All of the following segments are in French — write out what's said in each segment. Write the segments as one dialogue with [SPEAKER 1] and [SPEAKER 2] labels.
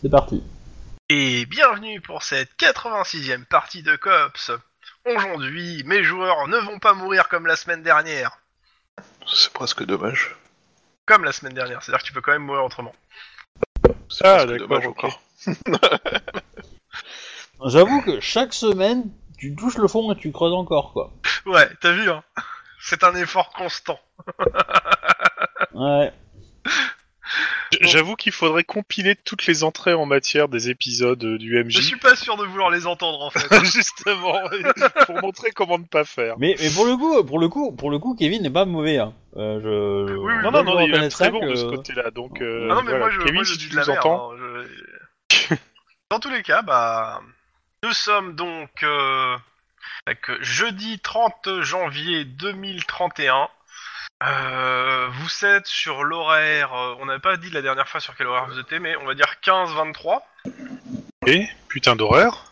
[SPEAKER 1] c'est parti.
[SPEAKER 2] Et bienvenue pour cette 86e partie de Cops. Aujourd'hui, mes joueurs ne vont pas mourir comme la semaine dernière.
[SPEAKER 3] C'est presque dommage.
[SPEAKER 2] Comme la semaine dernière, c'est-à-dire que tu peux quand même mourir autrement.
[SPEAKER 3] C'est
[SPEAKER 4] Ah,
[SPEAKER 3] presque
[SPEAKER 4] d'accord,
[SPEAKER 3] dommage
[SPEAKER 4] ok.
[SPEAKER 3] encore.
[SPEAKER 1] J'avoue que chaque semaine, tu touches le fond et tu creuses encore, quoi.
[SPEAKER 2] Ouais, t'as vu, hein C'est un effort constant.
[SPEAKER 1] Ouais.
[SPEAKER 4] J- J'avoue qu'il faudrait compiler toutes les entrées en matière des épisodes euh, du
[SPEAKER 2] Je
[SPEAKER 4] MJ.
[SPEAKER 2] suis pas sûr de vouloir les entendre en fait.
[SPEAKER 4] Justement, pour montrer comment ne pas faire.
[SPEAKER 1] Mais, mais pour le coup, pour le coup, pour le coup, Kevin n'est pas mauvais. Hein. Euh, je...
[SPEAKER 2] Oui, oui,
[SPEAKER 4] Non,
[SPEAKER 1] moi,
[SPEAKER 4] non,
[SPEAKER 1] je
[SPEAKER 4] non, il est
[SPEAKER 1] reconnaissais
[SPEAKER 4] très bon
[SPEAKER 1] que-
[SPEAKER 4] de ce côté-là. Donc, euh,
[SPEAKER 2] Ah non, mais
[SPEAKER 4] voilà.
[SPEAKER 2] moi je,
[SPEAKER 4] Kevin,
[SPEAKER 2] moi, je
[SPEAKER 4] si
[SPEAKER 2] dis
[SPEAKER 4] tu
[SPEAKER 2] de la
[SPEAKER 4] nous
[SPEAKER 2] merde.
[SPEAKER 4] entends,
[SPEAKER 2] hein, je- Dans tous les cas, bah. Nous sommes donc. euh, avec, euh, jeudi 30 janvier 2031. Euh, vous êtes sur l'horaire. euh, on n'a pas dit la dernière fois sur quel horaire vous étiez, mais on va dire 15-23. hein.
[SPEAKER 4] Eh, putain d'horreur.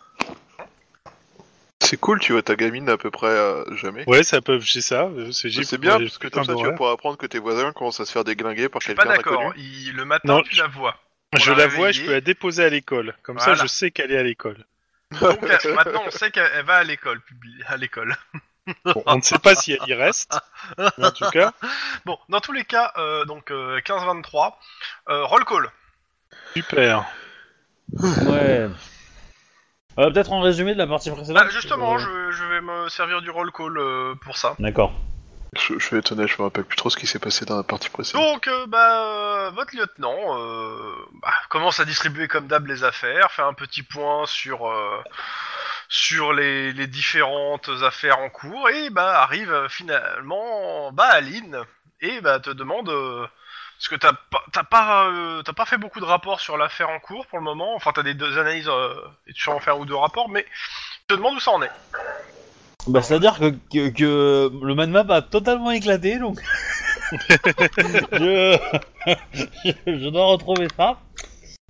[SPEAKER 3] C'est cool, tu vois ta gamine à peu près euh, jamais.
[SPEAKER 4] Ouais, ça peut, c'est ça. euh, C'est j'ai-
[SPEAKER 3] Bah, C'est bien,
[SPEAKER 4] ouais,
[SPEAKER 3] parce que
[SPEAKER 4] putain
[SPEAKER 3] comme ça tu vas
[SPEAKER 4] d'horreur.
[SPEAKER 3] pouvoir apprendre que tes voisins commencent à se faire déglinguer par
[SPEAKER 2] Pas
[SPEAKER 3] quelqu'un
[SPEAKER 2] d'accord.
[SPEAKER 3] d'inconnu.
[SPEAKER 2] il- Le matin,
[SPEAKER 4] Non,
[SPEAKER 2] tu la vois.
[SPEAKER 4] Je
[SPEAKER 2] pouvoir
[SPEAKER 4] la vois, et je
[SPEAKER 2] réveiller.
[SPEAKER 4] peux la déposer à l'école. Comme
[SPEAKER 2] Voilà.
[SPEAKER 4] ça, je sais qu'elle est à l'école.
[SPEAKER 2] Donc euh, maintenant, on sait qu'elle elle va à l'école. publi- À l'école.
[SPEAKER 4] Bon, on ne sait pas si elle y reste. mais en tout cas,
[SPEAKER 2] Bon, dans tous les cas, euh, donc euh, 15-23. euh, roll call.
[SPEAKER 4] super.
[SPEAKER 1] Ouais. Euh, Peut-être en résumé de la partie précédente.
[SPEAKER 2] Bah, justement,
[SPEAKER 1] euh,
[SPEAKER 2] je, je vais me servir du roll call euh, pour ça.
[SPEAKER 1] D'accord.
[SPEAKER 2] hein.
[SPEAKER 3] Je, je suis étonné, je me rappelle plus trop ce qui s'est passé dans la partie précédente.
[SPEAKER 2] Donc, euh, bah, euh, votre lieutenant euh, bah, commence à distribuer comme d'hab les affaires, fait un petit point sur euh, sur les, les différentes affaires en cours et bah arrive euh, finalement bah Aline et bah te demande euh, parce que t'as pas t'as pas euh, t'as pas fait beaucoup de rapports sur l'affaire en cours pour le moment. Enfin, t'as des deux analyses euh, et tu vas en faire un ou deux rapports, mais je te demande où ça en est.
[SPEAKER 1] Bah, c'est-à-dire que, que, que le man map a totalement éclaté, donc. je... je dois retrouver ça.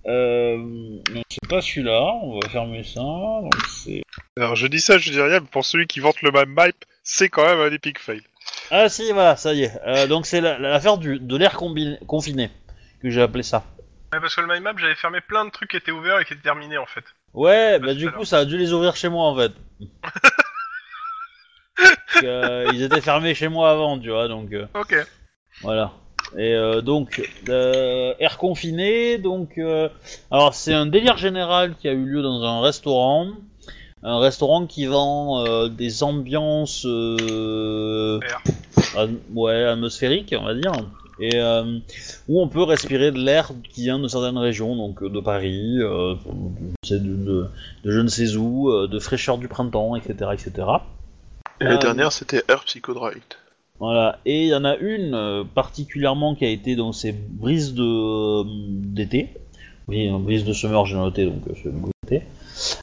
[SPEAKER 1] Euh... donc, C'est pas celui-là, on va fermer ça. Donc c'est...
[SPEAKER 4] Alors, je dis ça, je dis rien, mais pour celui qui vante le même pipe, c'est quand même un epic fail.
[SPEAKER 1] Ah, si, voilà, ça y est. Euh, donc, c'est la- la- l'affaire du, de l'air combi- confiné, que j'ai appelé ça.
[SPEAKER 2] Ouais, parce que le mind map, j'avais fermé plein de trucs qui étaient ouverts et qui étaient terminés en fait.
[SPEAKER 1] Ouais,
[SPEAKER 2] Pas
[SPEAKER 1] bah
[SPEAKER 2] tout
[SPEAKER 1] du
[SPEAKER 2] à
[SPEAKER 1] coup,
[SPEAKER 2] l'heure.
[SPEAKER 1] ça a dû les ouvrir chez moi en fait. Donc, euh, ils étaient fermés chez moi avant, tu vois, donc. euh,
[SPEAKER 2] Ok.
[SPEAKER 1] Voilà. Et euh, donc, euh, air confiné, donc... euh, alors, c'est un délire général qui a eu lieu dans un restaurant. Un restaurant qui vend euh, des ambiances... euh,
[SPEAKER 2] Air.
[SPEAKER 1] atm- ouais, atmosphériques, on va dire. Et euh, où on peut respirer de l'air qui vient de certaines régions, donc euh, de Paris, euh, de, de, de- de je ne sais où, euh, de fraîcheur du printemps, etc. etc.
[SPEAKER 3] Et la
[SPEAKER 1] Euh,
[SPEAKER 3] dernière, c'était Air Psychodright.
[SPEAKER 1] voilà, et il y en a une euh, particulièrement qui a été dans ces brises de euh, d'été. Oui, euh, brise de summer, j'ai noté, donc euh, c'est le brise d'été.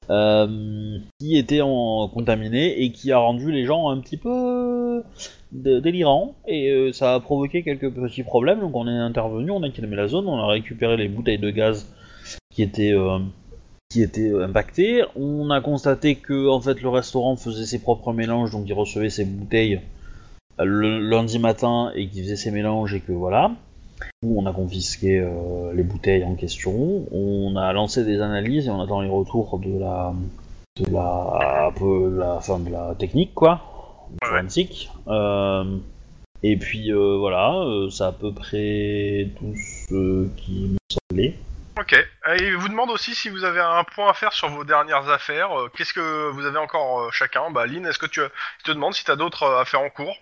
[SPEAKER 1] Euh, qui était en, contaminé et qui a rendu les gens un petit peu dé- délirants. Et euh, ça a provoqué quelques petits problèmes. Donc on est intervenu, on a calmé la zone, on a récupéré les bouteilles de gaz qui étaient. euh, qui étaient euh, impactées. On a constaté que en fait le restaurant faisait ses propres mélanges, donc il recevait ses bouteilles le lundi matin et qui faisait ses mélanges et que voilà. Où on a confisqué euh, les bouteilles en question, on a lancé des analyses et on attend les retours de la de la, un peu la fin de la technique quoi, forensique. Euh, et puis euh, voilà, euh, c'est à peu près tout ce qui me semblait.
[SPEAKER 2] Ok. Euh, Il vous demande aussi si vous avez un point à faire sur vos dernières affaires. Euh, Qu'est-ce que vous avez encore euh, chacun Bah, Lynn, est-ce que tu. Il te demande si t'as d'autres euh, affaires en cours.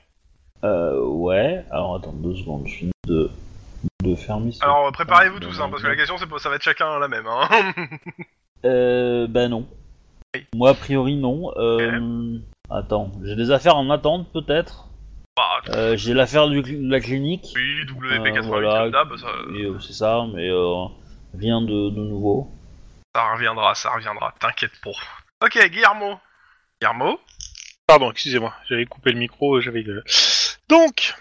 [SPEAKER 1] Euh, ouais, alors attends deux secondes, je finis de de fermer. ce-
[SPEAKER 2] Alors, euh, préparez-vous tous, hein,
[SPEAKER 1] Euh,
[SPEAKER 2] parce que la question, c'est pas- ça va être chacun la même. Hein.
[SPEAKER 1] Euh, bah non. Moi, a priori, non. Euh, Attends, j'ai des affaires en attente, peut-être.
[SPEAKER 2] bah,
[SPEAKER 1] Euh, j'ai l'affaire du cl- de la clinique.
[SPEAKER 2] oui,
[SPEAKER 1] Euh,
[SPEAKER 2] WP90,
[SPEAKER 1] voilà.
[SPEAKER 2] comme d'hab, ça,
[SPEAKER 1] Et, euh, c'est ça, mais euh, rien de, de nouveau.
[SPEAKER 2] ça reviendra, ça reviendra, t'inquiète pas. Ok, Guillermo. Guillermo
[SPEAKER 4] Pardon, excusez-moi, j'avais coupé le micro, j'avais gueulé. Donc,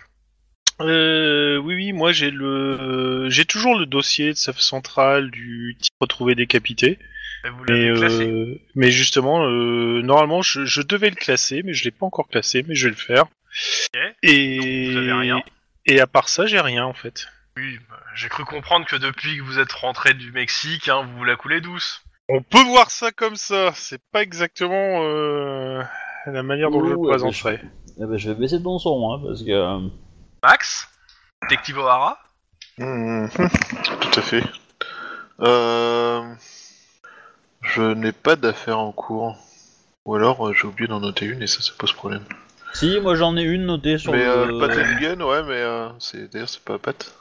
[SPEAKER 4] euh, oui, oui, moi j'ai le, j'ai toujours le dossier de SAF centrale du type retrouvé décapité,
[SPEAKER 2] Et vous
[SPEAKER 4] mais,
[SPEAKER 2] l'avez classé.
[SPEAKER 4] euh, mais justement, euh, normalement, je, je devais le classer, mais je l'ai pas encore classé, mais je vais le faire.
[SPEAKER 2] Ok.
[SPEAKER 4] Et
[SPEAKER 2] Donc, vous avez rien.
[SPEAKER 4] et à part ça, j'ai rien en fait.
[SPEAKER 2] Oui, bah, j'ai cru comprendre que depuis que vous êtes rentré du Mexique, hein, vous la coulez douce.
[SPEAKER 4] On peut voir ça comme ça. C'est pas exactement euh, la manière dont je le
[SPEAKER 1] Ouh,
[SPEAKER 4] présenterais.
[SPEAKER 1] Eh ben, je vais baisser ton son, hein, parce que... euh,
[SPEAKER 2] Max Détective O'Hara
[SPEAKER 3] Mhm. Tout à fait. Euh, Je n'ai pas d'affaires en cours. Ou alors euh, j'ai oublié d'en noter une et ça, ça pose problème.
[SPEAKER 1] Si, moi j'en ai une notée sur
[SPEAKER 3] mais
[SPEAKER 1] le...
[SPEAKER 3] euh, Pat and Gun, ouais, mais euh, c'est d'ailleurs c'est pas Pat.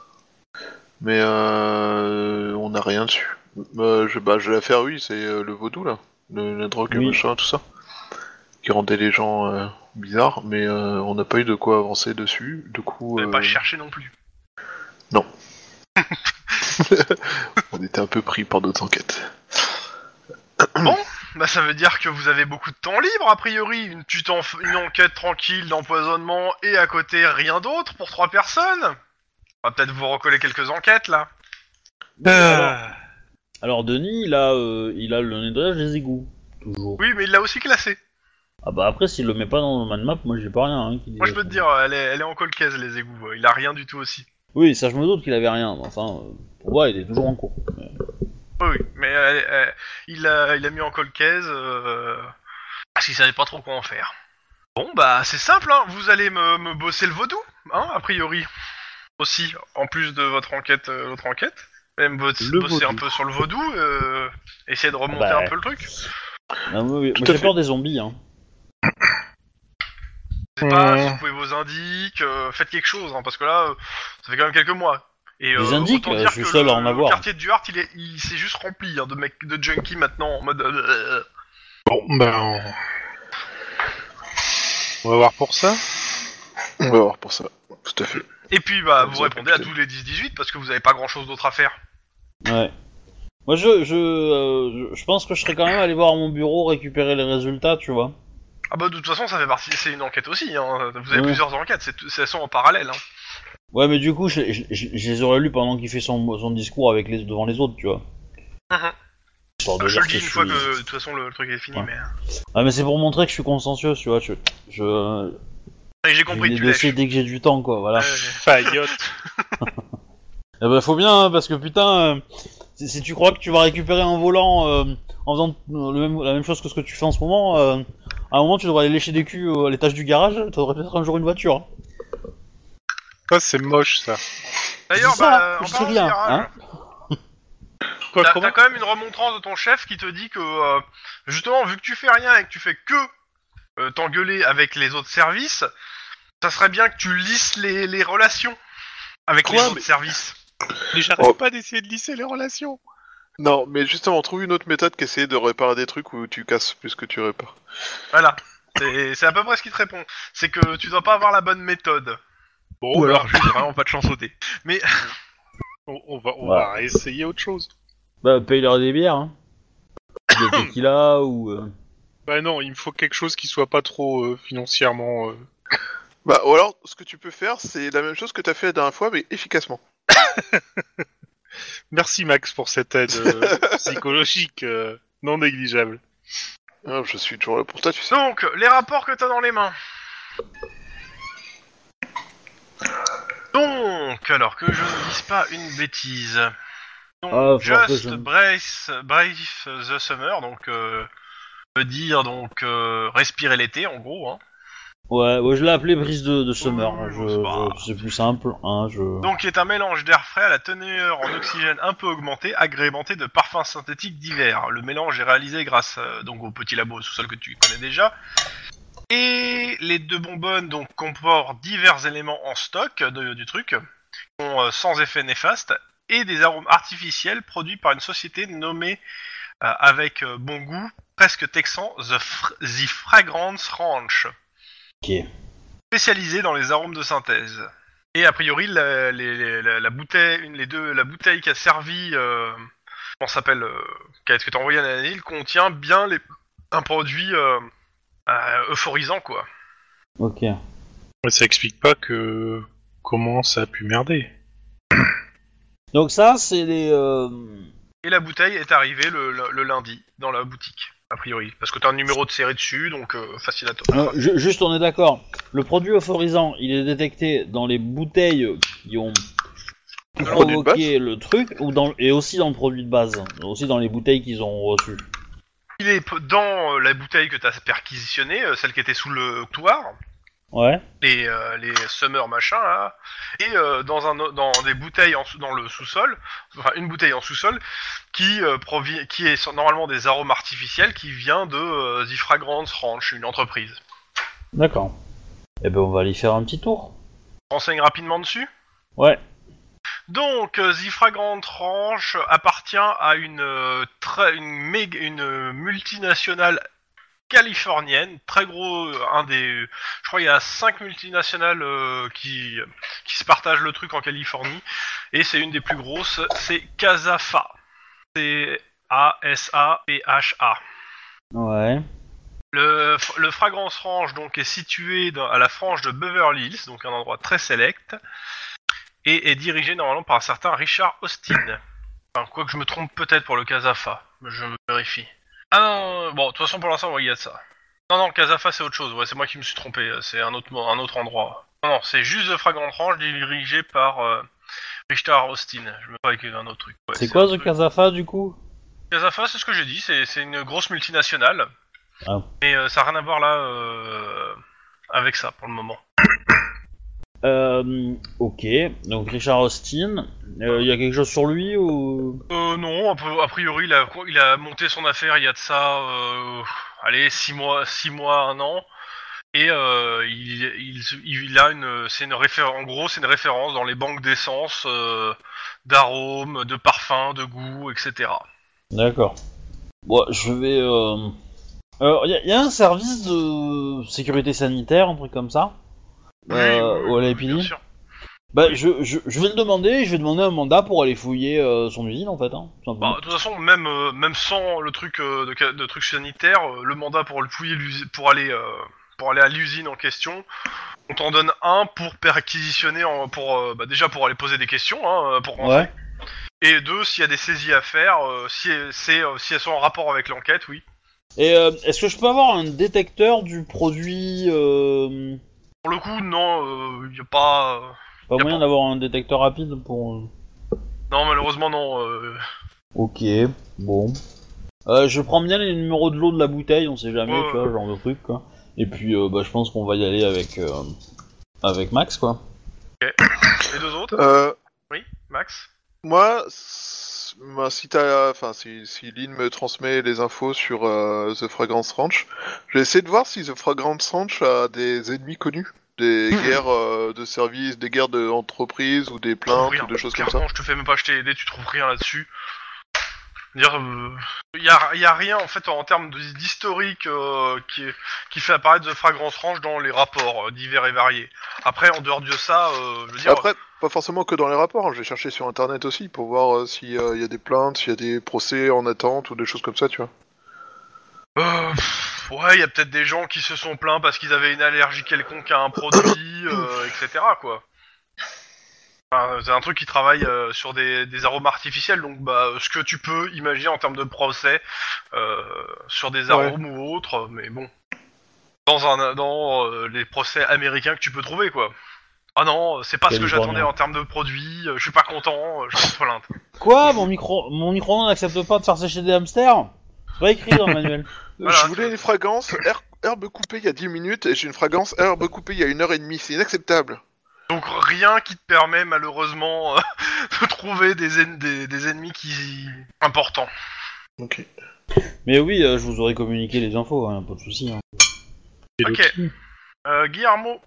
[SPEAKER 3] Mais euh, on n'a rien dessus. Euh, je, bah, j'ai l'affaire, oui, c'est euh, le vaudou là, Le- la drogue,
[SPEAKER 1] Oui.
[SPEAKER 3] machin, tout ça, qui rendait les gens euh, bizarres. Mais euh, on n'a pas eu de quoi avancer dessus. Du coup,
[SPEAKER 2] Vous n'avez
[SPEAKER 3] euh,
[SPEAKER 2] pas cherché non plus.
[SPEAKER 3] on était un peu pris par d'autres enquêtes.
[SPEAKER 2] Bah ça veut dire que vous avez beaucoup de temps libre a priori, une petite enf- une enquête tranquille d'empoisonnement et à côté rien d'autre pour trois personnes. On va peut-être vous recoller quelques enquêtes là.
[SPEAKER 1] Oui, alors, alors, Denis, il a, euh, il a le nettoyage des égouts, toujours.
[SPEAKER 2] Oui mais il l'a aussi classé.
[SPEAKER 1] Ah bah après, s'il le met pas dans le man map, moi j'ai pas rien. hein, qui dit-
[SPEAKER 2] Moi je peux te dire, elle est, elle est en colcaise les égouts, il a rien du tout aussi.
[SPEAKER 1] Oui, ça je me doute qu'il avait rien, mais enfin, euh, pour moi il est toujours en cours. Mais-
[SPEAKER 2] Oui, oui, mais elle- elle- il, a, il a mis en colcaise euh, parce qu'il savait pas trop quoi en faire. Bon bah c'est simple, hein, vous allez me, me bosser le vaudou, hein, a priori. Aussi, en plus de votre enquête, euh, l'autre enquête. Même bot-
[SPEAKER 4] Le
[SPEAKER 2] bosser
[SPEAKER 4] vaudou.
[SPEAKER 2] un peu sur le vaudou, euh, essayer de remonter
[SPEAKER 1] Bah,
[SPEAKER 2] un peu le truc.
[SPEAKER 1] Ah, oui, oui.
[SPEAKER 3] Tout
[SPEAKER 1] Moi
[SPEAKER 3] à
[SPEAKER 1] j'ai
[SPEAKER 3] fait.
[SPEAKER 1] peur des zombies, hein.
[SPEAKER 2] Je sais pas,
[SPEAKER 4] Ouais.
[SPEAKER 2] si vous pouvez vos indiques, euh, faites quelque chose, hein, parce que là, euh, ça fait quand même quelques mois. Et,
[SPEAKER 1] Les indiques,
[SPEAKER 2] autant
[SPEAKER 1] euh,
[SPEAKER 2] dire
[SPEAKER 1] je suis
[SPEAKER 2] que
[SPEAKER 1] seul
[SPEAKER 2] le,
[SPEAKER 1] à en
[SPEAKER 2] le
[SPEAKER 1] avoir.
[SPEAKER 2] quartier de Duarte, il est- il s'est juste rempli hein, de mecs, de junkies maintenant, en mode... euh,
[SPEAKER 4] Bon, ben. On... on va voir pour ça.
[SPEAKER 3] On va voir pour ça. Tout à fait.
[SPEAKER 2] Et puis bah
[SPEAKER 3] Vous
[SPEAKER 2] vous
[SPEAKER 3] en
[SPEAKER 2] répondez à
[SPEAKER 3] profitez.
[SPEAKER 2] tous les 10-18 parce que vous avez pas grand chose d'autre à faire.
[SPEAKER 1] Ouais. Moi je, je, euh, je- je pense que je serais quand même allé voir à mon bureau récupérer les résultats, tu vois.
[SPEAKER 2] Ah bah de toute façon ça fait partie, c'est une enquête aussi, hein. vous avez
[SPEAKER 1] Ouais.
[SPEAKER 2] plusieurs enquêtes, c'est, tout- elles sont en parallèle. Hein.
[SPEAKER 1] Ouais, mais du coup, je, je- je- je les aurais lus pendant qu'il fait son, son discours avec les, devant les autres, tu vois.
[SPEAKER 2] Mhm.
[SPEAKER 1] Histoire de
[SPEAKER 2] je
[SPEAKER 1] dire
[SPEAKER 2] le dis
[SPEAKER 1] que
[SPEAKER 2] une
[SPEAKER 1] je
[SPEAKER 2] fois
[SPEAKER 1] suis-
[SPEAKER 2] que de toute façon le, le truc est fini
[SPEAKER 1] Ouais.
[SPEAKER 2] mais... hein.
[SPEAKER 1] Ah, mais c'est pour montrer que je suis consciencieux, tu vois. Je, je,
[SPEAKER 2] Et j'ai
[SPEAKER 1] je
[SPEAKER 2] compris, tu Euh, lèches.
[SPEAKER 1] négocie dès que j'ai du temps, quoi, voilà.
[SPEAKER 2] Ouais, ouais.
[SPEAKER 4] Fayotte.
[SPEAKER 1] Eh ben, faut bien, hein, parce que putain, euh, si, si tu crois que tu vas récupérer un volant euh, en faisant euh, le même- la même chose que ce que tu fais en ce moment, euh, à un moment, tu devrais aller lécher des culs euh, à l'étage du garage, t'aurais peut-être un jour une voiture. hein.
[SPEAKER 4] Ça, c'est moche, ça.
[SPEAKER 2] D'ailleurs
[SPEAKER 1] Je dis ça,
[SPEAKER 2] bah,
[SPEAKER 1] je
[SPEAKER 2] en
[SPEAKER 1] dis
[SPEAKER 2] parlant de
[SPEAKER 1] rien,
[SPEAKER 2] virage,
[SPEAKER 1] hein.
[SPEAKER 4] Quoi,
[SPEAKER 2] t'as,
[SPEAKER 4] comment
[SPEAKER 2] t'as quand même une remontrance de ton chef qui te dit que euh, justement vu que tu fais rien et que tu fais que euh, t'engueuler avec les autres services, ça serait bien que tu lisses les, les relations avec les
[SPEAKER 4] Quoi,
[SPEAKER 2] autres
[SPEAKER 4] mais-
[SPEAKER 2] services.
[SPEAKER 4] Mais J'arrête
[SPEAKER 3] Oh.
[SPEAKER 4] pas d'essayer de lisser les relations.
[SPEAKER 3] Non, mais justement, trouve une autre méthode qu'essayer de réparer des trucs où tu casses plus que tu répares.
[SPEAKER 2] Voilà. C'est c'est à peu près ce qu'il te répond. C'est que tu dois pas avoir la bonne méthode.
[SPEAKER 4] Bon,
[SPEAKER 2] Ou
[SPEAKER 4] bah,
[SPEAKER 2] alors juste vraiment pas de chance au dé.
[SPEAKER 4] on, on va, on
[SPEAKER 1] Voilà.
[SPEAKER 4] va essayer autre chose.
[SPEAKER 1] Bah, paye-leur des bières, hein. Ou Des tequila, ou. euh,
[SPEAKER 4] Bah non, il me faut quelque chose qui soit pas trop euh, financièrement. euh,
[SPEAKER 3] Bah, ou alors, ce que tu peux faire, c'est la même chose que t'as fait la dernière fois, mais efficacement.
[SPEAKER 4] Merci Max pour cette aide euh, psychologique euh, non négligeable.
[SPEAKER 3] Ah, je suis toujours là pour toi, tu sais.
[SPEAKER 2] Donc, les rapports que t'as dans les mains. Donc, alors que je ne dise pas une bêtise.
[SPEAKER 1] Ah,
[SPEAKER 2] Donc,
[SPEAKER 1] faut voir que
[SPEAKER 2] just
[SPEAKER 1] je-
[SPEAKER 2] brace, brace the summer, donc euh, veut dire donc euh, respirer l'été en gros. Hein.
[SPEAKER 1] Ouais, ouais, je l'ai appelé brise de, de summer.
[SPEAKER 2] Ouais,
[SPEAKER 1] hein, je-
[SPEAKER 2] c'est pas-
[SPEAKER 1] je- c'est plus simple, hein. Je...
[SPEAKER 2] Donc, qui est un mélange d'air frais à la teneur en oxygène un peu augmentée, agrémenté de parfums synthétiques divers. Le mélange est réalisé grâce euh, donc au petit labo sous-sol que tu connais déjà. Et les deux bonbonnes donc comportent divers éléments en stock de- du truc, qui sont euh, sans effet néfaste, et des arômes artificiels produits par une société nommée euh, avec euh, bon goût presque texan The, Fr- The Fragrance Ranch
[SPEAKER 1] Ok.
[SPEAKER 2] spécialisé dans les arômes de synthèse. Et a priori, la, les- les- la- la bouteille, une- les deux, la bouteille qui a servi, euh, comment ça s'appelle, euh, qu'a- que t'as envoyé à Nanil, contient bien les, un produit euh, euh, euphorisant, quoi.
[SPEAKER 1] Ok.
[SPEAKER 4] Mais ça explique pas que comment ça a pu merder.
[SPEAKER 1] Donc, ça, c'est les. euh,
[SPEAKER 2] Et la bouteille est arrivée le, le- le lundi dans la boutique, a priori, parce que t'as un numéro de série dessus, donc euh, facile à to-
[SPEAKER 1] euh, ju- juste, on est d'accord. Le produit euphorisant, il est détecté dans les bouteilles qui ont
[SPEAKER 3] produit de
[SPEAKER 1] provoquer le truc ou dans, et aussi dans le produit de base, aussi dans les bouteilles qu'ils ont reçues.
[SPEAKER 2] Il est p- dans euh, la bouteille que t'as perquisitionnée, euh, celle qui était sous le comptoir,
[SPEAKER 1] Ouais.
[SPEAKER 2] les, euh, les summer machin, là, et euh, dans, un, o- dans des bouteilles en, sous- dans le sous-sol, enfin une bouteille en sous-sol, qui, euh, provi- qui est sur- normalement des arômes artificiels qui vient de euh, The Fragrance Ranch, une entreprise.
[SPEAKER 1] D'accord. Eh ben on va aller faire un petit tour.
[SPEAKER 2] Renseigne rapidement dessus.
[SPEAKER 1] Ouais.
[SPEAKER 2] Donc, euh, The Fragrant Ranch appartient à une, euh, très- une, méga- une, euh, multinationale californienne, très gros, euh, un des... Je crois qu'il y a cinq multinationales euh, qui, qui se partagent le truc en Californie, et c'est une des plus grosses, c'est Casafa. C'est A-S-A-P-H-A.
[SPEAKER 1] Ouais.
[SPEAKER 2] Le, le Fragrance Ranch donc, est situé dans- à la frange de Beverly Hills, donc un endroit très sélect, et est dirigé normalement par un certain Richard Austin. Enfin, quoi que je me trompe peut-être pour le Casafa, je me vérifie. Ah non, non, non, bon, de toute façon pour l'instant, ouais, il y a de ça. Non, non, Casafa c'est autre chose, ouais, c'est moi qui me suis trompé, euh, c'est un autre, mo- un autre endroit. Non, non, c'est juste le Fragrance Ranch dirigé par euh, Richard Austin, je me pas avec un autre truc. Ouais,
[SPEAKER 1] C'est quoi
[SPEAKER 2] un
[SPEAKER 1] The
[SPEAKER 2] truc-
[SPEAKER 1] Casafa du coup
[SPEAKER 2] Casafa, c'est ce que j'ai dit, c'est c'est une grosse multinationale.
[SPEAKER 1] Ah.
[SPEAKER 2] Mais euh, ça n'a rien à voir là euh, avec ça pour le moment.
[SPEAKER 1] euh, Ok. Donc Richard Austin. Il y a quelque chose sur lui ou
[SPEAKER 2] Euh, non, a pri- a priori, il a, il a monté son affaire il y a de ça, euh, allez, 6 mois, six mois, un an. Et euh, il, il, il a une, c'est une référence, en gros, c'est une référence dans les banques d'essence, euh, d'arômes, de parfums, de goûts, etc.
[SPEAKER 1] D'accord. Bon, je vais. euh, Alors, il y, a- il y a un service de sécurité sanitaire, un truc comme ça. Euh,
[SPEAKER 2] Oui,
[SPEAKER 1] au
[SPEAKER 2] oui,
[SPEAKER 1] LAPD.
[SPEAKER 2] bien sûr.
[SPEAKER 1] Bah, je, je, je vais le demander. Je vais demander un mandat pour aller fouiller euh, son usine en fait. Hein, tout simplement.
[SPEAKER 2] Bah, de toute façon, même, euh, même sans le truc euh, de, ca- de truc sanitaire, euh, le mandat pour le fouiller l'usi- pour aller euh, pour aller à l'usine en question, on t'en donne un pour perquisitionner, en, pour euh, bah, déjà pour aller poser des questions, hein, pour rentrer.
[SPEAKER 1] ouais.
[SPEAKER 2] Et deux, s'il y a des saisies à faire, euh, si, c'est, euh, si elles sont en rapport avec l'enquête, oui.
[SPEAKER 1] Et euh, est-ce que je peux avoir un détecteur du produit euh,
[SPEAKER 2] Pour le coup, non, il n'y a pas. euh,
[SPEAKER 1] Pas
[SPEAKER 2] Y a
[SPEAKER 1] moyen
[SPEAKER 2] pas.
[SPEAKER 1] d'avoir un détecteur rapide pour. euh,
[SPEAKER 2] non, malheureusement, non. euh,
[SPEAKER 1] Ok, bon. Euh, je prends bien les numéros de l'eau de la bouteille, on sait jamais,
[SPEAKER 2] Ouais,
[SPEAKER 1] tu vois, genre de truc quoi. Et puis, euh, bah, je pense qu'on va y aller avec euh, avec Max quoi.
[SPEAKER 2] les deux autres,
[SPEAKER 3] Euh,
[SPEAKER 2] oui, Max.
[SPEAKER 3] moi, s- bah, si t'as, enfin, si, si Lynn me transmet les infos sur euh, The Fragrance Ranch, je vais essayer de voir si The Fragrance Ranch a des ennemis connus, des
[SPEAKER 2] Hmm.
[SPEAKER 3] guerres euh, de services, des guerres d'entreprises ou des plaintes
[SPEAKER 2] Rien.
[SPEAKER 3] ou des choses comme ça.
[SPEAKER 2] Clairement, je te fais même pas acheter des, tu trouves rien là-dessus. Dire, euh, y, a, y a rien en fait en, termes de- d'historique euh, qui, est- qui fait apparaître The Fragrance Ranch dans les rapports euh, divers et variés. Après, en dehors de ça, euh, je veux dire,
[SPEAKER 3] Après, pas forcément que dans les rapports, hein, je vais chercher sur internet aussi pour voir euh, s'il y a des plaintes, s'il y a des procès en attente ou des choses comme ça, tu vois.
[SPEAKER 2] euh, pff, ouais, il y a peut-être des gens qui se sont plaints parce qu'ils avaient une allergie quelconque à un produit, euh, etc. Quoi. Enfin, c'est un truc qui travaille euh, sur des, des arômes artificiels, donc bah, ce que tu peux imaginer en termes de procès euh, sur des arômes ou autres, mais bon. Dans, un, dans euh, les procès américains que tu peux trouver, quoi. Ah non, c'est pas ce que
[SPEAKER 1] Californien.
[SPEAKER 2] j'attendais en termes de produits, euh, je suis pas content, euh, je suis plainte.
[SPEAKER 1] Quoi Mon micro mon micro-ondes n'accepte pas de faire sécher des hamsters C'est pas écrit dans le manuel.
[SPEAKER 2] Voilà,
[SPEAKER 3] je voulais
[SPEAKER 2] c'est-
[SPEAKER 3] des fragrances her- herbe coupée il y a 10 minutes et j'ai une fragrance herbe coupée il y a une heure et demie, c'est inacceptable.
[SPEAKER 2] Donc rien qui te permet malheureusement euh, de trouver des, en- des, des ennemis qui importants.
[SPEAKER 3] Ok.
[SPEAKER 1] Mais oui, euh, je vous aurais communiqué les infos, hein, pas de soucis. hein.
[SPEAKER 4] Et
[SPEAKER 2] Ok.
[SPEAKER 4] Loki.
[SPEAKER 2] Euh, Guillermo,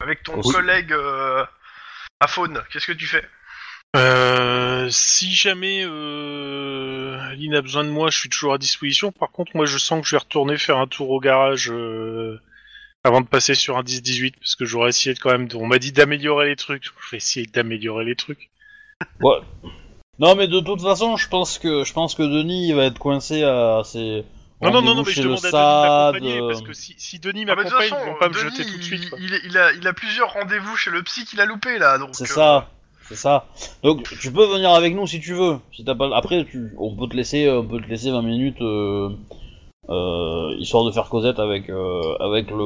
[SPEAKER 2] avec ton
[SPEAKER 1] Oui.
[SPEAKER 2] collègue euh, à faune, qu'est-ce que tu fais
[SPEAKER 4] Euh, si jamais euh, Lynn a besoin de moi, je suis toujours à disposition. Par contre, moi, je sens que je vais retourner faire un tour au garage euh, avant de passer sur un 10-18, parce que j'aurais essayé de quand même. de- On m'a dit d'améliorer les trucs. Je vais essayer d'améliorer les trucs.
[SPEAKER 1] Non mais de toute façon, je pense que je pense que Denis il va être coincé à ses
[SPEAKER 4] Non, non, non, non,
[SPEAKER 1] rendez-vous
[SPEAKER 4] mais je
[SPEAKER 1] chez le
[SPEAKER 4] demande à
[SPEAKER 1] SAD,
[SPEAKER 4] Denis de m'accompagner,
[SPEAKER 1] euh,
[SPEAKER 4] parce que si, si Denis
[SPEAKER 2] Ah bah, de toute
[SPEAKER 4] m'accompagne, ils
[SPEAKER 2] façon,
[SPEAKER 4] vont pas me
[SPEAKER 2] Denis,
[SPEAKER 4] jeter tout de suite. quoi.
[SPEAKER 2] Il, il- il a, il a plusieurs rendez-vous chez le psy qu'il a loupé là. donc,
[SPEAKER 1] C'est
[SPEAKER 2] euh,
[SPEAKER 1] ça, c'est ça. Donc tu peux venir avec nous si tu veux. Si t'as pas, après tu, on peut te laisser,
[SPEAKER 5] euh,
[SPEAKER 1] on peut te laisser 20 minutes euh, euh, histoire de faire Cosette avec euh, avec le,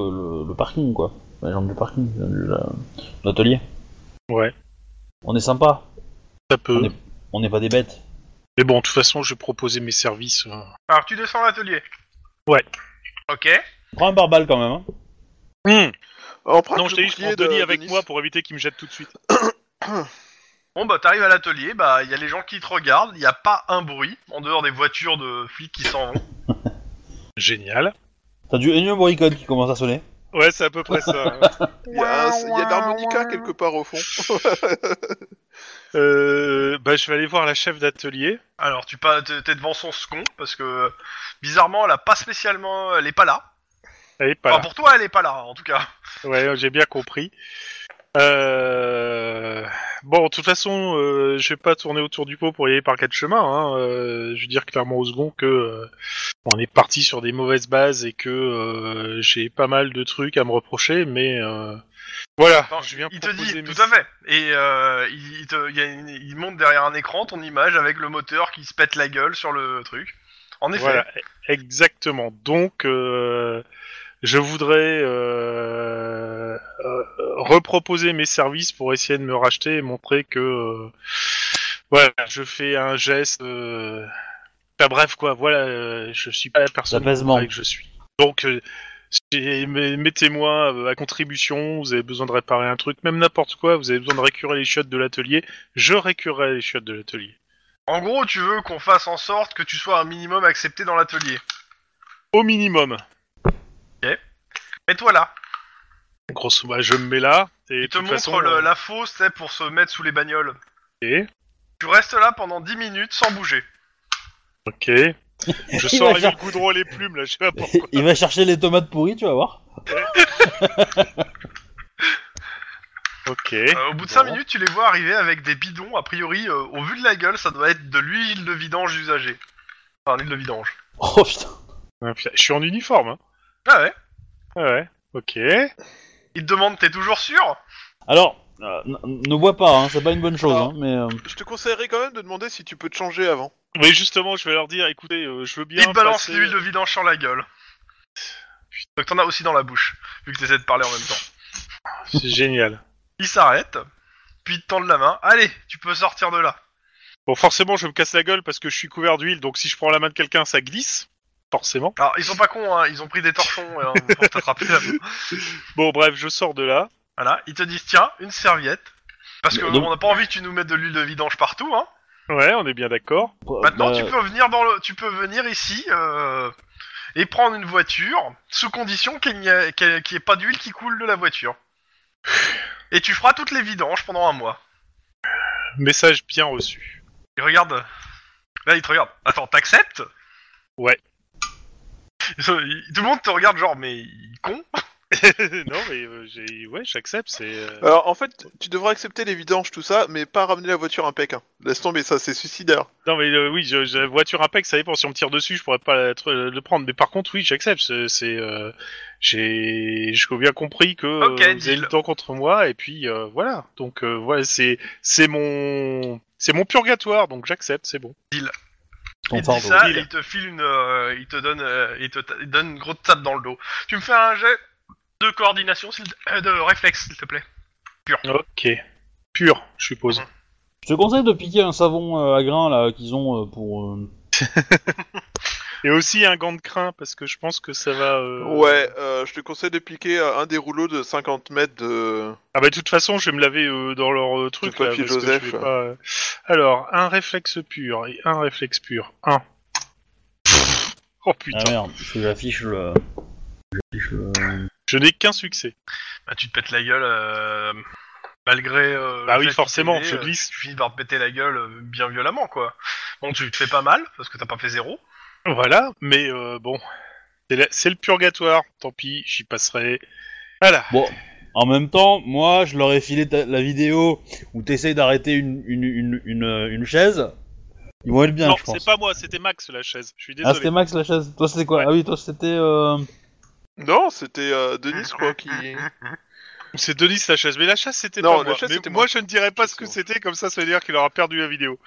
[SPEAKER 1] le, le parking quoi, la jambe du parking, de la- de l'atelier.
[SPEAKER 4] Ouais.
[SPEAKER 1] On est sympa.
[SPEAKER 4] Ça peut.
[SPEAKER 5] On n'est pas des bêtes.
[SPEAKER 4] Mais bon, de toute façon, je vais proposer mes services. euh.
[SPEAKER 2] Alors, tu descends l'atelier
[SPEAKER 4] Ouais.
[SPEAKER 2] Ok.
[SPEAKER 5] Prends un pare-balles quand même. Hein.
[SPEAKER 2] Ah,
[SPEAKER 3] Emprunte
[SPEAKER 4] Mmh. Non,
[SPEAKER 3] le
[SPEAKER 4] je t'ai dit, je
[SPEAKER 3] bouclier
[SPEAKER 4] prends
[SPEAKER 3] de
[SPEAKER 4] Denis
[SPEAKER 2] euh,
[SPEAKER 4] avec
[SPEAKER 3] Denis.
[SPEAKER 4] moi pour éviter qu'il me jette tout de suite.
[SPEAKER 2] Bon, bah, t'arrives à l'atelier, bah, il y a les gens qui te regardent, il n'y a pas un bruit, en dehors des voitures de flics qui s'en vont.
[SPEAKER 4] Génial.
[SPEAKER 5] T'as du Ennio Morricone qui commence à sonner.
[SPEAKER 4] Ouais, c'est à peu près ça.
[SPEAKER 3] Il y a, un- il y a de l'harmonica quelque part au fond.
[SPEAKER 4] Euh, bah, je vais aller voir la chef d'atelier.
[SPEAKER 2] Alors, tu pas, t'es t'es devant son second, parce que, bizarrement, elle a pas spécialement, elle est pas là.
[SPEAKER 4] Elle est pas
[SPEAKER 2] Enfin,
[SPEAKER 4] là.
[SPEAKER 2] pour toi, elle est pas là, en tout cas.
[SPEAKER 4] Ouais, j'ai bien compris. Euh, Bon, de toute façon, euh, je vais pas tourner autour du pot pour y aller par quatre chemins. Hein. Euh, je vais dire clairement au second que euh, on est parti sur des mauvaises bases et que euh, j'ai pas mal de trucs à me reprocher, mais euh, voilà.
[SPEAKER 2] Attends,
[SPEAKER 4] je viens
[SPEAKER 2] Il te
[SPEAKER 4] proposer
[SPEAKER 2] dit,
[SPEAKER 4] mes-
[SPEAKER 2] tout à fait. Et euh, il, il te- il y a une- il monte derrière un écran ton image avec le moteur qui se pète la gueule sur le truc. En effet.
[SPEAKER 4] Voilà, exactement. Donc, euh, je voudrais euh, euh, reproposer mes services pour essayer de me racheter et montrer que euh, voilà, je fais un geste. Euh, enfin, bref, quoi. Voilà, euh, je suis pas la personne
[SPEAKER 5] D'apaisement.
[SPEAKER 4] que je suis. Donc, euh, j'ai- mes- mettez-moi euh, à contribution. Vous avez besoin de réparer un truc, même n'importe quoi. Vous avez besoin de récurer les chiottes de l'atelier. Je récurerai les chiottes de l'atelier.
[SPEAKER 2] En gros, tu veux qu'on fasse en sorte que tu sois un minimum accepté dans l'atelier.
[SPEAKER 4] Au minimum.
[SPEAKER 2] Et toi là,
[SPEAKER 4] Grosso modo, je me mets là. Et
[SPEAKER 2] il te
[SPEAKER 4] de toute
[SPEAKER 2] montre
[SPEAKER 4] façon,
[SPEAKER 2] le-
[SPEAKER 4] euh,
[SPEAKER 2] la fosse c'est pour se mettre sous les bagnoles.
[SPEAKER 4] Ok.
[SPEAKER 2] Tu restes là pendant 10 minutes sans bouger.
[SPEAKER 4] Ok. Je
[SPEAKER 5] Il
[SPEAKER 4] sors
[SPEAKER 5] va
[SPEAKER 4] avec le
[SPEAKER 5] faire-
[SPEAKER 4] goudron et les plumes, là, je sais pas pourquoi.
[SPEAKER 5] Il va chercher les tomates pourries, tu vas voir.
[SPEAKER 4] Ok.
[SPEAKER 2] Euh, au bout de
[SPEAKER 5] Bon.
[SPEAKER 2] 5 minutes, tu les vois arriver avec des bidons. A priori, euh, au vu de la gueule, ça doit être de l'huile de vidange usagée. Enfin, l'huile de vidange.
[SPEAKER 5] Oh putain.
[SPEAKER 4] Ah, putain, Je suis en uniforme, hein.
[SPEAKER 2] Ah ouais
[SPEAKER 4] Ah ouais. Ok.
[SPEAKER 2] Il te demande, t'es toujours sûr
[SPEAKER 5] Alors, euh, n- n- ne bois pas, hein, c'est pas une bonne chose, hein, mais. euh,
[SPEAKER 3] Je te conseillerais quand même de demander si tu peux te changer avant.
[SPEAKER 4] Oui, justement, je vais leur dire, écoutez, euh, je veux bien.
[SPEAKER 2] Il te balance
[SPEAKER 4] passer-
[SPEAKER 2] l'huile de vidange sur la gueule. Donc t'en as aussi dans la bouche, vu que t'essaies de parler en même temps.
[SPEAKER 4] C'est génial.
[SPEAKER 2] Il s'arrête, puis il te tend de la main. Allez, tu peux sortir de là.
[SPEAKER 4] Bon, forcément, je me casse la gueule parce que je suis couvert d'huile, donc si je prends la main de quelqu'un, ça glisse. Forcément.
[SPEAKER 2] Alors, ils sont pas cons, hein, ils ont pris des torchons hein, pour t'attraper.
[SPEAKER 4] Bon, bref, je sors de là.
[SPEAKER 2] Voilà, ils te disent tiens, une serviette. Parce que
[SPEAKER 5] Mais donc-
[SPEAKER 2] on n'a pas envie que tu nous mettes de l'huile de vidange partout, hein.
[SPEAKER 4] Ouais, on est bien d'accord.
[SPEAKER 2] Maintenant,
[SPEAKER 5] bah,
[SPEAKER 2] tu peux venir dans le, tu peux venir ici euh, et prendre une voiture sous condition qu'il n'y ait qu'il y ait- qu'il y ait pas d'huile qui coule de la voiture. Et tu feras toutes les vidanges pendant un mois.
[SPEAKER 4] Message bien reçu.
[SPEAKER 2] Il regarde. Là, il te regarde. Attends, t'acceptes
[SPEAKER 4] Ouais.
[SPEAKER 2] Ils sont- ils- Tout le monde te regarde, genre, mais il est con
[SPEAKER 4] non, mais euh, j'ai- ouais, j'accepte, c'est. euh,
[SPEAKER 3] Alors en fait, tu devrais accepter les vidanges, tout ça, mais pas ramener la voiture impec. Hein. Laisse tomber, ça c'est suicidaire.
[SPEAKER 4] Non mais euh, oui, je, je- la voiture impec, ça dépend. Si on me tire dessus, je pourrais pas la tr- le prendre. Mais par contre, oui, j'accepte. C'est, c'est, euh, j'ai, j'ai bien compris que euh,
[SPEAKER 2] Ok,
[SPEAKER 4] vous avez
[SPEAKER 2] deal.
[SPEAKER 4] le temps contre moi, et puis euh, voilà. Donc euh, voilà, c'est, c'est mon, c'est mon purgatoire. Donc j'accepte, c'est bon.
[SPEAKER 5] ton
[SPEAKER 2] Il te dit
[SPEAKER 5] fardeau.
[SPEAKER 2] ça
[SPEAKER 4] Deal.
[SPEAKER 2] et il te file une. euh, il te donne, euh, il te ta- il donne une grosse tape dans le dos. Tu me fais un jet de coordination, s'il te- euh, de réflexe, s'il te plaît.
[SPEAKER 4] Ok. Pur, je suppose.
[SPEAKER 5] Je te conseille de piquer un savon euh, à grains là qu'ils ont euh, pour. euh,
[SPEAKER 4] Et aussi un gant de crin parce que je pense que ça va. euh,
[SPEAKER 3] Ouais, euh, je te conseille de piquer euh, un des rouleaux de 50 mètres de...
[SPEAKER 4] Ah bah de toute façon, je vais me laver euh, dans leur euh, truc là,
[SPEAKER 3] papier
[SPEAKER 4] parce que je
[SPEAKER 3] Joseph.
[SPEAKER 4] vais pas, euh. Alors un réflexe pur et un réflexe pur. Un. Oh putain.
[SPEAKER 5] Ah merde, parce que j'affiche
[SPEAKER 4] euh,
[SPEAKER 5] le. J'affiche le.
[SPEAKER 4] Je n'ai qu'un succès.
[SPEAKER 2] Bah, tu te pètes la gueule euh, malgré. euh,
[SPEAKER 4] Bah
[SPEAKER 2] le
[SPEAKER 4] oui,
[SPEAKER 2] fait que
[SPEAKER 4] forcément,
[SPEAKER 2] t'es,
[SPEAKER 4] je
[SPEAKER 2] euh,
[SPEAKER 4] glisse.
[SPEAKER 2] Tu finis par te péter la gueule euh, bien violemment, quoi. Bon, tu te fais pas mal, parce que t'as pas fait zéro.
[SPEAKER 4] Voilà, mais euh, bon. C'est la- C'est le purgatoire. Tant pis, j'y passerai. Voilà.
[SPEAKER 5] Bon, en même temps, moi, je leur ai filé ta- la vidéo où t'essayes d'arrêter une, une, une, une, euh, une chaise. Ils vont être bien,
[SPEAKER 4] non,
[SPEAKER 5] je pense.
[SPEAKER 4] c'est pas moi, c'était Max la chaise. Je suis
[SPEAKER 5] Ah,
[SPEAKER 4] désolé.
[SPEAKER 5] c'était Max la chaise. Toi, c'était quoi Ah oui, toi, c'était. euh,
[SPEAKER 3] Non, c'était euh, Denis, quoi, qui...
[SPEAKER 4] c'est Denis la chaise. Mais la chaise, c'était pas
[SPEAKER 3] Non, la
[SPEAKER 4] moi.
[SPEAKER 3] chaise,
[SPEAKER 4] Mais
[SPEAKER 3] c'était
[SPEAKER 4] moi,
[SPEAKER 3] moi.
[SPEAKER 4] je ne dirais pas ce que
[SPEAKER 3] Excuse-moi.
[SPEAKER 4] c'était, comme ça, ça veut dire qu'il aura perdu la vidéo.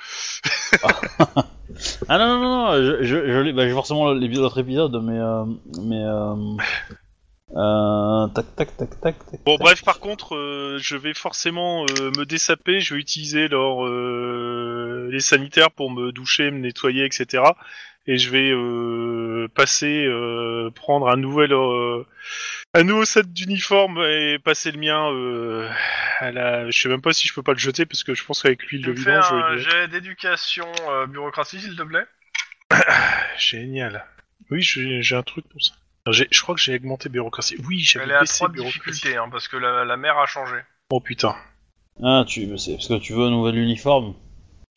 [SPEAKER 5] Ah non, non, non, non, je, je, je l'ai- bah, j'ai forcément l'ép- l'autre épisode, mais. euh, mais. euh,
[SPEAKER 1] Euh, tac, tac, tac, tac, tac.
[SPEAKER 4] Bon,
[SPEAKER 1] tac.
[SPEAKER 4] bref, par contre, euh, je vais forcément euh, me dessaper, je vais utiliser leur, euh, les sanitaires pour me doucher, me nettoyer, etc. Et je vais euh, passer, euh, prendre un nouvel, euh, un nouveau set d'uniforme et passer le mien euh, à la. Je sais même pas si je peux pas le jeter parce que je pense qu'avec l'huile
[SPEAKER 2] Tu
[SPEAKER 4] de
[SPEAKER 2] me fais
[SPEAKER 4] vidange. je
[SPEAKER 2] un
[SPEAKER 4] vais-
[SPEAKER 2] jet d'éducation euh, bureaucratie, s'il te plaît
[SPEAKER 4] Génial. Oui, j'ai j'ai un truc pour ça. Alors, j'ai- Je crois que j'ai augmenté bureaucratie. Oui, j'avais
[SPEAKER 2] Elle est à
[SPEAKER 4] baissé
[SPEAKER 2] 3 de
[SPEAKER 4] bureaucratie.
[SPEAKER 2] difficulté, hein, parce que la, la mère a changé.
[SPEAKER 4] Oh putain.
[SPEAKER 1] Ah, tu, c'est parce que tu veux un nouvel uniforme.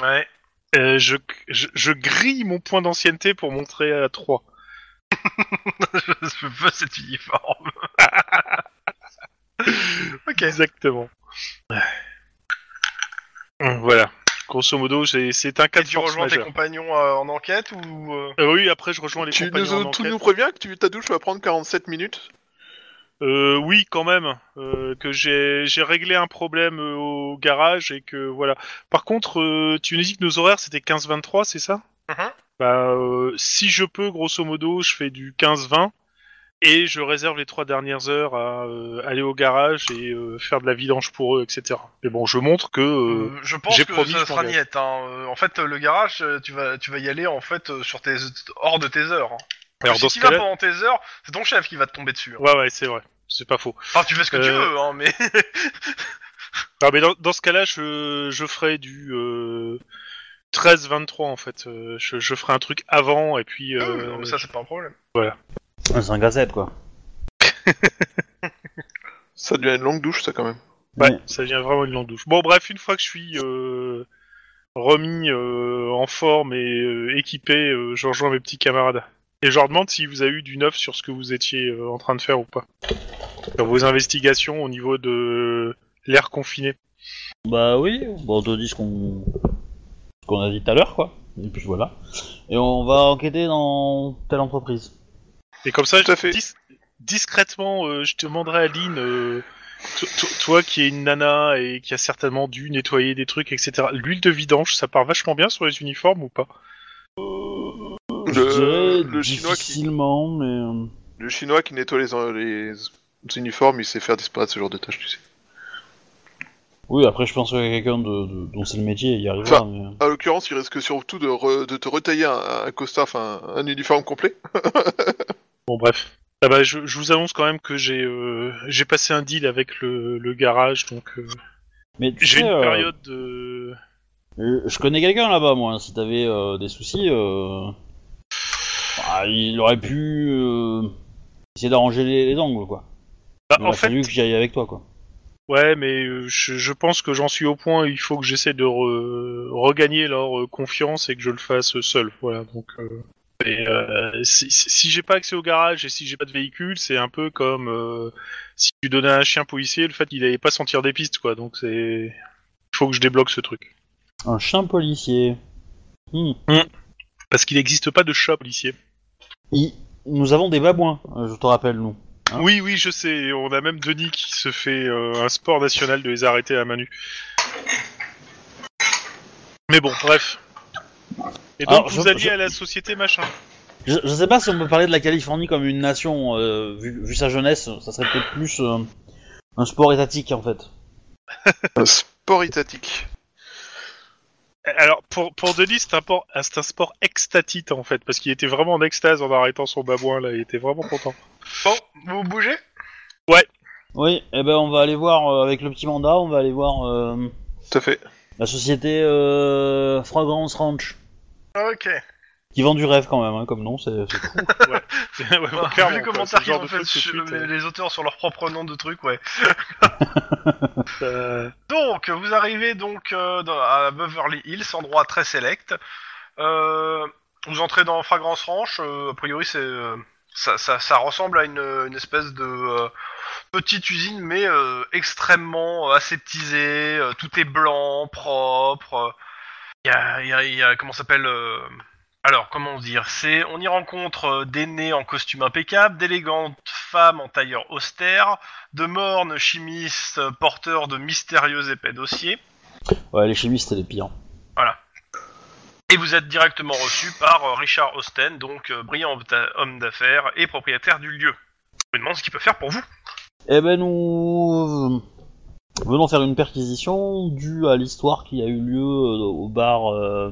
[SPEAKER 2] Ouais.
[SPEAKER 4] Euh, je, je, je grille mon point d'ancienneté pour montrer à 3.
[SPEAKER 2] je veux cet uniforme. ok.
[SPEAKER 4] Exactement. Hum, Voilà. Grosso modo, c'est c'est un cas
[SPEAKER 2] Et
[SPEAKER 4] de
[SPEAKER 2] tu
[SPEAKER 4] force
[SPEAKER 2] rejoins tes
[SPEAKER 4] majeure.
[SPEAKER 2] compagnons euh, en enquête ou euh,
[SPEAKER 4] Euh, oui, après je rejoins les
[SPEAKER 3] Tu
[SPEAKER 4] compagnons
[SPEAKER 3] nous,
[SPEAKER 4] en
[SPEAKER 3] tu
[SPEAKER 4] enquête.
[SPEAKER 3] nous préviens que tu, ta douche va prendre 47 minutes
[SPEAKER 4] Euh, oui, quand même, euh, que j'ai j'ai réglé un problème euh, au garage et que voilà. Par contre, euh, tu nous dis que nos horaires c'était 15-23, c'est ça
[SPEAKER 2] Mhm.
[SPEAKER 4] Bah, euh, si je peux, grosso modo, je fais du 15-20 et je réserve les trois dernières heures à euh, aller au garage et euh, faire de la vidange pour eux, etc. Mais bon, je montre que euh,
[SPEAKER 2] Je pense
[SPEAKER 4] j'ai
[SPEAKER 2] que
[SPEAKER 4] promis,
[SPEAKER 2] ça
[SPEAKER 4] je
[SPEAKER 2] sera
[SPEAKER 4] m'engage.
[SPEAKER 2] niette. hein. Euh, En fait, euh, le garage, euh, tu vas, tu vas y aller en fait euh, sur tes hors de tes heures. hein.
[SPEAKER 4] alors
[SPEAKER 2] si
[SPEAKER 4] dans
[SPEAKER 2] tu
[SPEAKER 4] ce
[SPEAKER 2] vas
[SPEAKER 4] cas-là,
[SPEAKER 2] pendant tes heures, c'est ton chef qui va te tomber dessus. hein.
[SPEAKER 4] ouais, ouais, c'est vrai, c'est pas faux.
[SPEAKER 2] Enfin, tu fais ce que tu
[SPEAKER 4] Euh,
[SPEAKER 2] veux, hein, mais
[SPEAKER 4] Non, Ah, mais dans, dans ce cas-là, je, je ferai du euh, 13-23 en fait. Euh, je, je ferai un truc avant et puis.
[SPEAKER 2] Non,
[SPEAKER 4] euh,
[SPEAKER 2] mais non, mais ça c'est pas un problème.
[SPEAKER 1] Ah, c'est un gazette, quoi.
[SPEAKER 3] Ça devient une longue douche, ça, quand même.
[SPEAKER 4] Ouais,
[SPEAKER 1] Ouais.
[SPEAKER 4] ça devient vraiment une longue douche. Bon, bref, une fois que je suis euh, remis euh, en forme et euh, équipé, euh, je rejoins mes petits camarades. Et je leur demande si vous avez eu du neuf sur ce que vous étiez euh, en train de faire ou pas. Sur vos investigations au niveau de l'air confiné.
[SPEAKER 1] Bah oui, bon, on te dit ce qu'on ce qu'on a dit tout à l'heure, quoi. Et puis voilà. Et on va enquêter dans telle entreprise.
[SPEAKER 4] Et comme ça,
[SPEAKER 3] Tout à fait.
[SPEAKER 4] dis- discrètement, euh, je demanderai à Lynn, euh, to- to- toi qui es une nana et qui a certainement dû nettoyer des trucs, etc. L'huile de vidange, ça part vachement bien sur les uniformes ou pas
[SPEAKER 1] Je
[SPEAKER 3] Le,
[SPEAKER 1] dirais
[SPEAKER 3] le chinois qui,
[SPEAKER 1] difficilement, mais... euh,
[SPEAKER 3] le chinois qui nettoie les, en- les uniformes, il sait faire disparaître ce genre de tâches, tu sais.
[SPEAKER 1] Oui, après, je pense qu'il y a quelqu'un de, de- dont c'est le métier, il y arrivera,
[SPEAKER 3] Enfin,
[SPEAKER 1] mais... euh,
[SPEAKER 3] À l'occurrence, il risque surtout de, re- de te retailler un, un costard, enfin, un uniforme complet.
[SPEAKER 4] Bon, bref. Ah bah, je, je vous annonce quand même que j'ai euh, j'ai passé un deal avec le, le garage, donc euh,
[SPEAKER 1] Mais tu
[SPEAKER 4] j'ai
[SPEAKER 3] Ah.
[SPEAKER 1] sais,
[SPEAKER 4] une
[SPEAKER 1] euh,
[SPEAKER 4] période de...
[SPEAKER 1] euh, je connais quelqu'un là-bas, moi, hein, si t'avais euh, des soucis... euh, bah, il aurait pu euh, essayer d'arranger les, les angles, quoi.
[SPEAKER 4] Bah,
[SPEAKER 1] Il
[SPEAKER 4] en
[SPEAKER 1] aurait
[SPEAKER 4] fait,
[SPEAKER 1] fallu que j'y aille avec toi, quoi.
[SPEAKER 4] ouais, mais euh, je, je pense que j'en suis au point, il faut que j'essaie de re- regagner leur euh, confiance et que je le fasse seul, voilà, donc... euh, et, euh, si si j'ai pas accès au garage et si j'ai pas de véhicule, c'est un peu comme euh, si tu donnais à un chien policier le fait qu'il n'allait pas sentir des pistes, quoi, donc c'est... Il faut que je débloque ce truc.
[SPEAKER 1] Un chien policier. Hmm.
[SPEAKER 4] Parce qu'il n'existe pas de chat policier.
[SPEAKER 1] Il- Nous avons des babouins, euh, je te rappelle, nous. Hein
[SPEAKER 4] Oui, oui, je sais. On a même Denis qui se fait euh, un sport national de les arrêter à main nue. Mais bon, bref. Et donc,
[SPEAKER 1] Alors,
[SPEAKER 4] vous
[SPEAKER 1] je-
[SPEAKER 4] alliez
[SPEAKER 1] je-
[SPEAKER 4] à la société machin.
[SPEAKER 1] Je, je sais pas si on peut parler de la Californie comme une nation, euh, vu, vu sa jeunesse, ça serait peut-être plus euh, un sport étatique en fait.
[SPEAKER 3] Un sport étatique.
[SPEAKER 4] Alors, pour, pour Denis, c'est un, por- ah, c'est un sport extatite en fait, parce qu'il était vraiment en extase en arrêtant son babouin là. Il était vraiment content.
[SPEAKER 2] Bon, vous bougez
[SPEAKER 1] Oui, eh ben on va aller voir euh, avec le petit mandat, on va aller voir euh,
[SPEAKER 3] Tout à fait.
[SPEAKER 1] la société euh, Fragrance Ranch,
[SPEAKER 2] Ok.
[SPEAKER 1] qui vend du rêve quand même, hein, comme nom, c'est c'est cool.
[SPEAKER 4] Ouais, bon,
[SPEAKER 2] Bah,
[SPEAKER 4] clairement,
[SPEAKER 2] vu les
[SPEAKER 4] quoi,
[SPEAKER 2] commentaires
[SPEAKER 4] ce
[SPEAKER 2] qu'ils
[SPEAKER 4] genre
[SPEAKER 2] ont
[SPEAKER 4] de
[SPEAKER 2] fait
[SPEAKER 4] truc tout de
[SPEAKER 2] sur-
[SPEAKER 4] suite,
[SPEAKER 2] les, les auteurs sur leur propre nom de truc, ouais.
[SPEAKER 4] euh,
[SPEAKER 2] Donc, vous arrivez donc euh, dans- à Beverly Hills, endroit très select. Euh, vous entrez dans Fragrance Ranch. euh, a priori, c'est euh, ça, ça, ça ressemble à une, une espèce de euh, petite usine, mais euh, extrêmement euh, aseptisée. euh, tout est blanc, propre. Il y a, il y a- il y a- comment ça s'appelle euh, alors, comment dire C'est, on y rencontre euh, des nés en costume impeccable, d'élégantes femmes en tailleur austère, de mornes chimistes euh, porteurs de mystérieux épais dossiers.
[SPEAKER 1] Ouais, les chimistes c'est les pires.
[SPEAKER 2] Et vous êtes directement reçu par euh, Richard Austen, donc euh, brillant homme d'a- homme d'affaires et propriétaire du lieu. me demande ce qu'il peut faire pour vous.
[SPEAKER 1] Eh ben nous venons faire une perquisition due à l'histoire qui a eu lieu euh, au bar euh,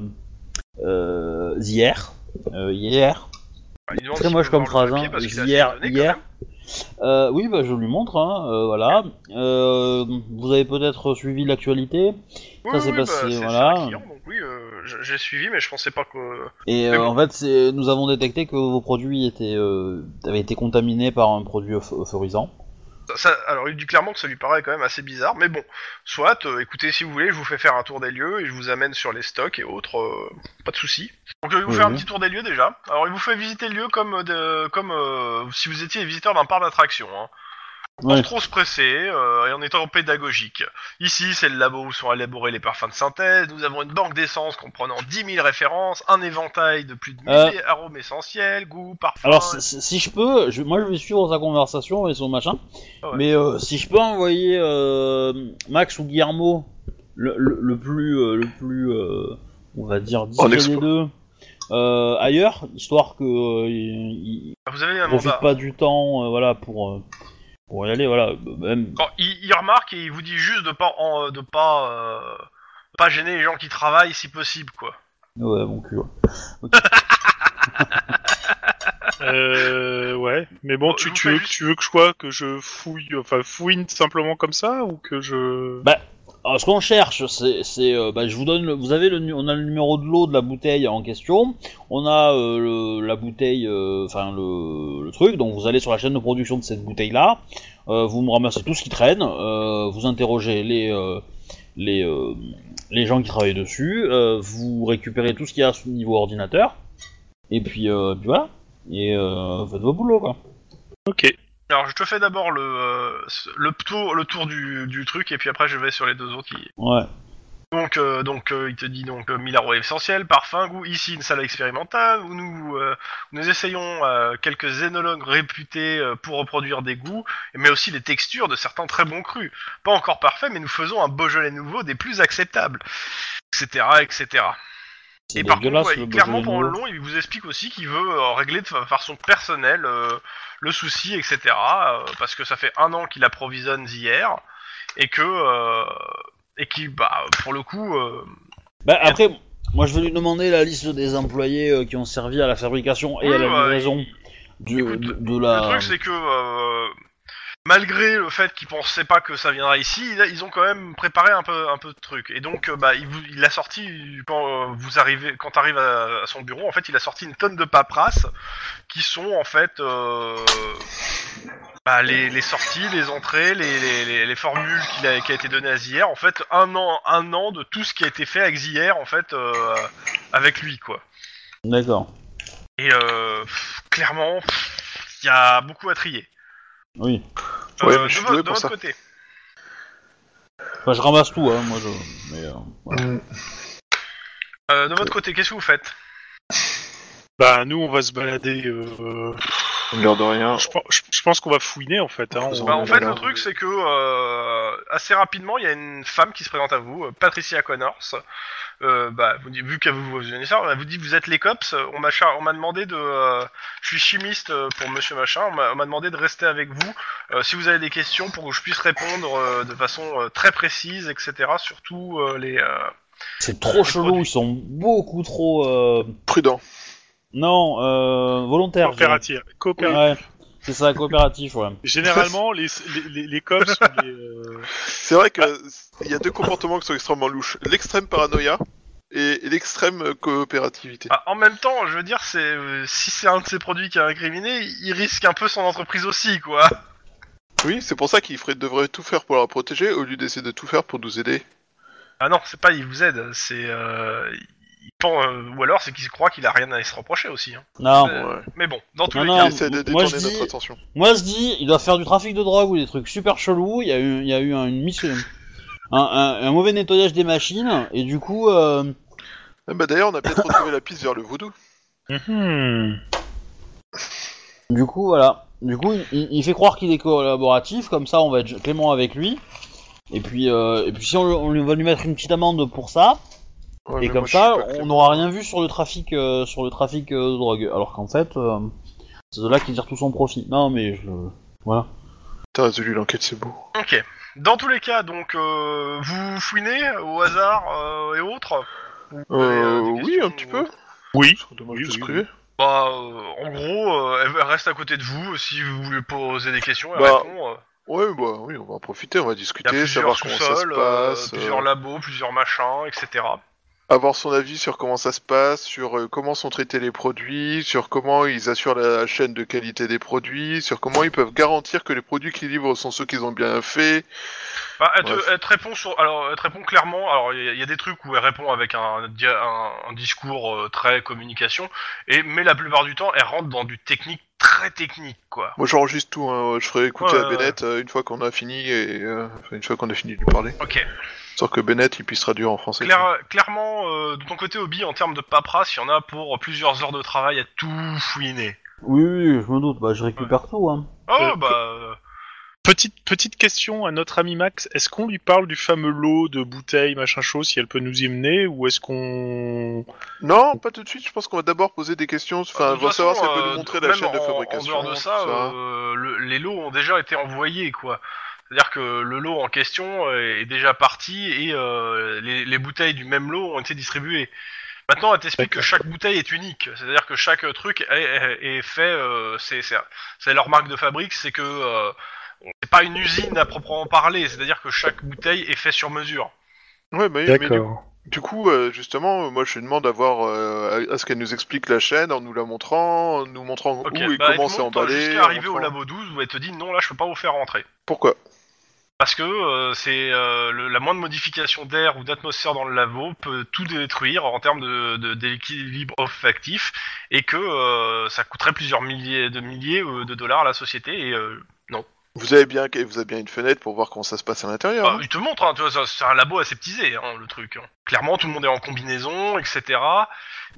[SPEAKER 1] euh, d'hier. Euh, hier.
[SPEAKER 2] Bah, il demande
[SPEAKER 1] Très
[SPEAKER 2] s'il
[SPEAKER 1] moche
[SPEAKER 2] peut
[SPEAKER 1] comme
[SPEAKER 2] voir
[SPEAKER 1] phrase.
[SPEAKER 2] le papier
[SPEAKER 1] hein.
[SPEAKER 2] parce qu'il a
[SPEAKER 1] Hier,
[SPEAKER 2] assez donné, quand
[SPEAKER 1] hier.
[SPEAKER 2] même.
[SPEAKER 1] Euh, oui, bah, je lui montre. Hein, euh, voilà. Euh, vous avez peut-être suivi l'actualité.
[SPEAKER 2] Oui,
[SPEAKER 1] Ça
[SPEAKER 2] oui,
[SPEAKER 1] s'est
[SPEAKER 2] oui,
[SPEAKER 1] passé,
[SPEAKER 2] bah, c'est- c'est
[SPEAKER 1] voilà.
[SPEAKER 2] un client, donc oui, euh, je- j'ai suivi, mais je pensais pas que.
[SPEAKER 1] Et
[SPEAKER 2] Mais
[SPEAKER 1] euh,
[SPEAKER 2] bon.
[SPEAKER 1] en fait, c'est- nous avons détecté que vos produits étaient, euh, avaient été contaminés par un produit euph- euphorisant.
[SPEAKER 2] Ça- ça- alors, il dit clairement que ça lui paraît quand même assez bizarre, mais bon, soit, euh, écoutez, si vous voulez, je vous fais faire un tour des lieux et je vous amène sur les stocks et autres, euh, pas de soucis. Donc, euh, je vais vous
[SPEAKER 1] Oui,
[SPEAKER 2] faire un
[SPEAKER 1] oui.
[SPEAKER 2] petit tour des lieux déjà. Alors, il vous fait visiter le lieu comme, euh, de- comme euh, si vous étiez visiteur d'un parc d'attractions, hein. Sans
[SPEAKER 1] Ouais.
[SPEAKER 2] trop se presser euh, et en étant pédagogique. Ici, c'est le labo où sont élaborés les parfums de synthèse. Nous avons une banque d'essence comprenant 10 000 références, un éventail de plus de 1000
[SPEAKER 1] Euh.
[SPEAKER 2] arômes essentiels, goûts, parfums.
[SPEAKER 1] Alors, si- si si je peux, je- moi je vais suivre sa conversation et son machin.
[SPEAKER 2] Ah ouais.
[SPEAKER 1] Mais euh, si je peux envoyer euh, Max ou Guillermo, le, le- le plus, euh, le plus, euh, on va dire,
[SPEAKER 3] En
[SPEAKER 1] discret
[SPEAKER 3] expo.
[SPEAKER 1] des deux, euh, ailleurs, histoire que euh, il, il
[SPEAKER 2] Vous avez un
[SPEAKER 1] profite
[SPEAKER 2] mandat.
[SPEAKER 1] pas du temps, euh, voilà, pour euh, pour y aller, voilà. Même,
[SPEAKER 2] Bon, il, il remarque et il vous dit juste de pas en- de pas euh, pas gêner les gens qui travaillent si possible quoi.
[SPEAKER 1] ouais, mon cul. ouais.
[SPEAKER 4] Euh, ouais, mais bon,
[SPEAKER 2] Bon, je
[SPEAKER 4] tu,
[SPEAKER 2] vous
[SPEAKER 4] tu,
[SPEAKER 2] fais
[SPEAKER 4] veux,
[SPEAKER 2] juste-
[SPEAKER 4] tu veux que je quoi que je fouille, enfin fouine simplement comme ça ou que je.
[SPEAKER 1] Alors, ce qu'on cherche, c'est, c'est, euh, bah, je vous donne, le- vous avez le, nu- on a le numéro de l'eau de la bouteille en question, on a euh, le- la bouteille, euh, enfin le, le truc, donc vous allez sur la chaîne de production de cette bouteille-là, euh, vous me ramassez tout ce qui traîne, euh, vous interrogez les euh, les euh, les gens qui travaillent dessus, euh, vous récupérez tout ce qu'il y a sous niveau ordinateur, et puis, euh, puis voilà, et euh, faites vos boulots quoi.
[SPEAKER 4] Ok.
[SPEAKER 2] Alors je te fais d'abord le euh, le tour le tour du, du truc et puis après je vais sur les deux autres qui
[SPEAKER 1] Ouais.
[SPEAKER 2] Donc, euh, donc euh, il te dit donc euh, Miller Oil essentiel, parfum, goût, ici une salle expérimentale où nous, euh, nous essayons euh, quelques zénologues réputés euh, pour reproduire des goûts, mais aussi les textures de certains très bons crus. Pas encore parfaits, mais nous faisons un Beaujolais nouveau des plus acceptables, etc. etc.
[SPEAKER 1] C'est
[SPEAKER 2] Et par contre,
[SPEAKER 1] dégueulasse,
[SPEAKER 2] ouais,
[SPEAKER 1] le
[SPEAKER 2] clairement
[SPEAKER 1] Beaujolais
[SPEAKER 2] pendant le
[SPEAKER 1] nouveau.
[SPEAKER 2] long, il vous explique aussi qu'il veut euh, régler de fa- façon personnelle euh, le souci, etc. euh, parce que ça fait un an qu'il approvisionne hier et que euh, et qui, bah, pour le coup, euh,
[SPEAKER 1] Bah après, moi je vais lui demander la liste des employés euh, qui ont servi à la fabrication et à
[SPEAKER 2] Oui, bah,
[SPEAKER 1] la livraison du-
[SPEAKER 2] écoute,
[SPEAKER 1] de, de
[SPEAKER 2] le
[SPEAKER 1] la.
[SPEAKER 2] truc c'est que euh, malgré le fait qu'ils pensaient pas que ça viendra ici, ils- ils ont quand même préparé un peu un peu de trucs. Et donc, euh, bah, il, vous- il a sorti quand euh, vous arrivez, quand t'arrives à, à son bureau, en fait, il a sorti une tonne de paperasses qui sont en fait euh, bah, les, les sorties, les entrées, les, les, les- les formules qu'il a, qui a été donné à Zier. En fait, un an un an de tout ce qui a été fait avec Zier, en fait, euh, avec lui, quoi.
[SPEAKER 1] D'accord.
[SPEAKER 2] Et euh, pff, clairement, pff, il y a beaucoup à trier.
[SPEAKER 1] Oui.
[SPEAKER 3] Ouais,
[SPEAKER 2] Euh,
[SPEAKER 3] mais je suis
[SPEAKER 2] de vo-
[SPEAKER 3] doué
[SPEAKER 2] de
[SPEAKER 3] pour
[SPEAKER 2] votre
[SPEAKER 3] ça.
[SPEAKER 2] côté.
[SPEAKER 1] Enfin, je ramasse tout, hein, moi je. Mais, euh, voilà.
[SPEAKER 2] Euh, de votre côté, qu'est-ce que vous faites
[SPEAKER 4] Bah nous on va se balader. euh,
[SPEAKER 3] L'air de rien.
[SPEAKER 4] Je, pen- je- je pense qu'on va fouiner en fait. hein,
[SPEAKER 3] Bah,
[SPEAKER 4] on-
[SPEAKER 2] Bah, En fait,
[SPEAKER 3] voilà.
[SPEAKER 2] le truc, c'est que euh, assez rapidement, il y a une femme qui se présente à vous, euh, Patricia Connors. Euh, bah, vous dit, vu que vous vous venez ça, elle vous dit vous êtes les cops. Euh, On m'a char- on m'a demandé de, euh, je suis chimiste euh, pour Monsieur Machin. On m'a on m'a demandé de rester avec vous euh, si vous avez des questions pour que je puisse répondre euh, de façon euh, très précise, etc. Surtout euh, les. euh,
[SPEAKER 1] C'est trop chelou, ils sont beaucoup trop. euh,
[SPEAKER 3] Prudent.
[SPEAKER 1] Non, euh, volontaires. je dirais.
[SPEAKER 4] Coopérative. Coopérative.
[SPEAKER 1] Ouais, c'est ça, coopératif, ouais.
[SPEAKER 4] Généralement, les, les, les, les cops ou les, euh,
[SPEAKER 3] C'est vrai que il y a deux comportements qui sont extrêmement louches. L'extrême paranoïa et l'extrême euh, coopérativité.
[SPEAKER 2] Bah, en même temps, je veux dire, c'est euh, si c'est un de ces produits qui est incriminé, il risque un peu son entreprise aussi, quoi.
[SPEAKER 3] Oui, c'est pour ça qu'il ferait, devrait tout faire pour la protéger au lieu d'essayer de tout faire pour nous aider.
[SPEAKER 2] Ah non, c'est pas il vous aide, c'est euh, il pense, euh, ou alors c'est qu'il croit qu'il a rien à se reprocher aussi. hein.
[SPEAKER 1] Non.
[SPEAKER 2] Euh,
[SPEAKER 3] Ouais.
[SPEAKER 2] Mais bon, dans tous
[SPEAKER 1] Non,
[SPEAKER 2] les
[SPEAKER 1] non.
[SPEAKER 2] cas,
[SPEAKER 3] Il essaie de
[SPEAKER 1] Ah, moi,
[SPEAKER 3] détourner
[SPEAKER 1] je dis-
[SPEAKER 3] notre attention.
[SPEAKER 1] Moi je dis, ils doivent faire du trafic de drogue ou des trucs super chelous. Il y a eu, il y a eu un, une miss- un, un- un mauvais nettoyage des machines et du coup. euh,
[SPEAKER 3] Ah bah, D'ailleurs, on a peut-être retrouvé la piste vers le voodoo.
[SPEAKER 1] Hmm. Du coup, voilà. Du coup, il- il, il fait croire qu'il est collaboratif, comme ça on va être clément avec lui. Et puis, euh, et puis si on, le- on lui- va lui mettre une petite amende pour ça,
[SPEAKER 3] Ouais,
[SPEAKER 1] et
[SPEAKER 3] mais
[SPEAKER 1] comme
[SPEAKER 3] moi, je
[SPEAKER 1] ça,
[SPEAKER 3] suis pas
[SPEAKER 1] on
[SPEAKER 3] clair.
[SPEAKER 1] n'aura rien vu sur le trafic, euh, sur le trafic euh, de drogue. Alors qu'en fait, euh, c'est de là qu'il tire tout son profit. Non, mais je,
[SPEAKER 5] Voilà.
[SPEAKER 3] T'as résolu l'enquête, c'est beau.
[SPEAKER 2] Ok. Dans tous les cas, donc, euh, vous fouinez au hasard euh, et autres Vous avez,
[SPEAKER 3] Euh,
[SPEAKER 2] des
[SPEAKER 3] oui,
[SPEAKER 2] questions
[SPEAKER 3] un petit peu.
[SPEAKER 4] Oui.
[SPEAKER 3] Ce serait dommage
[SPEAKER 4] Oui,
[SPEAKER 3] de se
[SPEAKER 4] oui,
[SPEAKER 3] priver.
[SPEAKER 2] Bah, euh, en gros, euh, elle reste à côté de vous. Si vous voulez poser des questions, elle
[SPEAKER 3] Bah,
[SPEAKER 2] répond. euh,
[SPEAKER 3] Ouais, bah oui, on va en profiter, on va
[SPEAKER 2] Il y a
[SPEAKER 3] discuter,
[SPEAKER 2] plusieurs
[SPEAKER 3] savoir comment ça se
[SPEAKER 2] sous-sols, euh,
[SPEAKER 3] passe, euh,
[SPEAKER 2] plusieurs labos, plusieurs machins, etc.
[SPEAKER 3] avoir son avis sur comment ça se passe, sur euh, comment sont traités les produits, sur comment ils assurent la chaîne de qualité des produits, sur comment ils peuvent garantir que les produits qu'ils livrent sont ceux qu'ils ont bien faits.
[SPEAKER 2] Bah, elle, te,
[SPEAKER 3] Bref.
[SPEAKER 2] elle te répond sur, alors elle te répond clairement. Alors il y, a- il y a des trucs où elle répond avec un, dia- un, un discours euh, très communication, et mais la plupart du temps, elle rentre dans du technique très technique, quoi.
[SPEAKER 3] Moi j'enregistre tout, hein, je ferai écouter
[SPEAKER 2] Ouais,
[SPEAKER 3] à
[SPEAKER 2] ouais,
[SPEAKER 3] Bennett euh, une fois qu'on a fini et euh, enfin, une fois qu'on a fini de lui parler.
[SPEAKER 2] Ok.
[SPEAKER 3] Sauf que Bennett il puisse traduire en français. quoi.
[SPEAKER 2] Claire- clairement, euh, de ton côté, Obi, en termes de paperasse, il y en a pour plusieurs heures de travail à tout fouiner.
[SPEAKER 5] Oui, oui, je me doute. Bah, je récupère tout. Hein.
[SPEAKER 2] Oh
[SPEAKER 4] Euh,
[SPEAKER 2] bah. euh,
[SPEAKER 4] Petite, petite question à notre ami Max, est-ce qu'on lui parle du fameux lot de bouteilles, machin chose, si elle peut nous y mener, ou est-ce qu'on...
[SPEAKER 3] Non, pas tout de suite, je pense qu'on va d'abord poser des questions,
[SPEAKER 2] de
[SPEAKER 3] enfin, on va
[SPEAKER 2] toute
[SPEAKER 3] savoir si
[SPEAKER 2] façon,
[SPEAKER 3] elle peut
[SPEAKER 2] euh,
[SPEAKER 3] nous montrer la
[SPEAKER 2] même
[SPEAKER 3] chaîne de
[SPEAKER 2] en-
[SPEAKER 3] fabrication.
[SPEAKER 2] En dehors de ça,
[SPEAKER 3] tout
[SPEAKER 2] euh, le- les lots ont déjà été envoyés, quoi. C'est-à-dire que le lot en question euh, est déjà parti et euh, les, les bouteilles du même lot ont été distribuées. Maintenant, elle t'explique que chaque bouteille est unique. C'est-à-dire que chaque truc est, est- est fait. euh, c'est- c'est c'est leur marque de fabrique, c'est que euh, c'est pas une usine à proprement parler. C'est-à-dire que chaque bouteille est faite sur mesure.
[SPEAKER 3] Ouais, mais, mais du Du coup, euh, justement, euh, moi je lui demande d'avoir euh, à à ce qu'elle nous explique la chaîne en nous la montrant, en nous montrant
[SPEAKER 2] Ok.
[SPEAKER 3] où et
[SPEAKER 2] bah, elle te
[SPEAKER 3] comment c'est
[SPEAKER 2] monte
[SPEAKER 3] emballé.
[SPEAKER 2] Jusqu'à
[SPEAKER 3] en
[SPEAKER 2] arriver au
[SPEAKER 3] montrant-
[SPEAKER 2] labo 12 où elle te dit non, là, je peux pas vous faire rentrer.
[SPEAKER 3] Pourquoi
[SPEAKER 2] Parce que euh, c'est euh, le- la moindre modification d'air ou d'atmosphère dans le labo peut tout détruire en termes de de- d'équilibre olfactif et que euh, ça coûterait plusieurs milliers de milliers euh, de dollars à la société et euh,
[SPEAKER 3] Vous avez bien, vous avez bien une fenêtre pour voir comment ça se passe à l'intérieur.
[SPEAKER 2] bah,
[SPEAKER 3] hein
[SPEAKER 2] il te montre hein, tu vois, ça- c'est un labo aseptisé hein, le truc. hein. Clairement tout le monde est en combinaison etc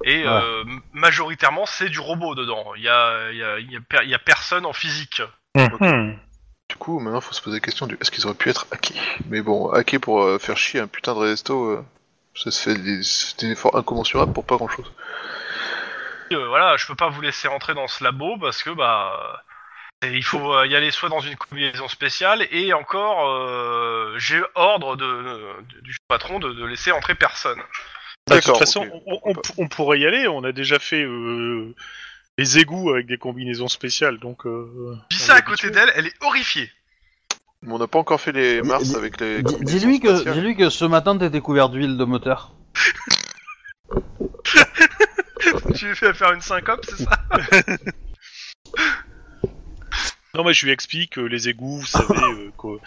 [SPEAKER 2] et
[SPEAKER 5] Ouais.
[SPEAKER 2] euh, m- majoritairement c'est du robot dedans. Il y a il y a, il y a per- il y a personne en physique.
[SPEAKER 4] Hmm. Bah,
[SPEAKER 3] Du coup, maintenant, faut se poser la question du est-ce qu'ils auraient pu être hackés Mais bon, hackés pour euh, faire chier un putain de resto, euh, ça se fait des, c'est des efforts incommensurables pour pas grand-chose.
[SPEAKER 2] Euh, voilà, je peux pas vous laisser entrer dans ce labo parce que bah euh, il faut euh, y aller soit dans une combinaison spéciale et encore euh, j'ai ordre de, de- du patron de, de laisser entrer personne.
[SPEAKER 4] Bah, de toute
[SPEAKER 3] D'accord,
[SPEAKER 4] façon,
[SPEAKER 3] ok.
[SPEAKER 4] on, on- on pourrait y aller, on a déjà fait euh, les égouts avec des combinaisons spéciales, donc... euh,
[SPEAKER 2] Je dis
[SPEAKER 4] on
[SPEAKER 2] ça
[SPEAKER 4] est
[SPEAKER 2] à côté
[SPEAKER 4] habitué.
[SPEAKER 2] d'elle, elle est horrifiée.
[SPEAKER 3] Mais on n'a pas encore fait les
[SPEAKER 5] Dis-
[SPEAKER 3] Mars
[SPEAKER 5] dis-
[SPEAKER 3] avec les.
[SPEAKER 5] Di- Dis-lui que, dis-lui que ce matin t'étais couvert d'huile de moteur.
[SPEAKER 2] tu lui fais faire une syncope, c'est ça
[SPEAKER 4] Non, mais je lui explique euh, les égouts, vous savez, euh, que,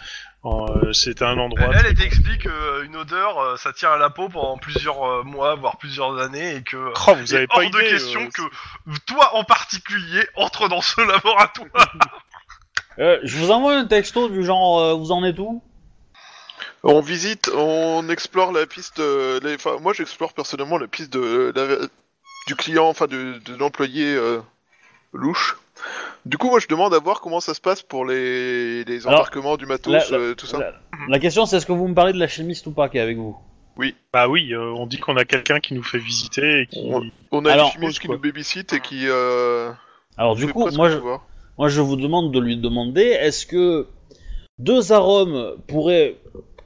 [SPEAKER 4] euh, c'est un endroit...
[SPEAKER 2] Elle, elle t'explique euh, une odeur, euh, ça tient à la peau pendant plusieurs euh, mois, voire plusieurs années, et que euh,
[SPEAKER 4] Oh, vous
[SPEAKER 2] il est
[SPEAKER 4] avez pas
[SPEAKER 2] hors
[SPEAKER 4] idée,
[SPEAKER 2] de question
[SPEAKER 4] euh,
[SPEAKER 2] que toi en particulier entre dans ce laboratoire.
[SPEAKER 5] Euh, je vous envoie un texto du genre euh, vous en êtes où
[SPEAKER 3] On visite, on explore la piste. euh, les... enfin, moi, j'explore personnellement la piste de, la- du client, enfin de, de l'employé euh, louche. Du coup, moi, je demande à voir comment ça se passe pour les, les
[SPEAKER 5] Alors,
[SPEAKER 3] embarquements du matos,
[SPEAKER 5] la- la-
[SPEAKER 3] euh, tout ça.
[SPEAKER 5] la, la question c'est est-ce que vous me parlez de la chimiste ou pas qui est avec vous
[SPEAKER 4] Bah oui, euh, on dit qu'on a quelqu'un qui nous fait visiter et qui...
[SPEAKER 3] On- On a
[SPEAKER 5] Alors,
[SPEAKER 3] une chimiste qui
[SPEAKER 4] quoi.
[SPEAKER 3] nous babysit et qui. Euh,
[SPEAKER 5] Alors du
[SPEAKER 3] fait
[SPEAKER 5] coup,
[SPEAKER 3] presque
[SPEAKER 5] moi je,
[SPEAKER 3] tout voir.
[SPEAKER 5] moi je vous demande de lui demander est-ce que deux arômes pourraient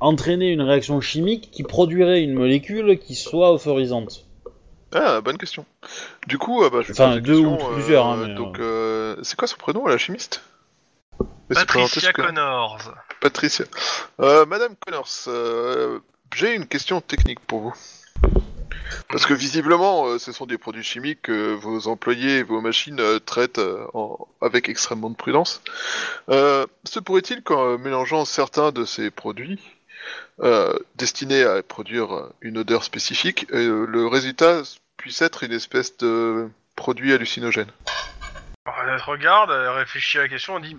[SPEAKER 5] entraîner une réaction chimique qui produirait une molécule qui soit euphorisante
[SPEAKER 3] Ah, bonne question. Du coup, euh, bah, je vais
[SPEAKER 5] Enfin,
[SPEAKER 3] poser la
[SPEAKER 5] deux ou
[SPEAKER 3] question,
[SPEAKER 5] plusieurs, hein,
[SPEAKER 3] euh,
[SPEAKER 5] mais,
[SPEAKER 3] donc, euh, c'est quoi son prénom, la chimiste Elle s'est présentée
[SPEAKER 2] Patricia
[SPEAKER 3] sous-
[SPEAKER 2] Connors.
[SPEAKER 3] Patricia. Euh, Madame Connors, euh, j'ai une question technique pour vous. Parce que visiblement, euh, ce sont des produits chimiques que vos employés et vos machines euh, traitent euh, en- avec extrêmement de prudence. Euh, se pourrait-il qu'en euh, mélangeant certains de ces produits euh, destinés à produire euh, une odeur spécifique, euh, le résultat puisse être une espèce de produit hallucinogène
[SPEAKER 2] Alors, Elle te regarde, elle réfléchit à la question, elle dit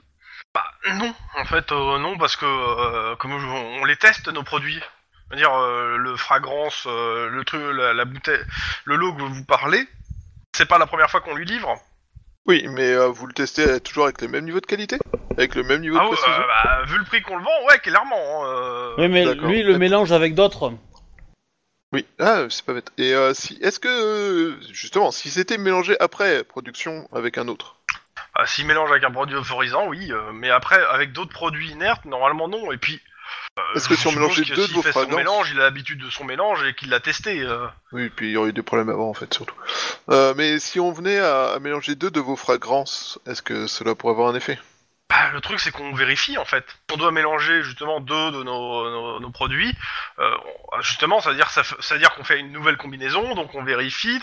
[SPEAKER 2] Bah non, en fait, euh, non, parce que euh, comme je- on les teste nos produits. C'est-à-dire euh, le fragrance, euh, le truc, la, la bouteille, le lot que vous parlez, c'est pas la première fois qu'on lui livre.
[SPEAKER 3] Oui, mais euh, vous le testez euh, toujours avec le même niveau de qualité Avec le même niveau
[SPEAKER 2] Ah
[SPEAKER 3] de
[SPEAKER 2] ouais,
[SPEAKER 3] précision
[SPEAKER 2] euh, bah, vu le prix qu'on le vend, ouais, clairement. hein, euh.
[SPEAKER 5] Oui, mais
[SPEAKER 3] d'accord.
[SPEAKER 5] lui il le mélange avec d'autres.
[SPEAKER 3] Oui, ah, c'est pas bête. Et euh, si, est-ce que, euh, justement, si c'était mélangé après production avec un autre
[SPEAKER 2] Euh, S'il mélange avec un produit euphorisant, oui, euh, mais après, avec d'autres produits inertes, normalement non. Et puis. euh,
[SPEAKER 3] Est-ce
[SPEAKER 2] je
[SPEAKER 3] que si on
[SPEAKER 2] suppose
[SPEAKER 3] mélangeait
[SPEAKER 2] que
[SPEAKER 3] deux de
[SPEAKER 2] s'il
[SPEAKER 3] vos
[SPEAKER 2] fait son
[SPEAKER 3] fragrances
[SPEAKER 2] mélange, il a l'habitude de son mélange et qu'il l'a testé. euh.
[SPEAKER 3] Oui, et puis il y aurait eu des problèmes avant en fait, surtout. Euh, mais si on venait à, à mélanger deux de vos fragrances, est-ce que cela pourrait avoir un effet
[SPEAKER 2] Bah, le truc, c'est qu'on vérifie en fait. On doit mélanger justement deux de nos, nos- nos produits. Euh, on- justement, ça veut dire, ça, f- ça veut dire qu'on fait une nouvelle combinaison, donc on vérifie.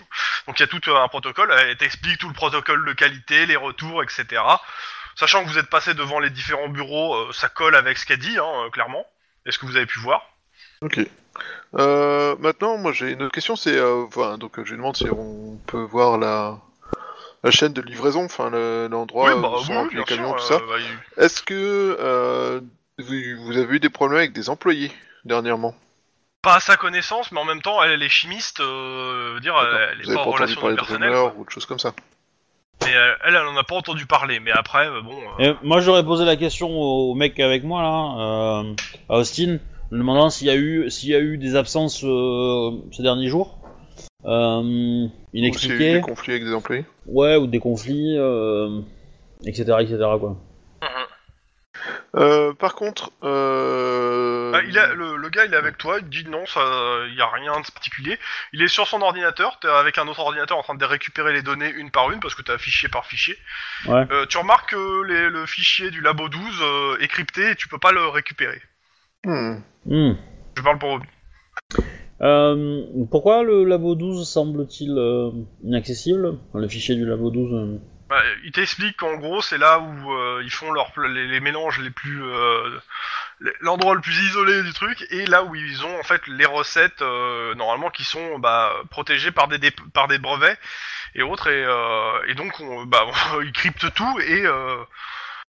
[SPEAKER 2] Donc il y a tout euh, un protocole. Elle t'explique tout le protocole de qualité, les retours, etc. Sachant que vous êtes passé devant les différents bureaux, euh, ça colle avec ce qu'elle dit, hein, euh, clairement. Et ce que vous avez pu voir.
[SPEAKER 3] Ok. Euh, maintenant, moi j'ai une autre question, c'est euh, enfin, donc euh, je lui demande si on peut voir la, la chaîne de livraison, enfin le- l'endroit
[SPEAKER 2] oui, bah,
[SPEAKER 3] où sont
[SPEAKER 2] oui,
[SPEAKER 3] remplis
[SPEAKER 2] bien
[SPEAKER 3] les camions,
[SPEAKER 2] sûr.
[SPEAKER 3] tout ça.
[SPEAKER 2] euh, bah, il-
[SPEAKER 3] Est-ce que euh, vous, vous avez eu des problèmes avec des employés dernièrement
[SPEAKER 2] pas à sa connaissance, mais en même temps, elle, elle est chimiste. euh, je veux dire,
[SPEAKER 3] D'accord.
[SPEAKER 2] elle, elle
[SPEAKER 3] Vous
[SPEAKER 2] est
[SPEAKER 3] avez
[SPEAKER 2] pas
[SPEAKER 3] pas
[SPEAKER 2] en
[SPEAKER 3] entendu
[SPEAKER 2] relation de
[SPEAKER 3] parler de
[SPEAKER 2] personnel.
[SPEAKER 3] rumeurs ou de choses comme ça
[SPEAKER 2] Mais elle, elle, elle en a pas entendu parler. Mais après, euh, bon. euh,
[SPEAKER 1] Et moi, j'aurais posé la question au mec avec moi, là, euh, à Austin, en demandant s'il y, a eu- s'il y a eu des absences euh, ces derniers jours. Euh,
[SPEAKER 3] Ou s'il y a eu
[SPEAKER 1] inexpliquées.
[SPEAKER 3] des conflits avec des employés
[SPEAKER 1] Ouais, ou des conflits, euh, etc., etc., quoi.
[SPEAKER 3] Euh, par contre, euh...
[SPEAKER 2] Ah, il a, le, le gars, il est avec toi, il te dit non, ça, il y a rien de particulier. Il est sur son ordinateur, t'es avec un autre ordinateur en train de récupérer les données une par une parce que t'as fichier par fichier.
[SPEAKER 1] Ouais.
[SPEAKER 2] Euh, tu remarques que les- le fichier du labo 12 euh, est crypté et tu peux pas le récupérer.
[SPEAKER 3] Hmm.
[SPEAKER 1] Hmm.
[SPEAKER 2] Je parle pour Roby.
[SPEAKER 1] Euh, pourquoi le labo 12 semble-t-il euh, inaccessible Enfin, Le fichier du labo 12. euh.
[SPEAKER 2] Bah, il t'explique qu'en gros, c'est là où euh, ils font leur, pl- les, les mélanges les plus. euh, les- L'endroit le plus isolé du truc et là où ils ont en fait les recettes euh, normalement qui sont bah, protégées par des, dép- par des brevets et autres et, euh, et donc on, bah, ils cryptent tout et euh,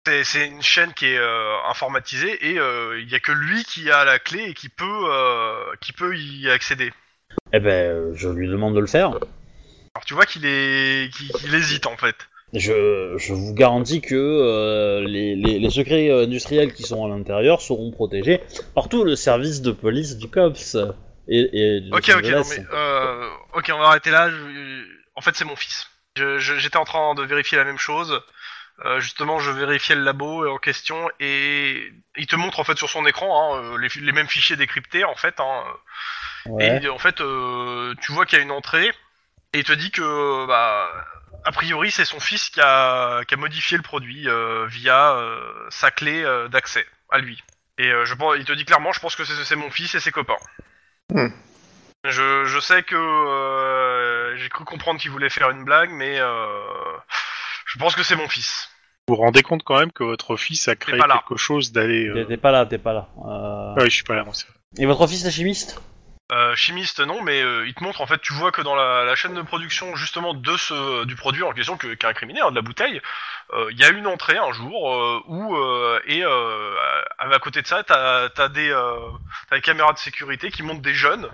[SPEAKER 2] c'est- c'est une chaîne qui est euh, informatisée et euh, il y a que lui qui a la clé et qui peut euh, qui peut y accéder.
[SPEAKER 1] Eh ben, euh, je lui demande de le faire.
[SPEAKER 2] Alors tu vois qu'il est qu'il qu'il hésite en fait.
[SPEAKER 1] Je, je vous garantis que euh, les, les- les secrets euh, industriels qui sont à l'intérieur seront protégés par tout le service de police du COPS. Et, et de
[SPEAKER 2] Ok,
[SPEAKER 1] Los
[SPEAKER 2] ok, non,
[SPEAKER 1] Angeles.
[SPEAKER 2] mais, euh, ok, on va arrêter là. je- En fait, c'est mon fils. Je- je- J'étais en train de vérifier la même chose. Euh, justement, je vérifiais le labo euh, en question et il te montre en fait sur son écran hein, euh, les, fi- les mêmes fichiers décryptés en fait. hein.
[SPEAKER 1] Ouais.
[SPEAKER 2] Et il- en fait, euh, tu vois qu'il y a une entrée et il te dit que bah a priori c'est son fils qui a, qui a modifié le produit euh, via euh, sa clé euh, d'accès à lui. Et euh, je pense, il te dit clairement, je pense que c'est c'est mon fils et ses copains.
[SPEAKER 3] Hmm.
[SPEAKER 2] Je, je sais que euh, j'ai cru comprendre qu'il voulait faire une blague, mais euh, je pense que c'est mon fils.
[SPEAKER 4] Vous vous rendez compte quand même que votre fils a créé
[SPEAKER 2] pas là.
[SPEAKER 4] quelque chose d'aller.
[SPEAKER 1] T'es
[SPEAKER 4] euh,
[SPEAKER 1] t'es pas là, t'es pas là. Euh,
[SPEAKER 4] Ah oui, je suis pas là, moi. c'est vrai.
[SPEAKER 1] Et votre fils est chimiste
[SPEAKER 2] Euh, chimiste, non, mais euh, il te montre en fait, tu vois que dans la, la chaîne de production justement de ce du produit en question que- qui est incriminé, hein, de la bouteille, euh, il y a une entrée un jour euh, où euh, et euh, à, à côté de ça, t'as as des euh, t'as des caméras de sécurité qui montrent des jeunes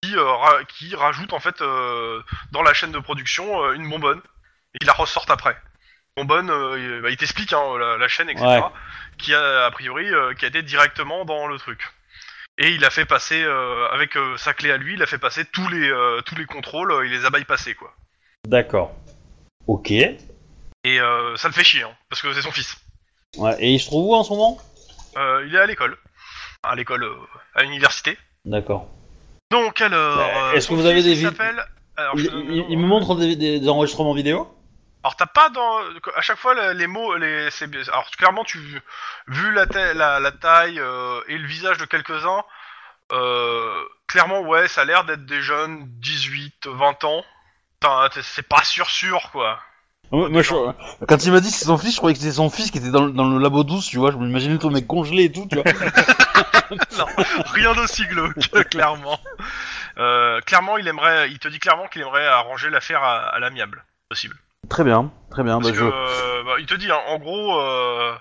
[SPEAKER 2] qui euh, ra- qui rajoutent en fait euh, dans la chaîne de production euh, une bonbonne et qui la ressortent après. Bonbonne, euh, il- bah, il t'explique hein, la, la chaîne etc.
[SPEAKER 1] Ouais.
[SPEAKER 2] qui a a priori euh, qui a été directement dans le truc. Et il a fait passer, euh, avec euh, sa clé à lui, il a fait passer tous les, euh, tous les contrôles, euh, il les a bypassés, quoi.
[SPEAKER 1] D'accord. Ok. Ouais.
[SPEAKER 2] Et euh, ça le fait chier, hein, parce que c'est son fils.
[SPEAKER 1] Et il se trouve où en ce moment
[SPEAKER 2] Euh, il est à l'école. À l'école, euh, à l'université.
[SPEAKER 1] D'accord.
[SPEAKER 2] Donc alors...
[SPEAKER 1] Bah,
[SPEAKER 2] euh,
[SPEAKER 1] est-ce
[SPEAKER 2] son
[SPEAKER 1] que vous avez
[SPEAKER 2] fils,
[SPEAKER 1] des
[SPEAKER 2] il
[SPEAKER 1] vi-
[SPEAKER 2] s'appelle- Alors,
[SPEAKER 1] Il,
[SPEAKER 2] je te donne le
[SPEAKER 1] il-
[SPEAKER 2] nom,
[SPEAKER 1] il
[SPEAKER 2] hein.
[SPEAKER 1] me montre des, des- des enregistrements vidéo
[SPEAKER 2] Alors t'as pas dans à chaque fois la- les mots les c'est bien- alors clairement tu vu la taille la, la taille euh, et le visage de quelques-uns euh, clairement ouais ça a l'air d'être des jeunes 18 20 ans Enfin, t'es- c'est pas sûr sûr quoi.
[SPEAKER 1] Ouais, moi, je- Quand il m'a dit que c'était son fils, je croyais que c'était son fils qui était dans, le- dans le labo 12, tu vois. Je m'imaginais ton mec congelé et tout, tu vois.
[SPEAKER 2] Non, rien d'aussi glauque clairement. Euh, clairement il aimerait il te dit clairement qu'il aimerait arranger l'affaire à, à l'amiable possible.
[SPEAKER 1] très bien, très bien.
[SPEAKER 2] Parce
[SPEAKER 1] bah,
[SPEAKER 2] que,
[SPEAKER 1] je-
[SPEAKER 2] euh, bah, il te dit, hein, en gros, euh,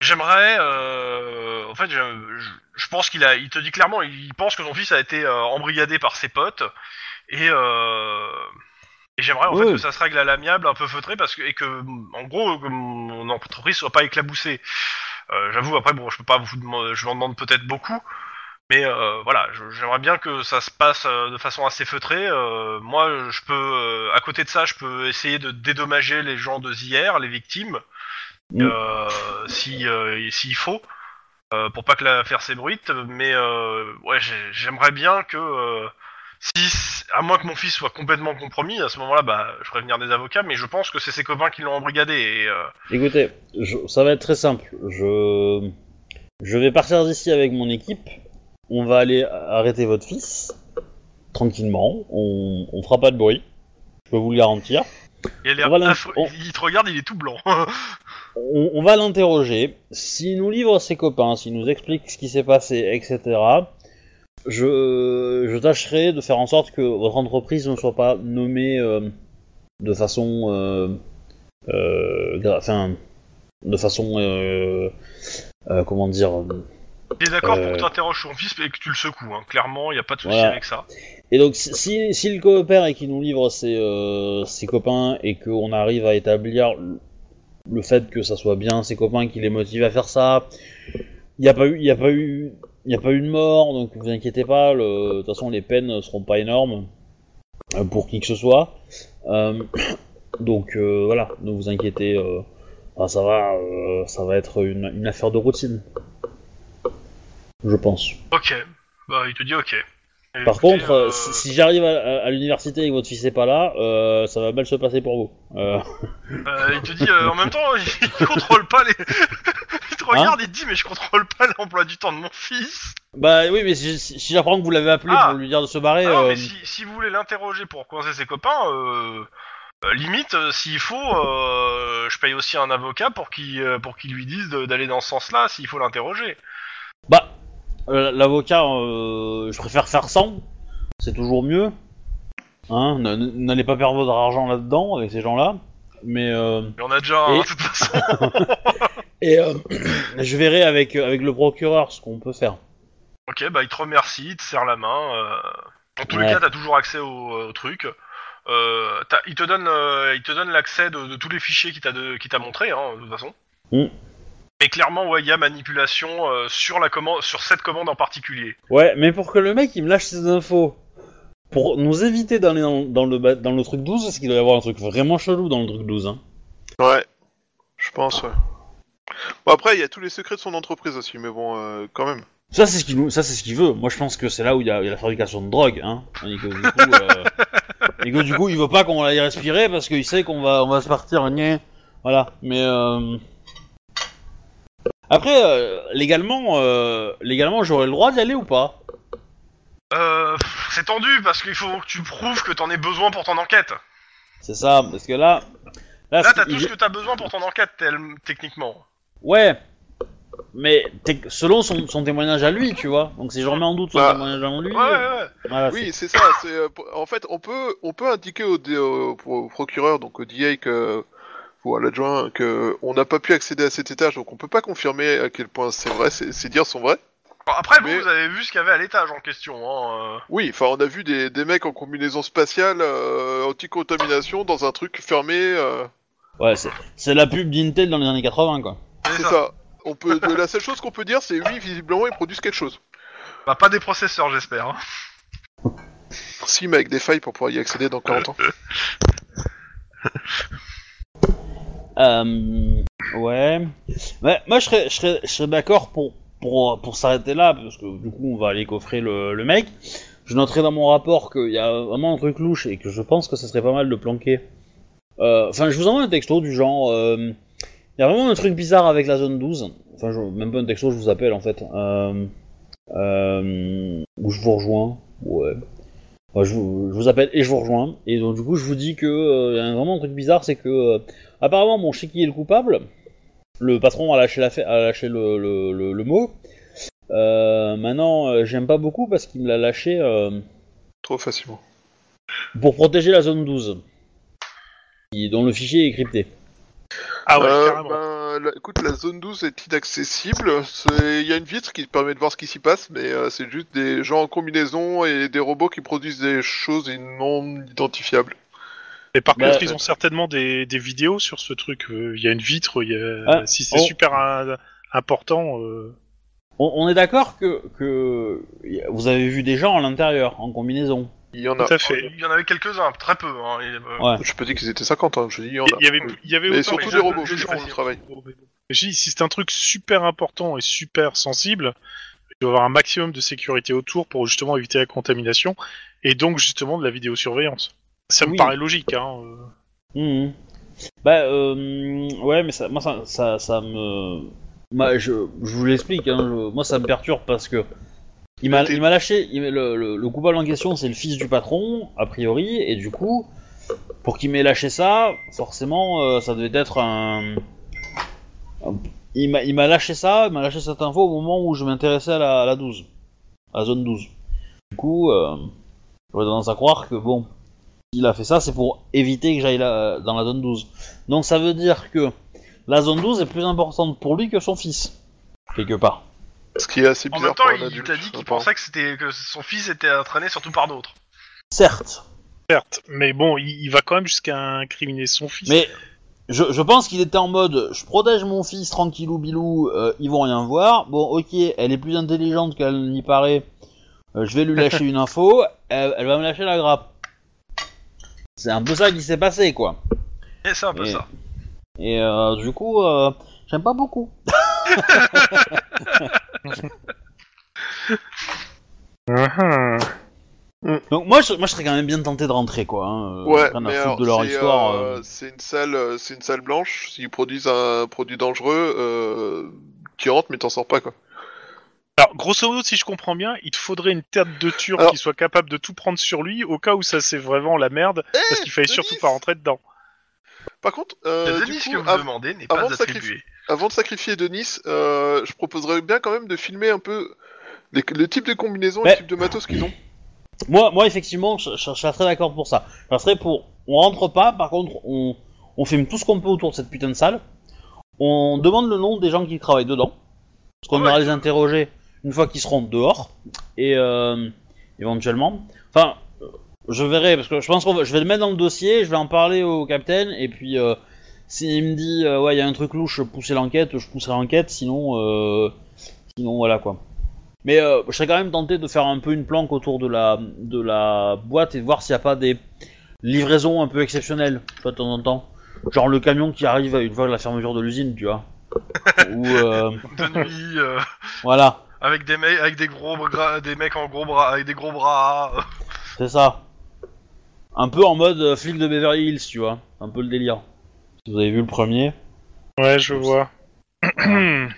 [SPEAKER 2] j'aimerais. euh, en fait, je, je- je pense qu'il a. Il te dit clairement, il pense que son fils a été euh, embrigadé par ses potes. Et, euh, et j'aimerais en
[SPEAKER 1] Ouais.
[SPEAKER 2] fait que ça se règle à l'amiable, un peu feutré, parce que et que en gros que mon entreprise soit pas éclaboussée. Euh, J'avoue, après bon, je peux pas vous demander, je m'en demande peut-être beaucoup, Mais euh, voilà, je- j'aimerais bien que ça se passe euh, de façon assez feutrée. Euh, moi, je peux, euh, à côté de ça, je peux essayer de dédommager les gens de hier, les victimes,
[SPEAKER 5] Mm.
[SPEAKER 2] euh, si euh, s'il faut, euh, pour pas que l'affaire s'ébruite. Mais euh, ouais, j'ai- j'aimerais bien que, euh, si, c- à moins que mon fils soit complètement compromis, à ce moment-là, bah, je ferai venir des avocats. Mais je pense que c'est ses copains qui l'ont embrigadé. Et, euh,
[SPEAKER 5] Écoutez, je- ça va être très simple. Je, je vais partir d'ici avec mon équipe. On va aller arrêter votre fils tranquillement. On, on fera pas de bruit. Je peux vous le garantir.
[SPEAKER 2] il a l'air
[SPEAKER 5] Voilà.
[SPEAKER 2] affreux.
[SPEAKER 5] Oh.
[SPEAKER 2] Il te regarde, il est tout blanc.
[SPEAKER 5] On, on va l'interroger. S'il nous livre ses copains, s'il nous explique ce qui s'est passé, etc. Je, je tâcherai de faire en sorte que votre entreprise ne soit pas nommée euh, de façon, euh, euh, gra- enfin, de façon, euh, euh, comment dire,
[SPEAKER 2] Il est d'accord pour
[SPEAKER 5] Euh.
[SPEAKER 2] que tu interroges son fils et que tu le secoues. Hein. Clairement, il n'y a pas de souci
[SPEAKER 5] Voilà.
[SPEAKER 2] avec ça.
[SPEAKER 5] Et donc, si- si- s'il coopère et qu'il nous livre ses, euh, ses copains et qu'on arrive à établir le, le fait que ça soit bien ses copains, qu'il les motive à faire ça, il n'y a pas eu, il y a pas eu, il y a pas eu de mort, donc vous inquiétez pas. le- De toute façon, les peines seront pas énormes euh, pour qui que ce soit. Euh, donc euh, voilà, ne vous inquiétez. euh, enfin, ça va, euh, ça va être une, une affaire de routine, je pense.
[SPEAKER 2] Ok. Bah, il te dit ok. Et
[SPEAKER 5] Par
[SPEAKER 2] écoutez,
[SPEAKER 5] contre, euh,
[SPEAKER 2] euh,
[SPEAKER 5] si, si j'arrive à, à- à l'université et que votre fils n'est pas là, euh, ça va mal se passer pour vous. Euh,
[SPEAKER 2] euh, il te dit euh, en même temps, il contrôle pas les. il te
[SPEAKER 5] Hein
[SPEAKER 2] regarde et te dit mais je contrôle pas l'emploi du temps de mon fils.
[SPEAKER 5] bah oui, mais si, si- si j'apprends que vous l'avez appelé
[SPEAKER 2] Ah.
[SPEAKER 5] pour lui dire de se barrer,
[SPEAKER 2] Ah, non,
[SPEAKER 5] euh,
[SPEAKER 2] mais si, si vous voulez l'interroger pour coincer ses copains, euh, euh, limite, euh, s'il faut, euh, je paye aussi un avocat pour qu'il euh, pour qu'il lui dise de- d'aller dans ce sens-là s'il faut l'interroger.
[SPEAKER 5] bah euh, l'avocat, euh, je préfère faire sans, c'est toujours mieux. Hein, ne- ne- n'allez pas perdre votre argent là-dedans avec ces gens-là. Mais euh,
[SPEAKER 2] Il en a déjà un,
[SPEAKER 5] Et-
[SPEAKER 2] hein, de toute façon.
[SPEAKER 5] et euh, je verrai avec avec le procureur ce qu'on peut faire.
[SPEAKER 2] Ok, bah il te remercie, il te serre la main. euh, Dans tous
[SPEAKER 5] Ouais.
[SPEAKER 2] les cas, t'as toujours accès au, au truc. Euh, t'as- il te donne, euh, il te donne l'accès de, de tous les fichiers qu'il t'a de- qu'il t'a montré, hein, de toute façon.
[SPEAKER 5] Mm.
[SPEAKER 2] Mais clairement, ouais, il y a manipulation euh, sur la commande, sur cette commande en particulier.
[SPEAKER 5] Ouais, mais pour que le mec il me lâche ses infos, pour nous éviter d'aller dans, dans le, ba- dans le truc 12, parce qu'il doit y avoir un truc vraiment chelou dans le truc 12. Hein.
[SPEAKER 3] Ouais, je pense, ouais. Bon, après, il y a tous les secrets de son entreprise aussi, mais bon, euh, quand même.
[SPEAKER 5] Ça, c'est ce qu'il nous- ça, c'est ce qu'il veut. Moi, je pense que c'est là où il y, a, il y a la fabrication de drogue. Hein. Et que, du coup, euh, et que, du coup, il veut pas qu'on aille respirer parce qu'il sait qu'on va, on va se partir. hein, gna. Voilà. Mais euh, après, euh, légalement, euh, légalement, j'aurais le droit d'y aller ou pas
[SPEAKER 2] Euh, pff, c'est tendu parce qu'il faut que tu prouves que t'en aies besoin pour ton enquête.
[SPEAKER 5] C'est ça, parce que là,
[SPEAKER 3] Ah,
[SPEAKER 5] là,
[SPEAKER 2] Là,
[SPEAKER 5] ce
[SPEAKER 2] t'as
[SPEAKER 5] qu'il-
[SPEAKER 2] tout ce que t'as besoin pour ton enquête, tel- techniquement.
[SPEAKER 5] Ouais, mais t'es- selon son, son témoignage à lui, tu vois. Donc si je remets en doute son
[SPEAKER 3] Bah,
[SPEAKER 5] témoignage à lui, euh,
[SPEAKER 2] Ouais, ouais, ouais.
[SPEAKER 5] voilà,
[SPEAKER 3] Oui, c'est ça. c'est, euh, pour- en fait, on peut, on peut indiquer au, dé- au- au procureur, donc au DA, que, ou à l'adjoint, que on n'a pas pu accéder à cet étage, donc on peut pas confirmer à quel point c'est vrai, ces ces dires sont vrais.
[SPEAKER 2] Bon, Après, vous,
[SPEAKER 3] Mais-
[SPEAKER 2] vous avez vu ce qu'il y avait à l'étage en question. Hein, euh.
[SPEAKER 3] Oui, enfin, on a vu des, des mecs en combinaison spatiale, euh, anti-contamination, dans un truc fermé. euh,
[SPEAKER 5] Ouais, c'est- c'est la pub d'Intel dans les années 80, quoi.
[SPEAKER 2] C'est
[SPEAKER 3] c'est
[SPEAKER 2] ça.
[SPEAKER 3] ça. On peut, la seule chose qu'on peut dire, c'est oui, visiblement, ils produisent quelque chose.
[SPEAKER 2] Bah, pas des processeurs, j'espère. hein.
[SPEAKER 3] Si, mais avec des failles pour pouvoir y accéder dans 40 ans.
[SPEAKER 5] Euh, ouais. Ouais, moi, je serais, je serais, je serais d'accord pour, pour, pour s'arrêter là, parce que du coup, on va aller coffrer le, le mec. Je noterai dans mon rapport qu'il y a vraiment un truc louche et que je pense que ça serait pas mal de planquer. Euh, Enfin, je vous envoie un texto du genre. euh, Il y a vraiment un truc bizarre avec la zone 12. Enfin, je- même pas un texto, je vous appelle en fait. Euh, euh, ou je vous rejoins. Ouais. Enfin, je, vous, je vous appelle et je vous rejoins. Et donc, du coup, je vous dis que euh, il y a vraiment un truc bizarre, c'est que. euh, Apparemment, bon, je sais qui est le coupable. Le patron a lâché, la fa- a lâché le, le- le- le mot. Euh, maintenant, euh, j'aime pas beaucoup parce qu'il me l'a lâché euh,
[SPEAKER 3] Trop facilement.
[SPEAKER 5] pour protéger la zone 12, qui- dont le fichier est crypté.
[SPEAKER 4] Ah ouais,
[SPEAKER 3] Euh,
[SPEAKER 2] bah,
[SPEAKER 4] carrément.
[SPEAKER 3] ben, la- écoute, la zone 12 est inaccessible. C'est- Il y a une vitre qui te permet de voir ce qui s'y passe, mais euh, c'est juste des gens en combinaison et des robots qui produisent des choses non identifiables.
[SPEAKER 4] Mais par
[SPEAKER 5] bah,
[SPEAKER 4] contre, ils
[SPEAKER 3] euh,
[SPEAKER 4] ont certainement des, des vidéos sur ce truc. euh, Il y a une vitre, il y a...
[SPEAKER 5] Ah,
[SPEAKER 4] si c'est
[SPEAKER 5] oh.
[SPEAKER 4] super euh, important. euh,
[SPEAKER 5] On, on est d'accord que, que y a- vous avez vu des gens à l'intérieur, en combinaison.
[SPEAKER 3] Il y en a.
[SPEAKER 4] Tout à fait.
[SPEAKER 2] Il y en avait quelques-uns, très peu. Hein, et, euh,
[SPEAKER 5] Ouais.
[SPEAKER 3] Je peux dire qu'ils étaient 50, hein. je dis il y en a.
[SPEAKER 4] Il y avait, il y avait
[SPEAKER 3] Mais
[SPEAKER 4] autant-
[SPEAKER 3] surtout
[SPEAKER 2] mais
[SPEAKER 3] des
[SPEAKER 2] je-
[SPEAKER 3] robots,
[SPEAKER 2] je-
[SPEAKER 3] qui
[SPEAKER 2] je-
[SPEAKER 3] font le travail.
[SPEAKER 4] J'ai dit, si c'est un truc super important et super sensible, il doit y avoir un maximum de sécurité autour pour justement éviter la contamination et donc justement de la vidéosurveillance. Ça me
[SPEAKER 5] Oui.
[SPEAKER 4] paraît logique, hein. euh.
[SPEAKER 5] Mhm. Bah, euh, ouais, mais ça, moi, ça, ça, ça me. Moi, je, je vous l'explique, hein, je- moi, ça me perturbe parce que. Il m'a il m'a lâché, il m'a- le, le- le coupable en question, c'est le fils du patron, a priori, et du coup, pour qu'il m'ait lâché ça, forcément, euh, ça devait être un. un- Il m'a il m'a lâché ça, il m'a lâché cette info au moment où je m'intéressais à la, à la 12, à la zone 12. Du coup, euh, j'aurais tendance à croire que, bon, il a fait ça, c'est pour éviter que j'aille là- euh, dans la zone 12. Donc ça veut dire que la zone 12 est plus importante pour lui que son fils, quelque part.
[SPEAKER 3] Ce qui est assez
[SPEAKER 2] En
[SPEAKER 3] bizarre
[SPEAKER 2] même temps,
[SPEAKER 3] pour un
[SPEAKER 2] il
[SPEAKER 3] adulte,
[SPEAKER 2] t'a dit qu'il
[SPEAKER 3] apparemment.
[SPEAKER 2] pensait que, c'était que son fils était entraîné surtout par d'autres.
[SPEAKER 5] Certes,
[SPEAKER 4] Certes, mais bon, il, il va quand même jusqu'à incriminer son fils.
[SPEAKER 5] mais je, je pense qu'il était en mode je protège mon fils tranquillou bilou, euh, ils vont rien voir. Bon, ok, elle est plus intelligente qu'elle n'y paraît, Euh, je vais lui lâcher une info, elle, elle va me lâcher la grappe. C'est un peu ça qui s'est passé quoi.
[SPEAKER 2] Et c'est un peu
[SPEAKER 5] Et-
[SPEAKER 2] ça.
[SPEAKER 5] Et euh, du coup, euh, j'aime pas beaucoup.
[SPEAKER 4] Mhm.
[SPEAKER 5] Donc moi je, moi, je serais quand même bien tenté de rentrer quoi. hein, euh,
[SPEAKER 3] Ouais,
[SPEAKER 5] rien à
[SPEAKER 3] mais
[SPEAKER 5] foutre
[SPEAKER 3] alors,
[SPEAKER 5] de leur
[SPEAKER 3] c'est,
[SPEAKER 5] histoire.
[SPEAKER 3] euh,
[SPEAKER 5] euh.
[SPEAKER 3] c'est une salle, euh, c'est une salle blanche. S'ils produisent un produit dangereux, euh, tu rentres mais t'en sors pas quoi.
[SPEAKER 4] Alors, grosso modo, si je comprends bien, il te faudrait une tête de turc
[SPEAKER 3] Alors-
[SPEAKER 4] qui soit capable de tout prendre sur lui au cas où ça c'est vraiment la merde,
[SPEAKER 2] Eh,
[SPEAKER 4] parce qu'il fallait surtout
[SPEAKER 3] Denis
[SPEAKER 4] pas rentrer dedans.
[SPEAKER 3] Par contre,
[SPEAKER 2] La
[SPEAKER 3] euh, du
[SPEAKER 2] Denis, ce
[SPEAKER 3] coup,
[SPEAKER 2] que vous
[SPEAKER 3] av-
[SPEAKER 2] demandez n'est
[SPEAKER 3] avant
[SPEAKER 2] pas
[SPEAKER 3] de
[SPEAKER 2] attribué.
[SPEAKER 3] avant de sacrifier Denis, euh, je proposerais bien quand même de filmer un peu les- le type de combinaison, et
[SPEAKER 5] Mais-
[SPEAKER 3] le type de matos qu'ils ont.
[SPEAKER 5] Moi, moi effectivement, je, je- je serais très d'accord pour ça. Je serais pour. On rentre pas, par contre, on, on filme tout ce qu'on peut autour de cette putain de salle. On demande le nom des gens qui travaillent dedans. Parce qu'on
[SPEAKER 2] Ouais.
[SPEAKER 5] ira les interroger une fois qu'ils seront dehors. Et euh, éventuellement. Enfin, euh, je verrai, parce que je pense qu'on va- je vais le mettre dans le dossier, je vais en parler au capitaine, et puis. euh, s'il me dit, euh, ouais, il y a un truc louche, je poussais l'enquête, je pousserai l'enquête, sinon, euh, sinon, voilà quoi. Mais euh, je serais quand même tenté de faire un peu une planque autour de la, de la boîte et de voir s'il n'y a pas des livraisons un peu exceptionnelles, tu vois, de temps en temps. Genre le camion qui arrive à une fois la fermeture de l'usine, tu vois. Ou euh,
[SPEAKER 2] De nuit, euh,
[SPEAKER 5] voilà,
[SPEAKER 2] avec des mecs, avec des gros bras, des mecs en gros bras, avec des gros bras. euh.
[SPEAKER 5] c'est ça. Un peu en mode euh, flic de Beverly Hills, tu vois. Un peu le délire. Vous avez vu le premier.
[SPEAKER 4] Ouais, je vois. Ah,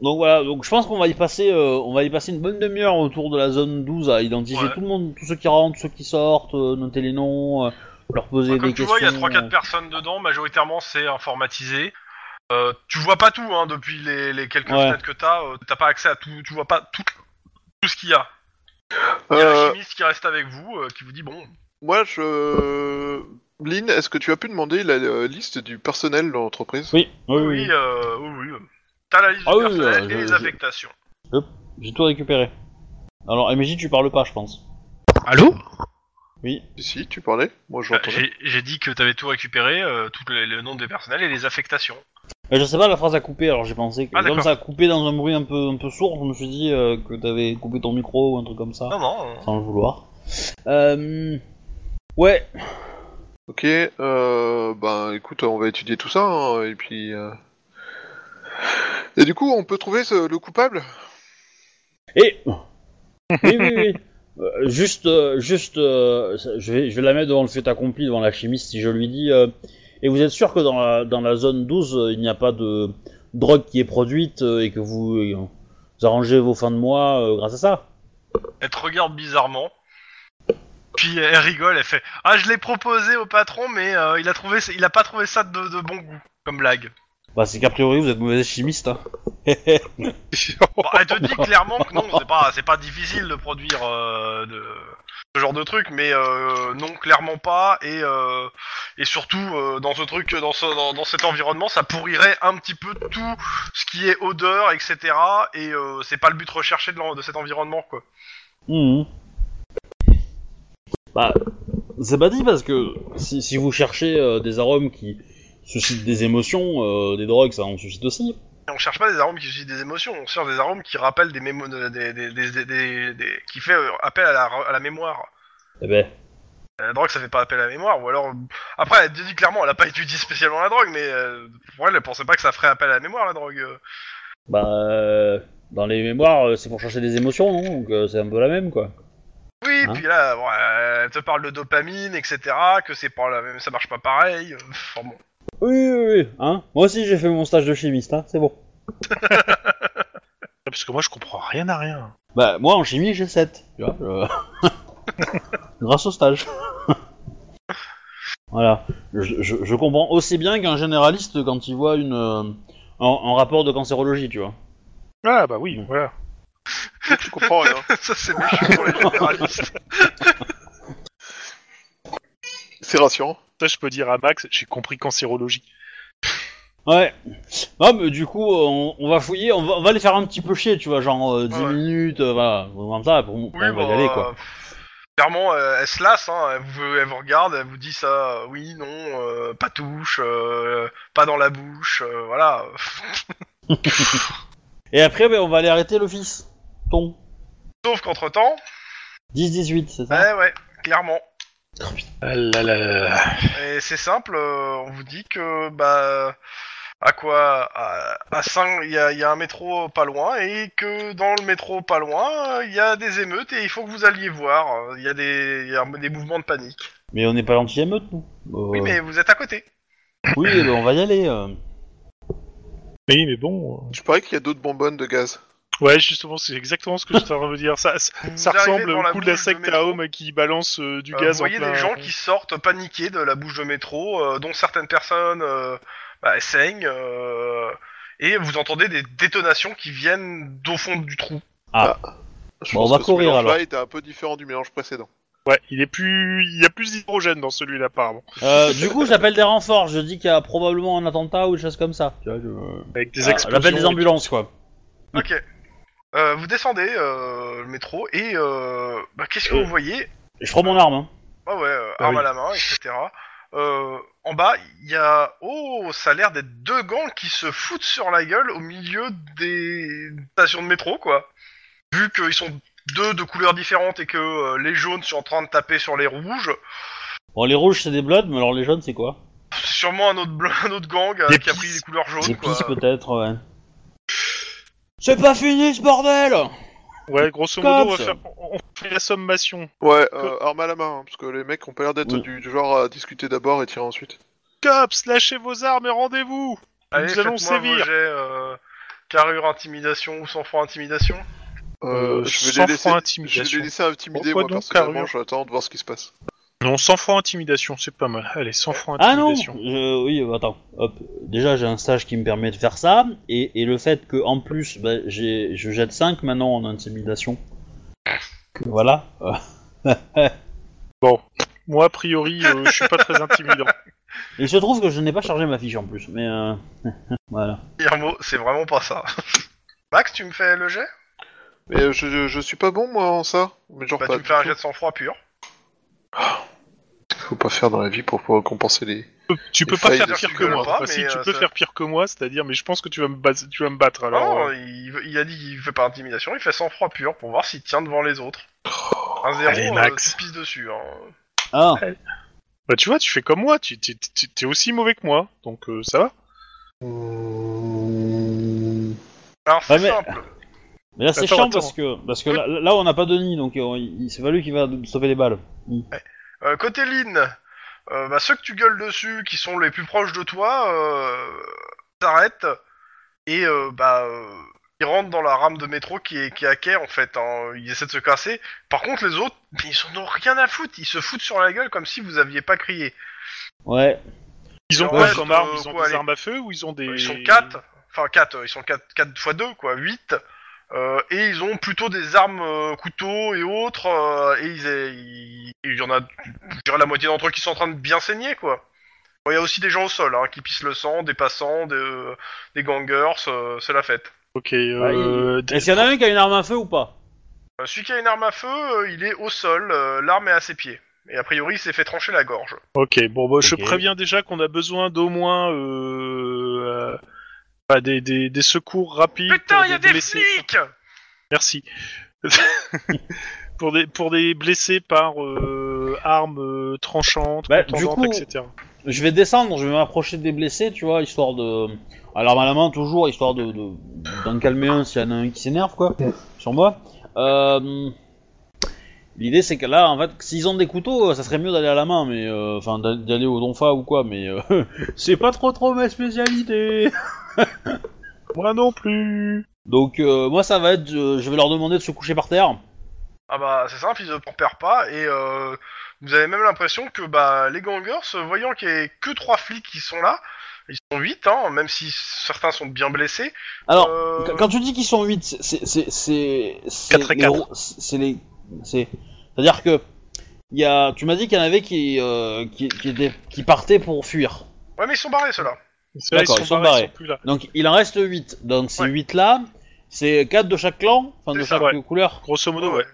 [SPEAKER 5] Donc voilà, donc je pense qu'on va y passer, euh, on va y passer une bonne demi-heure autour de la zone 12 à identifier
[SPEAKER 2] Ouais.
[SPEAKER 5] tout le monde, tous ceux qui rentrent, tous ceux qui sortent, euh, noter les noms, euh, leur poser
[SPEAKER 2] Comme
[SPEAKER 5] des
[SPEAKER 2] tu
[SPEAKER 5] questions. euh.
[SPEAKER 2] vois, il y a 3-4 personnes dedans, majoritairement c'est informatisé. Euh, tu vois pas tout, hein, depuis les, les quelques
[SPEAKER 5] Ouais.
[SPEAKER 2] fenêtres que t'as, euh, t'as pas accès à tout, tu vois pas tout, tout ce qu'il y a. Il y a la
[SPEAKER 3] Euh,
[SPEAKER 2] chimiste qui reste avec vous, euh, qui vous dit bon,
[SPEAKER 3] moi, je. Lynn, est-ce que tu as pu demander la euh, liste du personnel de l'entreprise
[SPEAKER 5] Oui, oui, oui,
[SPEAKER 2] oui, euh, oui, oui. T'as la liste
[SPEAKER 5] Ah
[SPEAKER 2] du
[SPEAKER 5] oui,
[SPEAKER 2] personnel
[SPEAKER 5] euh,
[SPEAKER 2] et
[SPEAKER 5] je-
[SPEAKER 2] les
[SPEAKER 5] je-
[SPEAKER 2] affectations.
[SPEAKER 5] j'ai tout récupéré. Alors, MJ, tu parles pas, je pense.
[SPEAKER 2] Allô
[SPEAKER 5] Oui.
[SPEAKER 3] Si, tu parlais Moi, j'entendais.
[SPEAKER 2] J'ai j'ai dit que t'avais tout récupéré, euh, tout le, le nombre des personnels et les affectations.
[SPEAKER 5] Mais je sais pas, la phrase a coupé, alors j'ai pensé que
[SPEAKER 2] Ah,
[SPEAKER 5] comme
[SPEAKER 2] d'accord.
[SPEAKER 5] ça a coupé dans un bruit un peu, un peu sourd, je me suis dit euh, que t'avais coupé ton micro ou un truc comme ça,
[SPEAKER 2] Non, non.
[SPEAKER 5] sans le vouloir. Euh... Ouais,
[SPEAKER 3] Ok, euh, ben écoute, on va étudier tout ça, hein, et puis... euh, Et du coup, on peut trouver ce- le coupable
[SPEAKER 5] Et oui, oui, oui. Euh, juste, euh, juste, euh, ça- je, vais, je vais la mettre devant le fait accompli, devant la chimiste, si je lui dis. euh, et vous êtes sûr que dans la, dans la zone 12, euh, il n'y a pas de drogue qui est produite euh, et que vous, euh, vous arrangez vos fins de mois euh, grâce à ça
[SPEAKER 2] Elle te regarde bizarrement. Puis elle rigole, elle fait Ah, je l'ai proposé au patron, mais euh, il, a trouvé, il a pas trouvé ça de, de bon goût, comme blague.
[SPEAKER 5] Bah, c'est qu'a priori, vous êtes mauvais chimiste. Hein.
[SPEAKER 2] Bon, elle te dit clairement que non, c'est pas, c'est pas difficile de produire euh, de, ce genre de truc, mais euh, non, clairement pas. Et, euh, et surtout, euh, dans ce truc, dans, ce, dans, dans cet environnement, ça pourrirait un petit peu tout ce qui est odeur, etc. Et euh, c'est pas le but recherché de, l'en- de cet environnement, quoi.
[SPEAKER 5] Mhm. Bah, c'est pas dit parce que si, si vous cherchez euh, des arômes qui suscitent des émotions, euh, des drogues, ça en suscite aussi.
[SPEAKER 2] Et on cherche pas des arômes qui suscitent des émotions, on cherche des arômes qui rappellent des mémo... des, des, des, des- des- des- qui fait euh, appel à la, à la mémoire.
[SPEAKER 5] Eh ben,
[SPEAKER 2] La drogue, ça fait pas appel à la mémoire, ou alors... Après, elle dit clairement, elle a pas étudié spécialement la drogue, mais euh, pour elle, elle pensait pas que ça ferait appel à la mémoire, la drogue. euh.
[SPEAKER 5] bah, euh, dans les mémoires, euh, c'est pour chercher des émotions, non Donc euh, c'est un peu la même, quoi.
[SPEAKER 2] Oui,
[SPEAKER 5] Hein
[SPEAKER 2] puis là, bon, euh, elle te parle de dopamine, etc., que c'est pas la même, ça marche pas pareil. euh, Enfin bon.
[SPEAKER 5] Oui, oui, oui, hein Moi aussi, j'ai fait mon stage de chimiste, hein, c'est bon.
[SPEAKER 4] Parce que moi, je comprends rien à rien.
[SPEAKER 5] Bah, moi, en chimie, j'ai 7, tu vois. je- Grâce au stage. voilà. Je, je- je comprends aussi bien qu'un généraliste quand il voit une... euh, un, un rapport de cancérologie, tu vois.
[SPEAKER 4] Ah, bah
[SPEAKER 5] Mm.
[SPEAKER 4] oui, voilà.
[SPEAKER 3] Je comprends rien.
[SPEAKER 2] ça, c'est méchant pour les généralistes.
[SPEAKER 3] C'est rassurant.
[SPEAKER 4] Ça, je peux dire à Max, j'ai compris cancérologie.
[SPEAKER 5] Ouais. Non, mais du coup, on, on va fouiller, on va, on va les faire un petit peu chier, tu vois, genre euh, 10
[SPEAKER 2] Ouais.
[SPEAKER 5] minutes, euh, voilà, comme ça, pour, pour-
[SPEAKER 2] Oui,
[SPEAKER 5] on Ben, va
[SPEAKER 2] bon,
[SPEAKER 5] y aller, quoi.
[SPEAKER 2] euh, pff, clairement, euh, elle se lasse, hein, elle, vous, elle vous regarde, elle vous dit ça, euh, oui, non, euh, pas touche, euh, pas dans la bouche, euh, voilà.
[SPEAKER 5] Et après, ben, on va aller arrêter le fils. Ton.
[SPEAKER 2] Sauf qu'entre-temps,
[SPEAKER 5] 10-18, c'est ça
[SPEAKER 2] ouais, ouais, clairement.
[SPEAKER 4] Ah là là là là.
[SPEAKER 2] Et c'est simple, euh, on vous dit que, bah, à quoi À, à Saint- il y a, il y a un métro pas loin, et que dans le métro pas loin, euh, il y a des émeutes, et il faut que vous alliez voir. Euh, Il y a des, il y a des mouvements de panique.
[SPEAKER 5] Mais on n'est pas l'anti-émeute, nous. Euh,
[SPEAKER 2] Oui, mais vous êtes à côté.
[SPEAKER 5] oui, ben, on va y aller. euh.
[SPEAKER 4] Oui, mais bon.
[SPEAKER 3] Tu parie qu'il y a d'autres bonbonnes de gaz.
[SPEAKER 4] Ouais, justement, c'est exactement ce que j'étais en train de dire. Ça, ça,
[SPEAKER 2] Vous
[SPEAKER 4] ça
[SPEAKER 2] arrivez
[SPEAKER 4] ressemble
[SPEAKER 2] dans
[SPEAKER 4] au
[SPEAKER 2] la
[SPEAKER 4] coup de la
[SPEAKER 2] bouche
[SPEAKER 4] secte
[SPEAKER 2] métro.
[SPEAKER 4] à homme qui balance euh, du
[SPEAKER 2] Euh,
[SPEAKER 4] gaz
[SPEAKER 2] vous voyez
[SPEAKER 4] en plein.
[SPEAKER 2] des gens qui sortent paniqués de la bouche de métro, euh, dont certaines personnes euh, bah, saignent, euh, et vous entendez des détonations qui viennent d'au fond du trou.
[SPEAKER 3] Je
[SPEAKER 5] Bon,
[SPEAKER 3] pense
[SPEAKER 5] on va
[SPEAKER 3] que
[SPEAKER 5] courir,
[SPEAKER 3] ce mélange-là
[SPEAKER 5] alors.
[SPEAKER 3] était un peu différent du mélange précédent.
[SPEAKER 4] Ouais, il est plus, il y a plus d'hydrogène dans celui-là, apparemment.
[SPEAKER 5] Euh, du coup, j'appelle des renforts. Je dis qu'il y a probablement un attentat ou des choses comme ça. Tu vois, je-
[SPEAKER 4] Avec des
[SPEAKER 5] Ah,
[SPEAKER 4] explosions.
[SPEAKER 5] J'appelle des ambulances, quoi.
[SPEAKER 2] Ok. Euh, vous descendez euh, le métro et euh, bah, qu'est-ce que
[SPEAKER 5] Euh.
[SPEAKER 2] vous voyez
[SPEAKER 5] Et je prends mon arme. hein.
[SPEAKER 2] Ah ouais, euh,
[SPEAKER 4] Ah
[SPEAKER 2] arme
[SPEAKER 4] oui.
[SPEAKER 2] à la main, etc. Euh, en bas, il y a oh, ça a l'air d'être deux gangs qui se foutent sur la gueule au milieu des stations de métro, quoi. Vu qu'ils sont deux de couleurs différentes et que euh, les jaunes sont en train de taper sur les rouges,
[SPEAKER 5] Bon, les rouges, c'est des bloods, mais alors les jaunes, c'est quoi
[SPEAKER 2] c'est sûrement un autre, bleu- un autre gang euh,
[SPEAKER 4] Des
[SPEAKER 2] qui a pris
[SPEAKER 4] pisses.
[SPEAKER 2] les couleurs
[SPEAKER 5] Des
[SPEAKER 2] jaunes, quoi.
[SPEAKER 5] pisses, peut-être, ouais. C'est pas fini, ce bordel
[SPEAKER 4] Ouais, grosso modo, on va
[SPEAKER 5] Cops.
[SPEAKER 4] faire, on fait la sommation.
[SPEAKER 3] Ouais, euh, arme à la main, hein, parce que les mecs ont pas l'air d'être
[SPEAKER 5] Oui.
[SPEAKER 3] du, du genre à discuter d'abord et tirer ensuite.
[SPEAKER 4] Cops, lâchez vos armes et rendez-vous.
[SPEAKER 2] Allez,
[SPEAKER 4] Nous allons
[SPEAKER 2] faites-moi vos
[SPEAKER 4] sévir.
[SPEAKER 2] jets, euh, carrure intimidation ou sang-froid intimidation.
[SPEAKER 3] Euh,
[SPEAKER 4] Euh,
[SPEAKER 3] je vais
[SPEAKER 4] sans
[SPEAKER 3] les laisser,
[SPEAKER 4] franc
[SPEAKER 3] je vais
[SPEAKER 4] intimidation.
[SPEAKER 3] les laisser intimider,
[SPEAKER 4] Pourquoi donc,
[SPEAKER 3] moi personnellement,
[SPEAKER 4] carrure
[SPEAKER 3] j'attends de voir ce qui se passe.
[SPEAKER 4] Non, sans francs intimidation, c'est pas mal. Allez, sans francs
[SPEAKER 5] Ah non
[SPEAKER 4] intimidation.
[SPEAKER 5] je- Oui, euh, attends. Hop. Déjà, j'ai un stage qui me permet de faire ça. Et, et le fait que, en plus, bah, j'ai- je jette 5 maintenant en intimidation.
[SPEAKER 4] Ah.
[SPEAKER 5] Que Voilà. Euh,
[SPEAKER 4] Bon, moi, a priori, euh, je suis pas très intimidant.
[SPEAKER 5] Il se trouve que je n'ai pas chargé ma fiche en plus. Mais euh, voilà.
[SPEAKER 2] Irmo, c'est vraiment pas ça. Max, tu me fais le jet
[SPEAKER 3] Mais euh, je, je, je suis pas bon, moi, en ça. Mais genre,
[SPEAKER 2] Bah,
[SPEAKER 3] pas
[SPEAKER 2] tu me fais un
[SPEAKER 3] du
[SPEAKER 2] jet de sang-froid pur.
[SPEAKER 3] tout. Faut pas faire dans la vie pour pouvoir compenser les...
[SPEAKER 4] Tu peux
[SPEAKER 3] Et
[SPEAKER 4] pas
[SPEAKER 3] ça,
[SPEAKER 4] faire
[SPEAKER 3] il
[SPEAKER 4] pire
[SPEAKER 2] ne
[SPEAKER 4] que moi.
[SPEAKER 2] rigole pas,
[SPEAKER 4] Enfin, si,
[SPEAKER 2] mais,
[SPEAKER 4] tu
[SPEAKER 2] euh,
[SPEAKER 4] peux
[SPEAKER 2] ça-
[SPEAKER 4] faire pire que moi, c'est-à-dire, mais je pense que tu vas me, bas- tu vas me battre alors.
[SPEAKER 2] Non,
[SPEAKER 4] euh,
[SPEAKER 2] il, il a dit qu'il fait pas intimidation, il fait sang-froid pur pour voir s'il tient devant les autres. Un zéro,
[SPEAKER 4] Oh, Allez,
[SPEAKER 2] euh,
[SPEAKER 4] Max.
[SPEAKER 2] tu pisses dessus. hein.
[SPEAKER 5] Ah,
[SPEAKER 4] Bah, tu vois, tu fais comme moi, tu t'es- t'es t'es aussi mauvais que moi, donc euh, ça va.
[SPEAKER 2] Alors c'est
[SPEAKER 5] Ouais, mais-
[SPEAKER 2] simple.
[SPEAKER 5] mais là c'est
[SPEAKER 4] Attends,
[SPEAKER 5] chiant
[SPEAKER 4] attends.
[SPEAKER 5] parce que, parce que là, là, on n'a pas de nid donc euh, il- c'est pas lui qui va nous sauver les balles.
[SPEAKER 2] Euh, côté Lynn, euh, bah, ceux que tu gueules dessus, qui sont les plus proches de toi, euh, s'arrêtent et euh, bah, euh, ils rentrent dans la rame de métro qui est, qui est à quai en fait. hein. Ils essaient de se casser. Par contre, les autres, mais ils en ont rien à foutre. Ils se foutent sur la gueule comme si vous aviez pas crié.
[SPEAKER 5] Ouais.
[SPEAKER 4] Ils ont
[SPEAKER 2] Ouais,
[SPEAKER 4] quoi
[SPEAKER 2] je-
[SPEAKER 4] comme armes
[SPEAKER 2] euh,
[SPEAKER 4] Ils ont
[SPEAKER 2] quoi,
[SPEAKER 4] des
[SPEAKER 2] allez.
[SPEAKER 4] armes à feu ou ils ont des.
[SPEAKER 2] Ils sont 4, enfin 4, ils sont 4, 4 fois 2, quoi, 8. Euh, et ils ont plutôt des armes euh, couteaux et autres, euh, et ils, et ils- il y en a, je dirais, la moitié d'entre eux qui sont en train de bien saigner, quoi. Bon, Il y a aussi des gens au sol, hein, qui pissent le sang, des passants, des, euh, des gangers, euh, c'est la fête.
[SPEAKER 4] Ok, euh, des-
[SPEAKER 5] Est-ce qu'il y en a un qui a une arme à feu ou pas
[SPEAKER 2] Euh, celui qui a une arme à feu, euh, il est au sol, euh, l'arme est à ses pieds. Et a priori, il s'est fait trancher la gorge.
[SPEAKER 4] Ok, bon, bah, je
[SPEAKER 5] Ok.
[SPEAKER 4] préviens déjà qu'on a besoin d'au moins euh, Enfin, des, des, des secours rapides.
[SPEAKER 2] Putain,
[SPEAKER 4] pour
[SPEAKER 2] il y a des
[SPEAKER 4] blessés-
[SPEAKER 2] flics
[SPEAKER 4] Merci. pour, des, pour des blessés par euh, armes euh, tranchantes,
[SPEAKER 5] Bah, du
[SPEAKER 4] contendantes,
[SPEAKER 5] coup-
[SPEAKER 4] etc.
[SPEAKER 5] Je vais descendre, je vais m'approcher des blessés, tu vois, histoire de. Alors, à la main, toujours, histoire de, de- d'en calmer un s'il y en a un qui s'énerve, quoi, sur moi. Euh, L'idée, c'est que là, en fait, s'ils ont des couteaux, euh, ça serait mieux d'aller à la main, mais. euh, Enfin, d'a- d'aller au donfa ou quoi, mais. euh, c'est pas trop trop ma spécialité
[SPEAKER 4] Moi non plus.
[SPEAKER 5] Donc, euh, moi, ça va être. euh, je vais leur demander de se coucher par terre.
[SPEAKER 2] Ah bah c'est simple, ils ne perd pas et euh, vous avez même l'impression que bah les gangers, euh, voyant qu'il y a que trois flics qui sont là, ils sont huit hein, même si certains sont bien blessés.
[SPEAKER 5] Alors,
[SPEAKER 2] euh,
[SPEAKER 5] Qu- Quand tu dis qu'ils sont 8, c'est- c'est. C'est. C'est. C'est.
[SPEAKER 4] Quatre et
[SPEAKER 5] les
[SPEAKER 4] quatre.
[SPEAKER 5] ro- C'est les. C'est. C'est-à-dire que. il Y a, tu m'as dit qu'il y en avait qui, euh, qui, qui, étaient- qui partaient pour fuir.
[SPEAKER 2] Ouais mais ils sont barrés ceux-là.
[SPEAKER 4] Ceux-là,
[SPEAKER 5] D'accord, ils sont barrés.
[SPEAKER 4] ils sont plus là.
[SPEAKER 5] Donc il en reste 8. Donc ces
[SPEAKER 2] Ouais.
[SPEAKER 5] 8-là, c'est 4 de chaque clan, enfin de
[SPEAKER 2] C'est ça,
[SPEAKER 5] chaque
[SPEAKER 4] ouais.
[SPEAKER 5] couleur.
[SPEAKER 4] Grosso modo, ouais.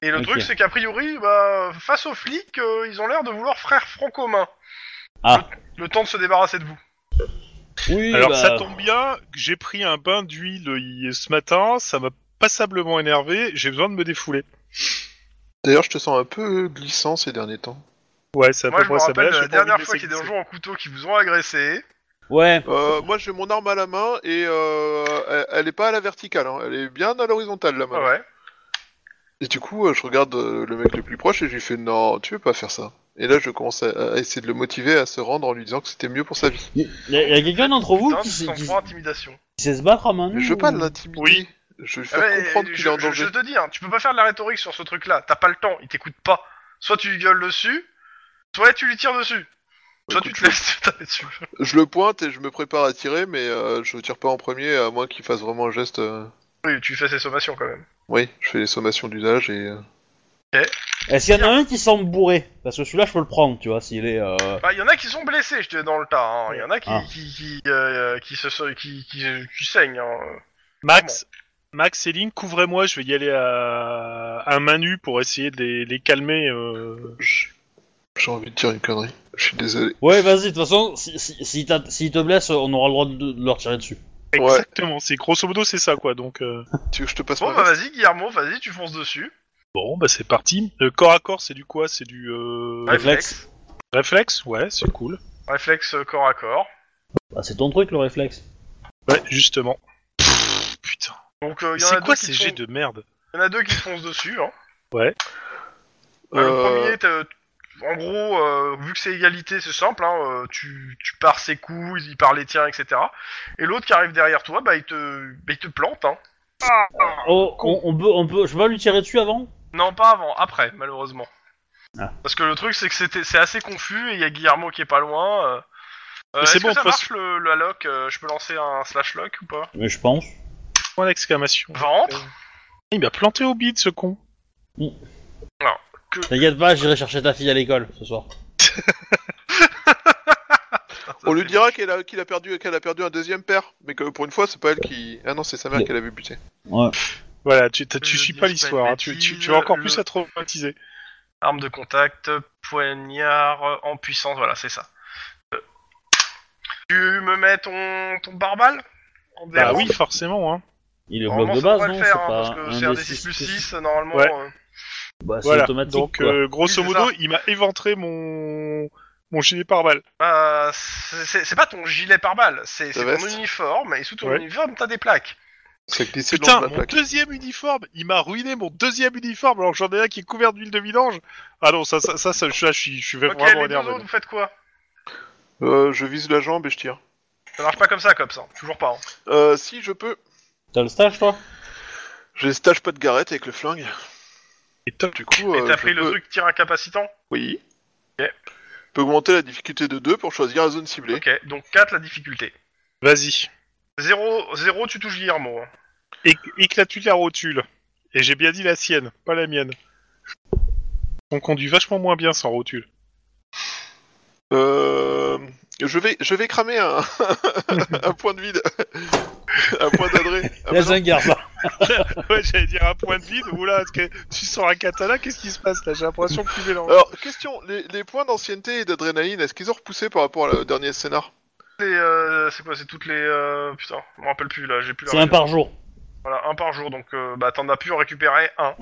[SPEAKER 2] Et le
[SPEAKER 5] Ok.
[SPEAKER 2] truc c'est qu'a priori, bah face aux flics, euh, ils ont l'air de vouloir frère front commun.
[SPEAKER 5] Ah.
[SPEAKER 2] Le, le temps de se débarrasser de vous.
[SPEAKER 5] Oui,
[SPEAKER 4] Alors
[SPEAKER 5] bah,
[SPEAKER 4] ça tombe bien, que j'ai pris un bain d'huile hi- ce matin, ça m'a passablement énervé, j'ai besoin de me défouler.
[SPEAKER 3] D'ailleurs, je te sens un peu glissant ces derniers temps.
[SPEAKER 4] Ouais, c'est à
[SPEAKER 2] Moi
[SPEAKER 4] peu
[SPEAKER 2] je me
[SPEAKER 4] près ça. mais
[SPEAKER 2] rappelle
[SPEAKER 4] là,
[SPEAKER 2] de
[SPEAKER 4] j'ai
[SPEAKER 2] la
[SPEAKER 4] pas envie de
[SPEAKER 2] dernière
[SPEAKER 4] laisser
[SPEAKER 2] fois qu'il y a des
[SPEAKER 4] glisser.
[SPEAKER 2] gens en couteau qui vous ont agressé.
[SPEAKER 5] Ouais,
[SPEAKER 3] Euh, moi, j'ai mon arme à la main et euh, elle- elle est pas à la verticale, hein, elle est bien à l'horizontale la main.
[SPEAKER 2] Ouais.
[SPEAKER 3] Et du coup, euh, je regarde euh, le mec le plus proche et je lui fais non, tu veux pas faire ça. Et là, je commence à, à essayer de le motiver à se rendre en lui disant que c'était mieux pour sa vie.
[SPEAKER 5] il y a, y a quelqu'un d'entre vous
[SPEAKER 2] Putain,
[SPEAKER 5] qui, sait-
[SPEAKER 2] sans
[SPEAKER 5] qui-
[SPEAKER 2] froid, intimidation.
[SPEAKER 5] qui sait se battre à main
[SPEAKER 3] Mais je veux pas l'intimider.
[SPEAKER 4] Oui.
[SPEAKER 3] Je veux lui
[SPEAKER 2] Ah
[SPEAKER 3] faire
[SPEAKER 2] ouais,
[SPEAKER 3] comprendre
[SPEAKER 2] je-
[SPEAKER 3] qu'il est en
[SPEAKER 2] je,
[SPEAKER 3] danger.
[SPEAKER 2] je te dis, hein, tu peux pas faire de la rhétorique sur ce truc-là. T'as pas le temps, il t'écoute pas. Soit tu lui gueules dessus, soit tu lui tires dessus. Soit
[SPEAKER 3] Écoute,
[SPEAKER 2] tu te laisses taper dessus.
[SPEAKER 3] Je le pointe et je me prépare à tirer, mais euh, je tire pas en premier, à moins qu'il fasse vraiment un geste. euh,
[SPEAKER 2] Oui, tu fais ses sommations quand même.
[SPEAKER 3] Oui, je fais les sommations d'usage et. euh,
[SPEAKER 5] Est-ce qu'il y en a un qui semble bourré Parce que celui-là, je peux le prendre, tu vois, s'il est. euh,
[SPEAKER 2] Bah, il y en a qui sont blessés, je te dis, dans le tas. hein. Il y en a qui,
[SPEAKER 5] Ah.
[SPEAKER 2] qui, qui, euh, qui se, se- qui, qui, qui saignent. hein.
[SPEAKER 4] Max, Max et Link, couvrez-moi, je vais y aller à, à main nue pour essayer de les, les calmer. euh.
[SPEAKER 3] je- J'ai envie de dire une connerie. Je suis désolé.
[SPEAKER 5] Ouais, vas-y, de toute façon, si, si, si t'as- s'il te blesse, on aura le droit de, de leur tirer dessus.
[SPEAKER 3] Ouais.
[SPEAKER 4] Exactement, c'est grosso modo c'est ça quoi. Donc euh,
[SPEAKER 3] Tu veux que je te passe
[SPEAKER 2] Bon,
[SPEAKER 3] ma
[SPEAKER 2] bah
[SPEAKER 3] veste
[SPEAKER 2] vas-y, Guillermo, vas-y, tu fonces dessus.
[SPEAKER 4] bon bah c'est parti. Le corps à corps c'est du quoi C'est du euh,
[SPEAKER 5] Ouais. Réflexe.
[SPEAKER 2] Réflexe.
[SPEAKER 4] réflexe, ouais c'est cool.
[SPEAKER 2] Réflexe euh, corps à corps.
[SPEAKER 5] Bah, c'est ton truc, le réflexe.
[SPEAKER 4] Ouais justement. Pff, Putain.
[SPEAKER 2] Donc, euh, il y en a
[SPEAKER 4] C'est
[SPEAKER 2] deux
[SPEAKER 4] quoi
[SPEAKER 2] qui
[SPEAKER 4] ces
[SPEAKER 2] te fon-
[SPEAKER 4] jets de merde
[SPEAKER 2] Il y en a deux qui te foncent dessus. Hein. Bah,
[SPEAKER 3] Euh,
[SPEAKER 2] Le premier, t'as- en gros, euh, vu que c'est égalité, c'est simple, hein, euh, tu, tu pars ses coups, il part les tiens, etc. Et l'autre qui arrive derrière toi, bah, il te, bah, il te plante. Hein.
[SPEAKER 5] Oh, on, on peut, on peut, je peux pas lui tirer dessus avant
[SPEAKER 2] Non, pas avant, après, malheureusement.
[SPEAKER 5] Ah.
[SPEAKER 2] Parce que le truc, c'est que c'était- c'est assez confus, et il y a Guillermo qui est pas loin. euh. Euh,
[SPEAKER 4] Mais
[SPEAKER 2] Est-ce
[SPEAKER 4] c'est
[SPEAKER 2] que
[SPEAKER 4] bon,
[SPEAKER 2] ça
[SPEAKER 4] de toute
[SPEAKER 2] marche le, la lock euh, Je peux lancer un slash lock ou pas
[SPEAKER 5] Mais je pense.
[SPEAKER 4] Point d'exclamation.
[SPEAKER 2] Ventre
[SPEAKER 4] Ah, Il m'a planté au bide ce con.
[SPEAKER 5] T'inquiète pas, j'irai chercher ta fille à l'école ce soir.
[SPEAKER 3] On lui dira qu'elle a, qu'il a perdu, qu'elle a perdu un deuxième père, mais que pour une fois, c'est pas elle qui. Ah non, c'est sa mère
[SPEAKER 5] Le-
[SPEAKER 3] qui l'avait buté.
[SPEAKER 5] Ouais.
[SPEAKER 4] Voilà, tu, t'as- tu
[SPEAKER 2] Je
[SPEAKER 4] suis
[SPEAKER 2] dis
[SPEAKER 4] pas
[SPEAKER 2] pas de
[SPEAKER 4] l'histoire, hein, tu, tu, tu vas
[SPEAKER 2] bêtises,
[SPEAKER 4] encore
[SPEAKER 2] le-
[SPEAKER 4] plus à traumatiser.
[SPEAKER 2] Arme de contact, poignard euh, en puissance, voilà, c'est ça. Euh, Tu me mets ton, ton barbal
[SPEAKER 4] Bah oui, forcément, hein.
[SPEAKER 5] Il est bloc
[SPEAKER 2] Normalement,
[SPEAKER 5] de
[SPEAKER 2] ça
[SPEAKER 5] base,
[SPEAKER 2] devrait
[SPEAKER 5] non
[SPEAKER 2] le faire,
[SPEAKER 5] C'est
[SPEAKER 2] hein,
[SPEAKER 5] pas
[SPEAKER 2] parce que
[SPEAKER 5] un
[SPEAKER 2] c'est un
[SPEAKER 5] des
[SPEAKER 2] D6 plus
[SPEAKER 5] six-
[SPEAKER 2] 6, euh, normalement.
[SPEAKER 4] Ouais.
[SPEAKER 2] euh,
[SPEAKER 5] Bah, c'est
[SPEAKER 4] Voilà.
[SPEAKER 5] automatique.
[SPEAKER 4] Donc,
[SPEAKER 5] quoi.
[SPEAKER 4] euh, grosso
[SPEAKER 2] Oui, c'est
[SPEAKER 4] modo,
[SPEAKER 2] ça.
[SPEAKER 4] il m'a éventré mon mon gilet pare-balles.
[SPEAKER 2] bah, c'est c'est- c'est pas ton gilet pare-balles, c'est c'est ton
[SPEAKER 3] veste.
[SPEAKER 2] uniforme, et sous ton
[SPEAKER 4] Ouais.
[SPEAKER 2] uniforme, t'as des plaques.
[SPEAKER 3] Ça glissait le long
[SPEAKER 4] Putain,
[SPEAKER 3] de la
[SPEAKER 4] mon
[SPEAKER 3] plaque.
[SPEAKER 4] deuxième uniforme, il m'a ruiné mon deuxième uniforme alors que j'en ai un qui est couvert d'huile de vidange. Ah non, ça, ça, ça, ça, je, là, je suis, je suis
[SPEAKER 2] Ok,
[SPEAKER 4] vraiment
[SPEAKER 2] les deux
[SPEAKER 4] énervé.
[SPEAKER 2] autres, vous faites quoi
[SPEAKER 3] Euh, je vise la jambe et je tire.
[SPEAKER 2] Ça marche pas comme ça, comme ça, toujours pas. hein.
[SPEAKER 3] Euh, si je peux,
[SPEAKER 5] T'as le stage,
[SPEAKER 2] Ah,
[SPEAKER 5] toi
[SPEAKER 3] j'ai stage pas de garette avec le flingue.
[SPEAKER 4] Et top.
[SPEAKER 3] Du coup,
[SPEAKER 2] Et
[SPEAKER 3] euh,
[SPEAKER 2] t'as
[SPEAKER 3] je
[SPEAKER 2] pris le
[SPEAKER 3] peux-
[SPEAKER 2] truc tir incapacitant
[SPEAKER 3] Oui.
[SPEAKER 2] Ok.
[SPEAKER 3] Je peux augmenter la difficulté de 2 pour choisir la zone ciblée.
[SPEAKER 2] Ok, donc 4 la difficulté.
[SPEAKER 4] Vas-y.
[SPEAKER 2] 0, 0 tu touches Guillermo. hein.
[SPEAKER 4] É- Éclate-lui la rotule. Et j'ai bien dit la sienne, pas la mienne. On conduit vachement moins bien sans rotule.
[SPEAKER 3] Euh, je vais, je vais cramer un, un point de vide, un point d'adré. Ah bah
[SPEAKER 5] Laisse un garde, là.
[SPEAKER 4] ouais, j'allais dire un point de vide. Oula, est-ce que tu sors un katana Qu'est-ce qui se passe là J'ai l'impression que tu
[SPEAKER 2] Euh,
[SPEAKER 4] mélanges.
[SPEAKER 3] Euh, non. Alors, question, les, les points d'ancienneté et d'adrénaline, est-ce qu'ils ont repoussé par rapport au dernier scénar
[SPEAKER 2] les. euh, c'est quoi C'est toutes les. euh, putain, je me rappelle plus là, j'ai plus la
[SPEAKER 5] C'est un
[SPEAKER 2] référence.
[SPEAKER 5] par jour.
[SPEAKER 2] Voilà, un par jour, donc euh, bah, t'en as pu en récupérer un.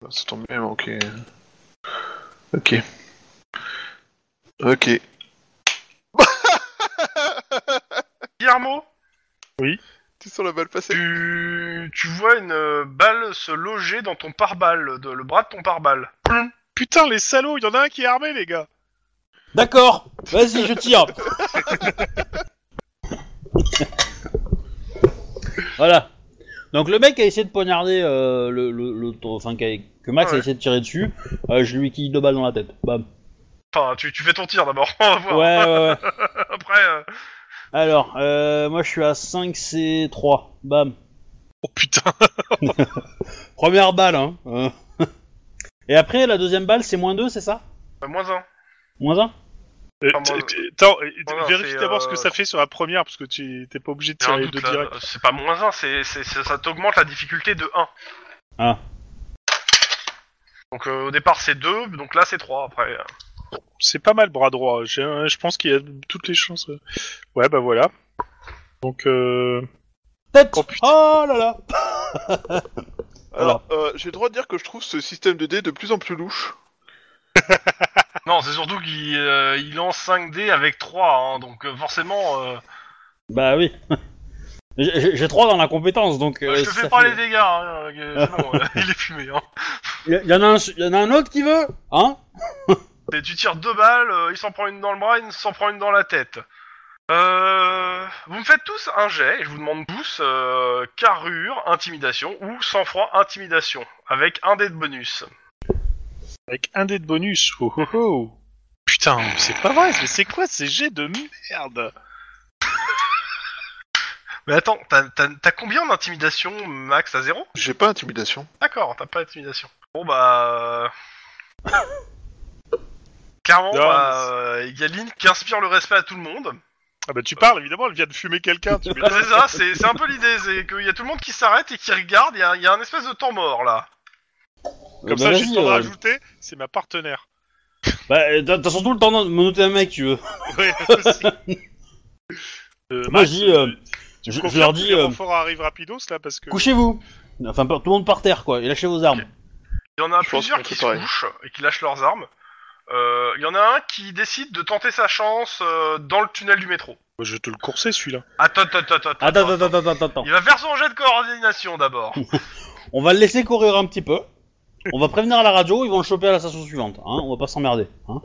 [SPEAKER 3] Bah, Ça tombe bien, ok. Ok. Ok.
[SPEAKER 2] Guillermo,
[SPEAKER 3] Tu sens la balle passer
[SPEAKER 2] tu, tu vois une euh, balle se loger dans ton pare-balle, de- le bras de ton pare-balle.
[SPEAKER 4] Putain, les salauds, il y en a un qui est armé, les gars.
[SPEAKER 5] D'accord, vas-y, je tire. voilà. Donc le mec a essayé de poignarder euh, le, le, l'autre- enfin qu'a- que Max a
[SPEAKER 2] Ouais.
[SPEAKER 5] essayé de tirer dessus. Euh, je lui quille deux balles dans la tête. Bam.
[SPEAKER 2] Enfin, tu, tu fais ton tir d'abord, on va
[SPEAKER 5] Ouais,
[SPEAKER 2] voir.
[SPEAKER 5] ouais, ouais.
[SPEAKER 2] Après, euh,
[SPEAKER 5] Alors, euh, moi je suis à 5 c 3. Bam.
[SPEAKER 4] Oh putain.
[SPEAKER 5] Première balle, hein. Euh. Et après, la deuxième balle, c'est moins 2, c'est ça
[SPEAKER 2] euh, moins un.
[SPEAKER 5] Moins 1
[SPEAKER 4] Euh,
[SPEAKER 2] Ah, moi,
[SPEAKER 4] t- t- attends, euh,
[SPEAKER 2] voilà,
[SPEAKER 4] vérifie
[SPEAKER 2] c'est,
[SPEAKER 4] d'abord
[SPEAKER 2] euh,
[SPEAKER 4] ce que ça fait sur la première, parce que tu t'es pas obligé de
[SPEAKER 2] J'ai un
[SPEAKER 4] tirer les
[SPEAKER 2] doute,
[SPEAKER 4] deux
[SPEAKER 2] là.
[SPEAKER 4] directs.
[SPEAKER 2] C'est pas moins un, c'est, c'est- c'est- ça t'augmente la difficulté de 1.
[SPEAKER 5] Ah.
[SPEAKER 2] Donc euh, au départ c'est 2, donc là c'est 3 après.
[SPEAKER 4] C'est pas mal bras droit. J'ai un- Je pense qu'il y a toutes les chances. euh. Ouais, bah voilà. Donc, euh...
[SPEAKER 5] Tête
[SPEAKER 4] Oh,
[SPEAKER 5] Oh,
[SPEAKER 4] putain.
[SPEAKER 5] là là
[SPEAKER 3] Alors, euh, j'ai le droit de dire que je trouve ce système de dés de plus en plus louche.
[SPEAKER 2] Non, c'est surtout qu'il euh, il lance 5 dés avec 3, hein, donc euh, forcément... euh,
[SPEAKER 5] Bah oui. J'ai- J'ai j'ai trois dans la compétence, donc...
[SPEAKER 2] Euh,
[SPEAKER 5] euh,
[SPEAKER 2] je te
[SPEAKER 5] ça
[SPEAKER 2] fais pas
[SPEAKER 5] fait-
[SPEAKER 2] les dégâts, hein, euh, c'est bon, euh, il est fumé. Hein.
[SPEAKER 5] Il y, en a un, y en a un autre qui veut Hein
[SPEAKER 2] Et tu tires deux balles, euh, il s'en prend une dans le bras, il s'en prend une dans la tête. Euh, vous me faites tous un jet, et je vous demande tous euh, carrure, intimidation ou sang-froid, intimidation, avec un dé de bonus.
[SPEAKER 4] avec un dé de bonus. Oh, oh, oh. Putain, c'est pas vrai. Mais c'est quoi ces jets de merde
[SPEAKER 2] Mais attends, t'as- t'as t'as combien d'intimidation max à zéro
[SPEAKER 3] J'ai pas intimidation.
[SPEAKER 2] D'accord, t'as pas d'intimidation. Bon bah. euh, Clairement,
[SPEAKER 4] Non,
[SPEAKER 2] bah,
[SPEAKER 4] mais c'est-
[SPEAKER 2] euh, il y a Lynn qui inspire le respect à tout le monde.
[SPEAKER 4] Ah bah tu parles, évidemment, elle vient de fumer quelqu'un. Tu m'étonnes.
[SPEAKER 2] C'est ça, c'est c'est un peu l'idée, c'est qu'il y a tout le monde qui s'arrête et qui regarde, il y, a- il y a un espèce de temps mort là.
[SPEAKER 5] Euh,
[SPEAKER 4] Comme
[SPEAKER 5] bah,
[SPEAKER 4] ça, juste
[SPEAKER 5] vas-y,
[SPEAKER 4] pour
[SPEAKER 5] euh,
[SPEAKER 4] rajouter, c'est ma partenaire.
[SPEAKER 5] Bah, euh, t'as t'as surtout le temps de me noter un mec, tu veux.
[SPEAKER 4] Ouais, aussi. Euh,
[SPEAKER 5] Moi,
[SPEAKER 4] Max,
[SPEAKER 5] je dis, euh,
[SPEAKER 4] tu- tu
[SPEAKER 5] je- je
[SPEAKER 4] confirmes
[SPEAKER 5] leur
[SPEAKER 4] que
[SPEAKER 5] dis,
[SPEAKER 4] Les
[SPEAKER 5] euh,
[SPEAKER 4] renforts arrivent rapidos là parce que.
[SPEAKER 5] Couchez-vous Enfin, par- tout le monde par terre, quoi, et lâchez vos armes.
[SPEAKER 2] Il y en a
[SPEAKER 3] Je pense
[SPEAKER 2] plusieurs
[SPEAKER 3] qu'on
[SPEAKER 2] qui
[SPEAKER 3] fait
[SPEAKER 2] se
[SPEAKER 3] pareil.
[SPEAKER 2] couchent et qui lâchent leurs armes. Euh, Il y en a un qui décide de tenter sa chance euh, dans le tunnel du métro.
[SPEAKER 4] Je vais te le courser celui-là.
[SPEAKER 2] Attends, attends, attends, attends.
[SPEAKER 5] Attends, attends, attends, attends, attends.
[SPEAKER 2] Il va faire son jet de coordination d'abord.
[SPEAKER 5] On va le laisser courir un petit peu. On va prévenir la radio, ils vont le choper à la station suivante, hein, on va pas s'emmerder. Hein.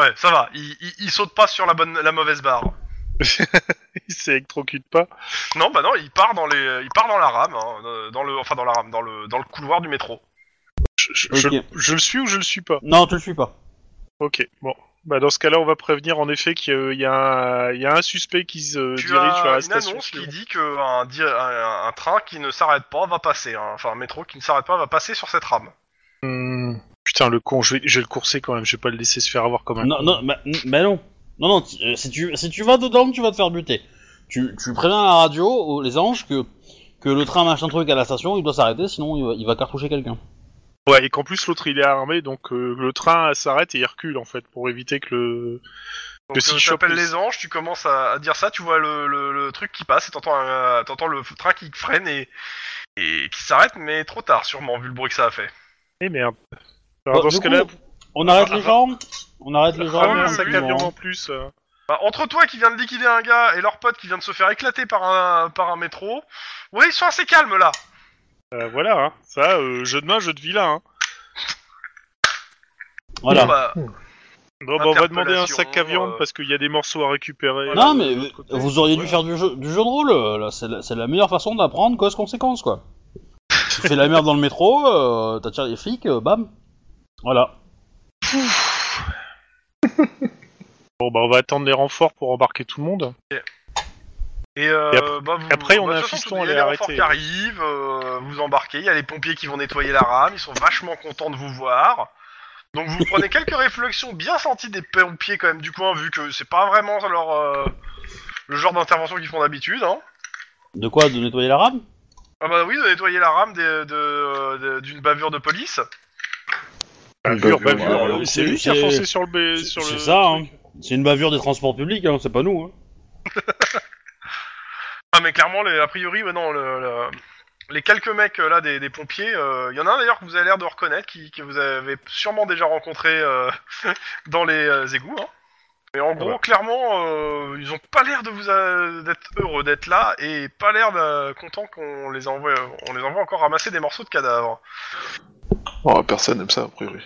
[SPEAKER 2] ouais, ça va, il, il- il saute pas sur la, bonne, la mauvaise barre.
[SPEAKER 4] Il s'électrocute pas.
[SPEAKER 2] Non, bah non, il part dans, les, il part dans la rame, hein, euh, dans le, enfin dans la rame, dans le, dans le couloir du métro.
[SPEAKER 4] Je, je- je-
[SPEAKER 5] Ok.
[SPEAKER 4] je le suis ou je le suis pas
[SPEAKER 5] Non, tu le suis pas.
[SPEAKER 4] Ok, bon. Bah dans ce cas-là, on va prévenir en effet qu'il y, a- il y a un- il y a un suspect qui se
[SPEAKER 2] Tu
[SPEAKER 4] dirige vers
[SPEAKER 2] as
[SPEAKER 4] la
[SPEAKER 2] une
[SPEAKER 4] station.
[SPEAKER 2] annonce qui
[SPEAKER 4] suivante.
[SPEAKER 2] dit que un, di- un- un train qui ne s'arrête pas va passer, hein. enfin un métro qui ne s'arrête pas va passer sur cette rame.
[SPEAKER 4] Hmm, Putain, le con, je vais, je vais le courser quand même, je vais pas le laisser se faire avoir quand même.
[SPEAKER 5] Non, non, bah, n- bah non. Non, non, ti- euh, si tu, si tu vas dedans, tu vas te faire buter. Tu, tu préviens la radio, aux- les anges, que, que le train machin truc à la station, il doit s'arrêter, sinon il va, il va cartoucher quelqu'un.
[SPEAKER 4] Ouais, et qu'en plus l'autre il est armé, donc euh, le train s'arrête et il recule en fait pour éviter que le.
[SPEAKER 2] Donc
[SPEAKER 4] Que si
[SPEAKER 2] euh,
[SPEAKER 4] je
[SPEAKER 2] t'appelles
[SPEAKER 4] chope-
[SPEAKER 2] les anges, tu commences à, à dire ça, tu vois le, le- le truc qui passe, et t'entends un- t'entends le f- train qui freine et, et qui s'arrête, mais trop tard sûrement vu le bruit que ça a fait.
[SPEAKER 4] Eh merde. Alors,
[SPEAKER 5] Bon,
[SPEAKER 4] dans
[SPEAKER 5] Bah, du
[SPEAKER 4] ce
[SPEAKER 5] coup,
[SPEAKER 4] cas-là,
[SPEAKER 5] On arrête
[SPEAKER 4] Ah,
[SPEAKER 5] les gens On arrête les gens
[SPEAKER 4] ramène un
[SPEAKER 2] oui,
[SPEAKER 4] sac
[SPEAKER 2] oui,
[SPEAKER 4] à
[SPEAKER 5] bon.
[SPEAKER 4] viande en plus. euh.
[SPEAKER 2] Bah, entre toi qui viens de liquider un gars et leur pote qui vient de se faire éclater par un, par un métro, ouais ils sont assez calmes là.
[SPEAKER 4] Euh, voilà, hein. ça, euh, jeu de main, jeu de vilain. Hein.
[SPEAKER 5] Voilà.
[SPEAKER 2] Bon, bah,
[SPEAKER 4] Bon, bah, on va demander un
[SPEAKER 2] Interpellation,
[SPEAKER 4] sac à viande
[SPEAKER 2] euh,
[SPEAKER 4] parce qu'il y a des morceaux à récupérer.
[SPEAKER 5] Non,
[SPEAKER 4] euh,
[SPEAKER 5] mais
[SPEAKER 4] de l'autre côté.
[SPEAKER 5] vous auriez dû
[SPEAKER 4] Voilà.
[SPEAKER 5] faire du jeu, du jeu de rôle. euh, là, C'est la, c'est la meilleure façon d'apprendre cause-conséquence, quoi. tu fais la merde dans le métro, euh, t'attires les flics, euh, bam. Voilà.
[SPEAKER 4] Bon, bah, on va attendre les renforts pour embarquer tout le monde.
[SPEAKER 2] et, euh,
[SPEAKER 4] Et après-
[SPEAKER 2] bah, vous-
[SPEAKER 4] après, on
[SPEAKER 2] bah,
[SPEAKER 4] a
[SPEAKER 2] de
[SPEAKER 4] un
[SPEAKER 2] toute façon,
[SPEAKER 4] fiston
[SPEAKER 2] tout-
[SPEAKER 4] à
[SPEAKER 2] il y a
[SPEAKER 4] les
[SPEAKER 2] les renforts
[SPEAKER 4] arrêter.
[SPEAKER 2] qui arrivent, euh, vous embarquez, il y a les pompiers qui vont nettoyer la rame, ils sont vachement contents de vous voir. Donc vous prenez quelques réflexions bien senties des pompiers quand même du coin, vu que c'est pas vraiment leur euh, le genre d'intervention qu'ils font d'habitude. Hein.
[SPEAKER 5] De quoi De nettoyer la rame
[SPEAKER 2] Ah bah oui, de nettoyer la rame des- de- euh, de- d'une bavure de police.
[SPEAKER 4] Bavure,
[SPEAKER 3] Bavure,
[SPEAKER 4] bavure.
[SPEAKER 5] hein. ouais.
[SPEAKER 4] C'est lui qui
[SPEAKER 5] C'est-
[SPEAKER 4] a foncé sur bah, le. ba-
[SPEAKER 5] c'est-
[SPEAKER 4] sur le
[SPEAKER 5] c'est ça, hein.
[SPEAKER 4] truc.
[SPEAKER 5] C'est une bavure des transports publics, hein, c'est pas nous. Hein.
[SPEAKER 2] Ah mais clairement, les- a priori, ouais, non, le- le- les quelques mecs euh, là des, des pompiers, il y en a un d'ailleurs que vous avez l'air de reconnaître, qui, que vous avez sûrement déjà rencontré euh, dans les euh, égouts. Hein. Mais en gros,
[SPEAKER 4] bah.
[SPEAKER 2] clairement, euh, ils ont pas l'air de vous euh, d'être heureux d'être là et pas l'air euh, contents qu'on les envoie, on les envoie encore ramasser des morceaux de cadavres.
[SPEAKER 3] Oh, personne n'aime ça, a priori.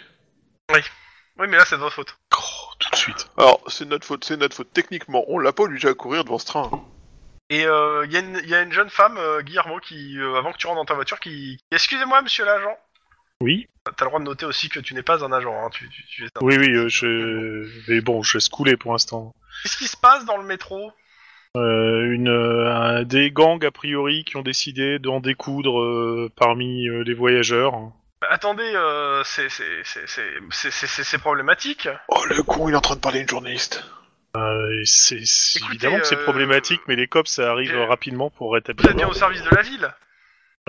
[SPEAKER 2] Oui, mais là, c'est de votre faute.
[SPEAKER 4] Oh, tout de suite.
[SPEAKER 3] Alors, c'est de notre faute, c'est de notre faute. Techniquement, on l'a pas obligé à courir devant ce train.
[SPEAKER 2] Et il y, a une- y a une jeune femme, euh, Guillermo, qui, euh, avant que tu rentres dans ta voiture, qui, qui- excusez-moi, monsieur l'agent.
[SPEAKER 4] Oui.
[SPEAKER 2] T'as le droit de noter aussi que tu n'es pas un agent. Hein, tu, tu, tu es ça.
[SPEAKER 4] Oui, oui, euh, je. Mais bon, je laisse couler pour l'instant.
[SPEAKER 2] Qu'est-ce qui se passe dans le métro
[SPEAKER 4] Euh, une, euh, un- des gangs, a priori, qui ont décidé d'en découdre euh, parmi euh, les voyageurs.
[SPEAKER 2] Attendez, euh, c'est c'est- c'est- c'est- c'est- c'est- c'est- c'est problématique.
[SPEAKER 3] Oh, le con, il est en train de parler à une journaliste.
[SPEAKER 4] Euh, et c'est c'est-
[SPEAKER 2] Écoutez,
[SPEAKER 4] évidemment que c'est
[SPEAKER 2] euh,
[SPEAKER 4] problématique, mais les cops, ça arrive
[SPEAKER 2] euh,
[SPEAKER 4] rapidement pour
[SPEAKER 2] Vous
[SPEAKER 4] rétablir.
[SPEAKER 2] êtes bien au
[SPEAKER 4] l'ordre.
[SPEAKER 2] service de la ville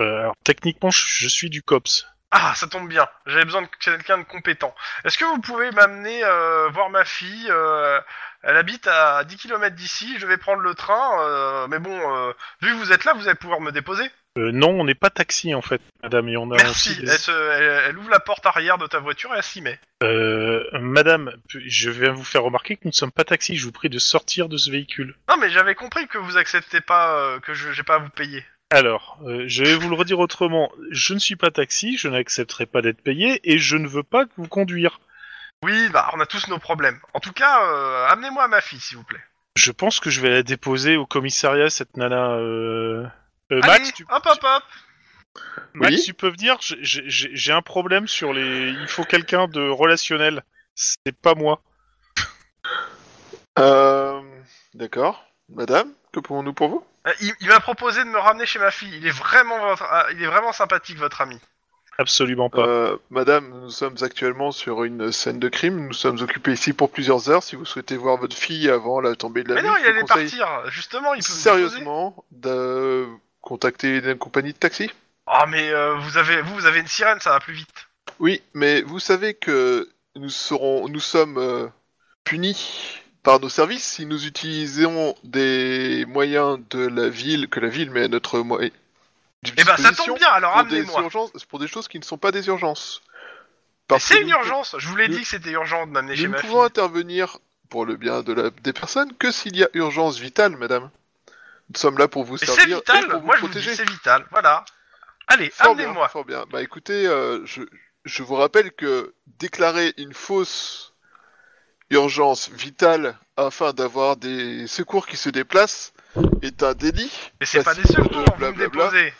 [SPEAKER 4] Euh, alors, techniquement, je, je suis du cops.
[SPEAKER 2] Ah, ça tombe bien. J'avais besoin de quelqu'un de compétent. Est-ce que vous pouvez m'amener euh, voir ma fille euh, Elle habite à 10 km d'ici. Je vais prendre le train. euh, mais bon, euh, vu que vous êtes là, vous allez pouvoir me déposer.
[SPEAKER 4] Euh, non, on n'est pas taxi en fait, madame, et on a
[SPEAKER 2] Merci.
[SPEAKER 4] aussi des-
[SPEAKER 2] Elle, se- elle- elle ouvre la porte arrière de ta voiture et elle s'y met.
[SPEAKER 4] Euh, madame, je viens vous faire remarquer que nous ne sommes pas taxi, je vous prie de sortir de ce véhicule.
[SPEAKER 2] Non, mais j'avais compris que vous acceptez pas, euh, que je j'ai pas à vous payer.
[SPEAKER 4] Alors, euh, je vais vous le redire autrement, je ne suis pas taxi, je n'accepterai pas d'être payé et je ne veux pas vous conduire.
[SPEAKER 2] Oui, bah, on a tous nos problèmes. En tout cas, euh, amenez-moi ma fille, s'il vous plaît.
[SPEAKER 4] Je pense que je vais la déposer au commissariat, cette nana. Euh... euh, Max,
[SPEAKER 2] Allez,
[SPEAKER 4] tu,
[SPEAKER 2] hop, hop, hop.
[SPEAKER 4] Max,
[SPEAKER 3] Oui
[SPEAKER 4] tu peux venir J'ai- J'ai j'ai un problème sur les... Il faut quelqu'un de relationnel. C'est pas moi.
[SPEAKER 3] Euh, d'accord. Madame, que pouvons-nous pour vous
[SPEAKER 2] Euh, Il, il m'a proposé de me ramener chez ma fille. Il est vraiment, votre, ah, il est vraiment sympathique, votre ami.
[SPEAKER 4] Absolument pas.
[SPEAKER 3] Euh, Madame, nous sommes actuellement sur une scène de crime. Nous sommes occupés ici pour plusieurs heures. Si vous souhaitez voir votre fille avant la tombée de la
[SPEAKER 2] Mais
[SPEAKER 3] nuit,
[SPEAKER 2] non,
[SPEAKER 3] Bah je
[SPEAKER 2] il
[SPEAKER 3] vous
[SPEAKER 2] allait
[SPEAKER 3] conseille
[SPEAKER 2] partir. Justement, il peut me déposer.
[SPEAKER 3] sérieusement de contacter une compagnie de taxi.
[SPEAKER 2] Ah, mais euh, vous avez, vous, vous avez une sirène, ça va plus vite.
[SPEAKER 3] Oui, mais vous savez que nous serons, nous sommes euh, punis par nos services si nous utilisons des moyens de la ville que la ville met à notre moyen.
[SPEAKER 2] Eh ben, ça tombe bien. Alors
[SPEAKER 3] pour des
[SPEAKER 2] amenez-moi.
[SPEAKER 3] urgences, pour des choses qui ne sont pas des urgences.
[SPEAKER 2] Mais
[SPEAKER 3] Parce que
[SPEAKER 2] C'est une
[SPEAKER 3] nous-
[SPEAKER 2] urgence. Je vous l'ai
[SPEAKER 3] nous-
[SPEAKER 2] dit que c'était urgent de m'amener
[SPEAKER 3] Nous
[SPEAKER 2] chez
[SPEAKER 3] ne
[SPEAKER 2] ma fille.
[SPEAKER 3] pouvons intervenir pour le bien de la- des personnes que s'il y a urgence vitale, madame. Nous sommes là pour vous
[SPEAKER 2] Mais c'est
[SPEAKER 3] servir et
[SPEAKER 2] vital.
[SPEAKER 3] pour vous
[SPEAKER 2] Moi, je vous
[SPEAKER 3] protéger.
[SPEAKER 2] dis, c'est vital. Voilà. Allez,
[SPEAKER 3] Fort bien,
[SPEAKER 2] amenez-moi.
[SPEAKER 3] fort bien. Bah écoutez, euh, je, je vous rappelle que déclarer une fausse urgence vitale afin d'avoir des secours qui se déplacent est un délit
[SPEAKER 2] Mais c'est pas des
[SPEAKER 3] facile de
[SPEAKER 2] secours. Vous me
[SPEAKER 3] blablabla.
[SPEAKER 2] déposez.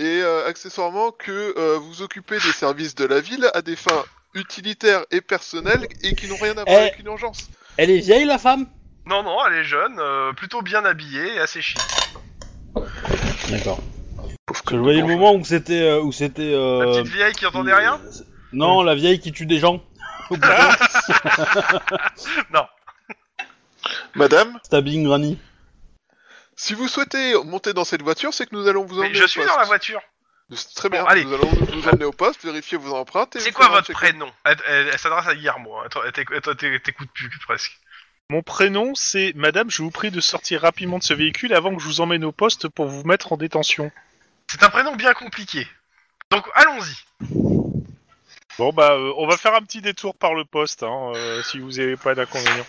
[SPEAKER 3] et euh, accessoirement que euh, vous occupez des services de la ville à des fins utilitaires et personnelles et qui n'ont rien à voir
[SPEAKER 5] Eh.
[SPEAKER 3] avec une urgence.
[SPEAKER 5] Elle est vieille la femme
[SPEAKER 2] Non, non, elle est jeune, euh, plutôt bien habillée et assez chic.
[SPEAKER 5] D'accord. Je voyais le moment où c'était. euh, où c'était.
[SPEAKER 2] La
[SPEAKER 5] euh,
[SPEAKER 2] petite vieille qui entendait rien
[SPEAKER 5] euh, Non, la vieille qui tue des gens. Au bout
[SPEAKER 2] Non.
[SPEAKER 3] Madame,
[SPEAKER 5] de Stabbing Granny.
[SPEAKER 3] si vous souhaitez monter dans cette voiture, c'est que nous allons vous emmener
[SPEAKER 2] Mais je
[SPEAKER 3] au
[SPEAKER 2] suis
[SPEAKER 3] poste.
[SPEAKER 2] dans la voiture.
[SPEAKER 3] Très bien,
[SPEAKER 2] Bon, allez.
[SPEAKER 3] nous allons vous emmener au poste, vérifier vos empreintes. et
[SPEAKER 2] C'est
[SPEAKER 3] vous
[SPEAKER 2] quoi
[SPEAKER 3] faire un
[SPEAKER 2] votre
[SPEAKER 3] check-up.
[SPEAKER 2] prénom Elle, elle- elle s'adresse à Guillermo. hein. Toi, elle t'éc- Toi, t'éc- t'écoutes plus presque.
[SPEAKER 4] Mon prénom, c'est Madame, je vous prie de sortir rapidement de ce véhicule avant que je vous emmène au poste pour vous mettre en détention.
[SPEAKER 2] C'est un prénom bien compliqué. Donc allons-y.
[SPEAKER 4] Bon bah euh, on va faire un petit détour par le poste hein, euh, si vous n'avez pas d'inconvénient.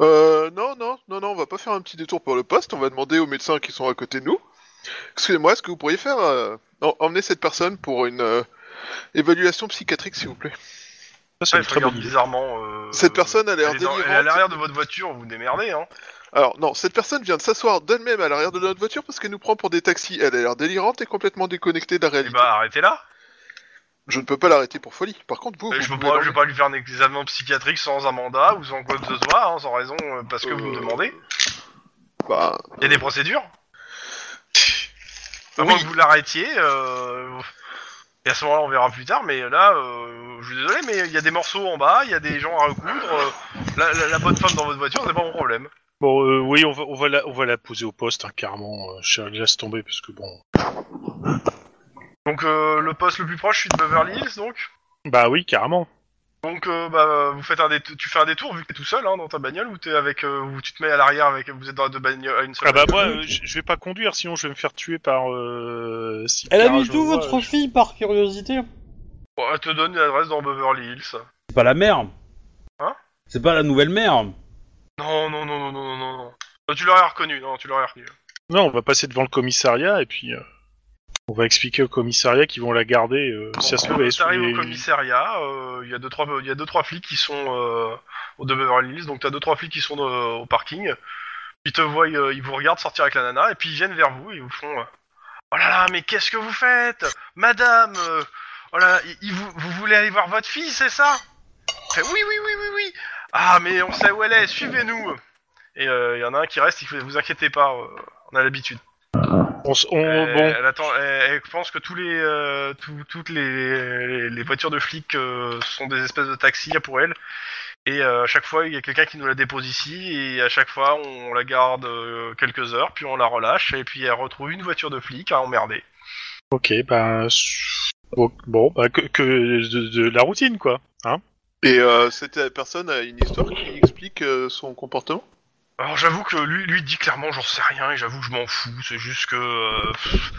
[SPEAKER 3] Euh, non, non, non, non, on va pas faire un petit détour pour le poste, on va demander aux médecins qui sont à côté de nous. Excusez-moi, est-ce que vous pourriez faire euh, em- emmener cette personne pour une euh, évaluation psychiatrique, s'il vous plaît
[SPEAKER 4] Ça c'est
[SPEAKER 2] Ouais,
[SPEAKER 4] une
[SPEAKER 2] je
[SPEAKER 4] très bonne
[SPEAKER 2] regarde
[SPEAKER 4] idée.
[SPEAKER 2] bizarrement. euh,
[SPEAKER 3] Cette personne a l'air
[SPEAKER 2] elle est dans-
[SPEAKER 3] délirante.
[SPEAKER 2] elle est à l'arrière de votre voiture, vous vous démerdez, hein.
[SPEAKER 3] Alors non, cette personne vient de s'asseoir d'elle-même à l'arrière de notre voiture parce qu'elle nous prend pour des taxis. Elle a l'air délirante et complètement déconnectée de la
[SPEAKER 2] Et
[SPEAKER 3] réalité.
[SPEAKER 2] bah arrêtez là.
[SPEAKER 3] Je ne peux pas l'arrêter pour folie. Par contre, vous,
[SPEAKER 2] Euh,
[SPEAKER 3] vous
[SPEAKER 2] je, peux
[SPEAKER 3] pouvez
[SPEAKER 2] pas,
[SPEAKER 3] l'emmener.
[SPEAKER 2] je vais pas lui faire un examen psychiatrique sans un mandat ou sans quoi que ce soit, hein, sans raison, euh, parce que vous me
[SPEAKER 3] Euh,
[SPEAKER 2] demandez.
[SPEAKER 3] Bah,
[SPEAKER 2] Il y a des procédures. À
[SPEAKER 3] Oui.
[SPEAKER 2] moins Bah que vous l'arrêtiez. euh, Et à ce moment-là, on verra plus tard, mais là, euh, je suis désolé, mais il y a des morceaux en bas, il y a des gens à recoudre. euh, la, la- la bonne femme dans votre voiture, c'est pas mon problème.
[SPEAKER 4] Bon euh, oui on va, on, va la, on va la poser au poste hein, carrément, euh, je laisse tomber parce que bon...
[SPEAKER 2] Donc euh, le poste le plus proche, je suis de Beverly Hills, donc.
[SPEAKER 4] Bah oui carrément.
[SPEAKER 2] Donc, euh, bah, vous faites un détour, tu fais un détour vu que t'es tout seul hein, dans ta bagnole ou t'es avec, euh, ou tu te mets à l'arrière avec, vous êtes dans deux bagnoles, à une seule.
[SPEAKER 4] Ah bah
[SPEAKER 2] bagnole.
[SPEAKER 4] moi, euh, je je vais pas conduire, sinon je vais me faire tuer par... Euh, si
[SPEAKER 5] Elle a
[SPEAKER 4] Clara,
[SPEAKER 5] mis
[SPEAKER 4] je
[SPEAKER 5] tout
[SPEAKER 4] le vois,
[SPEAKER 5] votre
[SPEAKER 4] euh,
[SPEAKER 5] fille par curiosité.
[SPEAKER 2] Bon, elle te donne l'adresse dans Beverly Hills.
[SPEAKER 5] C'est pas la mère.
[SPEAKER 2] Hein
[SPEAKER 5] C'est pas la nouvelle mère.
[SPEAKER 2] Non, non, non, non, non, non, non. Euh, Tu l'aurais reconnu, non, tu l'aurais reconnu.
[SPEAKER 4] Non, on va passer devant le commissariat et puis... euh, on va expliquer au commissariat qu'ils vont la garder. euh, si ça se trouve, elle est sous
[SPEAKER 2] T'arrives
[SPEAKER 4] les-
[SPEAKER 2] au commissariat, euh, il y a deux trois, il y a deux trois flics qui sont euh, au de Beverly Hills, donc t'as deux trois flics qui sont euh, au parking. Ils te voient, euh, ils vous regardent sortir avec la nana, et puis ils viennent vers vous et ils vous font, euh, oh là là, mais qu'est-ce que vous faites, Madame, euh, oh là, là, il- il vous, vous voulez aller voir votre fille, c'est ça Fait, Oui, oui, oui, oui, oui. Ah, mais on sait où elle est, suivez-nous. Et euh, il y en a un qui reste, il fait, vous inquiétez pas, euh, on a l'habitude.
[SPEAKER 4] On, s- on-
[SPEAKER 2] Euh,
[SPEAKER 4] Oh, bon,
[SPEAKER 2] Elle, attend, elle, elle pense que tous les, euh, tout- toutes les, les voitures de flics euh, sont des espèces de taxis pour elle. Et euh, à chaque fois, il y a quelqu'un qui nous la dépose ici. Et à chaque fois, on, la garde euh, quelques heures, puis on la relâche. Et puis elle retrouve une voiture de flic à emmerder.
[SPEAKER 4] ok, bah... Bon, bon, bah, que, que de, de la routine, quoi. Hein
[SPEAKER 3] Et euh, cette euh, personne a une histoire qui explique euh, son comportement
[SPEAKER 2] Alors j'avoue que lui, lui dit clairement, j'en sais rien. Et j'avoue que je m'en fous. C'est juste que. euh, pff,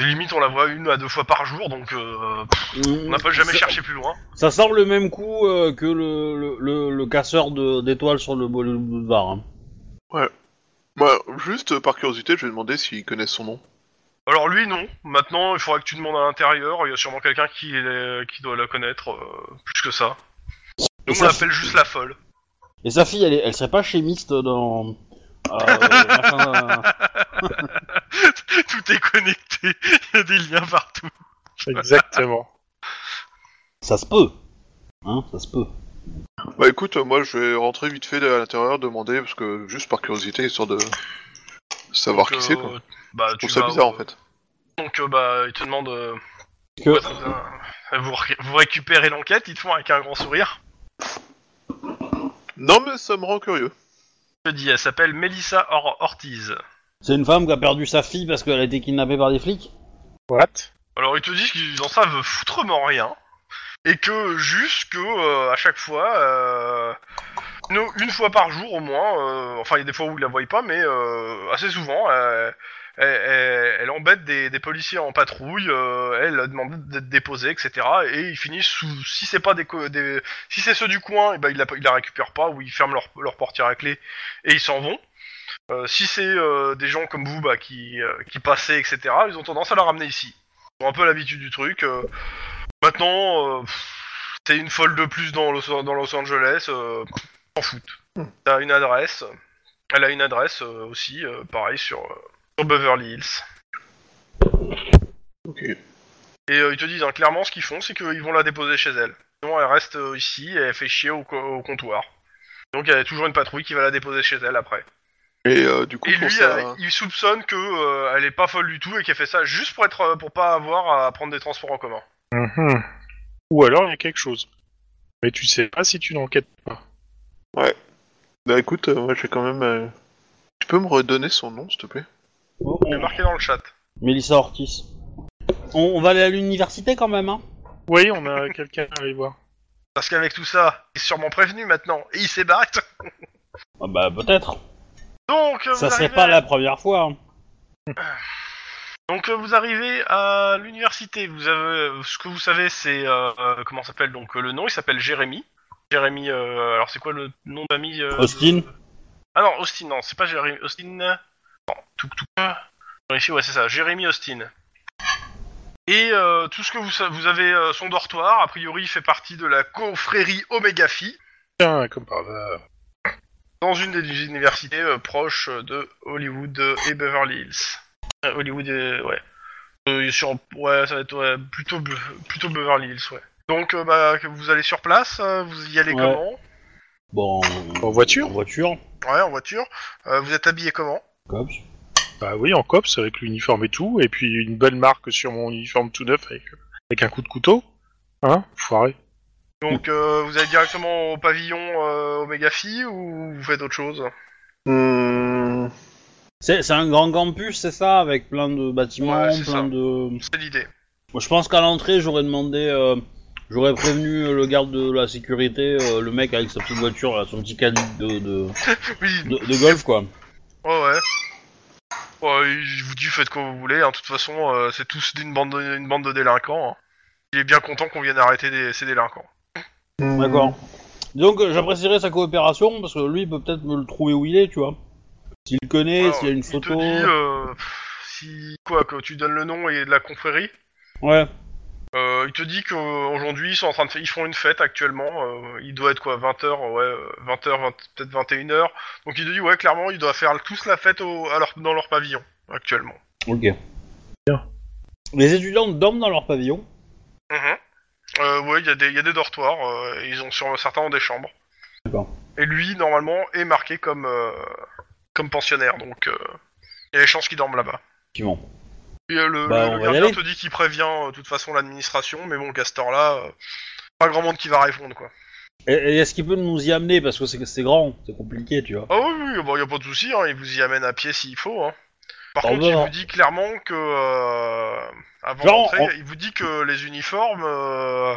[SPEAKER 2] limite, on la voit une à deux fois par jour. Donc euh, pff, on n'a pas jamais
[SPEAKER 5] Ça-
[SPEAKER 2] cherché plus loin.
[SPEAKER 5] Ça sort le même coup euh, que le, le, le- le casseur de- d'étoiles sur le bol- le boulevard. hein.
[SPEAKER 3] Moi, juste euh, par curiosité, je vais demander s'ils connaissent son nom.
[SPEAKER 2] Alors lui non. Maintenant, il faudra que tu demandes à l'intérieur. Il y a sûrement quelqu'un qui, est- qui doit la connaître euh, plus que ça.
[SPEAKER 5] Et
[SPEAKER 2] Nous on
[SPEAKER 5] ça,
[SPEAKER 2] l'appelle juste la folle.
[SPEAKER 5] Et sa fille, elle, est- elle serait pas chimiste dans. euh, machin, euh,
[SPEAKER 2] Tout est connecté. Il y a des liens partout.
[SPEAKER 4] Exactement.
[SPEAKER 5] ça se peut. Hein, ça se peut.
[SPEAKER 3] Bah écoute, euh, moi je vais rentrer vite fait à l'intérieur, demander, parce que juste par curiosité, histoire de savoir
[SPEAKER 2] Donc,
[SPEAKER 3] qui c'est
[SPEAKER 2] euh,
[SPEAKER 3] quoi.
[SPEAKER 2] Bah
[SPEAKER 3] Je
[SPEAKER 2] tu
[SPEAKER 3] trouve ça
[SPEAKER 2] vas,
[SPEAKER 3] bizarre
[SPEAKER 2] euh,
[SPEAKER 3] en fait.
[SPEAKER 2] Donc euh, bah il te demande. euh,
[SPEAKER 5] Que-
[SPEAKER 2] ouais, très bien. vous, ré- vous récupérez l'enquête. Ils te font avec un grand sourire.
[SPEAKER 3] Non mais ça me rend curieux.
[SPEAKER 2] Je te dis, elle s'appelle Melissa Or- Ortiz.
[SPEAKER 5] C'est une femme qui a perdu sa fille parce qu'elle a été kidnappée par des flics
[SPEAKER 4] What
[SPEAKER 2] Alors ils te disent qu'ils en savent foutrement rien et que juste que euh, à chaque fois, euh, une, une fois par jour au moins, euh, enfin il y a des fois où ils la voient pas, mais euh, assez souvent, euh, elle, elle- elle embête des, des policiers en patrouille, euh, elle a demandé d'être déposée, etc. Et ils finissent sous, si c'est pas des, co- des- si c'est ceux du coin, et ben ils la, ils la récupèrent pas ou ils ferment leur, leur portière à clé et ils s'en vont. Euh, si c'est euh, des gens comme vous bah, qui, euh, qui passaient, etc., ils ont tendance à la ramener ici ont un peu l'habitude du truc. euh. maintenant, euh, pff, t'es une folle de plus dans Los, dans Los Angeles, euh, s'en foutent. T'as une adresse, elle a une adresse euh, aussi, euh, pareil, sur, euh, sur Beverly Hills.
[SPEAKER 3] Ok.
[SPEAKER 2] Et euh, ils te disent hein, clairement ce qu'ils font, c'est qu'ils vont la déposer chez elle. Sinon, elle reste euh, ici et elle fait chier au, co- au comptoir. Donc, il y a toujours une patrouille qui va la déposer chez elle après.
[SPEAKER 3] Et euh, du coup,
[SPEAKER 2] Et
[SPEAKER 3] pour
[SPEAKER 2] lui,
[SPEAKER 3] ça...
[SPEAKER 2] euh, il soupçonne que euh, elle est pas folle du tout et qu'elle fait ça juste pour être, euh, pour pas avoir à prendre des transports en commun.
[SPEAKER 4] Mhm. Ou alors il y a quelque chose. Mais tu sais pas si tu n'enquêtes pas.
[SPEAKER 3] Bah écoute, euh, moi j'ai quand même... euh, Tu peux me redonner son nom, s'il te plaît
[SPEAKER 5] Oh,
[SPEAKER 2] Il est marqué dans le chat.
[SPEAKER 5] Mélissa Ortiz. On, on va aller à l'université quand même, hein
[SPEAKER 4] Oui, on a quelqu'un à aller voir.
[SPEAKER 2] Parce qu'avec tout ça, il est sûrement prévenu maintenant, et il s'ébarque.
[SPEAKER 5] Ah Bah peut-être.
[SPEAKER 2] Donc, euh, vous
[SPEAKER 5] Ça serait
[SPEAKER 2] arrivez
[SPEAKER 5] pas
[SPEAKER 2] à-
[SPEAKER 5] la première fois. hein.
[SPEAKER 2] donc euh, vous arrivez à l'université. Vous avez, euh, ce que vous savez, c'est euh, euh, comment s'appelle donc euh, le nom Il s'appelle Jérémy. Jérémy. euh, alors c'est quoi le nom d'ami euh,
[SPEAKER 5] Austin
[SPEAKER 2] Ah non, Austin. Non, c'est pas Jérémy. Austin. Non, tout tout. Vérifier. Ouais, c'est ça. Jérémy Austin. Et euh, tout ce que vous, sa- vous avez, euh, son dortoir, a priori, il fait partie de la confrérie Omega Phi.
[SPEAKER 4] Tiens, comme par hasard.
[SPEAKER 2] dans une des universités euh, proches de Hollywood et Beverly Hills. Euh, Hollywood, et, ouais. Euh, sur- ouais, ça va être ouais, plutôt, Be- plutôt Beverly Hills, ouais. Donc, euh, bah, que vous allez sur place, euh, vous y allez
[SPEAKER 5] Ouais.
[SPEAKER 2] comment
[SPEAKER 5] Bon,
[SPEAKER 4] En voiture
[SPEAKER 5] en voiture.
[SPEAKER 2] Ouais, en voiture. Euh, vous êtes habillé comment
[SPEAKER 5] Cops.
[SPEAKER 4] Bah oui, en cops avec l'uniforme et tout, et puis une bonne marque sur mon uniforme tout neuf avec, euh, avec un coup de couteau. Hein Foiré.
[SPEAKER 2] Donc, euh, vous allez directement au pavillon euh, Omega Phi ou vous faites autre chose
[SPEAKER 3] Hmm,
[SPEAKER 5] C'est c'est un grand campus, c'est ça, avec plein de bâtiments,
[SPEAKER 2] Ouais, c'est ça.
[SPEAKER 5] plein de.
[SPEAKER 2] C'est l'idée.
[SPEAKER 5] Moi, je pense qu'à l'entrée, j'aurais demandé euh, J'aurais prévenu le garde de la sécurité, euh, le mec avec sa petite voiture, là, son petit calibre de, de,
[SPEAKER 2] Oui,
[SPEAKER 5] de- de golf, quoi.
[SPEAKER 2] ouais, ouais. Ouais, je vous dis, faites quoi vous voulez. hein. De toute façon, euh, c'est tous une bande, de, une bande de délinquants. hein. Il est bien content qu'on vienne arrêter des- ces délinquants.
[SPEAKER 5] D'accord. Donc euh, j'apprécierais sa coopération, parce que lui, il peut peut-être me le trouver où il est, tu vois. S'il le connaît,
[SPEAKER 2] Alors,
[SPEAKER 5] s'il y a une
[SPEAKER 2] il te
[SPEAKER 5] photo...
[SPEAKER 2] dit, euh, pff, si quoi, que tu donnes le nom et de la confrérie.
[SPEAKER 5] Ouais.
[SPEAKER 2] Euh, il te dit qu'aujourd'hui ils sont en train de faire, ils font une fête actuellement. euh, il doit être quoi, 20 h ouais, euh, 20 h peut-être 21 h Donc il te dit ouais, clairement, ils doivent faire tous la fête au, à leur- dans leur pavillon actuellement.
[SPEAKER 5] Ok. Les étudiants dorment dans leur pavillon.
[SPEAKER 2] Mhm. Euh, ouais, il y, a des- il y a des dortoirs. euh, ils ont sur certains ont des chambres.
[SPEAKER 5] D'accord.
[SPEAKER 2] Et lui, normalement, est marqué comme euh, comme pensionnaire, donc euh, il y a des chances qu'il dorme là-bas.
[SPEAKER 5] Effectivement.
[SPEAKER 2] Et euh, le,
[SPEAKER 5] Bah,
[SPEAKER 2] le-
[SPEAKER 5] on
[SPEAKER 2] le
[SPEAKER 5] va y
[SPEAKER 2] gardien
[SPEAKER 5] aller.
[SPEAKER 2] te dit qu'il prévient euh, de toute façon l'administration, mais bon, Castor là, euh, pas grand monde qui va répondre quoi.
[SPEAKER 5] Et, et est-ce qu'il peut nous y amener Parce que c'est c'est grand, c'est compliqué, tu vois.
[SPEAKER 2] Ah oui, oui, bon, y a pas de souci, hein, il vous y amène à pied s'il faut. Hein. Par
[SPEAKER 5] Au
[SPEAKER 2] contre, il
[SPEAKER 5] revoir.
[SPEAKER 2] vous dit clairement que euh, avant
[SPEAKER 5] Genre,
[SPEAKER 2] d'entrer,
[SPEAKER 5] on-
[SPEAKER 2] il vous dit que les uniformes, euh,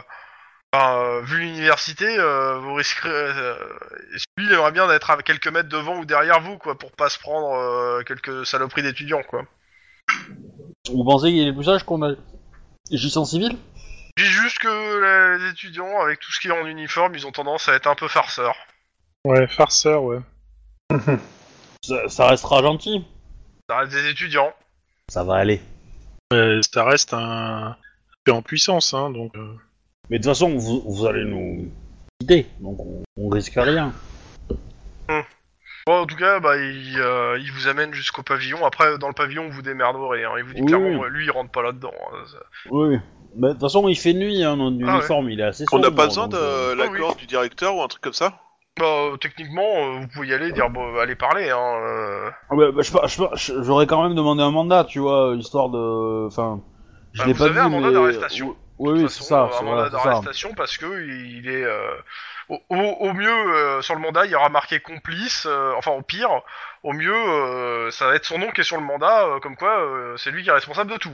[SPEAKER 2] ben, euh, vu l'université, euh, vous risquerez. euh, celui, il aimerait bien d'être à quelques mètres devant ou derrière vous, quoi, pour pas se prendre euh, quelques saloperies d'étudiants, quoi.
[SPEAKER 5] Vous pensez qu'il est plus sage qu'on a... Juste en civil
[SPEAKER 2] J'ai juste que les étudiants, avec tout ce qui est en uniforme, ils ont tendance à être un peu farceurs.
[SPEAKER 4] Ouais, farceur, ouais.
[SPEAKER 5] ça, ça restera gentil.
[SPEAKER 2] Ça reste des étudiants.
[SPEAKER 5] Ça va aller.
[SPEAKER 4] Euh, ça reste un. fait en puissance, hein, donc. euh,
[SPEAKER 5] Mais de toute façon, vous, vous allez nous guider, donc on, on risque rien.
[SPEAKER 2] Bon, en tout cas, bah, il, euh, il vous amène jusqu'au pavillon. Après, dans le pavillon, vous démerderez. Hein. Il vous dit
[SPEAKER 5] Oui,
[SPEAKER 2] clairement,
[SPEAKER 5] oui.
[SPEAKER 2] euh, lui, il rentre pas là-dedans. hein. Ça-
[SPEAKER 5] Oui. Bah, de toute façon, il fait nuit, hein, notre
[SPEAKER 2] Ah
[SPEAKER 5] uniforme, il est assez
[SPEAKER 3] On n'a
[SPEAKER 5] sombre,
[SPEAKER 3] pas besoin
[SPEAKER 5] donc,
[SPEAKER 3] de
[SPEAKER 5] euh,
[SPEAKER 2] Ah oui.
[SPEAKER 3] l'accord du directeur ou un truc comme ça
[SPEAKER 2] Bah, euh, techniquement, euh, vous pouvez y aller, dire, bon, allez parler. Hein, euh.
[SPEAKER 5] Ah bah, bah, je par- je par- je- J'aurais quand même demandé un mandat, tu vois, histoire de. Enfin. Je
[SPEAKER 2] Bah,
[SPEAKER 5] l'ai
[SPEAKER 2] vous
[SPEAKER 5] pas
[SPEAKER 2] avez
[SPEAKER 5] dit,
[SPEAKER 2] un mandat
[SPEAKER 5] mais-
[SPEAKER 2] d'arrestation.
[SPEAKER 5] Oui,
[SPEAKER 2] De
[SPEAKER 5] oui,
[SPEAKER 2] toute
[SPEAKER 5] c'est
[SPEAKER 2] façon,
[SPEAKER 5] ça.
[SPEAKER 2] euh,
[SPEAKER 5] c'est-
[SPEAKER 2] Un
[SPEAKER 5] voilà,
[SPEAKER 2] mandat
[SPEAKER 5] c'est ça.
[SPEAKER 2] d'arrestation parce que il est euh, au, au- au mieux euh, sur le mandat, il y aura marqué complice. euh, enfin, au pire, au mieux, euh, ça va être son nom qui est sur le mandat, euh, comme quoi euh, c'est lui qui est responsable de tout.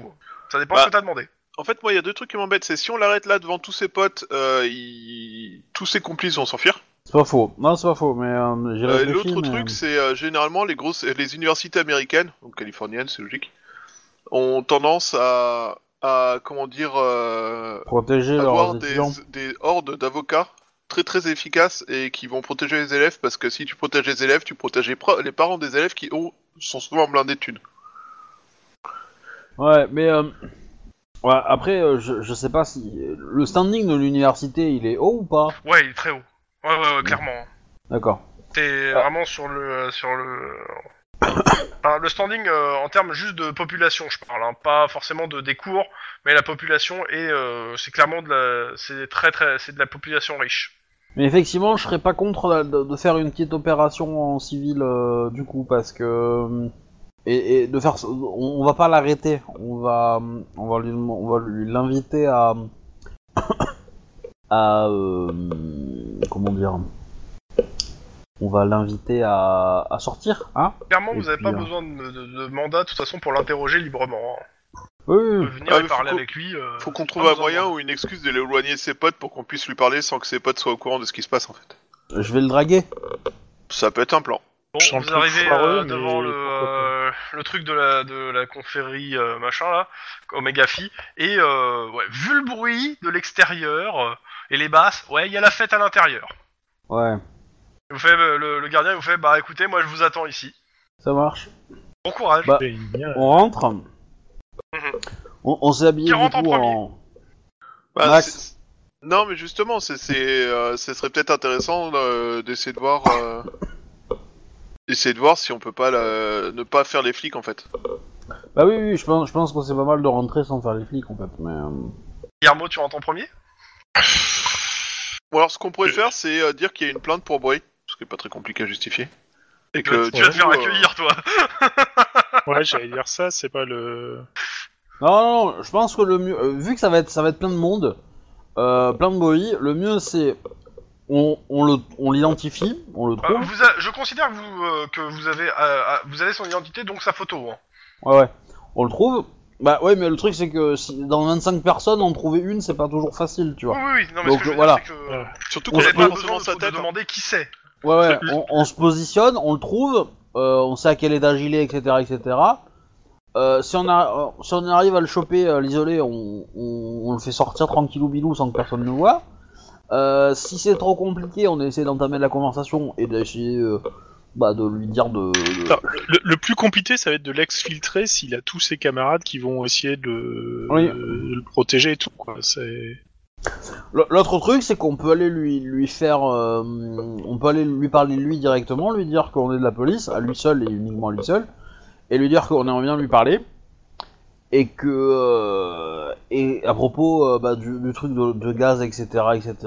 [SPEAKER 2] Ça dépend de
[SPEAKER 3] Bah.
[SPEAKER 2] ce que t'as demandé.
[SPEAKER 3] En fait, moi, il y a deux trucs qui m'embêtent. C'est si on l'arrête là devant tous ses potes, euh, il- tous ses complices vont s'enfuir.
[SPEAKER 5] C'est pas faux. Non, c'est pas faux, mais euh, j'ai
[SPEAKER 3] Euh,
[SPEAKER 5] réfléchi,
[SPEAKER 3] L'autre
[SPEAKER 5] mais-
[SPEAKER 3] truc, c'est euh, généralement les grosses, les universités américaines, donc californiennes, c'est logique, ont tendance à, à comment dire, euh,
[SPEAKER 5] Protéger
[SPEAKER 3] avoir
[SPEAKER 5] leurs
[SPEAKER 3] des,
[SPEAKER 5] étudiants.
[SPEAKER 3] des hordes d'avocats très très efficaces et qui vont protéger les élèves parce que si tu protèges les élèves, tu protèges les, pro- les parents des élèves qui ont, sont souvent blindés de thunes.
[SPEAKER 5] Ouais, mais. euh, Ouais, après, euh, je, je sais pas si. euh, Le standing de l'université, il est haut ou pas
[SPEAKER 2] Ouais, il est très haut. Ouais, ouais, ouais, clairement. hein.
[SPEAKER 5] D'accord.
[SPEAKER 2] T'es
[SPEAKER 3] Ah.
[SPEAKER 2] vraiment sur le sur le Enfin, le standing euh, en termes juste de population, je parle, hein, pas forcément de des cours, mais la population est euh, c'est clairement de la c'est très très c'est de la population riche.
[SPEAKER 5] Mais effectivement, je serais pas contre la- de, de faire une petite opération en civil euh, du coup parce que euh, et, et de faire, on, on va pas l'arrêter, on va euh, on va lui on va lui l'inviter à à euh, comment dire, on va l'inviter à, à sortir, hein
[SPEAKER 2] Clairement,
[SPEAKER 5] Et
[SPEAKER 2] vous avez
[SPEAKER 5] puis,
[SPEAKER 2] pas
[SPEAKER 5] euh,
[SPEAKER 2] besoin de, de- de mandat de toute façon pour l'interroger librement. hein.
[SPEAKER 5] Oui,
[SPEAKER 2] Vous
[SPEAKER 5] oui,
[SPEAKER 2] pouvez venir
[SPEAKER 3] Ah,
[SPEAKER 2] et
[SPEAKER 3] mais faut
[SPEAKER 2] parler
[SPEAKER 3] qu'on-
[SPEAKER 2] avec lui. euh,
[SPEAKER 3] Faut
[SPEAKER 2] sans
[SPEAKER 3] qu'on trouve un
[SPEAKER 2] besoin de
[SPEAKER 3] moyen
[SPEAKER 2] mandat.
[SPEAKER 3] ou une excuse de l'éloigner de ses potes pour qu'on puisse lui parler sans que ses potes soient au courant de ce qui se passe en fait.
[SPEAKER 5] oui. je vais le draguer.
[SPEAKER 3] Ça peut être un plan.
[SPEAKER 2] Bon,
[SPEAKER 4] Je sens
[SPEAKER 2] vous
[SPEAKER 4] le truc
[SPEAKER 2] arrivez
[SPEAKER 4] foireux,
[SPEAKER 2] euh,
[SPEAKER 4] mais
[SPEAKER 2] devant le,
[SPEAKER 4] pourquoi pas.
[SPEAKER 2] euh, le truc de la, de la confrérie euh, machin là, Omega Phi, et euh, ouais, vu le bruit de l'extérieur euh, et les basses, ouais, il y a la fête à l'intérieur.
[SPEAKER 5] Ouais,
[SPEAKER 2] Il Vous fait, euh, le, le gardien vous fait, bah écoutez, moi je vous attends ici.
[SPEAKER 5] ça marche.
[SPEAKER 2] Bon courage.
[SPEAKER 5] Bah,
[SPEAKER 4] génial.
[SPEAKER 5] On rentre. On, on s'est habillé
[SPEAKER 2] Qui
[SPEAKER 5] du
[SPEAKER 2] rentre Mhm. en
[SPEAKER 5] coup
[SPEAKER 2] premier
[SPEAKER 5] en.
[SPEAKER 3] Bah,
[SPEAKER 5] Max.
[SPEAKER 3] c'est- Non, mais justement, c'est, c'est, euh, ce serait peut-être intéressant euh, d'essayer de voir, euh, d'essayer de voir si on peut pas la- ne pas faire les flics en fait.
[SPEAKER 5] Bah oui, oui, je pense, je pense qu'on c'est pas mal de rentrer sans faire les flics en fait, mais. euh,
[SPEAKER 2] Guillermo, tu rentres en premier
[SPEAKER 3] Ou alors, ce qu'on pourrait faire, c'est euh, dire qu'il y a une plainte pour bruit, ce qui est pas très compliqué à justifier. Et
[SPEAKER 2] Tu
[SPEAKER 3] que
[SPEAKER 2] vas- Tu
[SPEAKER 3] du
[SPEAKER 2] vas te faire
[SPEAKER 3] coup, euh,
[SPEAKER 2] accueillir toi.
[SPEAKER 4] Ouais, j'allais dire ça, c'est pas le.
[SPEAKER 5] Non, non, non, je pense que le mieux, euh, vu que ça va être, ça va être plein de monde, euh, plein de boy, le mieux c'est on, on le, on l'identifie, on le
[SPEAKER 2] Euh,
[SPEAKER 5] trouve.
[SPEAKER 2] vous a- je considère que vous, euh, que vous avez euh, euh, vous avez son identité donc sa photo. hein.
[SPEAKER 5] Ouais, ouais. On le trouve Bah ouais, mais le truc c'est que si- dans 25 personnes, en trouver une, c'est pas toujours facile, tu
[SPEAKER 2] Oui,
[SPEAKER 5] vois.
[SPEAKER 2] oui, oui, non, mais
[SPEAKER 5] Donc,
[SPEAKER 2] ce que je veux
[SPEAKER 5] voilà.
[SPEAKER 2] dire, c'est que, euh,
[SPEAKER 3] Surtout
[SPEAKER 2] vous
[SPEAKER 3] qu'on
[SPEAKER 2] avez
[SPEAKER 3] n'a
[SPEAKER 2] pas
[SPEAKER 3] pas
[SPEAKER 2] besoin
[SPEAKER 3] forcément
[SPEAKER 2] de
[SPEAKER 3] sa
[SPEAKER 2] vous
[SPEAKER 3] tête. hein.
[SPEAKER 2] demander qui c'est.
[SPEAKER 5] Ouais, ouais,
[SPEAKER 4] Le-
[SPEAKER 5] on, on se positionne, on le trouve, euh, on sait à quel étage il est, etc. etc. Euh, si, on a, euh, si on arrive à le choper, à l'isoler, on, on- on le fait sortir tranquillou bilou sans que personne ne le voit. Euh, si c'est trop compliqué, on essaie d'entamer la conversation et d'essayer euh, bah, de lui dire de. de-
[SPEAKER 4] Attends, le, le plus compliqué, ça va être de l'exfiltrer s'il a tous ses camarades qui vont essayer de, le-
[SPEAKER 5] Oui.
[SPEAKER 4] de le protéger et tout. Quoi. C'est...
[SPEAKER 5] L- L'autre truc, c'est qu'on peut aller lui, lui faire. euh, on peut aller lui parler lui directement, lui dire qu'on est de la police, à lui seul et uniquement à lui seul, et lui dire qu'on aimerait bien lui parler. Et que. euh, et à propos euh, bah, du, du truc de, de gaz, etc., etc.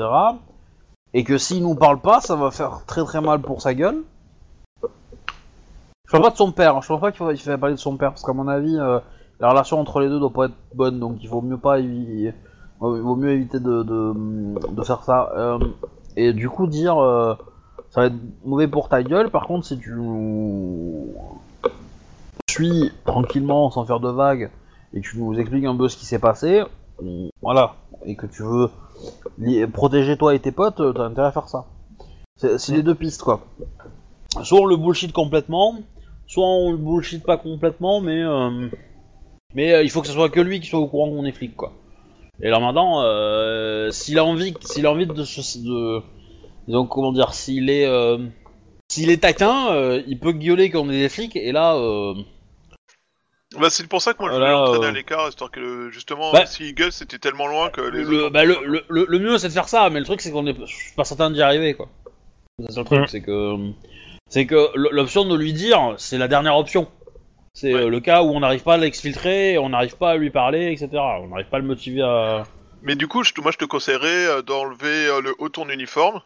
[SPEAKER 5] Et que s'il nous parle pas, ça va faire très très mal pour sa gueule. Je parle pas de son père, hein, je pense pas qu'il faudrait qu'il faille parler de son père, parce qu'à mon avis, euh, la relation entre les deux doit pas être bonne, donc il vaut mieux pas. y- Ouais, Il vaut mieux éviter de, de, de faire ça. Euh, et du coup, dire euh, ça va être mauvais pour ta gueule. Par contre, si tu nous suis tranquillement, sans faire de vagues, et que tu nous expliques un peu ce qui s'est passé, on- voilà, et que tu veux li- protéger toi et tes potes, euh, t'as intérêt à faire ça. C'est c'est les deux pistes, quoi. Soit on le bullshit complètement, soit on le bullshit pas complètement, mais, euh, mais euh, il faut que ce soit que lui qui soit au courant qu'on est flic, quoi. Et là maintenant, euh, s'il a envie, s'il a envie de, se- de, donc comment dire, s'il est, euh, s'il est taquin, euh, il peut gueuler qu'on est des flics. Et là, euh,
[SPEAKER 3] Bah, c'est pour ça que moi je voulais
[SPEAKER 5] Voilà,
[SPEAKER 3] l'entraîner
[SPEAKER 5] euh,
[SPEAKER 3] à l'écart, histoire que euh, justement,
[SPEAKER 5] Bah.
[SPEAKER 3] si Eagle c'était tellement loin que les
[SPEAKER 5] le,
[SPEAKER 3] autres.
[SPEAKER 5] bah, le, le- le- le mieux c'est de faire ça. Mais le truc c'est qu'on est, je suis pas certain d'y arriver quoi. C'est ça le truc,
[SPEAKER 4] Mm.
[SPEAKER 5] c'est que, c'est que l- l'option de lui dire, c'est la dernière option. C'est
[SPEAKER 3] Ouais.
[SPEAKER 5] euh, le cas où on n'arrive pas à l'exfiltrer, on n'arrive pas à lui parler, etc. On n'arrive pas à le motiver à.
[SPEAKER 3] Mais du coup, je te- moi je te conseillerais euh, d'enlever euh, le haut de ton uniforme,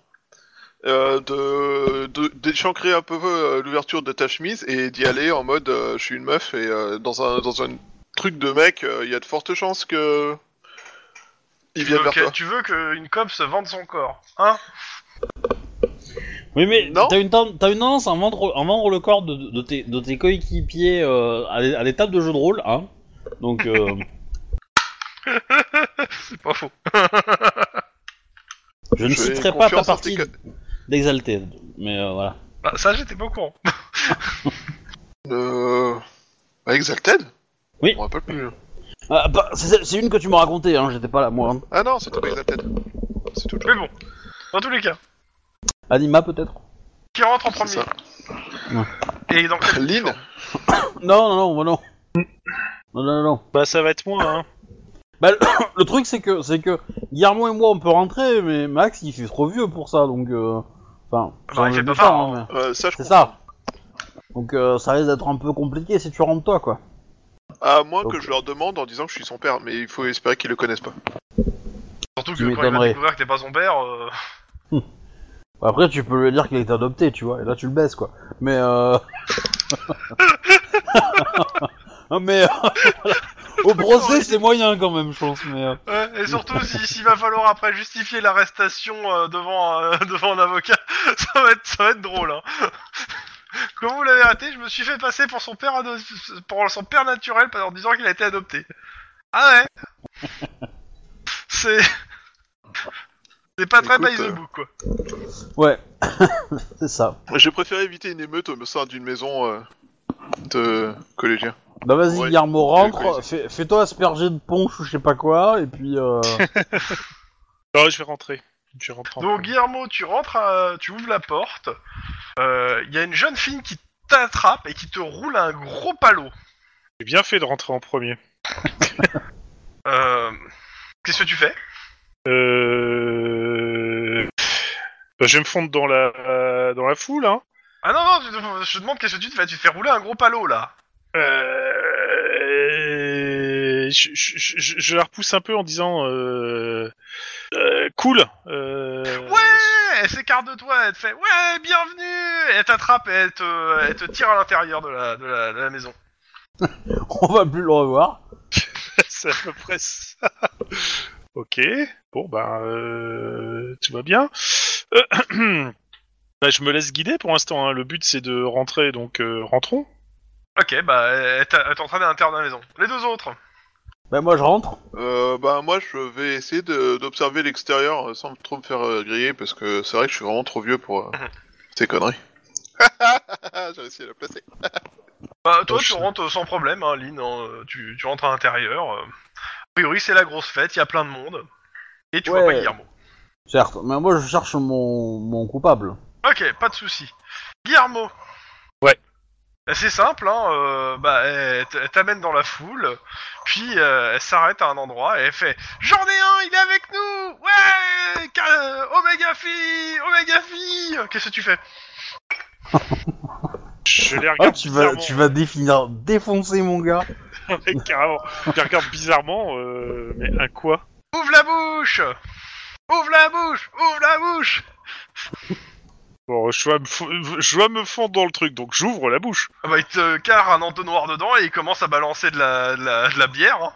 [SPEAKER 3] euh, de de- d'échancrer un peu euh, l'ouverture de ta chemise et d'y aller en mode euh, je suis une meuf et euh, dans un dans un truc de mec, euh, il y a de fortes chances que il
[SPEAKER 2] Tu
[SPEAKER 3] vienne
[SPEAKER 2] veux
[SPEAKER 3] vers
[SPEAKER 2] que-
[SPEAKER 3] toi.
[SPEAKER 2] Tu veux qu'une cop se vende son corps, hein
[SPEAKER 5] Oui, mais
[SPEAKER 3] Non.
[SPEAKER 5] t'as une, ten- t'as une tendance à vendre, à vendre le corps de, de tes, de tes coéquipiers euh, à, des- à des tables de jeu de rôle, hein. Donc, euh,
[SPEAKER 2] C'est pas faux.
[SPEAKER 5] je ne
[SPEAKER 3] Je fais
[SPEAKER 5] citerai pas ta
[SPEAKER 3] confiance en tes
[SPEAKER 5] partie
[SPEAKER 3] co-
[SPEAKER 5] d'exalté, mais euh, voilà.
[SPEAKER 2] Bah, ça, j'étais pas au courant.
[SPEAKER 3] Euh... Exalted
[SPEAKER 5] Oui.
[SPEAKER 3] Je me rappelle plus. hein.
[SPEAKER 5] Ah, bah, c'est c'est une que tu m'as racontée, hein, j'étais pas là, moi. hein.
[SPEAKER 3] Ah non, c'était pas Exalted. C'est tout.
[SPEAKER 2] Mais bon, dans tous les cas,
[SPEAKER 5] Anima, peut-être
[SPEAKER 2] qui rentre en
[SPEAKER 3] C'est
[SPEAKER 2] premier
[SPEAKER 3] ça.
[SPEAKER 2] Et dans quel
[SPEAKER 3] Lynn
[SPEAKER 5] Non, non, non, moi, non. Non, non, non.
[SPEAKER 4] Bah, ça va être moi. Hein.
[SPEAKER 5] Bah, le, le truc, c'est que, c'est que Guillermo et moi, on peut rentrer, mais Max, il fait trop vieux pour ça, donc... euh, Enfin, ça,
[SPEAKER 2] il
[SPEAKER 5] je
[SPEAKER 2] fait
[SPEAKER 5] dis
[SPEAKER 2] pas
[SPEAKER 5] pas,
[SPEAKER 2] part,
[SPEAKER 5] hein, mais-
[SPEAKER 3] Euh, ça, je
[SPEAKER 5] C'est
[SPEAKER 3] comprends.
[SPEAKER 5] ça. Donc, euh, ça risque d'être un peu compliqué si tu rentres toi, quoi.
[SPEAKER 3] À moins
[SPEAKER 5] Ok.
[SPEAKER 3] que je leur demande en disant que je suis son père, mais il faut espérer qu'ils le connaissent pas.
[SPEAKER 2] Surtout
[SPEAKER 5] Tu
[SPEAKER 2] que quand il a
[SPEAKER 5] m'étonnerais.
[SPEAKER 2] découvert que t'es pas son père, euh,
[SPEAKER 5] Après, tu peux lui dire qu'il a été adopté, tu vois, et là tu le baisses, quoi. Mais euh. mais euh, au procès, c'est moyen quand même, je pense. Mais euh,
[SPEAKER 2] ouais, et surtout si- s'il va falloir après justifier l'arrestation euh, devant euh, devant un avocat, ça va être ça va être drôle. Hein. Quand vous l'avez arrêté, je me suis fait passer pour son père ado- pour son père naturel en disant qu'il a été adopté. Ah ouais. C'est c'est pas très
[SPEAKER 3] Écoute,
[SPEAKER 2] by the
[SPEAKER 3] euh,
[SPEAKER 2] book quoi.
[SPEAKER 5] ouais, c'est ça.
[SPEAKER 3] J'ai préféré éviter une émeute au sein d'une maison euh, de collégiens.
[SPEAKER 5] Bah vas-y,
[SPEAKER 3] Ouais,
[SPEAKER 5] Guillermo,
[SPEAKER 3] je
[SPEAKER 5] rentre,
[SPEAKER 3] vais
[SPEAKER 5] fais- fais-toi asperger de punch ou je sais pas quoi, et puis. Euh...
[SPEAKER 4] Alors, Ah je vais rentrer. Je vais rentrer en
[SPEAKER 2] Donc
[SPEAKER 4] premier.
[SPEAKER 2] Guillermo, tu rentres, à- tu ouvres la porte. Euh, Il y a une jeune fille qui t'attrape et qui te roule un gros palot.
[SPEAKER 4] J'ai bien fait de rentrer en premier.
[SPEAKER 2] Euh, Qu'est-ce que tu fais
[SPEAKER 4] Euh... Bah, je vais me fondre dans la, dans la foule. Hein.
[SPEAKER 2] Ah non, non, tu- je te demande qu'est-ce que tu te fais Tu te fais rouler un gros palot là.
[SPEAKER 4] Euh, je, je- je- je la repousse un peu en disant euh, euh, cool. euh,
[SPEAKER 2] Ouais Elle s'écarte de toi, elle te fait Ouais, bienvenue Et Elle t'attrape et elle te, elle te tire à l'intérieur de la, de, la, de la maison.
[SPEAKER 5] On va plus le revoir.
[SPEAKER 4] C'est à peu près ça. ok. Bon ben euh, tout va bien. Euh, bah, je me laisse guider pour l'instant. hein. Le but c'est de rentrer, donc euh, rentrons.
[SPEAKER 2] Ok, bah elle t'a- elle t'entraîne à l'intérieur de la maison. Les deux autres
[SPEAKER 5] Bah moi je rentre.
[SPEAKER 3] Euh, bah moi je vais essayer de- d'observer l'extérieur euh, sans trop me faire euh, griller parce que c'est vrai que je suis vraiment trop vieux pour euh, ces conneries. J'ai réussi à la placer.
[SPEAKER 2] Bah, toi,
[SPEAKER 4] Oh,
[SPEAKER 2] tu
[SPEAKER 4] je-
[SPEAKER 2] rentres euh, sans problème, hein, Lynn. hein, euh, tu, tu rentres à l'intérieur. euh. A priori, c'est la grosse fête, il y a plein de monde. Et tu vois
[SPEAKER 5] Ouais.
[SPEAKER 2] pas Guillermo.
[SPEAKER 5] Certes, mais moi je cherche mon, mon coupable.
[SPEAKER 2] Ok, pas de souci. Guillermo.
[SPEAKER 4] Ouais.
[SPEAKER 2] Euh, C'est simple, hein. euh, bah, elle t- elle t'amène dans la foule, puis euh, elle s'arrête à un endroit et elle fait J'en ai un, il est avec nous Ouais Car- euh, Omega Phi Omega Phi Qu'est-ce que tu fais
[SPEAKER 4] Je les
[SPEAKER 5] Ah
[SPEAKER 4] regarde
[SPEAKER 5] tu vas
[SPEAKER 4] bizarrement,
[SPEAKER 5] tu vas définir défoncer mon gars.
[SPEAKER 4] ouais, carrément. Je les regarde bizarrement, euh, mais à quoi
[SPEAKER 2] Ouvre la bouche Ouvre la bouche Ouvre la bouche
[SPEAKER 4] Bon, je dois, me fou- je dois me fondre dans le truc, donc j'ouvre la bouche.
[SPEAKER 2] Ah bah, il te carre un entonnoir dedans et il commence à balancer de la, de la, de la bière. hein.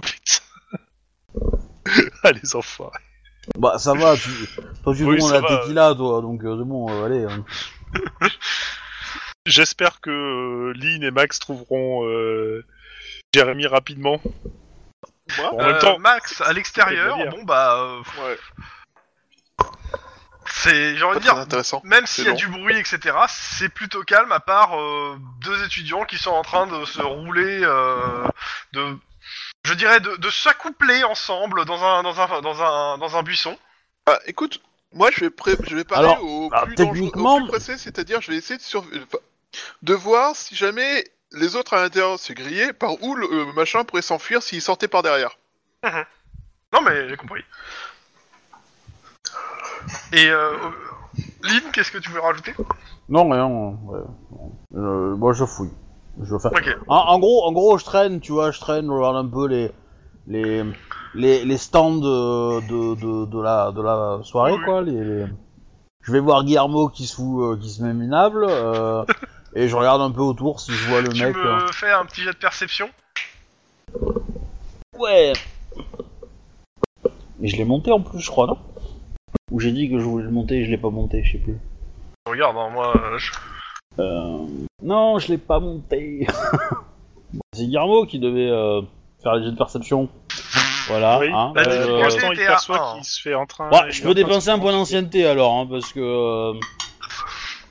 [SPEAKER 4] Putain. ah, les enfoirés.
[SPEAKER 5] Bah ça va, tu, toi tu
[SPEAKER 4] Oui,
[SPEAKER 5] demandes
[SPEAKER 4] ça
[SPEAKER 5] la
[SPEAKER 4] va.
[SPEAKER 5] tequila toi, donc euh, c'est bon, euh, allez. hein.
[SPEAKER 4] J'espère que euh, Lynn et Max trouveront euh, Jérémy rapidement.
[SPEAKER 3] Moi
[SPEAKER 4] En même
[SPEAKER 2] Euh,
[SPEAKER 4] temps,
[SPEAKER 2] Max, à l'extérieur,
[SPEAKER 4] c'est de la bière.
[SPEAKER 2] bon bah, euh,
[SPEAKER 3] Ouais,
[SPEAKER 2] c'est, j'ai envie
[SPEAKER 3] pas
[SPEAKER 2] de
[SPEAKER 3] très
[SPEAKER 2] dire,
[SPEAKER 3] intéressant.
[SPEAKER 2] Même s'il y a
[SPEAKER 3] long.
[SPEAKER 2] du bruit, etc., c'est plutôt calme à part euh, deux étudiants qui sont en train de se rouler, euh, de, je dirais, de, de s'accoupler ensemble dans un, dans, un, dans, un, dans un buisson.
[SPEAKER 3] Ah, écoute, moi je vais, pré- je vais parler
[SPEAKER 5] Alors,
[SPEAKER 3] au,
[SPEAKER 5] bah,
[SPEAKER 3] plus dangereux-
[SPEAKER 5] techniquement-
[SPEAKER 3] au plus pressé, c'est-à-dire je vais essayer de, surv- enfin, de voir si jamais les autres à l'intérieur se grillaient, par où le euh, machin pourrait s'enfuir s'il sortait par derrière.
[SPEAKER 2] Non, mais j'ai compris. Et euh, euh, Lynn, qu'est-ce que tu veux rajouter
[SPEAKER 5] Non rien. ouais. Euh, moi je fouille. Je veux faire.
[SPEAKER 2] Ok.
[SPEAKER 5] En, Ah, en gros, en gros, je traîne, tu vois, je traîne, je regarde un peu les les les, les stands euh, de, de, de la de la soirée
[SPEAKER 2] Oui.
[SPEAKER 5] quoi. les- les- Je vais voir Guillermo qui se fout, euh, qui se met minable, euh, et je regarde un peu autour si je vois le
[SPEAKER 2] Tu
[SPEAKER 5] mec. euh.
[SPEAKER 2] me fais un petit jet de perception
[SPEAKER 5] Ouais. Mais je l'ai monté en plus, je crois, non Ou j'ai dit que je voulais le monter et je l'ai pas monté, je sais plus.
[SPEAKER 2] Regarde, hein, moi, euh, je-
[SPEAKER 5] Euh... Non, je l'ai pas monté. C'est Guillermo qui devait euh, faire les jeux de perception. Voilà.
[SPEAKER 4] Oui.
[SPEAKER 5] hein,
[SPEAKER 4] Bah,
[SPEAKER 2] euh,
[SPEAKER 4] Pour l'instant, il
[SPEAKER 2] t'es à un.
[SPEAKER 4] perçoit qu'il se fait en train.
[SPEAKER 5] bah,
[SPEAKER 4] il
[SPEAKER 5] je
[SPEAKER 4] est
[SPEAKER 5] peux
[SPEAKER 4] en train de
[SPEAKER 5] dépenser
[SPEAKER 4] se
[SPEAKER 5] un point
[SPEAKER 4] faire-
[SPEAKER 5] d'ancienneté alors, hein, parce que. euh,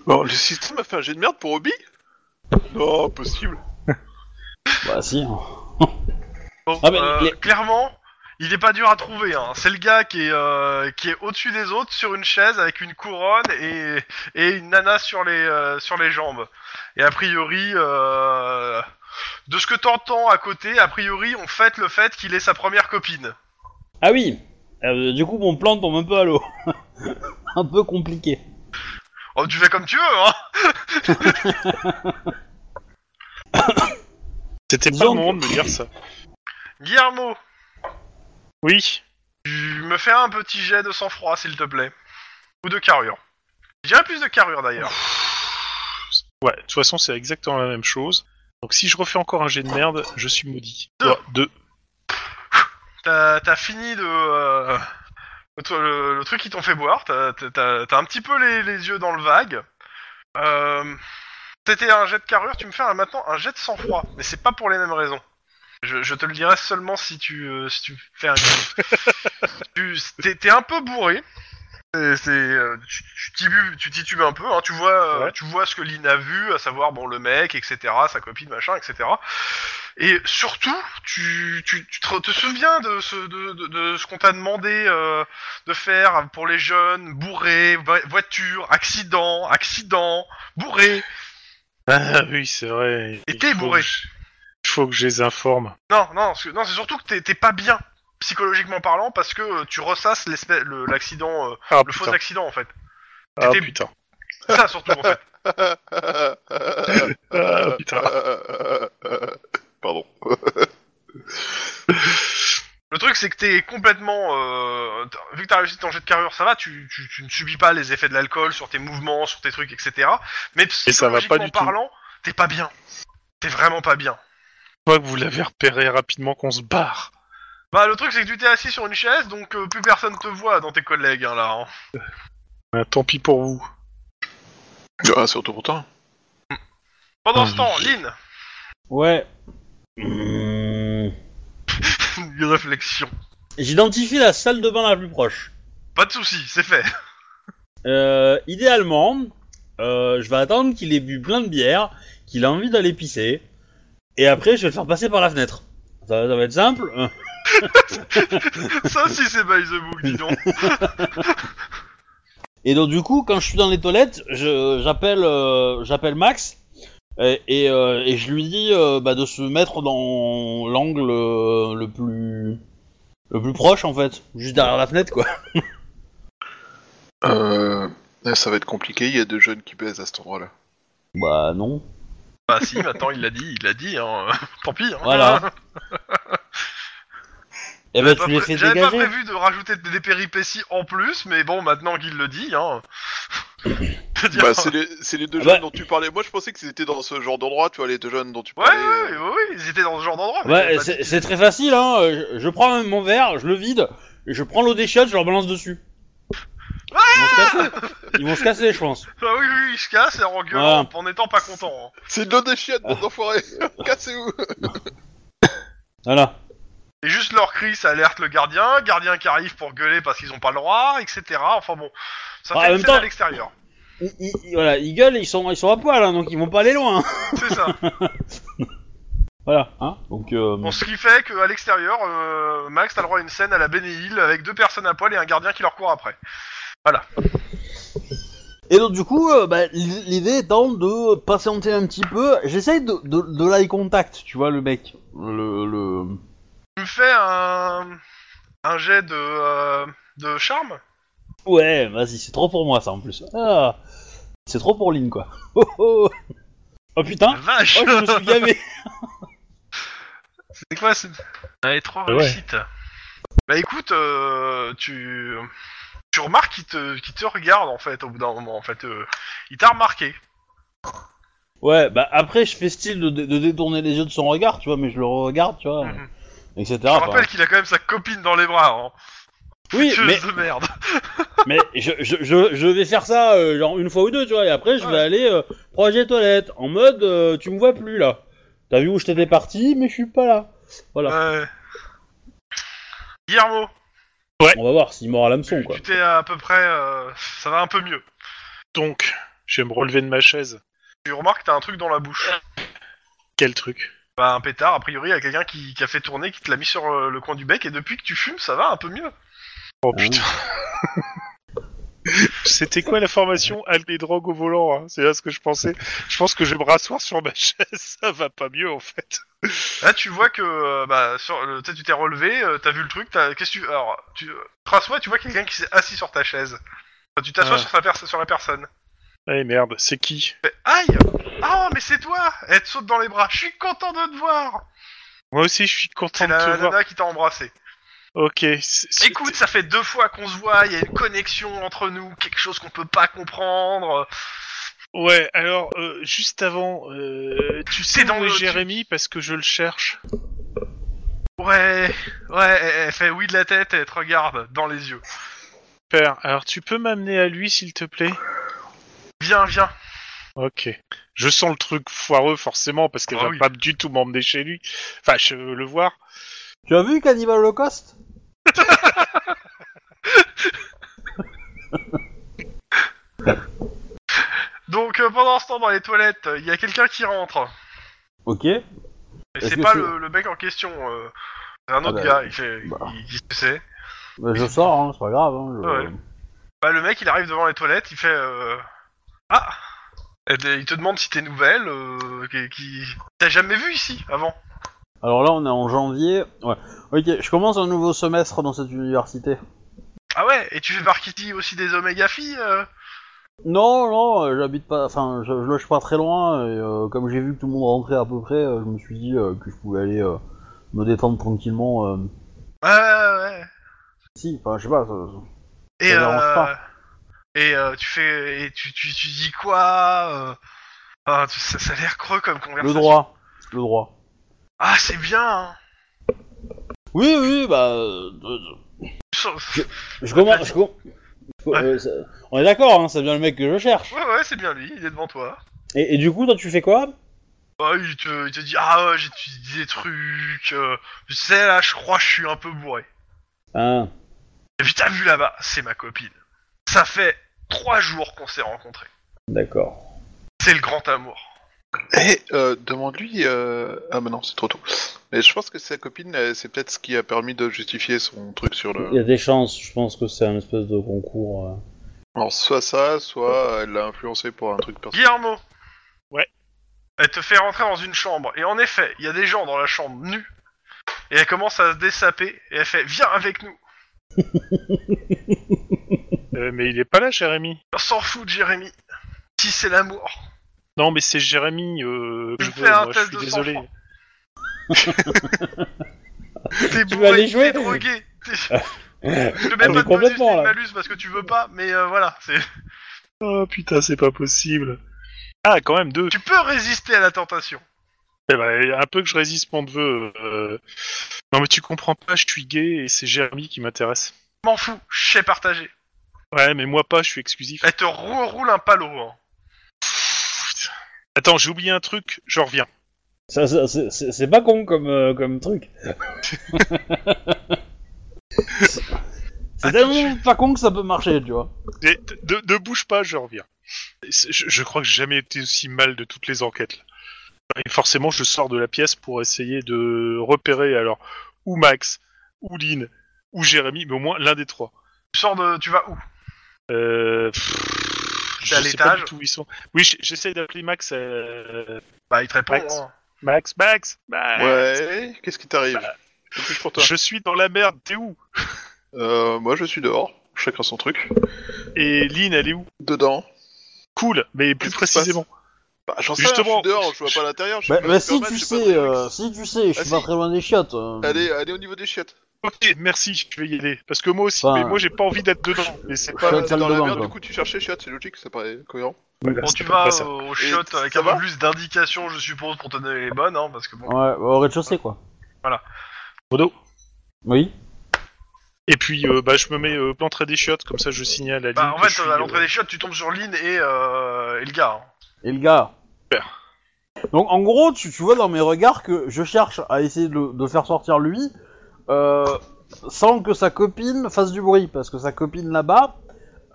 [SPEAKER 3] Bon, le système a fait un jet de merde pour Obi Non, possible.
[SPEAKER 5] Bah, si.
[SPEAKER 2] Bon,
[SPEAKER 5] Ah, mais
[SPEAKER 2] euh,
[SPEAKER 5] les-
[SPEAKER 2] clairement, il est pas dur à trouver. Hein. C'est le gars qui est, euh, qui est au-dessus des autres sur une chaise avec une couronne et, et une nana sur les, euh, sur les jambes. Et a priori, euh, de ce que t'entends à côté, a priori, on fête le fait qu'il est sa première copine.
[SPEAKER 5] Ah oui Euh, Du coup, mon plan tombe un peu à l'eau. un peu compliqué.
[SPEAKER 2] Oh, tu fais comme tu veux, hein
[SPEAKER 4] C'était pas
[SPEAKER 5] Disons
[SPEAKER 4] le moment de me dire ça.
[SPEAKER 2] Guillermo,
[SPEAKER 4] Oui.
[SPEAKER 2] tu me fais un petit jet de sang-froid, s'il te plaît. Ou de carrure. Je dirais plus de carrure, d'ailleurs.
[SPEAKER 4] Ouais, de toute façon, c'est exactement la même chose. Donc si je refais encore un jet de merde, je suis maudit.
[SPEAKER 2] Deux.
[SPEAKER 4] Ouais, deux.
[SPEAKER 2] T'as t'as fini de. euh, le, le- le truc qui t'ont fait boire, t'as t'as- t'as un petit peu les, les yeux dans le vague. Euh, C'était un jet de carrure, tu me fais un- maintenant un jet de sang-froid, mais c'est pas pour les mêmes raisons. Je, je te le dirai seulement si tu, euh, si tu fais un. tu t'es- t'es un peu bourré. Et c'est, euh, tu, tu tibu- tu titubes un peu, hein, tu vois, euh,
[SPEAKER 4] Ouais.
[SPEAKER 2] tu vois ce que Lynn a vu, à savoir bon le mec, etc., sa copine, machin, etc. Et surtout, tu, tu, tu te, te souviens de ce, de, de, de ce qu'on t'a demandé euh, de faire pour les jeunes, bourrés, vo- voiture, accident, accident, bourré.
[SPEAKER 4] Ah oui, c'est vrai.
[SPEAKER 2] Et
[SPEAKER 4] Il
[SPEAKER 2] t'es
[SPEAKER 4] faut
[SPEAKER 2] bourré.
[SPEAKER 4] que je- Il faut que je les informe.
[SPEAKER 2] Non, non, parce que- non, c'est surtout que t'es- t'es pas bien psychologiquement parlant parce que euh, tu ressasses l'espèce- le- l'accident, euh,
[SPEAKER 4] Ah
[SPEAKER 2] le faux
[SPEAKER 4] putain.
[SPEAKER 2] accident en fait.
[SPEAKER 4] Ah
[SPEAKER 2] t'étais-
[SPEAKER 4] putain.
[SPEAKER 2] C'est ça surtout en fait.
[SPEAKER 4] Ah
[SPEAKER 2] Euh,
[SPEAKER 4] putain.
[SPEAKER 3] Pardon.
[SPEAKER 2] Le truc c'est que t'es complètement, euh, t'as- vu que t'as réussi ton jet de carrure, ça va, tu, tu, tu ne subis pas les effets de l'alcool sur tes mouvements, sur tes trucs, etc. Mais
[SPEAKER 4] Et ça va pas
[SPEAKER 2] psychologiquement
[SPEAKER 4] du tout.
[SPEAKER 2] parlant, t'es pas bien. T'es vraiment pas bien.
[SPEAKER 4] Je vois que vous l'avez repéré rapidement qu'on se barre.
[SPEAKER 2] Bah le truc c'est que tu t'es assis sur une chaise donc euh, plus personne te voit dans tes collègues hein, là. hein.
[SPEAKER 4] Ah, tant pis pour vous.
[SPEAKER 3] Ah, surtout pour toi.
[SPEAKER 2] Pendant
[SPEAKER 4] Ah,
[SPEAKER 2] ce temps,
[SPEAKER 4] oui.
[SPEAKER 2] Lynn,
[SPEAKER 5] Ouais. Mmh.
[SPEAKER 2] une réflexion.
[SPEAKER 5] J'identifie la salle de bain la plus proche.
[SPEAKER 2] Pas de souci, c'est fait.
[SPEAKER 5] Euh, idéalement, euh, je vais attendre qu'il ait bu plein de bière, qu'il a envie d'aller pisser, et après je vais le faire passer par la fenêtre. Ça, ça va être simple. euh.
[SPEAKER 2] Ça aussi, c'est by the book, dis donc.
[SPEAKER 5] Et donc du coup, quand je suis dans les toilettes, je- j'appelle euh, j'appelle Max et, et, euh, et je lui dis euh, bah, de se mettre dans l'angle euh, le plus le plus proche en fait, juste derrière la fenêtre quoi.
[SPEAKER 3] Euh, ça va être compliqué, il y a deux jeunes qui baisent à cet endroit-là.
[SPEAKER 5] Bah non.
[SPEAKER 2] Bah si, maintenant il l'a dit, il l'a dit, hein. tant pis. Hein.
[SPEAKER 5] Voilà. Et bah
[SPEAKER 2] J'avais
[SPEAKER 5] tu
[SPEAKER 2] pas
[SPEAKER 5] les
[SPEAKER 2] pré-
[SPEAKER 5] fais
[SPEAKER 2] J'avais pas
[SPEAKER 5] dégager.
[SPEAKER 2] prévu de rajouter des péripéties en plus, mais bon, maintenant qu'il le dit, hein. Je veux dire,
[SPEAKER 3] Bah, c'est les, c'est les deux
[SPEAKER 5] Ah
[SPEAKER 3] jeunes
[SPEAKER 5] bah.
[SPEAKER 3] dont tu parlais. Moi, je pensais que c'était dans ce genre d'endroit, tu vois, les deux jeunes dont tu
[SPEAKER 2] Ouais,
[SPEAKER 3] parlais.
[SPEAKER 2] ouais, ouais, ouais, ils étaient dans ce genre d'endroit. mais j'avais
[SPEAKER 5] Ouais,
[SPEAKER 2] pas
[SPEAKER 5] c'est
[SPEAKER 2] dit-
[SPEAKER 5] c'est très facile hein. euh, Je, je prends mon verre, je le vide, et je prends l'eau des chiottes, je leur balance dessus. Ils vont se casser. Ils vont se casser, je pense.
[SPEAKER 2] Ah oui, oui, il se casse et en gueulant, en n'étant pas content. hein.
[SPEAKER 3] C'est de l'eau des chiottes, bande d'enfoirés Cassez-vous
[SPEAKER 5] Voilà.
[SPEAKER 2] Et juste leur cri, ça alerte le gardien, gardien qui arrive pour gueuler parce qu'ils ont pas le droit, etc. Enfin bon, ça
[SPEAKER 5] Ah, en
[SPEAKER 2] fait une
[SPEAKER 5] même
[SPEAKER 2] scène à
[SPEAKER 5] temps-
[SPEAKER 2] l'extérieur.
[SPEAKER 5] Ils, ils- ils- voilà, ils gueulent, ils sont, ils sont à poil, hein, donc ils vont pas aller loin.
[SPEAKER 2] C'est ça.
[SPEAKER 5] Voilà, hein. Donc, euh,
[SPEAKER 2] Bon, ce qui fait qu'à l'extérieur, euh, Max, t'as le droit à une scène à la Benny Hill avec deux personnes à poil et un gardien qui leur court après.
[SPEAKER 5] Et donc du coup, euh, bah, l'i- l'idée étant de patienter un petit peu. J'essaye de, de, de l'eye contact, tu vois, le mec. Le, le...
[SPEAKER 2] Tu me fais un, un jet de, euh, de charme
[SPEAKER 5] Ouais, vas-y, c'est trop pour moi ça en plus. Ah, c'est trop pour Lynn quoi. Oh, oh. Oh, putain,
[SPEAKER 2] Vache
[SPEAKER 5] oh, je me suis gavé.
[SPEAKER 2] C'est quoi c'est... Allez, trois
[SPEAKER 5] Ah
[SPEAKER 4] Ouais.
[SPEAKER 2] réussites. Bah écoute, euh, tu... tu remarques qu'il te... qu'il te regarde en fait au bout d'un moment. En fait, euh, il t'a remarqué.
[SPEAKER 5] Ouais, bah après je fais style de, de détourner les yeux de son regard, tu vois, mais je le regarde, tu vois,
[SPEAKER 2] Mhm.
[SPEAKER 5] etc.
[SPEAKER 2] Je
[SPEAKER 5] Enfin,
[SPEAKER 2] rappelle qu'il a quand même sa copine dans les bras. Hein.
[SPEAKER 5] oui,
[SPEAKER 2] Tueuse
[SPEAKER 5] Ah, bah. mais,
[SPEAKER 2] de merde.
[SPEAKER 5] mais je, je, je, je vais faire ça euh, genre une fois ou deux, tu vois, et après je
[SPEAKER 2] Ouais.
[SPEAKER 5] vais aller euh, proche des toilettes, en mode euh, tu me vois plus là. T'as vu où je t'étais parti, mais je suis pas là. Voilà.
[SPEAKER 2] Ouais. Guillermo,
[SPEAKER 5] On va voir s'il mord à l'hameçon,
[SPEAKER 2] tu
[SPEAKER 5] quoi.
[SPEAKER 2] tu t'es à peu près. euh, Ça va un peu mieux.
[SPEAKER 4] Donc, je vais me relever de ma chaise.
[SPEAKER 2] Tu remarques que t'as un truc dans la bouche.
[SPEAKER 4] Quel truc
[SPEAKER 2] Bah, un pétard, a priori, il y a quelqu'un qui, qui a fait tourner, qui te l'a mis sur euh, le coin du bec, et depuis que tu fumes, ça va un peu mieux.
[SPEAKER 4] Oh putain. C'était quoi la formation Al des drogues au volant hein C'est là ce que je pensais. Je pense que je vais me rasseoir sur ma chaise. Ça va pas mieux en fait.
[SPEAKER 2] Là, tu vois que euh, bah, sur le, tu sais, tu t'es relevé, euh, t'as vu le truc, t'as- qu'est-ce que tu. Alors, tu te rassois, tu vois quelqu'un qui s'est assis sur ta chaise. Enfin, tu t'assois
[SPEAKER 4] Ah.
[SPEAKER 2] sur, sa perso- sur la personne.
[SPEAKER 4] Eh merde, c'est qui
[SPEAKER 2] Fais, Aïe Ah, mais c'est toi Elle te saute dans les bras, je suis content de te voir
[SPEAKER 4] Moi aussi, je suis
[SPEAKER 2] C'est
[SPEAKER 4] content de
[SPEAKER 2] la
[SPEAKER 4] te
[SPEAKER 2] nana
[SPEAKER 4] voir.
[SPEAKER 2] qui t'a embrassé.
[SPEAKER 4] Ok. c'est- c'est-
[SPEAKER 2] Écoute, ça fait deux fois qu'on se voit, il y a une connexion entre nous, quelque chose qu'on peut pas comprendre.
[SPEAKER 4] Ouais, alors, euh, juste avant, euh, tu sais
[SPEAKER 2] dans
[SPEAKER 4] dans le
[SPEAKER 2] le- tu-
[SPEAKER 4] Jérémy parce que je le cherche.
[SPEAKER 2] Ouais, ouais, elle- elle fait oui de la tête, elle te regarde dans les yeux.
[SPEAKER 4] Super. Alors, tu peux m'amener à lui, s'il te plaît
[SPEAKER 2] Viens, viens.
[SPEAKER 4] Ok. Je sens le truc foireux, forcément, parce qu'elle
[SPEAKER 2] Ah
[SPEAKER 4] va
[SPEAKER 2] oui.
[SPEAKER 4] pas du tout m'emmener chez lui. Enfin, je veux le voir.
[SPEAKER 5] Tu as vu Cannibal Holocaust
[SPEAKER 2] Donc, euh, pendant ce temps, dans les toilettes, il y a quelqu'un qui rentre.
[SPEAKER 5] Ok.
[SPEAKER 2] Et
[SPEAKER 5] Est-ce
[SPEAKER 2] c'est
[SPEAKER 5] que
[SPEAKER 2] pas
[SPEAKER 5] c'est-
[SPEAKER 2] le, le mec en question, euh, c'est un
[SPEAKER 5] Ah
[SPEAKER 2] autre
[SPEAKER 5] bah,
[SPEAKER 2] gars, il fait,
[SPEAKER 5] bah.
[SPEAKER 2] il dit ce que c'est.
[SPEAKER 5] Bah, je sors, hein, c'est pas grave. Hein, je-
[SPEAKER 2] Ouais. Bah, le mec, il arrive devant les toilettes, il fait, euh, ah, Et il te demande si t'es nouvelle, euh, qui, qui- t'as jamais vu ici avant.
[SPEAKER 5] Alors là, on est en janvier. Ouais. Ok, je commence un nouveau semestre dans cette université.
[SPEAKER 2] Ah ouais, et tu fais partie ici aussi des oméga filles. euh
[SPEAKER 5] Non, non, euh, j'habite pas. Enfin, je, je loge pas très loin. Et, euh, comme j'ai vu que tout le monde rentrait à peu près, euh, je me suis dit euh, que je pouvais aller euh, me détendre tranquillement. euh,
[SPEAKER 2] Ouais, ouais, ouais.
[SPEAKER 5] Si, enfin, je sais pas. ça-
[SPEAKER 2] Et,
[SPEAKER 5] Ça dérange
[SPEAKER 2] euh,
[SPEAKER 5] pas.
[SPEAKER 2] et euh, tu fais, et tu, tu, tu dis quoi euh, ah, tu- ça, ça a l'air creux comme
[SPEAKER 5] Le
[SPEAKER 2] conversation.
[SPEAKER 5] droit. Le droit.
[SPEAKER 2] Ah, c'est bien. hein.
[SPEAKER 5] Oui, oui, bah. euh, euh,
[SPEAKER 2] Tu sens-
[SPEAKER 5] Je commence. Je... com- Euh, ça- On est d'accord, hein, ça vient le mec que je cherche.
[SPEAKER 2] Ouais, ouais, c'est bien lui, il est devant toi.
[SPEAKER 5] Et, et du coup, toi, tu fais quoi
[SPEAKER 2] Bah, il, te, il te dit Ah, euh, j'ai étudié des trucs. euh, tu sais, là, je crois que je suis un peu bourré.
[SPEAKER 5] Ah,
[SPEAKER 2] Et puis t'as vu là-bas, c'est ma copine. Ça fait trois jours qu'on s'est rencontrés.
[SPEAKER 5] d'accord.
[SPEAKER 2] C'est le grand amour.
[SPEAKER 3] Et euh, demande-lui. euh, Ah, mais non, c'est trop tôt. Mais je pense que sa copine, euh, c'est peut-être ce qui a permis de justifier son truc sur
[SPEAKER 5] Il y
[SPEAKER 3] le.
[SPEAKER 5] a des chances, je pense que c'est un espèce de concours. euh.
[SPEAKER 3] Alors, soit ça, soit elle l'a influencé pour un truc personnel.
[SPEAKER 2] Guillermo
[SPEAKER 4] Ouais.
[SPEAKER 2] Elle te fait rentrer dans une chambre, et en effet, il y a des gens dans la chambre nus, et elle commence à se dessaper, et elle fait Viens avec nous
[SPEAKER 4] Euh, mais il est pas là, Jérémy.
[SPEAKER 2] On s'en fout de Jérémy Si c'est l'amour
[SPEAKER 4] Non, mais c'est Jérémy. Euh, que
[SPEAKER 2] Je
[SPEAKER 4] veux,
[SPEAKER 2] fais un
[SPEAKER 4] moi,
[SPEAKER 2] test
[SPEAKER 4] je
[SPEAKER 2] de
[SPEAKER 4] suis désolé.
[SPEAKER 2] sang-froid. T'es
[SPEAKER 5] Tu veux
[SPEAKER 2] bourré,
[SPEAKER 5] aller jouer
[SPEAKER 2] t'es drogué t'es-
[SPEAKER 5] On
[SPEAKER 2] Je te mets pas de
[SPEAKER 5] est
[SPEAKER 2] bonus
[SPEAKER 5] complètement
[SPEAKER 2] ni de
[SPEAKER 5] là.
[SPEAKER 2] malus parce que tu veux pas, mais euh, voilà. c'est-
[SPEAKER 4] Oh putain, c'est pas possible. Ah, quand même, deux.
[SPEAKER 2] Tu peux résister à la tentation.
[SPEAKER 4] Eh ben, un peu que je résiste mon neveu. euh. Non, mais tu comprends pas, je suis gay et c'est Jérémy qui m'intéresse.
[SPEAKER 2] M'en fous, je sais partager.
[SPEAKER 4] Ouais, mais moi pas, je suis exclusif.
[SPEAKER 2] Elle te roule un palo. Hein.
[SPEAKER 4] Attends, j'ai oublié un truc, je reviens.
[SPEAKER 5] Ça, ça, c'est- c'est c'est pas con comme, euh, comme truc. C'est- c'est tellement pas con que ça peut marcher, tu vois.
[SPEAKER 4] Et ne, ne bouge pas, je reviens. C'est- Je, je crois que j'ai jamais été aussi mal de toutes les enquêtes. là. Et forcément, je sors de la pièce pour essayer de repérer alors ou Max, ou Lynn, ou Jérémy, mais au moins l'un des trois.
[SPEAKER 2] Tu sors de. Tu vas où
[SPEAKER 4] Euh... pff,
[SPEAKER 2] T'es à
[SPEAKER 4] je sais pas
[SPEAKER 2] l'étage
[SPEAKER 4] du tout où ils sont. Oui, j- j'essaie d'appeler Max. euh,
[SPEAKER 2] Bah, il te répond.
[SPEAKER 4] Max.
[SPEAKER 2] hein.
[SPEAKER 4] Max, Max, Max.
[SPEAKER 3] Ouais, qu'est-ce qui t'arrive
[SPEAKER 4] Bah,
[SPEAKER 3] C'est plus pour toi.
[SPEAKER 4] Je suis dans la merde, t'es où
[SPEAKER 3] Euh, moi, je suis dehors. Chacun son truc.
[SPEAKER 4] Et Lynn, elle est où
[SPEAKER 3] Dedans.
[SPEAKER 4] Cool, mais plus
[SPEAKER 3] Qu'est-ce qui se
[SPEAKER 4] précisément.
[SPEAKER 3] Bah, j'en sais
[SPEAKER 4] Justement.
[SPEAKER 3] rien, je suis dehors, je vois pas l'intérieur. je suis
[SPEAKER 5] Bah,
[SPEAKER 3] pas
[SPEAKER 5] bah, si,
[SPEAKER 3] Superman,
[SPEAKER 5] tu
[SPEAKER 3] j'ai pas de
[SPEAKER 5] sais,
[SPEAKER 3] réflexe.
[SPEAKER 5] euh, si tu sais, je
[SPEAKER 3] Ah,
[SPEAKER 5] suis pas
[SPEAKER 3] si.
[SPEAKER 5] très loin des chiottes. euh.
[SPEAKER 3] Allez, allez au niveau des chiottes.
[SPEAKER 4] Ok, merci, je vais y aller. Parce que moi aussi,
[SPEAKER 5] Enfin,
[SPEAKER 4] mais moi j'ai pas envie d'être dedans. Mais c'est
[SPEAKER 3] Pas
[SPEAKER 5] Dans
[SPEAKER 4] pas.
[SPEAKER 5] la
[SPEAKER 3] t'es
[SPEAKER 5] salle
[SPEAKER 3] dans
[SPEAKER 5] de
[SPEAKER 3] la
[SPEAKER 5] bain,
[SPEAKER 3] merde,
[SPEAKER 5] quoi.
[SPEAKER 3] du coup tu cherchais chiottes, c'est logique, ça paraît cohérent.
[SPEAKER 4] Voilà,
[SPEAKER 2] Bon,
[SPEAKER 4] bah, c'est
[SPEAKER 2] tu
[SPEAKER 4] pas
[SPEAKER 2] vas
[SPEAKER 4] ça.
[SPEAKER 2] au, au shot
[SPEAKER 3] ça
[SPEAKER 2] avec un
[SPEAKER 3] va
[SPEAKER 2] peu plus d'indications, je suppose, pour te donner les bonnes, hein, parce que bon.
[SPEAKER 5] Ouais, au rez-de-chaussée, quoi.
[SPEAKER 4] Modo.
[SPEAKER 5] Oui.
[SPEAKER 4] Et puis, euh, bah, je me mets euh, l'entrée des chiottes, comme ça je signale à Lynn.
[SPEAKER 2] Bah, en
[SPEAKER 4] que je
[SPEAKER 2] fait,
[SPEAKER 4] suis,
[SPEAKER 2] euh, à l'entrée
[SPEAKER 4] euh,
[SPEAKER 2] des chiottes, tu tombes sur Lynn et, euh, et le gars. hein.
[SPEAKER 5] Et le gars.
[SPEAKER 4] Super.
[SPEAKER 5] Donc, en gros, tu, tu vois dans mes regards que je cherche à essayer de, le- de faire sortir lui, euh, sans que sa copine fasse du bruit, parce que sa copine là-bas.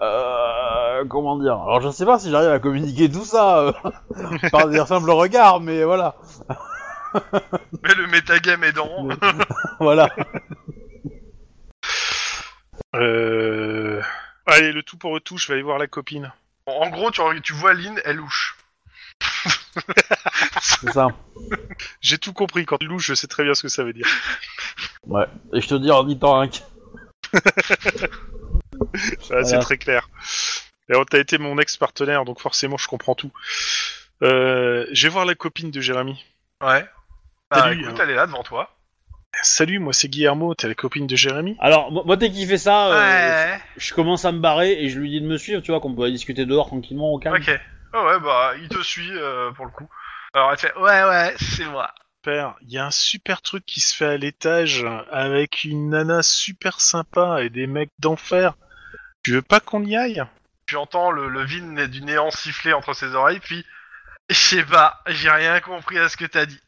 [SPEAKER 5] euh, comment dire Alors, je sais pas si j'arrive à communiquer tout ça euh, par des simples regards, mais voilà.
[SPEAKER 2] Mais le métagame est dans.
[SPEAKER 5] Voilà.
[SPEAKER 4] euh, Allez, le tout pour le tout, je vais aller voir la copine.
[SPEAKER 2] en en gros, tu, tu vois Lynn, elle louche.
[SPEAKER 5] C'est ça.
[SPEAKER 4] J'ai tout compris, quand tu louches, je sais très bien ce que ça veut dire.
[SPEAKER 5] Ouais. Et je te dis en étant un.
[SPEAKER 4] Voilà, Ah, C'est
[SPEAKER 5] Voilà.
[SPEAKER 4] très clair. Alors, t'as été mon ex-partenaire, donc forcément, je comprends tout. Euh, je vais voir la copine de Jérémy.
[SPEAKER 2] Ouais. Bah,
[SPEAKER 4] Salut,
[SPEAKER 2] écoute,
[SPEAKER 4] hein.
[SPEAKER 2] elle est là devant toi.
[SPEAKER 4] Salut, moi c'est Guillermo, t'es la copine de Jérémy
[SPEAKER 5] Alors, moi, moi, dès qu'il fait ça, euh,
[SPEAKER 2] Ouais.
[SPEAKER 5] je commence à me barrer et je lui dis de me suivre, tu vois, qu'on peut aller discuter dehors tranquillement au calme.
[SPEAKER 2] Ok. Ah ouais, bah, il te suit euh, pour le coup. Alors, elle fait Ouais, ouais, c'est moi.
[SPEAKER 4] Super, il y a un super truc qui se fait à l'étage avec une nana super sympa et des mecs d'enfer. Tu veux pas qu'on y aille
[SPEAKER 2] Tu entends le, le vide né- du néant siffler entre ses oreilles, puis Je sais pas, j'ai rien compris à ce que t'as dit.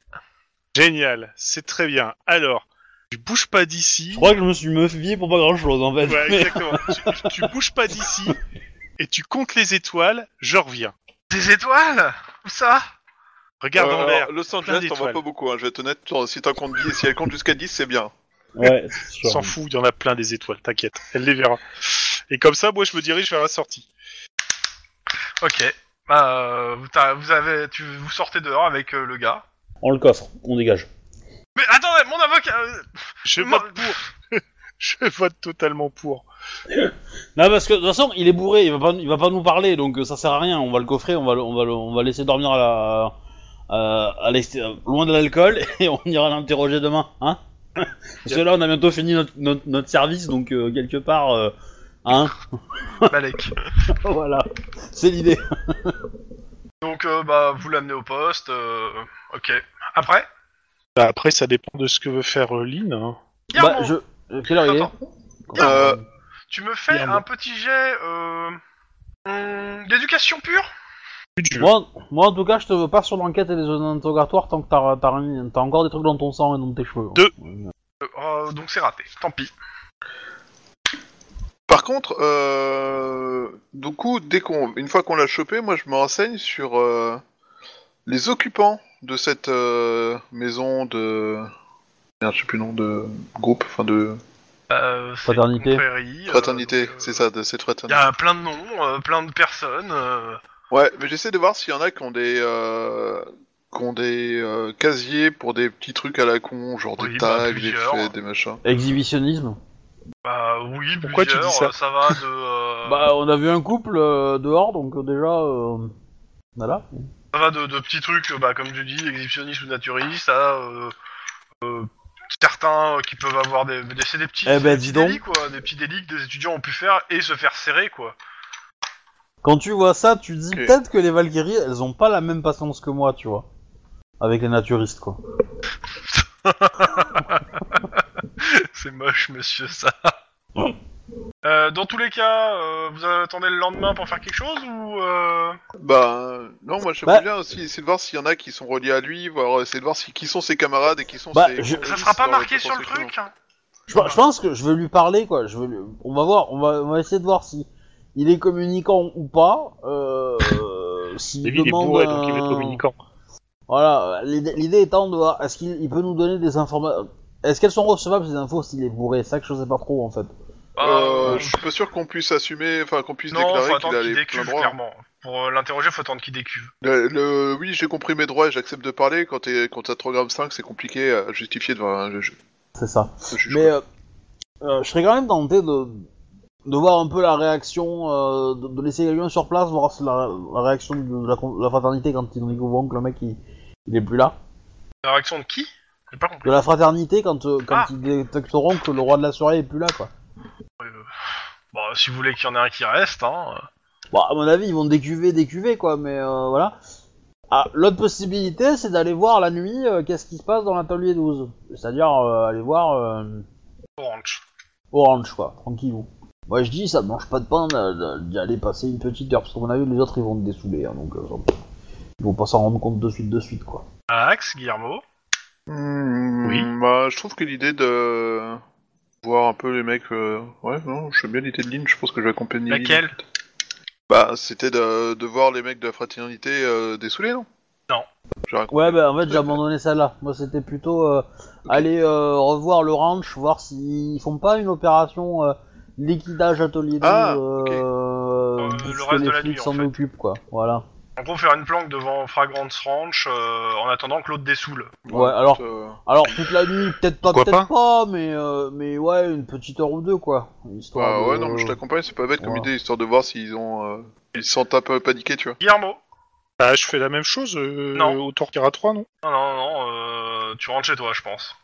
[SPEAKER 4] Génial, c'est très bien. Alors, tu bouges pas d'ici.
[SPEAKER 5] Je crois que je me suis meufié pour pas grand chose en fait.
[SPEAKER 4] Ouais,
[SPEAKER 5] Mais-
[SPEAKER 4] exactement. tu, tu bouges pas d'ici et tu comptes les étoiles, je reviens.
[SPEAKER 2] Des étoiles Où ça
[SPEAKER 4] Regarde
[SPEAKER 3] Euh,
[SPEAKER 4] en
[SPEAKER 3] alors,
[SPEAKER 4] l'air.
[SPEAKER 3] Los
[SPEAKER 4] plein
[SPEAKER 3] Angeles, t'en vois
[SPEAKER 4] d'étoiles.
[SPEAKER 3] pas beaucoup, hein, je vais être honnête. genre, Si, t'en comptes 10, si elle compte jusqu'à 10, c'est bien.
[SPEAKER 5] Ouais, c'est sûr.
[SPEAKER 4] S'en fout, il y en a plein des étoiles, t'inquiète, elle les verra. Et comme ça, moi je me dirige vers la sortie.
[SPEAKER 2] Ok. Bah, euh, vous, t'as- vous avez, tu, vous sortez dehors avec euh, le gars.
[SPEAKER 5] On le coffre, on dégage.
[SPEAKER 2] Mais attendez, mon avocat. euh,
[SPEAKER 4] Je
[SPEAKER 2] mon-
[SPEAKER 4] vote, je vote totalement pour.
[SPEAKER 5] Non, parce que de toute façon, il est bourré, il va pas, il va pas nous parler, donc euh, ça sert à rien. On va le coffrer, on va, le- on va, le- on va laisser dormir à la, à- à l'extérieur- loin de l'alcool et on ira l'interroger demain, hein Parce que là, on a bientôt fini notre, notre, notre service, donc euh, quelque part, euh, hein
[SPEAKER 2] Malek.
[SPEAKER 5] Voilà, c'est l'idée.
[SPEAKER 2] Donc, euh, bah, vous l'amenez au poste. euh, ok. Après
[SPEAKER 4] Bah, après, ça dépend de ce que veut faire euh, Lynn. hein.
[SPEAKER 5] Bah,
[SPEAKER 2] Guillermo,
[SPEAKER 5] je. euh, Quelle heure il
[SPEAKER 2] Attends.
[SPEAKER 5] est
[SPEAKER 3] Euh,
[SPEAKER 2] tu me fais
[SPEAKER 4] Guillermo.
[SPEAKER 2] un petit jet euh, hum, hmm, d'éducation pure
[SPEAKER 4] plus dur.
[SPEAKER 5] Moi, moi, en tout cas, je te veux pas sur l'enquête et les zones interrogatoires tant que t'as t'as rien- t'as encore des trucs dans ton sang et dans tes cheveux.
[SPEAKER 4] Deux.
[SPEAKER 2] Euh, euh, donc c'est raté, tant pis.
[SPEAKER 3] Par contre, euh, du coup, dès qu'on, une fois qu'on l'a chopé, moi je me renseigne sur euh, les occupants de cette euh, maison de, merde, je sais plus le nom de groupe, enfin de
[SPEAKER 2] Euh, c'est
[SPEAKER 5] Fraternité.
[SPEAKER 2] une confrérie, euh,
[SPEAKER 3] fraternité,
[SPEAKER 2] donc, euh,
[SPEAKER 3] c'est ça, de cette
[SPEAKER 2] Il y
[SPEAKER 3] fraternité.
[SPEAKER 2] a plein de noms, euh, plein de personnes. euh,
[SPEAKER 3] Ouais, mais j'essaie de voir s'il y en a qui ont des, euh, qui ont des euh, casiers pour des petits trucs à la con, genre
[SPEAKER 2] Oui,
[SPEAKER 3] des
[SPEAKER 2] bah,
[SPEAKER 3] tags, des
[SPEAKER 2] plusieurs.
[SPEAKER 3] faits, des machins.
[SPEAKER 5] Exhibitionnisme.
[SPEAKER 2] bah oui,
[SPEAKER 4] Pourquoi tu
[SPEAKER 2] plusieurs,
[SPEAKER 4] dis ça
[SPEAKER 2] euh, ça va de. euh,
[SPEAKER 5] Bah, on a vu un couple euh, dehors, donc euh, déjà. euh, Voilà.
[SPEAKER 2] Ça va de, de petits trucs, euh, bah, comme tu dis, exhibitionnistes ou naturistes, à euh, euh, certains euh, qui peuvent avoir des. des- C'est des petits,
[SPEAKER 5] Eh ben,
[SPEAKER 2] des
[SPEAKER 5] dis
[SPEAKER 2] petits
[SPEAKER 5] donc.
[SPEAKER 2] délits, quoi, des petits délits que des étudiants ont pu faire et se faire serrer, quoi.
[SPEAKER 5] Quand tu vois ça, tu dis
[SPEAKER 3] Ok.
[SPEAKER 5] peut-être que les Valkyries, elles ont pas la même patience que moi, tu vois. Avec les naturistes, quoi.
[SPEAKER 2] C'est moche, monsieur, ça. Euh, dans tous les cas, euh, vous attendez le lendemain pour faire quelque chose ou. euh,
[SPEAKER 3] Bah non, moi j'aimerais
[SPEAKER 5] Bah.
[SPEAKER 3] bien aussi essayer de voir s'il y en a qui sont reliés à lui, voir essayer de voir si, qui sont ses camarades et qui sont
[SPEAKER 5] Bah,
[SPEAKER 3] ses.
[SPEAKER 5] je-
[SPEAKER 2] Ça sera pas
[SPEAKER 3] dans-
[SPEAKER 2] marqué
[SPEAKER 3] dans
[SPEAKER 2] sur le
[SPEAKER 3] son truc,
[SPEAKER 2] truc hein.
[SPEAKER 5] Je, je pense que je vais lui parler, quoi. Je vais lui- On va voir, on va, on va essayer de voir si il est communicant ou pas. Euh, s'il
[SPEAKER 4] David est
[SPEAKER 5] demande
[SPEAKER 4] bourré, donc il va
[SPEAKER 5] un-
[SPEAKER 4] être communicant.
[SPEAKER 5] Voilà, l'idée l'idée étant de voir, est-ce qu'il il peut nous donner des informations Est-ce qu'elles sont recevables ces infos s'il est bourré C'est ça que je sais pas trop en fait.
[SPEAKER 3] Euh, je suis pas sûr qu'on puisse assumer, enfin qu'on puisse
[SPEAKER 2] Ah, Non, faut
[SPEAKER 3] déclarer qu'il
[SPEAKER 2] attendre
[SPEAKER 3] a
[SPEAKER 2] qu'il
[SPEAKER 3] les pleins
[SPEAKER 2] décuve,
[SPEAKER 3] droits.
[SPEAKER 2] clairement. Pour euh, l'interroger, faut attendre qu'il décuve.
[SPEAKER 3] Le, le- oui, j'ai compris mes droits et j'accepte de parler. Quand t'es quand t'as 3,5 c'est compliqué à justifier devant un juge.
[SPEAKER 5] C'est ça.
[SPEAKER 3] un juge,
[SPEAKER 5] Mais euh, euh, je serais quand même tenté de, de voir un peu la réaction, euh, de, de laisser quelqu'un sur place, voir si la, la réaction de la, con- la fraternité quand ils nous découvriront que le mec il, il est plus là.
[SPEAKER 2] La réaction de qui J'ai pas compris.
[SPEAKER 5] De la fraternité quand, euh, quand
[SPEAKER 2] Ah.
[SPEAKER 5] ils détecteront que le roi de la soirée est plus là quoi.
[SPEAKER 2] Bon, si vous voulez qu'il y en ait un qui reste, hein.
[SPEAKER 5] Bon, à mon avis, ils vont décuver, décuver, quoi, mais euh, voilà. Ah, L'autre possibilité, c'est d'aller voir la nuit euh, qu'est-ce qui se passe dans l'atelier 12. C'est-à-dire euh, aller voir euh,
[SPEAKER 2] Orange.
[SPEAKER 5] Orange, quoi, tranquillou. Moi, je dis, ça ne mange pas de pain d'a- d'a- d'y aller passer une petite heure, parce qu'à mon avis, les autres, ils vont te dessouler, hein, donc euh, ils vont pas s'en rendre compte de suite, de suite, quoi.
[SPEAKER 2] Axe, Guillermo.
[SPEAKER 3] quoi. Hmm,
[SPEAKER 4] Oui.
[SPEAKER 3] Bah, je trouve que l'idée de voir un peu les mecs, euh, ouais, non, je sais bien l'idée de Lynn. Je pense que je vais accompagner. Lynn.
[SPEAKER 2] Laquelle
[SPEAKER 3] Bah, c'était de, de voir les mecs de la fraternité euh, dessoulés, non
[SPEAKER 2] Non.
[SPEAKER 3] J'ai rien compris.
[SPEAKER 5] Ouais, bah en fait, j'ai abandonné celle-là. Moi, c'était plutôt euh, aller euh, revoir le ranch, voir s'ils font pas une opération euh, liquidage atelier 12.
[SPEAKER 3] Ah,
[SPEAKER 5] euh,
[SPEAKER 3] ok.
[SPEAKER 5] euh,
[SPEAKER 2] le
[SPEAKER 5] puisque
[SPEAKER 2] reste de
[SPEAKER 5] les
[SPEAKER 2] la
[SPEAKER 5] flics
[SPEAKER 2] nuit, en
[SPEAKER 5] s'en
[SPEAKER 2] fait.
[SPEAKER 5] occupent, quoi. Voilà.
[SPEAKER 2] En gros, faire une planque devant Fragrance Ranch euh, en attendant que l'autre dessoule.
[SPEAKER 5] Ouais, alors-
[SPEAKER 3] euh,
[SPEAKER 5] Alors, toute la nuit, peut-être pas,
[SPEAKER 4] Pourquoi
[SPEAKER 5] peut-être pas, mais, euh, mais ouais, une petite heure ou deux, quoi. Histoire
[SPEAKER 3] bah,
[SPEAKER 5] de-
[SPEAKER 3] ouais, non, mais je t'accompagne. C'est pas bête comme
[SPEAKER 5] Voilà.
[SPEAKER 3] idée, histoire de voir s'ils ont, euh, ils se sentent un peu paniqués, tu vois.
[SPEAKER 2] Guillermo
[SPEAKER 4] Bah, je fais la même chose euh,
[SPEAKER 2] Non.
[SPEAKER 4] au Torquera 3, non
[SPEAKER 2] Non, non, non, euh, tu rentres chez toi, je pense.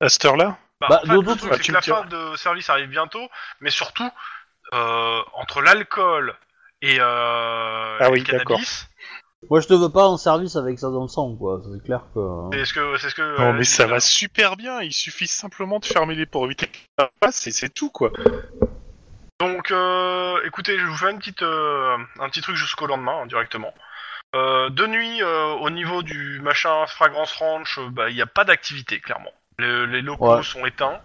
[SPEAKER 4] À cette heure-là
[SPEAKER 5] Bah,
[SPEAKER 2] en fait,
[SPEAKER 5] de
[SPEAKER 2] le
[SPEAKER 5] toute-
[SPEAKER 2] truc,
[SPEAKER 4] Bah,
[SPEAKER 2] c'est que
[SPEAKER 4] tu me
[SPEAKER 2] la
[SPEAKER 4] diras.
[SPEAKER 2] fin de service arrive bientôt, mais surtout, euh, entre l'alcool et, euh,
[SPEAKER 4] Ah
[SPEAKER 2] et
[SPEAKER 4] oui,
[SPEAKER 2] le cannabis,
[SPEAKER 5] Moi, je te veux pas en service avec ça dans le sang, quoi. C'est clair que. hein.
[SPEAKER 2] c'est ce que... c'est ce que euh,
[SPEAKER 4] Non, mais ça va super bien. Il suffit simplement de fermer les portes éviter que ça passe et c'est tout, quoi.
[SPEAKER 2] Donc, euh, écoutez, je vous fais une petite, euh, un petit truc jusqu'au lendemain hein, directement. Euh, de nuit, euh, au niveau du machin Fragrance Ranch, euh, bah, il n'y a pas d'activité clairement. Le- les locaux
[SPEAKER 5] Ouais.
[SPEAKER 2] sont éteints.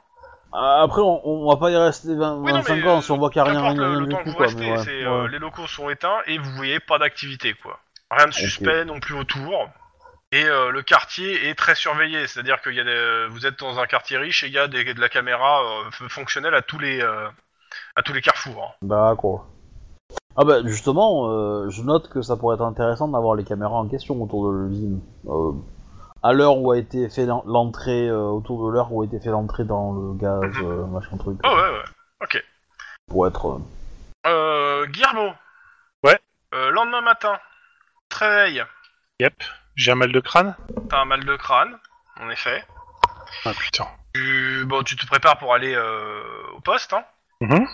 [SPEAKER 5] Ah, Après, on, on va pas y rester 20,
[SPEAKER 2] Oui, non,
[SPEAKER 5] 25
[SPEAKER 2] mais,
[SPEAKER 5] ans si on voit qu'il n'y a rien,
[SPEAKER 2] Qu'importe
[SPEAKER 5] rien
[SPEAKER 2] le, le
[SPEAKER 5] du
[SPEAKER 2] temps que
[SPEAKER 5] tout,
[SPEAKER 2] vous
[SPEAKER 5] quoi.
[SPEAKER 2] restez,
[SPEAKER 5] mais ouais,
[SPEAKER 2] c'est, euh,
[SPEAKER 5] ouais.
[SPEAKER 2] les locaux sont éteints et vous voyez pas d'activité quoi. Rien de suspect non plus autour. Et euh, le quartier est très surveillé, c'est-à-dire que vous êtes dans un quartier riche et il y a des- de la caméra euh, f- fonctionnelle à tous les, euh, à tous les carrefours. hein.
[SPEAKER 5] Bah, quoi. Ah, bah, justement, euh, je note que ça pourrait être intéressant d'avoir les caméras en question autour de l'usine. Euh, à l'heure où a été fait l'en- l'entrée, euh, autour de l'heure où a été fait l'entrée dans le gaz, euh, machin truc.
[SPEAKER 2] Oh, ouais, ouais.
[SPEAKER 5] Pour être. euh,
[SPEAKER 2] Euh, Guillermo.
[SPEAKER 4] Ouais.
[SPEAKER 2] Euh, lendemain matin, tu te réveilles,
[SPEAKER 4] J'ai un mal de crâne
[SPEAKER 2] t'as un mal de crâne, en effet.
[SPEAKER 4] Ah putain.
[SPEAKER 2] Tu, bon, tu te prépares pour aller euh, au poste, hein.
[SPEAKER 4] Mhm.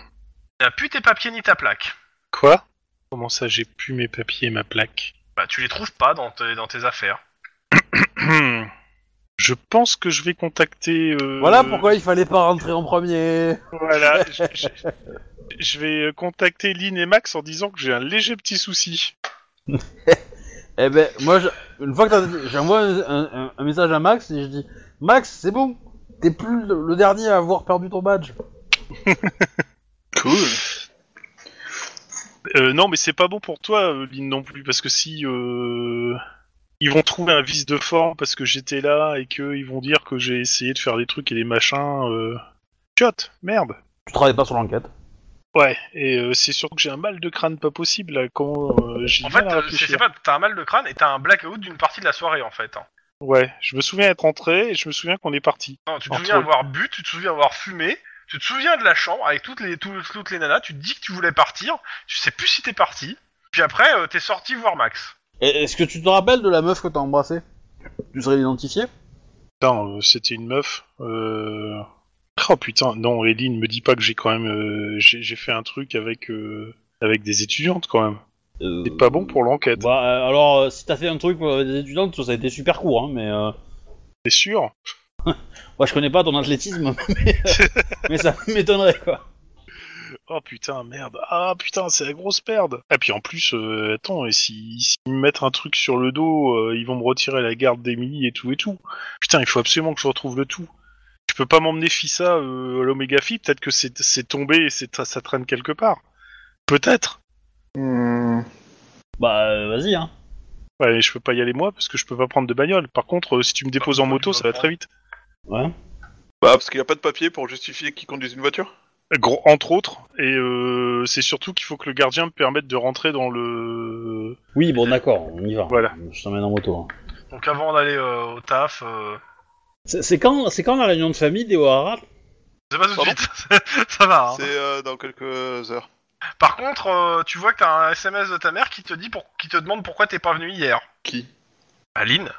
[SPEAKER 2] T'as plus tes papiers ni ta plaque.
[SPEAKER 4] Quoi Comment ça, j'ai pu mes papiers et ma plaque
[SPEAKER 2] Bah, tu les trouves pas dans tes, dans tes affaires.
[SPEAKER 4] Hmm. Je pense que je vais contacter. euh,
[SPEAKER 5] Voilà pourquoi il fallait pas rentrer en premier.
[SPEAKER 4] Voilà. je- euh, je- Je vais contacter Lynn et Max en disant que j'ai un léger petit souci.
[SPEAKER 1] Eh ben, moi, je- une fois que t'as- j'envoie un, un- un message à Max et je dis Max, c'est bon, t'es plus le, le dernier à avoir perdu ton badge.
[SPEAKER 3] Cool.
[SPEAKER 4] Euh, non, mais c'est pas bon pour toi, euh, Lynn, non plus, parce que si euh, ils vont trouver un vice de forme parce que j'étais là et que ils vont dire que j'ai essayé de faire des trucs et des machins, euh... chiotte, merde.
[SPEAKER 1] Tu travailles pas sur l'enquête.
[SPEAKER 4] Ouais, et euh, c'est surtout que j'ai un mal de crâne pas possible là, quand euh, j'ai
[SPEAKER 2] En
[SPEAKER 4] du
[SPEAKER 2] fait,
[SPEAKER 4] mal à
[SPEAKER 2] euh, c'est c'est
[SPEAKER 4] réfléchir.
[SPEAKER 2] pas, t'as un mal de crâne et t'as un blackout d'une partie de la soirée en fait. hein.
[SPEAKER 4] Ouais, je me souviens être entré et je me souviens qu'on est parti.
[SPEAKER 2] Non, tu te
[SPEAKER 4] Entre
[SPEAKER 2] souviens
[SPEAKER 4] autres.
[SPEAKER 2] avoir bu, tu te souviens avoir fumé, tu te souviens de la chambre avec toutes les, tout- toutes les nanas, tu te dis que tu voulais partir, tu sais plus si t'es parti, puis après euh, t'es sorti voir Max.
[SPEAKER 1] Et- Est-ce que tu te rappelles de la meuf que t'as embrassée Tu serais identifié
[SPEAKER 4] Putain, euh, c'était une meuf. Euh... Oh putain, non, Eline, me dis pas que j'ai quand même, euh, j'ai j'ai fait un truc avec euh, avec des étudiantes quand même.
[SPEAKER 5] Euh,
[SPEAKER 4] C'est pas bon pour l'enquête.
[SPEAKER 5] Bah, euh, alors, euh, si t'as fait un truc pour les étudiantes, ça a été super court, hein, mais. euh,
[SPEAKER 4] T'es sûr
[SPEAKER 5] Moi, je connais pas ton athlétisme, mais, euh, mais ça m'étonnerait, quoi.
[SPEAKER 4] Oh putain, merde. Ah putain, c'est la grosse perte. Et puis en plus, euh, attends, et si- s'ils me mettent un truc sur le dos, euh, ils vont me retirer la garde d'Emily et tout et tout. Putain, il faut absolument que je retrouve le tout. Je peux pas m'emmener Fissa euh, à l'Omega Phi, peut-être que c'est c'est tombé et c'est- ça traîne quelque part. Peut-être.
[SPEAKER 3] Hmm.
[SPEAKER 5] Bah, euh, vas-y, hein.
[SPEAKER 4] Ouais, je peux pas y aller moi parce que je peux pas prendre de bagnole. Par contre, euh, si tu me déposes en
[SPEAKER 2] pourquoi
[SPEAKER 4] moto,
[SPEAKER 2] tu
[SPEAKER 4] ça va
[SPEAKER 2] vas
[SPEAKER 4] très vite.
[SPEAKER 5] Ouais.
[SPEAKER 3] Bah, parce qu'il n'y a pas de papier pour justifier qu'ils conduisent une voiture.
[SPEAKER 4] Euh, Gros, entre autres, et euh, c'est surtout qu'il faut que le gardien me permette de rentrer dans le.
[SPEAKER 5] Oui, bon, d'accord, on y va.
[SPEAKER 4] Voilà.
[SPEAKER 5] Je t'emmène en moto. hein.
[SPEAKER 2] Donc avant d'aller euh, au taf, euh,
[SPEAKER 5] C'est c'est quand, c'est quand la réunion de famille des O'Hara
[SPEAKER 2] c'est pas tout de
[SPEAKER 3] Pardon
[SPEAKER 2] suite, ça va. hein.
[SPEAKER 3] C'est euh, dans quelques heures.
[SPEAKER 2] Par contre, euh, tu vois que t'as un SMS de ta mère qui te dit pour... qui te demande pourquoi t'es pas venu hier.
[SPEAKER 3] Qui
[SPEAKER 2] Aline,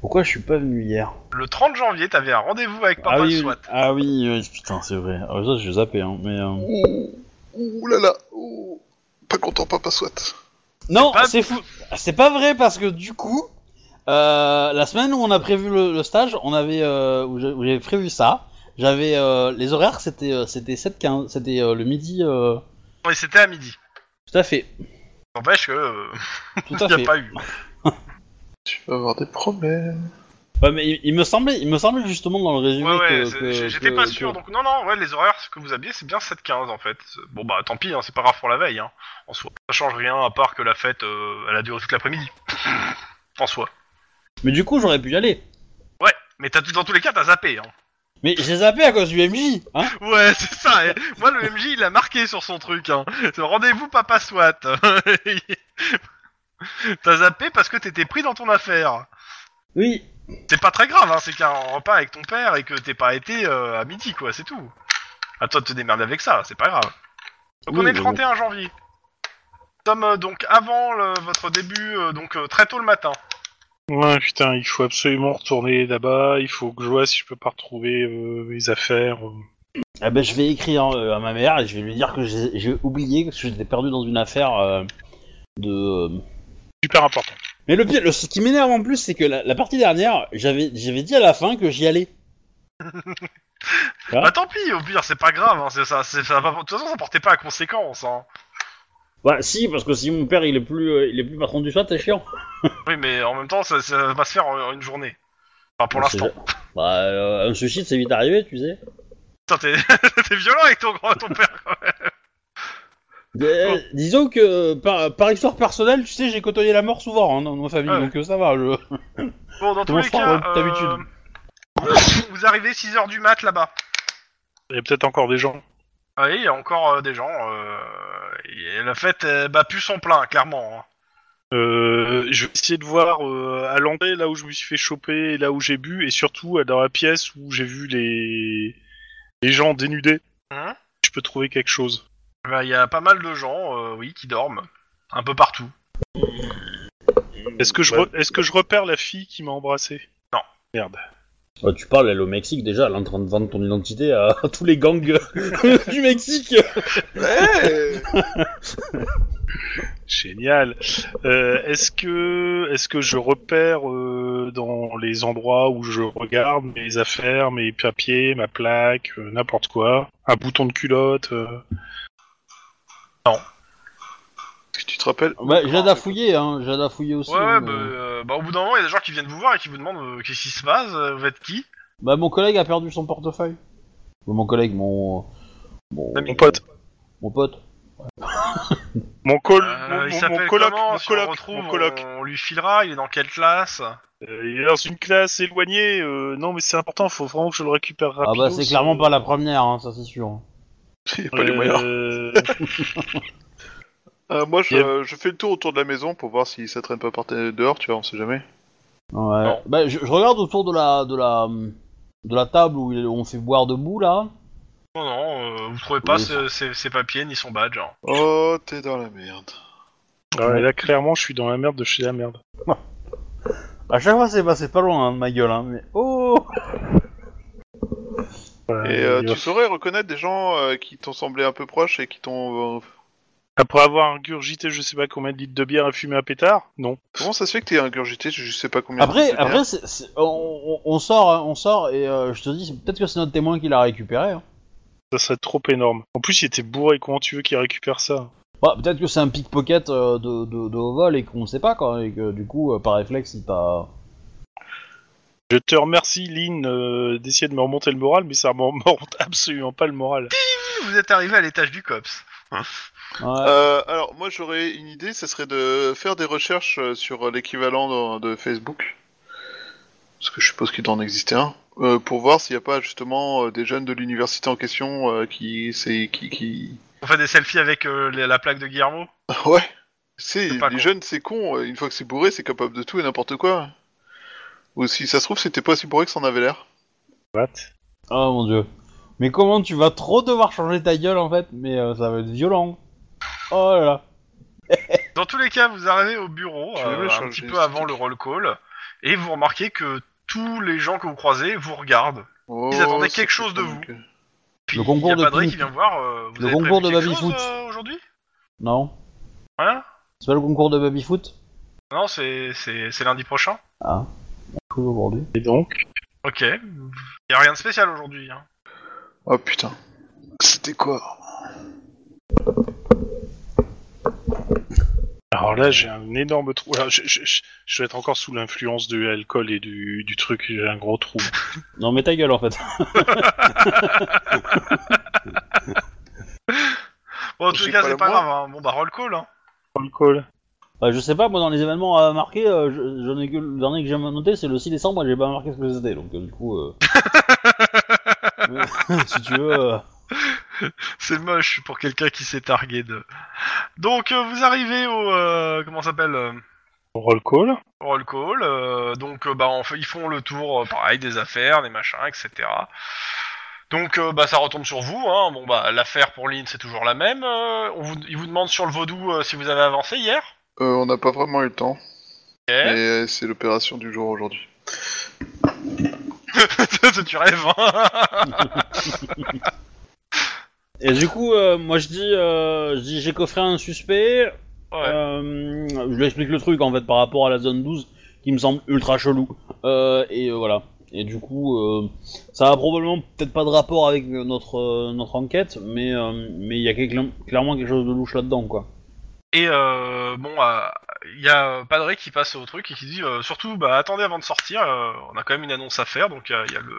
[SPEAKER 5] Pourquoi je suis pas venu hier
[SPEAKER 2] le 30 janvier, t'avais un rendez-vous avec Papa
[SPEAKER 5] ah, oui,
[SPEAKER 2] SWAT.
[SPEAKER 5] ah oui, oui, putain, c'est vrai. Ah, ça, j'ai zappé, hein, mais... euh,
[SPEAKER 3] Ouh, ouh là là, ouh. Pas content, papa soit.
[SPEAKER 5] Non,
[SPEAKER 2] pas-
[SPEAKER 5] c'est fou. C'est pas vrai parce que du coup, euh, la semaine où on a prévu le, le stage, on avait euh, où j'a- où j'avais prévu ça. J'avais euh, les horaires, c'était euh, c'était 7 15, c'était euh, le midi euh,
[SPEAKER 2] Mais c'était à midi.
[SPEAKER 5] tout à fait.
[SPEAKER 2] N'empêche que euh,
[SPEAKER 5] Tout à
[SPEAKER 2] y a
[SPEAKER 5] fait.
[SPEAKER 2] pas eu.
[SPEAKER 3] Tu vas avoir des problèmes.
[SPEAKER 5] Ouais, mais il, il me semblait il me semblait justement dans le résumé
[SPEAKER 2] Ouais, ouais,
[SPEAKER 5] que,
[SPEAKER 2] c'est-
[SPEAKER 5] que-
[SPEAKER 2] j'ai- j'étais
[SPEAKER 5] que-
[SPEAKER 2] pas sûr.
[SPEAKER 5] que-
[SPEAKER 2] Donc, non, non, ouais, les horaires que vous aviez, c'est bien 7-15 en fait. Bon, bah tant pis, hein, c'est pas grave pour la veille. Hein, en soi, ça change rien à part que la fête, euh, elle a duré toute l'après-midi. en soi.
[SPEAKER 5] Mais du coup, j'aurais pu y aller.
[SPEAKER 2] Ouais, mais t'as, dans tous les cas, t'as zappé. Hein.
[SPEAKER 5] Mais j'ai zappé à cause du MJ, hein.
[SPEAKER 2] Ouais, c'est ça. et Moi, le MJ, il a marqué sur son truc. Hein. Ce rendez-vous papa SWAT. t'as zappé parce que t'étais pris dans ton affaire.
[SPEAKER 5] Oui.
[SPEAKER 2] C'est pas très grave, hein, c'est qu'un repas avec ton père et que t'es pas été euh, à midi, quoi, c'est tout. À toi de te démerder avec ça, c'est pas grave. Donc on
[SPEAKER 5] Oui,
[SPEAKER 2] est le
[SPEAKER 5] mais
[SPEAKER 2] 31 janvier. Nous sommes euh, donc avant le- votre début, euh, donc euh, très tôt le matin.
[SPEAKER 4] Ouais, putain, il faut absolument retourner là-bas. Il faut que je vois si je peux pas retrouver euh, mes affaires. euh.
[SPEAKER 5] Ah ben, je vais écrire euh, à ma mère et je vais lui dire que j'ai j'ai oublié que j'étais perdu dans une affaire euh, de euh,
[SPEAKER 4] Super important.
[SPEAKER 5] Mais le pire, le- ce qui m'énerve en plus, c'est que la, la partie dernière, j'avais j'avais dit à la fin que j'y allais. Ah.
[SPEAKER 2] Bah tant pis, au pire, c'est pas grave, hein, c'est ça, c'est ça. va- De toute façon, ça portait pas à conséquence. Hein.
[SPEAKER 5] Bah si, parce que si mon père il est plus euh, il est plus patron du chat, c'est chiant.
[SPEAKER 2] Oui, mais en même temps, ça, ça va se faire en, en une journée. Enfin, pour
[SPEAKER 5] On sait
[SPEAKER 2] l'instant.
[SPEAKER 5] jamais. Bah euh, un suicide c'est vite arrivé, tu sais.
[SPEAKER 2] Putain, T'es t'es violent avec ton, grand- ton père. quoi.
[SPEAKER 5] Euh,
[SPEAKER 2] Oh.
[SPEAKER 5] Disons que euh, par, par histoire personnelle, tu sais, j'ai côtoyé la mort souvent hein, dans ma famille,
[SPEAKER 2] Ah Ouais.
[SPEAKER 5] donc euh, ça va. Je...
[SPEAKER 2] Bon, dans tous
[SPEAKER 5] Mon
[SPEAKER 2] les
[SPEAKER 5] frère
[SPEAKER 2] cas,
[SPEAKER 5] a l'habitude.
[SPEAKER 2] euh, vous arrivez 6h du mat là-bas.
[SPEAKER 4] Il y a peut-être encore des gens.
[SPEAKER 2] Ah Oui, il y a encore euh, des gens. euh, et la fête euh, bah, pu son plein, clairement. hein.
[SPEAKER 4] Euh, je vais essayer de voir euh, à l'entrée là où je me suis fait choper, là où j'ai bu, et surtout euh, dans la pièce où j'ai vu les les gens dénudés.
[SPEAKER 2] Hein
[SPEAKER 4] je peux trouver quelque chose.
[SPEAKER 2] Bah, Il y a pas mal de gens, euh, oui, qui dorment. Un peu partout.
[SPEAKER 4] Est-ce que je re- est-ce que je repère la fille qui m'a embrassé
[SPEAKER 2] Non.
[SPEAKER 4] Merde.
[SPEAKER 5] Bah, tu parles, elle est au Mexique déjà, elle est en train de vendre ton identité à, tous les gangs du Mexique.
[SPEAKER 3] Hey
[SPEAKER 4] Génial. Euh, est-ce que est-ce que je repère euh, dans les endroits où je regarde mes affaires, mes papiers, ma plaque, euh, n'importe quoi, un bouton de culotte euh,
[SPEAKER 3] Est-ce que tu te rappelle
[SPEAKER 5] Bah, j'ai à fouiller, hein, j'ai à fouiller aussi.
[SPEAKER 2] Ah, Ouais, ouais,
[SPEAKER 5] hein,
[SPEAKER 2] bah,
[SPEAKER 5] mais-
[SPEAKER 2] euh, bah, au bout d'un moment, il y a des gens qui viennent vous voir et qui vous demandent euh, qu'est-ce qui se passe, euh, vous êtes qui
[SPEAKER 5] Bah, mon collègue a perdu son portefeuille. Ou Mon collègue, mon. Mon,
[SPEAKER 4] Mon pote.
[SPEAKER 5] Mon pote.
[SPEAKER 4] Mon, col...
[SPEAKER 3] Ah.
[SPEAKER 2] Euh,
[SPEAKER 4] mon,
[SPEAKER 2] il
[SPEAKER 4] mon-
[SPEAKER 2] s'appelle
[SPEAKER 4] mon coloc,
[SPEAKER 2] comment
[SPEAKER 4] mon
[SPEAKER 2] Si on le
[SPEAKER 4] coloc,
[SPEAKER 2] retrouve,
[SPEAKER 4] mon coloc.
[SPEAKER 2] on, on lui filera, il est dans quelle classe
[SPEAKER 4] Euh, il est dans une classe éloignée. euh, non, mais c'est important, faut vraiment que je le récupère
[SPEAKER 5] Ah,
[SPEAKER 4] rapidement.
[SPEAKER 5] bah, c'est clairement pas la première, hein, ça c'est sûr.
[SPEAKER 3] Il a pas les moyens. Euh, moi, je,
[SPEAKER 4] Yep.
[SPEAKER 3] euh, je fais le tour autour de la maison pour voir si ça traîne pas par terre- dehors, tu vois, on sait jamais.
[SPEAKER 5] Ouais.
[SPEAKER 2] Non.
[SPEAKER 5] Bah, je, je regarde autour de la, de la, de la table où il- on fait boire debout là.
[SPEAKER 2] Non, non, euh, vous trouvez pas
[SPEAKER 5] Oui.
[SPEAKER 2] ce- ces ces papiers ni son badge. hein.
[SPEAKER 3] Oh, t'es dans la merde.
[SPEAKER 4] là, clairement, je suis dans la merde de chez la merde.
[SPEAKER 5] À chaque fois, c'est passé pas loin hein, de ma gueule, hein, mais oh
[SPEAKER 3] et euh,
[SPEAKER 4] il
[SPEAKER 3] tu
[SPEAKER 4] va-
[SPEAKER 3] saurais reconnaître des gens euh, qui t'ont semblé un peu proches et qui t'ont. euh,
[SPEAKER 4] Après avoir ingurgité, je sais pas combien de litres de bière et fumé un pétard Non.
[SPEAKER 3] Comment ça se fait que t'es ingurgité Je sais pas combien. de
[SPEAKER 5] Après,
[SPEAKER 3] litres de bière.
[SPEAKER 5] après, c'est- c'est- on, on- on sort, hein, on sort, et euh, je te dis, c'est- peut-être que c'est notre témoin qui l'a récupéré. hein.
[SPEAKER 4] Ça serait trop énorme. En plus, il était bourré, comment tu veux qu'il récupère ça
[SPEAKER 5] Bah, peut-être que c'est un pickpocket euh, de, de, de haut vol et qu'on sait pas quoi, et que du coup, euh, par réflexe, il t'a.
[SPEAKER 4] Je te remercie, Lynn, euh, d'essayer de me remonter le moral, mais ça me remonte absolument pas le moral.
[SPEAKER 2] Vous êtes arrivé à l'étage du COPS.
[SPEAKER 5] Ouais.
[SPEAKER 3] Euh, alors, moi, j'aurais une idée, ça serait de faire des recherches euh, sur l'équivalent de, de Facebook. Parce que je suppose qu'il doit en exister un. euh, pour voir s'il n'y a pas justement euh, des jeunes de l'université en question euh, qui, c'est, qui, qui,
[SPEAKER 2] On fait des selfies avec euh, la la plaque de Guillermo
[SPEAKER 3] Ouais. C'est les
[SPEAKER 2] pas con.
[SPEAKER 3] jeunes, c'est con. euh, Une fois que c'est bourré, c'est capable de tout et n'importe quoi. Ou si ça se trouve, c'était pas si bourré que ça en avait l'air.
[SPEAKER 4] What
[SPEAKER 5] Oh mon dieu. Mais comment tu vas trop devoir changer ta gueule en fait Mais euh, ça va être violent. Oh là là.
[SPEAKER 2] Dans tous les cas, vous arrivez au bureau
[SPEAKER 3] Tu
[SPEAKER 2] euh,
[SPEAKER 3] veux
[SPEAKER 2] un
[SPEAKER 3] changer
[SPEAKER 2] petit
[SPEAKER 3] ce
[SPEAKER 2] peu
[SPEAKER 3] truc
[SPEAKER 2] avant le roll call et vous remarquez que tous les gens que vous croisez vous regardent. Ils attendaient
[SPEAKER 3] c'est
[SPEAKER 2] quelque chose de
[SPEAKER 3] donc, euh,
[SPEAKER 2] Puis,
[SPEAKER 5] Le concours
[SPEAKER 2] y a
[SPEAKER 5] de
[SPEAKER 2] Padré
[SPEAKER 5] ping-
[SPEAKER 2] qui vient voir. euh, vous
[SPEAKER 5] Le
[SPEAKER 2] avez
[SPEAKER 5] concours
[SPEAKER 2] prévu
[SPEAKER 5] de
[SPEAKER 2] quelque
[SPEAKER 5] baby-foot.
[SPEAKER 2] chose, euh, aujourd'hui
[SPEAKER 5] Non
[SPEAKER 2] Rien
[SPEAKER 5] C'est pas le concours de baby-foot
[SPEAKER 2] Non, c'est c'est- c'est lundi prochain.
[SPEAKER 5] Ah. Chose aujourd'hui.
[SPEAKER 4] Et donc
[SPEAKER 2] Ok. Y a rien de spécial aujourd'hui. hein.
[SPEAKER 3] Oh putain. C'était quoi
[SPEAKER 4] Alors là, j'ai un énorme trou. Alors, je, je- je- je vais être encore sous l'influence de l'alcool et du, du truc, j'ai un gros trou.
[SPEAKER 5] Non mais ta gueule en fait.
[SPEAKER 2] Bon, en tout
[SPEAKER 3] J'ai
[SPEAKER 2] cas,
[SPEAKER 3] pas
[SPEAKER 2] c'est
[SPEAKER 3] la
[SPEAKER 2] pas
[SPEAKER 3] voix.
[SPEAKER 2] grave. hein. Bon, bah roll call. Hein.
[SPEAKER 4] Alcool
[SPEAKER 5] Bah, je sais pas, moi dans les événements à marquer, euh, je- j'en ai que le dernier que j'ai noté c'est le 6 décembre et j'ai pas marqué ce que c'était donc euh, du coup. euh, mais, si tu veux. euh,
[SPEAKER 2] C'est moche pour quelqu'un qui s'est targué de. Donc, euh, vous arrivez au euh, comment ça s'appelle euh,
[SPEAKER 4] Roll call
[SPEAKER 2] roll call. euh, donc, euh, bah, en fait, ils font le tour, euh, pareil, des affaires, des machins, etc. Donc, euh, bah, ça retombe sur vous. Hein. Bon, bah, l'affaire pour Lynn, c'est toujours la même. Euh, on vous, ils vous demandent sur le vaudou euh, si vous avez avancé hier.
[SPEAKER 3] euh, On n'a pas vraiment eu le temps.
[SPEAKER 2] Ok.
[SPEAKER 3] Et euh, c'est l'opération du jour aujourd'hui.
[SPEAKER 2] tu rêves. hein.
[SPEAKER 5] Et du coup, euh, moi je dis, euh, je dis, j'ai coffré un suspect.
[SPEAKER 2] Ouais.
[SPEAKER 5] euh, je lui explique le truc en fait par rapport à la zone 12 qui me semble ultra chelou. Euh, et euh, voilà. Et du coup, euh, ça a probablement peut-être pas de rapport avec notre, euh, notre enquête, mais euh, mais il y a quelque- clairement quelque chose de louche là-dedans quoi.
[SPEAKER 2] Et euh, bon, il y a euh, Padre qui passe au truc et qui dit euh, surtout, bah attendez avant de sortir, euh, on a quand même une annonce à faire, donc euh, il y, a le,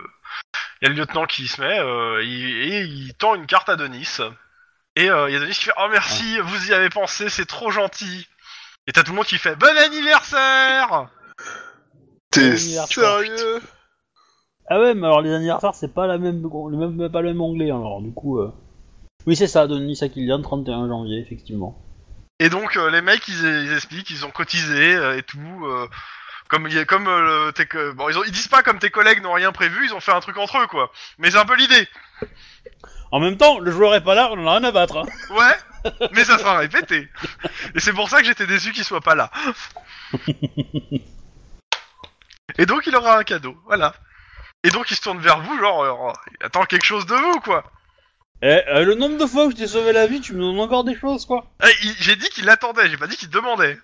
[SPEAKER 2] y a le lieutenant qui se met euh, il- et il tend une carte à Denis. Et il y a Denis qui fait oh merci, vous y avez pensé, c'est trop gentil. Et t'as tout le monde qui fait bon anniversaire.
[SPEAKER 3] T'es
[SPEAKER 5] anniversaire.
[SPEAKER 3] sérieux
[SPEAKER 5] Ah ouais, mais alors les anniversaires c'est pas la même le même pas le même onglet alors du coup. euh. Oui c'est ça, Denis Akilian, 31 janvier effectivement.
[SPEAKER 2] Et donc euh, les mecs ils, ils expliquent, ils ont cotisé euh, et tout. euh, comme il y a- comme euh, le- tes co- bon ils, ont- ils disent pas comme tes collègues n'ont rien prévu, ils ont fait un truc entre eux quoi. Mais c'est un peu l'idée.
[SPEAKER 5] En même temps, le joueur est pas là, on en a rien à battre. hein.
[SPEAKER 2] Ouais, mais ça sera répété. Et c'est pour ça que j'étais déçu qu'il soit pas là. Et donc il aura un cadeau, voilà. Et donc il se tourne vers vous, genre, euh, il attend quelque chose de vous, quoi.
[SPEAKER 5] Eh, euh, le nombre de fois que je t'ai sauvé la vie, tu me donnes encore des choses, quoi.
[SPEAKER 2] Eh, il- J'ai dit qu'il attendait, j'ai pas dit qu'il demandait.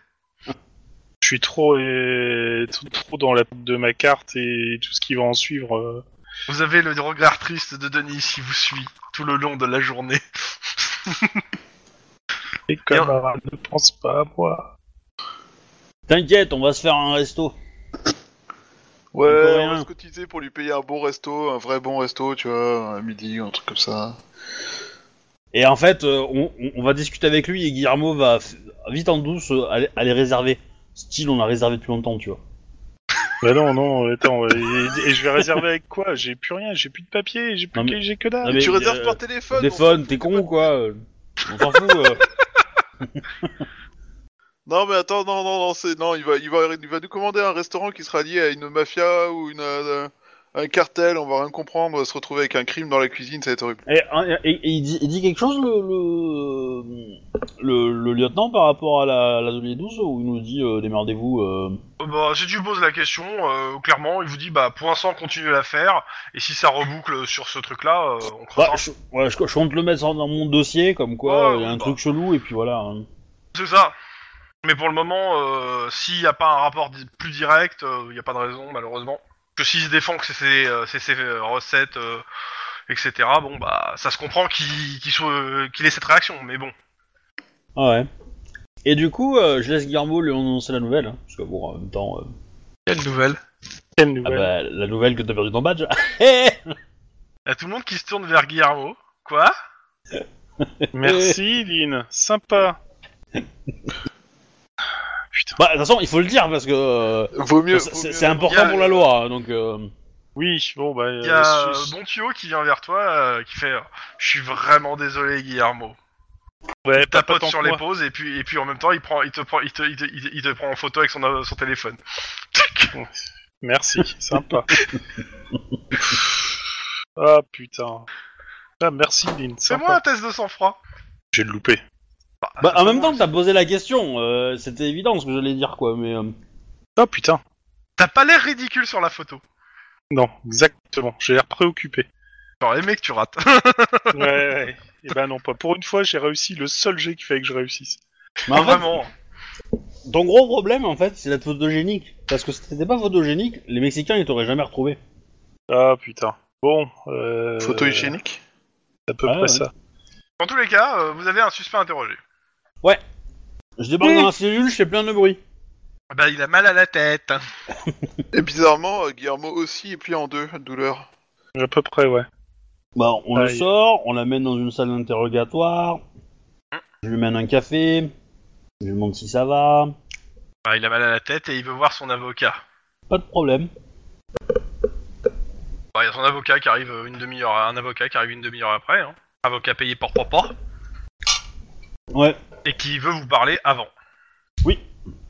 [SPEAKER 4] Je suis trop, euh, trop, trop dans la tête de ma carte et tout ce qui va en suivre. euh.
[SPEAKER 2] Vous avez le regard triste de Denis qui vous suit tout le long de la journée.
[SPEAKER 4] Mes camarades ne pensent pas à moi.
[SPEAKER 5] T'inquiète, on va se faire un resto.
[SPEAKER 3] Ouais,
[SPEAKER 5] Encore
[SPEAKER 3] on va
[SPEAKER 5] rien.
[SPEAKER 3] se cotiser pour lui payer un bon resto, un vrai bon resto, tu vois, à midi, un truc comme ça.
[SPEAKER 5] Et en fait, euh, on, on- on va discuter avec lui et Guillermo va f- vite en douce euh, aller, aller réserver. Style, on l'a réservé depuis longtemps, tu vois.
[SPEAKER 4] Bah non, non, attends, et, et je vais réserver avec quoi J'ai plus rien, j'ai plus de papier, j'ai plus,
[SPEAKER 5] Non,
[SPEAKER 4] que-
[SPEAKER 5] mais-
[SPEAKER 4] j'ai que dalle.
[SPEAKER 5] Non, mais,
[SPEAKER 3] tu réserves
[SPEAKER 5] euh,
[SPEAKER 3] par téléphone
[SPEAKER 5] Téléphone, t'es con ou quoi euh, On s'en fout. euh.
[SPEAKER 3] Non, mais attends, non, non, non, c'est... non il, va, il, va, il va nous commander un restaurant qui sera lié à une mafia ou une, euh, un cartel, on va rien comprendre, on va se retrouver avec un crime dans la cuisine, ça va être horrible.
[SPEAKER 5] Et, hein, et- et il, dit, il dit quelque chose, le, le, le- le lieutenant, par rapport à la, la zone 12, où il nous dit euh, démerdez-vous. euh.
[SPEAKER 2] Euh, Bah, si tu poses la question, euh, clairement, il vous dit bah pour l'instant continuez l'affaire et si ça reboucle sur ce truc-là, euh, on
[SPEAKER 5] Bah,
[SPEAKER 2] creusera.
[SPEAKER 5] je, ouais, je, je compte le mettre dans mon dossier, comme quoi
[SPEAKER 2] Ouais,
[SPEAKER 5] il y a un
[SPEAKER 2] bah.
[SPEAKER 5] truc chelou, et puis voilà. hein.
[SPEAKER 2] C'est ça. Mais pour le moment, euh, s'il n'y a pas un rapport di- plus direct, euh, il n'y a pas de raison, malheureusement. Que s'il se défend que c'est ses, euh, c'est ses, euh, recettes, euh, etc., bon, bah, ça se comprend qu'il qu'il soit- euh, qu'il ait cette réaction, mais bon.
[SPEAKER 5] Ah ouais. Et du coup, euh, je laisse Guillermo lui annoncer la nouvelle, hein, parce que bon, en même temps. euh,
[SPEAKER 2] Quelle nouvelle
[SPEAKER 4] Quelle
[SPEAKER 5] Ah
[SPEAKER 4] nouvelle
[SPEAKER 5] bah, la nouvelle que t'as perdu ton badge. Eh, Hé
[SPEAKER 2] Il y a tout le monde qui se tourne vers Guillermo. Quoi
[SPEAKER 4] Merci, Lynn, sympa.
[SPEAKER 5] bah, de toute façon, il faut le dire parce que euh,
[SPEAKER 3] Vaut mieux. vaut
[SPEAKER 5] c'est
[SPEAKER 3] mieux-
[SPEAKER 5] c'est important
[SPEAKER 2] bien.
[SPEAKER 5] pour la loi, hein, donc. euh,
[SPEAKER 4] Oui, bon, bah...
[SPEAKER 2] Il y a
[SPEAKER 4] euh,
[SPEAKER 2] euh,
[SPEAKER 4] su-
[SPEAKER 2] Bon Tuyau qui vient vers toi, euh, qui fait euh, Je suis vraiment désolé, Guillermo.
[SPEAKER 4] ouais, pas- pas
[SPEAKER 2] Tapote
[SPEAKER 4] tant
[SPEAKER 2] sur
[SPEAKER 4] que
[SPEAKER 2] les
[SPEAKER 4] moi.
[SPEAKER 2] pauses, et puis, et puis en même temps, il, prend, il, te, prend, il, te, il, te, il te- il te prend en photo avec son, euh, son téléphone.
[SPEAKER 4] Merci, sympa. ah, putain. Ah, merci, Lynn,
[SPEAKER 2] C'est
[SPEAKER 4] sympa.
[SPEAKER 2] moi un test de sang-froid
[SPEAKER 4] J'ai loupé. Ah,
[SPEAKER 5] Bah, en même
[SPEAKER 2] bon.
[SPEAKER 5] temps que t'as posé la question, euh, c'était évident ce que j'allais dire, quoi, mais. euh,
[SPEAKER 4] Ah, putain.
[SPEAKER 2] T'as pas l'air ridicule sur la photo.
[SPEAKER 4] Non, exactement, j'ai l'air préoccupé.
[SPEAKER 2] Genre, les mecs, tu rates.
[SPEAKER 4] Ouais, ouais. Et ben non, pas. Pour une fois, j'ai réussi le seul jet qui fait que je réussisse. Ah,
[SPEAKER 5] mais Bah, en fait,
[SPEAKER 2] Vraiment.
[SPEAKER 5] ton gros problème, en fait, c'est d'être photogénique. Parce que si t'étais pas photogénique, les Mexicains, ils t'auraient jamais retrouvé.
[SPEAKER 4] Ah, putain. Bon, euh...
[SPEAKER 3] Photo hygiénique
[SPEAKER 4] à peu
[SPEAKER 5] Ouais,
[SPEAKER 4] près
[SPEAKER 5] ouais.
[SPEAKER 4] ça.
[SPEAKER 2] Dans tous les cas, euh, vous avez un suspect interrogé.
[SPEAKER 5] Je débarque
[SPEAKER 4] Oui.
[SPEAKER 5] dans la cellule, je fais plein de bruit.
[SPEAKER 2] Bah, il a mal à la tête.
[SPEAKER 3] Et bizarrement, euh, Guillermo aussi est plié en deux, douleur.
[SPEAKER 4] À peu près, ouais.
[SPEAKER 5] Bah, on le
[SPEAKER 4] Aïe.
[SPEAKER 5] sort, on l'amène dans une salle d'interrogatoire,
[SPEAKER 4] Ah.
[SPEAKER 5] je lui mène un café, je lui demande si ça va,
[SPEAKER 2] Bah, il a mal à la tête et il veut voir son avocat.
[SPEAKER 5] pas de problème.
[SPEAKER 2] Bah, il y a son avocat qui arrive euh, une demi-heure, un avocat qui arrive une demi-heure après, hein. Avocat payé pour propre
[SPEAKER 5] Ouais.
[SPEAKER 2] et qui veut vous parler avant.
[SPEAKER 5] Oui.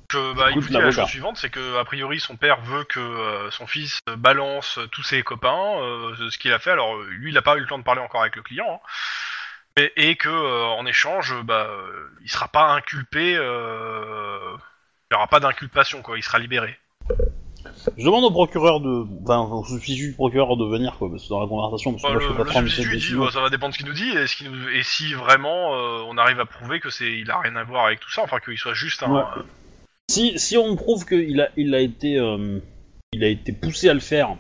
[SPEAKER 2] Que, bah, il
[SPEAKER 5] Écoute
[SPEAKER 2] vous dit la
[SPEAKER 5] l'avocat.
[SPEAKER 2] chose suivante, c'est que a priori son père veut que euh, son fils euh, balance tous ses copains, euh, de ce qu'il a fait. Alors euh, lui, il n'a pas eu le temps de parler encore avec le client, hein. Mais- et que euh, en échange, euh, bah, euh, il sera pas inculpé, euh, il n'y aura pas d'inculpation, quoi. Il sera libéré.
[SPEAKER 5] Je demande au procureur de. Enfin, au substitut du procureur de venir, quoi, parce que dans la conversation, parce que
[SPEAKER 2] Bah,
[SPEAKER 5] moi
[SPEAKER 2] le,
[SPEAKER 5] je peux pas
[SPEAKER 2] le
[SPEAKER 5] prendre cette
[SPEAKER 2] substitut il dit,
[SPEAKER 5] décision.
[SPEAKER 2] bah, ça va dépendre de ce qu'il nous dit, et, ce qu'il nous- et si vraiment euh, on arrive à prouver que c'est, il a rien à voir avec tout ça, enfin qu'il soit juste un,
[SPEAKER 5] Ouais. Si, si on prouve qu'il a, il a, été, euh, il a été poussé à le faire.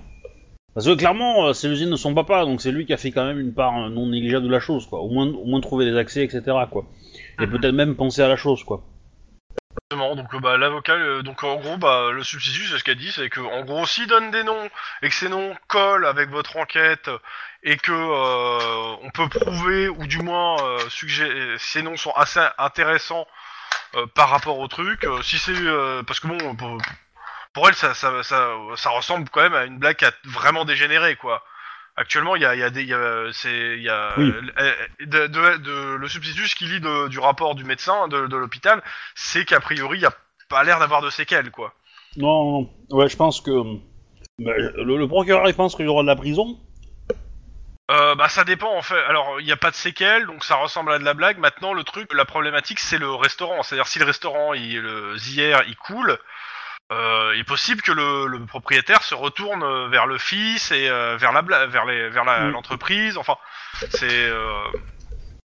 [SPEAKER 5] Parce que clairement, euh, c'est l'usine de son papa, donc c'est lui qui a fait quand même une part euh, non négligeable de la chose, quoi. Au moins, au moins trouver des accès, etc., quoi. Et
[SPEAKER 2] Mhm.
[SPEAKER 5] peut-être même penser à la chose, quoi.
[SPEAKER 2] Exactement, donc euh, bah, l'avocat, euh, donc en gros, bah, le substitut, c'est ce qu'elle dit, c'est que en gros, s'il donne des noms et que ces noms collent avec votre enquête et que euh, on peut prouver ou du moins euh, suggé- ces noms sont assez intéressants euh, par rapport au truc, euh, si c'est euh, parce que bon, pour, pour elle, ça, ça, ça, ça ressemble quand même à une blague qui a vraiment dégénéré, quoi. Actuellement, il y a, il y a des, il y a, c'est, il y a
[SPEAKER 5] Oui.
[SPEAKER 2] euh, de, de- de- le substitut, ce qu'il lit de- du rapport du médecin de, de l'hôpital, c'est qu'a priori, il n'y a pas l'air d'avoir de séquelles, quoi.
[SPEAKER 5] Non, non, non. ouais, je pense que. bah, le, le procureur, il pense qu'il aura de la prison.
[SPEAKER 2] Euh, bah ça dépend en fait. Alors il n'y a pas de séquelles, donc ça ressemble à de la blague. Maintenant le truc, la problématique c'est le restaurant. C'est-à-dire si le restaurant il, le, hier il coule, euh, il est possible que le, le propriétaire se retourne euh, vers le fils et euh, vers la bla- vers les vers la-
[SPEAKER 5] Mm.
[SPEAKER 2] l'entreprise. Enfin c'est euh,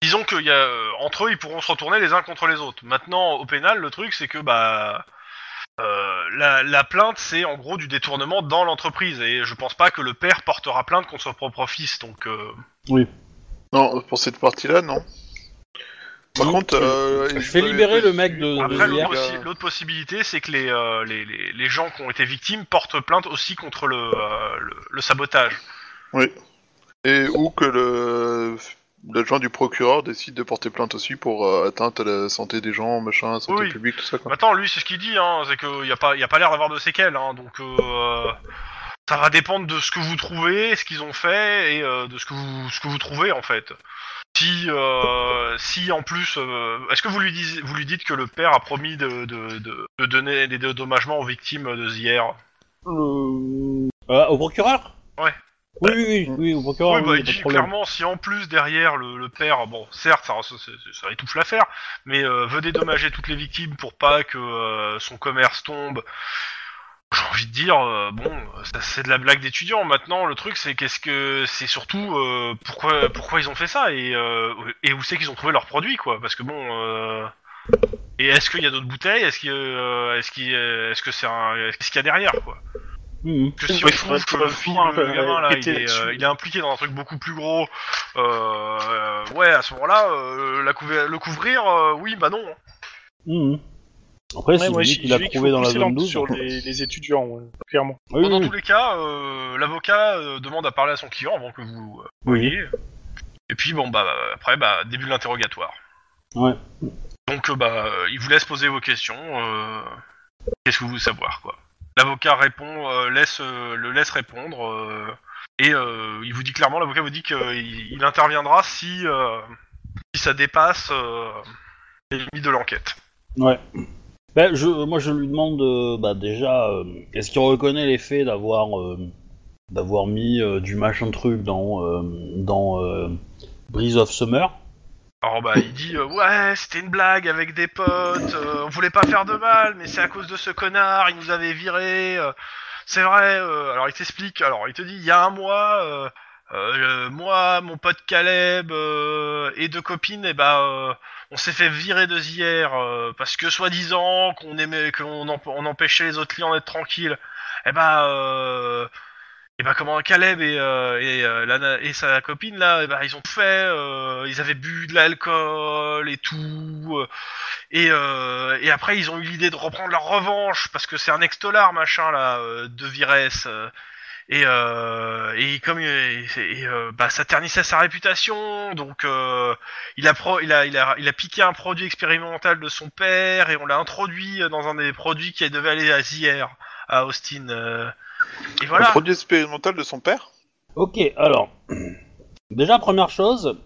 [SPEAKER 2] disons que y a, euh, entre eux ils pourront se retourner les uns contre les autres. Maintenant au pénal le truc c'est que bah euh, la, la plainte, c'est en gros du détournement dans l'entreprise, et je pense pas que le père portera plainte contre son propre fils, donc euh,
[SPEAKER 3] Non, pour cette partie-là, non. Par
[SPEAKER 5] Oui,
[SPEAKER 3] contre,
[SPEAKER 5] tu-
[SPEAKER 3] euh,
[SPEAKER 5] tu
[SPEAKER 3] il-
[SPEAKER 5] fais libérer le mec de-
[SPEAKER 2] Après,
[SPEAKER 5] de
[SPEAKER 2] l'autre
[SPEAKER 5] hier.
[SPEAKER 2] possi- l'autre possibilité, c'est que les, euh, les, les, les gens qui ont été victimes portent plainte aussi contre le, euh, le, le sabotage.
[SPEAKER 3] Et ou que le l'agent du procureur décide de porter plainte aussi pour euh, atteinte à la santé des gens, machin, la santé
[SPEAKER 2] Oui.
[SPEAKER 3] publique, tout ça.
[SPEAKER 5] Bah,
[SPEAKER 3] Quoi.
[SPEAKER 2] Maintenant, lui, c'est ce qu'il dit, hein, c'est qu'il n'y a pas, y a pas l'air d'avoir de séquelles, hein, donc euh, ça va dépendre de ce que vous trouvez, ce qu'ils ont fait, et euh, de ce que, vous, ce que vous trouvez, en fait. Si, euh, si en plus, euh, est-ce que vous lui, dis- vous lui dites que le père a promis de, de, de, de donner des dédommagements aux victimes de hier
[SPEAKER 5] Le- Euh, au procureur
[SPEAKER 2] Ouais.
[SPEAKER 5] Oui, oui, oui, oui, au procureur.
[SPEAKER 2] Oui, bah,
[SPEAKER 5] oui,
[SPEAKER 2] il
[SPEAKER 5] pas de
[SPEAKER 2] dit
[SPEAKER 5] problème.
[SPEAKER 2] clairement, si en plus derrière le, le père, bon, certes, ça, ça, ça, ça étouffe l'affaire, mais euh, veut dédommager toutes les victimes pour pas que euh, son commerce tombe. J'ai envie de dire, euh, bon, ça, c'est de la blague d'étudiant. Maintenant, le truc, c'est qu'est-ce que c'est surtout euh, pourquoi pourquoi ils ont fait ça et, euh, et où c'est qu'ils ont trouvé leurs produits, quoi. Parce que bon, euh, et est-ce qu'il y a d'autd'autres bouteilles Est-ce qu'il y a, euh, est-ce qu'il y a- est-ce que c'est un est-ce qu'il y a derrière, quoi
[SPEAKER 5] Mhm.
[SPEAKER 2] que si
[SPEAKER 4] Ouais,
[SPEAKER 2] on
[SPEAKER 4] faudrait
[SPEAKER 2] trouve que
[SPEAKER 4] trouver
[SPEAKER 2] le
[SPEAKER 4] un
[SPEAKER 2] film,
[SPEAKER 4] film,
[SPEAKER 2] le
[SPEAKER 4] euh,
[SPEAKER 2] gamin là, il
[SPEAKER 4] pété
[SPEAKER 2] est, euh,
[SPEAKER 4] là-dessus.
[SPEAKER 2] il est impliqué dans un truc beaucoup plus gros, euh, euh, ouais, à ce moment-là, euh, la couver- le couvrir, euh, oui, bah non.
[SPEAKER 5] Mhm. Après,
[SPEAKER 4] Ouais,
[SPEAKER 5] s'il
[SPEAKER 4] ouais,
[SPEAKER 5] dit
[SPEAKER 4] je-
[SPEAKER 5] qu'il a
[SPEAKER 4] je dis qu'il
[SPEAKER 5] trouvé
[SPEAKER 4] faut
[SPEAKER 5] dans la
[SPEAKER 4] pousser
[SPEAKER 5] zone hein.
[SPEAKER 4] l'ordre
[SPEAKER 5] 12.
[SPEAKER 4] sur les, les étudiants, ouais, clairement.
[SPEAKER 5] Ah oui,
[SPEAKER 2] Dans
[SPEAKER 5] oui.
[SPEAKER 2] tous les cas, euh, l'avocat euh, demande à parler à son client avant que vous euh, voyez. Et puis bon, bah après, bah début de l'interrogatoire.
[SPEAKER 5] Ouais.
[SPEAKER 2] Donc euh, bah euh, il vous laisse poser vos questions. euh, Qu'est-ce que vous voulez savoir quoi L'avocat répond, euh, laisse euh, le laisse répondre euh, et euh, il vous dit clairement, l'avocat vous dit qu'il il interviendra si euh, si ça dépasse euh, les limites de l'enquête.
[SPEAKER 5] Ben, je, moi, je lui demande euh, bah, déjà, euh, est-ce qu'il reconnaît les faits d'avoir euh, d'avoir mis euh, du machin truc dans euh, dans euh, Breeze of Summer
[SPEAKER 2] Alors bah il dit euh, ouais c'était une blague avec des potes, euh, on voulait pas faire de mal mais c'est à cause de ce connard, il nous avait viré, euh, c'est vrai. euh, alors il t'explique, alors il te dit il y a un mois, euh, euh, moi mon pote Caleb euh, et deux copines et bah euh, on s'est fait virer de hier euh, parce que soi-disant qu'on aimait qu'on emp- on empêchait les autres clients d'être tranquilles. Et bah euh, et bah comment Caleb et euh, et, euh, la na- et sa copine là, et bah ils ont tout fait, euh, ils avaient bu de l'alcool et tout, euh, et euh, et après ils ont eu l'idée de reprendre leur revanche parce que c'est un ex-dollar machin là euh, de Vires. euh, et, euh, et comme euh, et, et, euh, bah, ça ternissait sa réputation, donc euh, il, a pro- il, a, il, a, il a piqué un produit expérimental de son père et on l'a introduit dans un des produits qui devait aller à Zier, à Austin. euh. et voilà.
[SPEAKER 3] Le produit expérimental de son père
[SPEAKER 5] Ok, alors, déjà, première chose,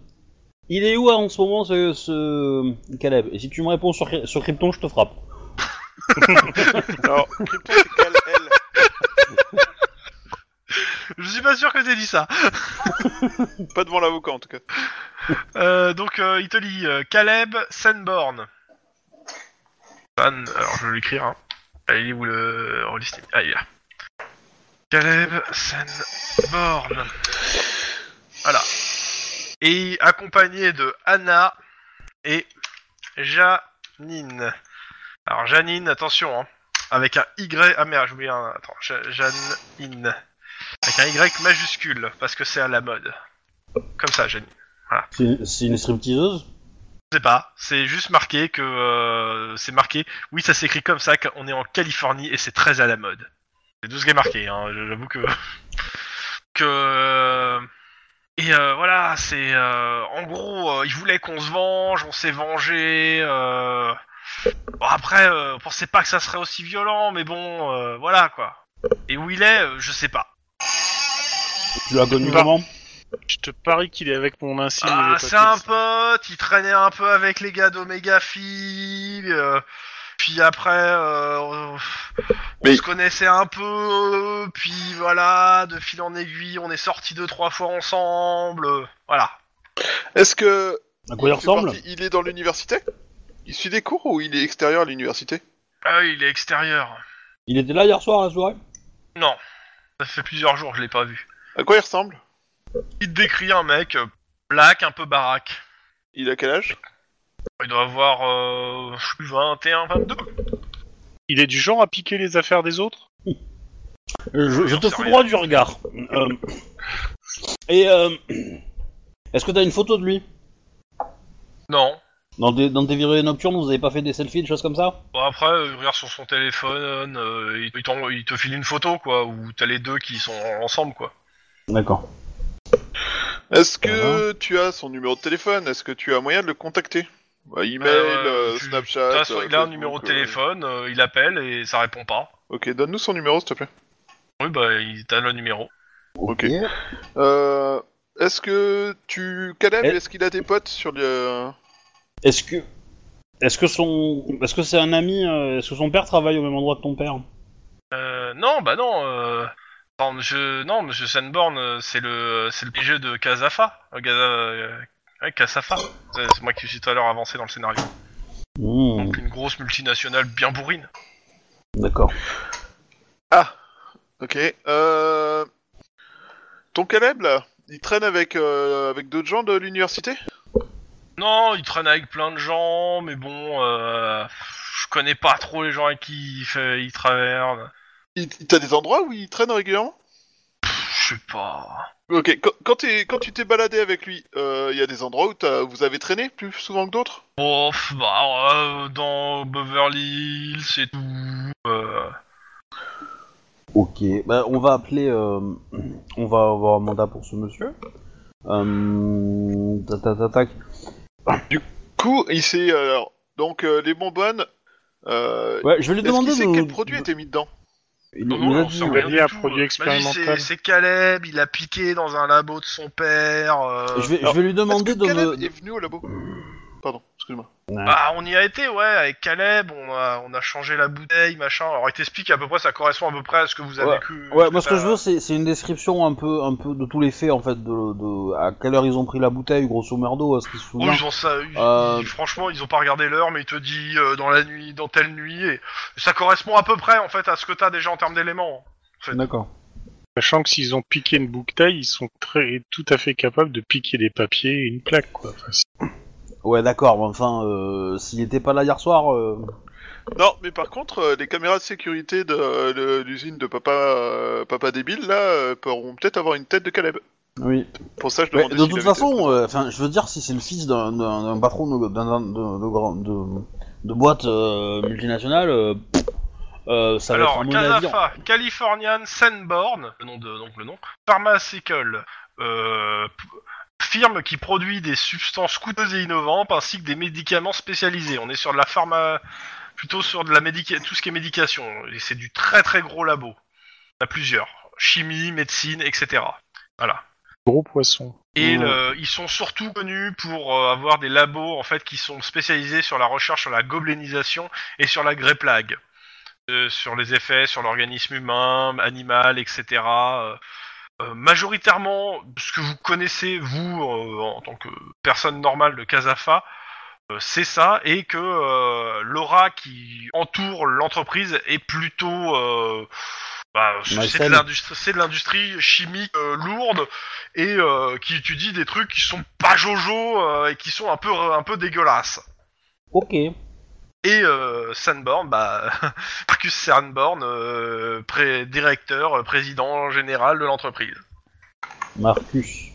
[SPEAKER 5] il est où en ce moment ce, ce Caleb Et si tu me réponds sur, sur Krypton, je te frappe.
[SPEAKER 3] Alors, Krypton, c'est quel L
[SPEAKER 2] Je suis pas sûr que t'aies dit ça.
[SPEAKER 3] Pas devant l'avocat en tout cas.
[SPEAKER 2] Euh, donc euh, il te lit euh, Caleb Sanborn. San, alors je vais l'écrire. Hein. Ah, Il est où le en listing Ah il est là. Caleb Sanborn. Voilà. Et accompagné de Anna et Janine. Alors Janine, attention, hein, avec un Y. Ah merde, j'ai oublié un. Attends, Ja- Janine. Avec un Y majuscule, parce que c'est à la mode. Comme ça, Janine.
[SPEAKER 5] C'est c'est une stripteaseuse
[SPEAKER 2] Je sais pas, c'est juste marqué que euh, c'est marqué. Oui, ça s'écrit comme ça. qu'on est en Californie et c'est très à la mode. C'est tout ce qui est marqué. Hein, je- j'avoue que que euh, et euh, voilà, c'est euh, en gros, euh, ils voulaient qu'on se venge, on s'est vengé. euh, Bon, après, euh, on pensait pas que ça serait aussi violent, mais bon, euh, voilà quoi. Et où il est, euh, je sais pas.
[SPEAKER 5] Tu l'as connue
[SPEAKER 4] Bah,
[SPEAKER 5] comment
[SPEAKER 4] Je te parie qu'il est avec mon insigne.
[SPEAKER 2] Ah,
[SPEAKER 4] et les
[SPEAKER 2] c'est un
[SPEAKER 4] paquets.
[SPEAKER 2] pote, il traînait un peu avec les gars d'Omega Phi, euh, puis après, euh, on, on
[SPEAKER 3] Mais-
[SPEAKER 2] se connaissait un peu, euh, puis voilà, de fil en aiguille, on est sortis deux, trois fois ensemble, euh, voilà.
[SPEAKER 3] Est-ce que
[SPEAKER 5] À quoi il
[SPEAKER 3] fait
[SPEAKER 5] ressemble
[SPEAKER 3] partie- il est dans l'université Il suit des cours ou il est extérieur à l'université
[SPEAKER 2] Ah oui, il est extérieur.
[SPEAKER 5] Il était là hier soir à la soirée
[SPEAKER 2] Non, ça fait plusieurs jours que je l'ai pas vu.
[SPEAKER 3] À quoi il ressemble
[SPEAKER 2] Il te décrit un mec euh, black, un peu baraque.
[SPEAKER 3] Il a quel âge
[SPEAKER 2] Il doit avoir, euh, je sais plus, 21, 22.
[SPEAKER 4] Il est du genre à piquer les affaires des autres
[SPEAKER 5] Euh, Je, je
[SPEAKER 2] J'en
[SPEAKER 5] te
[SPEAKER 2] sais
[SPEAKER 5] fous
[SPEAKER 2] rien.
[SPEAKER 5] droit du regard. Euh, Et euh, est-ce que t'as une photo de lui
[SPEAKER 2] Non.
[SPEAKER 5] Dans tes, dans tes virées nocturnes, vous avez pas fait des selfies, des choses comme ça
[SPEAKER 2] Bon, après, euh, il regarde sur son téléphone, euh, il, il t'en- il te file une photo, quoi, où t'as les deux qui sont ensemble, quoi.
[SPEAKER 5] D'accord.
[SPEAKER 3] Est-ce que tu as son numéro de téléphone Est-ce que tu as moyen de le contacter Bah, Email,
[SPEAKER 2] Euh,
[SPEAKER 3] euh,
[SPEAKER 2] tu-
[SPEAKER 3] Snapchat.
[SPEAKER 2] T'as son-
[SPEAKER 3] euh,
[SPEAKER 2] il a un
[SPEAKER 3] Facebook,
[SPEAKER 2] numéro de
[SPEAKER 3] euh,
[SPEAKER 2] téléphone, euh, il appelle et ça répond pas.
[SPEAKER 3] Ok, donne-nous son numéro, s'il te plaît.
[SPEAKER 2] Oui, bah, il t'a le numéro.
[SPEAKER 3] Ok. Euh, est-ce que tu. Caleb,
[SPEAKER 5] Eh.
[SPEAKER 3] est-ce qu'il a des potes sur le.
[SPEAKER 5] Est-ce que. Est-ce que son. Est-ce que c'est un ami euh, Est-ce que son père travaille au même endroit que ton père
[SPEAKER 2] Euh, non, bah non. Euh... Non, monsieur, non, monsieur Sanborn, euh, c'est le, c'est le PG de Casafa. Euh, Gaza- euh, ouais, Casafa. C'est c'est moi qui suis tout à l'heure avancé dans le scénario.
[SPEAKER 5] Hmm,
[SPEAKER 2] Donc une grosse multinationale bien bourrine.
[SPEAKER 5] D'accord.
[SPEAKER 3] Ah Ok. Euh... Ton Caleb, là, il traîne avec, euh, avec d'autres gens de l'université
[SPEAKER 2] Non, il traîne avec plein de gens, mais bon, euh, je connais pas trop les gens avec qui il, fait, il traverne.
[SPEAKER 3] il, il- T'as des endroits où il traîne régulièrement
[SPEAKER 2] Je sais pas.
[SPEAKER 3] Ok, quand, quand, t'es- quand tu t'es baladé avec lui, euh, il y a des endroits où, t'as- où vous avez traîné plus souvent que d'autres
[SPEAKER 2] Bon, pff, bah, euh, dans Beverly Hills et tout. euh,
[SPEAKER 5] Ok. Bah, on va appeler. euh, on va avoir un mandat pour ce monsieur. Euh... Tac, tac, tac, tac.
[SPEAKER 3] coup, il s'est. euh, alors, donc, euh, les bonbonnes. Euh,
[SPEAKER 5] Ouais, je vais lui
[SPEAKER 3] est-ce
[SPEAKER 5] demander
[SPEAKER 3] qu'il sait
[SPEAKER 5] de.
[SPEAKER 3] quel produit était mis dedans
[SPEAKER 5] Il,
[SPEAKER 2] Non,
[SPEAKER 5] il nous a
[SPEAKER 2] non,
[SPEAKER 5] dit,
[SPEAKER 2] c'est
[SPEAKER 5] ouais.
[SPEAKER 4] rien.
[SPEAKER 2] du
[SPEAKER 4] Il y a un
[SPEAKER 2] tout.
[SPEAKER 4] produit
[SPEAKER 2] Vas-y,
[SPEAKER 4] expérimental.
[SPEAKER 2] C'est c'est Caleb, il a piqué dans un labo de son père. euh,
[SPEAKER 5] Je vais, je vais lui
[SPEAKER 3] Est-ce
[SPEAKER 5] demander
[SPEAKER 3] que
[SPEAKER 5] de
[SPEAKER 3] Caleb
[SPEAKER 5] me.
[SPEAKER 3] est venu au labo Pardon, excuse-moi.
[SPEAKER 2] Bah, on y a été, ouais, avec Caleb, on a, on a changé la bouteille, machin. Alors, il t'explique à peu près, ça correspond à peu près à ce que vous avez vécu.
[SPEAKER 5] Ouais, moi ce que je
[SPEAKER 2] t'as-
[SPEAKER 5] veux, c'est c'est une description un peu, un peu de tous les faits en fait, de, de à quelle heure ils ont pris la bouteille, grosso merdo, à ce qu'ils se
[SPEAKER 2] Oh,
[SPEAKER 5] souviennent.
[SPEAKER 2] ils ont ça, ils-
[SPEAKER 5] Euh.
[SPEAKER 2] ils- franchement, ils ont pas regardé l'heure, mais il te dit euh, dans la nuit, dans telle nuit, et ça correspond à peu près, en fait, à ce que t'as déjà en termes d'éléments.
[SPEAKER 5] D'accord.
[SPEAKER 4] Sachant que s'ils ont piqué une bouteille, ils sont très, tout à fait capables de piquer des papiers et une plaque, quoi. Enfin, c'est-
[SPEAKER 5] Ouais, d'accord, mais enfin, euh, s'il était pas là hier soir. euh,
[SPEAKER 3] Non, mais par contre, euh, les caméras de sécurité de euh, le- l'usine de papa, euh, papa débile, là, euh, pourront peut-être avoir une tête de Caleb.
[SPEAKER 5] Oui.
[SPEAKER 3] Pour ça, je
[SPEAKER 5] Mais
[SPEAKER 3] demande
[SPEAKER 5] de toute façon, euh, enfin, je veux dire, si c'est le fils d'un- d'un d'un patron de, d'un- de, de, grand- de- de boîte euh, multinationale, euh, pff, euh, ça
[SPEAKER 2] Alors,
[SPEAKER 5] va être un bon navire.
[SPEAKER 2] Casafa, Californian Sanborn, le nom de, donc le nom, Pharmaceutical, euh, p- firme qui produit des substances coûteuses et innovantes ainsi que des médicaments spécialisés. On est sur de la pharma, plutôt sur de la médica, tout ce qui est médication. Et c'est du très très gros labo. T'as plusieurs. Chimie, médecine, etc. Voilà.
[SPEAKER 4] Gros poisson.
[SPEAKER 2] Et
[SPEAKER 5] Mmh.
[SPEAKER 2] le- ils sont surtout connus pour euh, avoir des labos en fait qui sont spécialisés sur la recherche sur la gobelénisation et sur la grey plague, Euh, sur les effets sur l'organisme humain, animal, etc. Euh, euh, majoritairement, ce que vous connaissez vous euh, en tant que personne normale de Casafa, euh, c'est ça et que euh, l'aura qui entoure l'entreprise est plutôt euh, bah, c'est de
[SPEAKER 5] Malsaine.
[SPEAKER 2] l'industrie- c'est de l'industrie chimique euh, lourde et euh, qui étudie des trucs qui sont pas jojo euh, et qui sont un peu un peu dégueulasses.
[SPEAKER 5] Ok.
[SPEAKER 2] Et euh, Sanborn, bah, Marcus Sanborn, euh, pré- directeur, euh, président général de l'entreprise.
[SPEAKER 5] Marcus.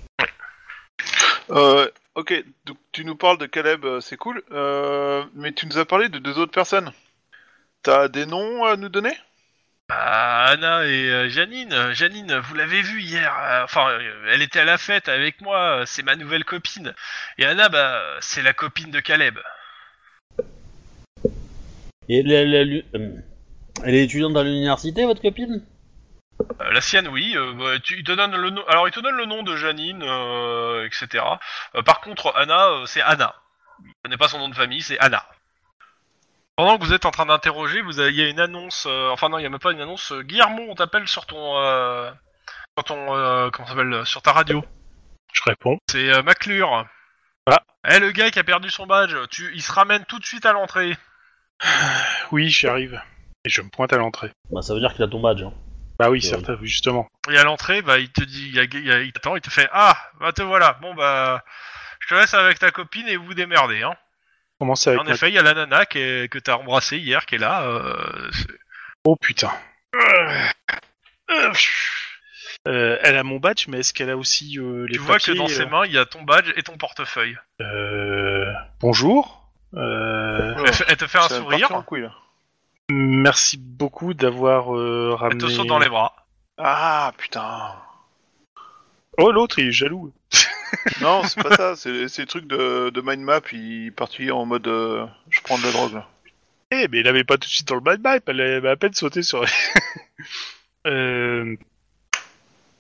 [SPEAKER 3] Euh, ok, donc tu nous parles de Caleb, euh, c'est cool, euh, mais tu nous as parlé de deux autres personnes. T'as des noms à nous donner
[SPEAKER 2] Bah, Anna et euh, Janine, Euh, Janine, vous l'avez vue hier. euh, Enfin, euh, elle était à la fête avec moi. euh, C'est ma nouvelle copine. Et Anna, bah, c'est la copine de Caleb.
[SPEAKER 5] Et elle, elle- elle- euh, elle est étudiante à l'université, votre copine
[SPEAKER 2] Euh, la sienne, oui. euh, bah, tu, il te donne le nom. Alors, il te donne le nom de Janine, euh, etc. Euh, par contre, Anna, euh, c'est Anna. Il connaît pas son nom de famille, c'est Anna. Pendant que vous êtes en train d'interroger, vous avez- il y a une annonce. euh, enfin non, il y a même pas une annonce. euh, Guillermo, on t'appelle sur ton, euh, sur ton, euh, comment ça s'appelle, euh, sur ta radio.
[SPEAKER 4] Je réponds.
[SPEAKER 2] C'est euh, McClure.
[SPEAKER 4] Ah.
[SPEAKER 2] Eh, le gars qui a perdu son badge, tu, il se ramène tout de suite à l'entrée.
[SPEAKER 4] Oui, j'y arrive. Et je me pointe à l'entrée.
[SPEAKER 5] Bah, ça veut dire qu'il a ton badge. hein.
[SPEAKER 4] Bah oui,
[SPEAKER 5] Oui.
[SPEAKER 4] certain, justement.
[SPEAKER 2] Et à l'entrée, bah, il te dit, il, y a- il y a- il t'attend, il te fait Ah, bah te voilà, bon bah, je te laisse avec ta copine et vous vous démerdez. Hein.
[SPEAKER 4] Commencez avec
[SPEAKER 2] en
[SPEAKER 4] ma-
[SPEAKER 2] effet, il y a la nana qui est- que t'as embrassée hier qui est là. euh, c'est-
[SPEAKER 4] Oh putain. Euh, elle a mon badge, mais est-ce qu'elle a aussi euh, les
[SPEAKER 2] tu vois que
[SPEAKER 4] papiers,
[SPEAKER 2] dans ses
[SPEAKER 4] euh,
[SPEAKER 2] mains, il y a ton badge et ton portefeuille.
[SPEAKER 4] euh, Bonjour. Euh,
[SPEAKER 2] Elle fait- Elle te fait un
[SPEAKER 3] Ça va
[SPEAKER 2] sourire,
[SPEAKER 3] partir en couille, là.
[SPEAKER 4] merci beaucoup d'avoir euh,
[SPEAKER 2] elle
[SPEAKER 4] ramené.
[SPEAKER 2] te saute dans les bras.
[SPEAKER 3] Ah putain.
[SPEAKER 4] Oh, l'autre, il est jaloux.
[SPEAKER 3] Non, c'est pas ça, c'est c'est le truc de, de mind map, il est parti en mode euh, je prends de la drogue là.
[SPEAKER 4] Eh, mais il avait pas tout de suite dans le bad map, elle avait à peine sauté sur. euh...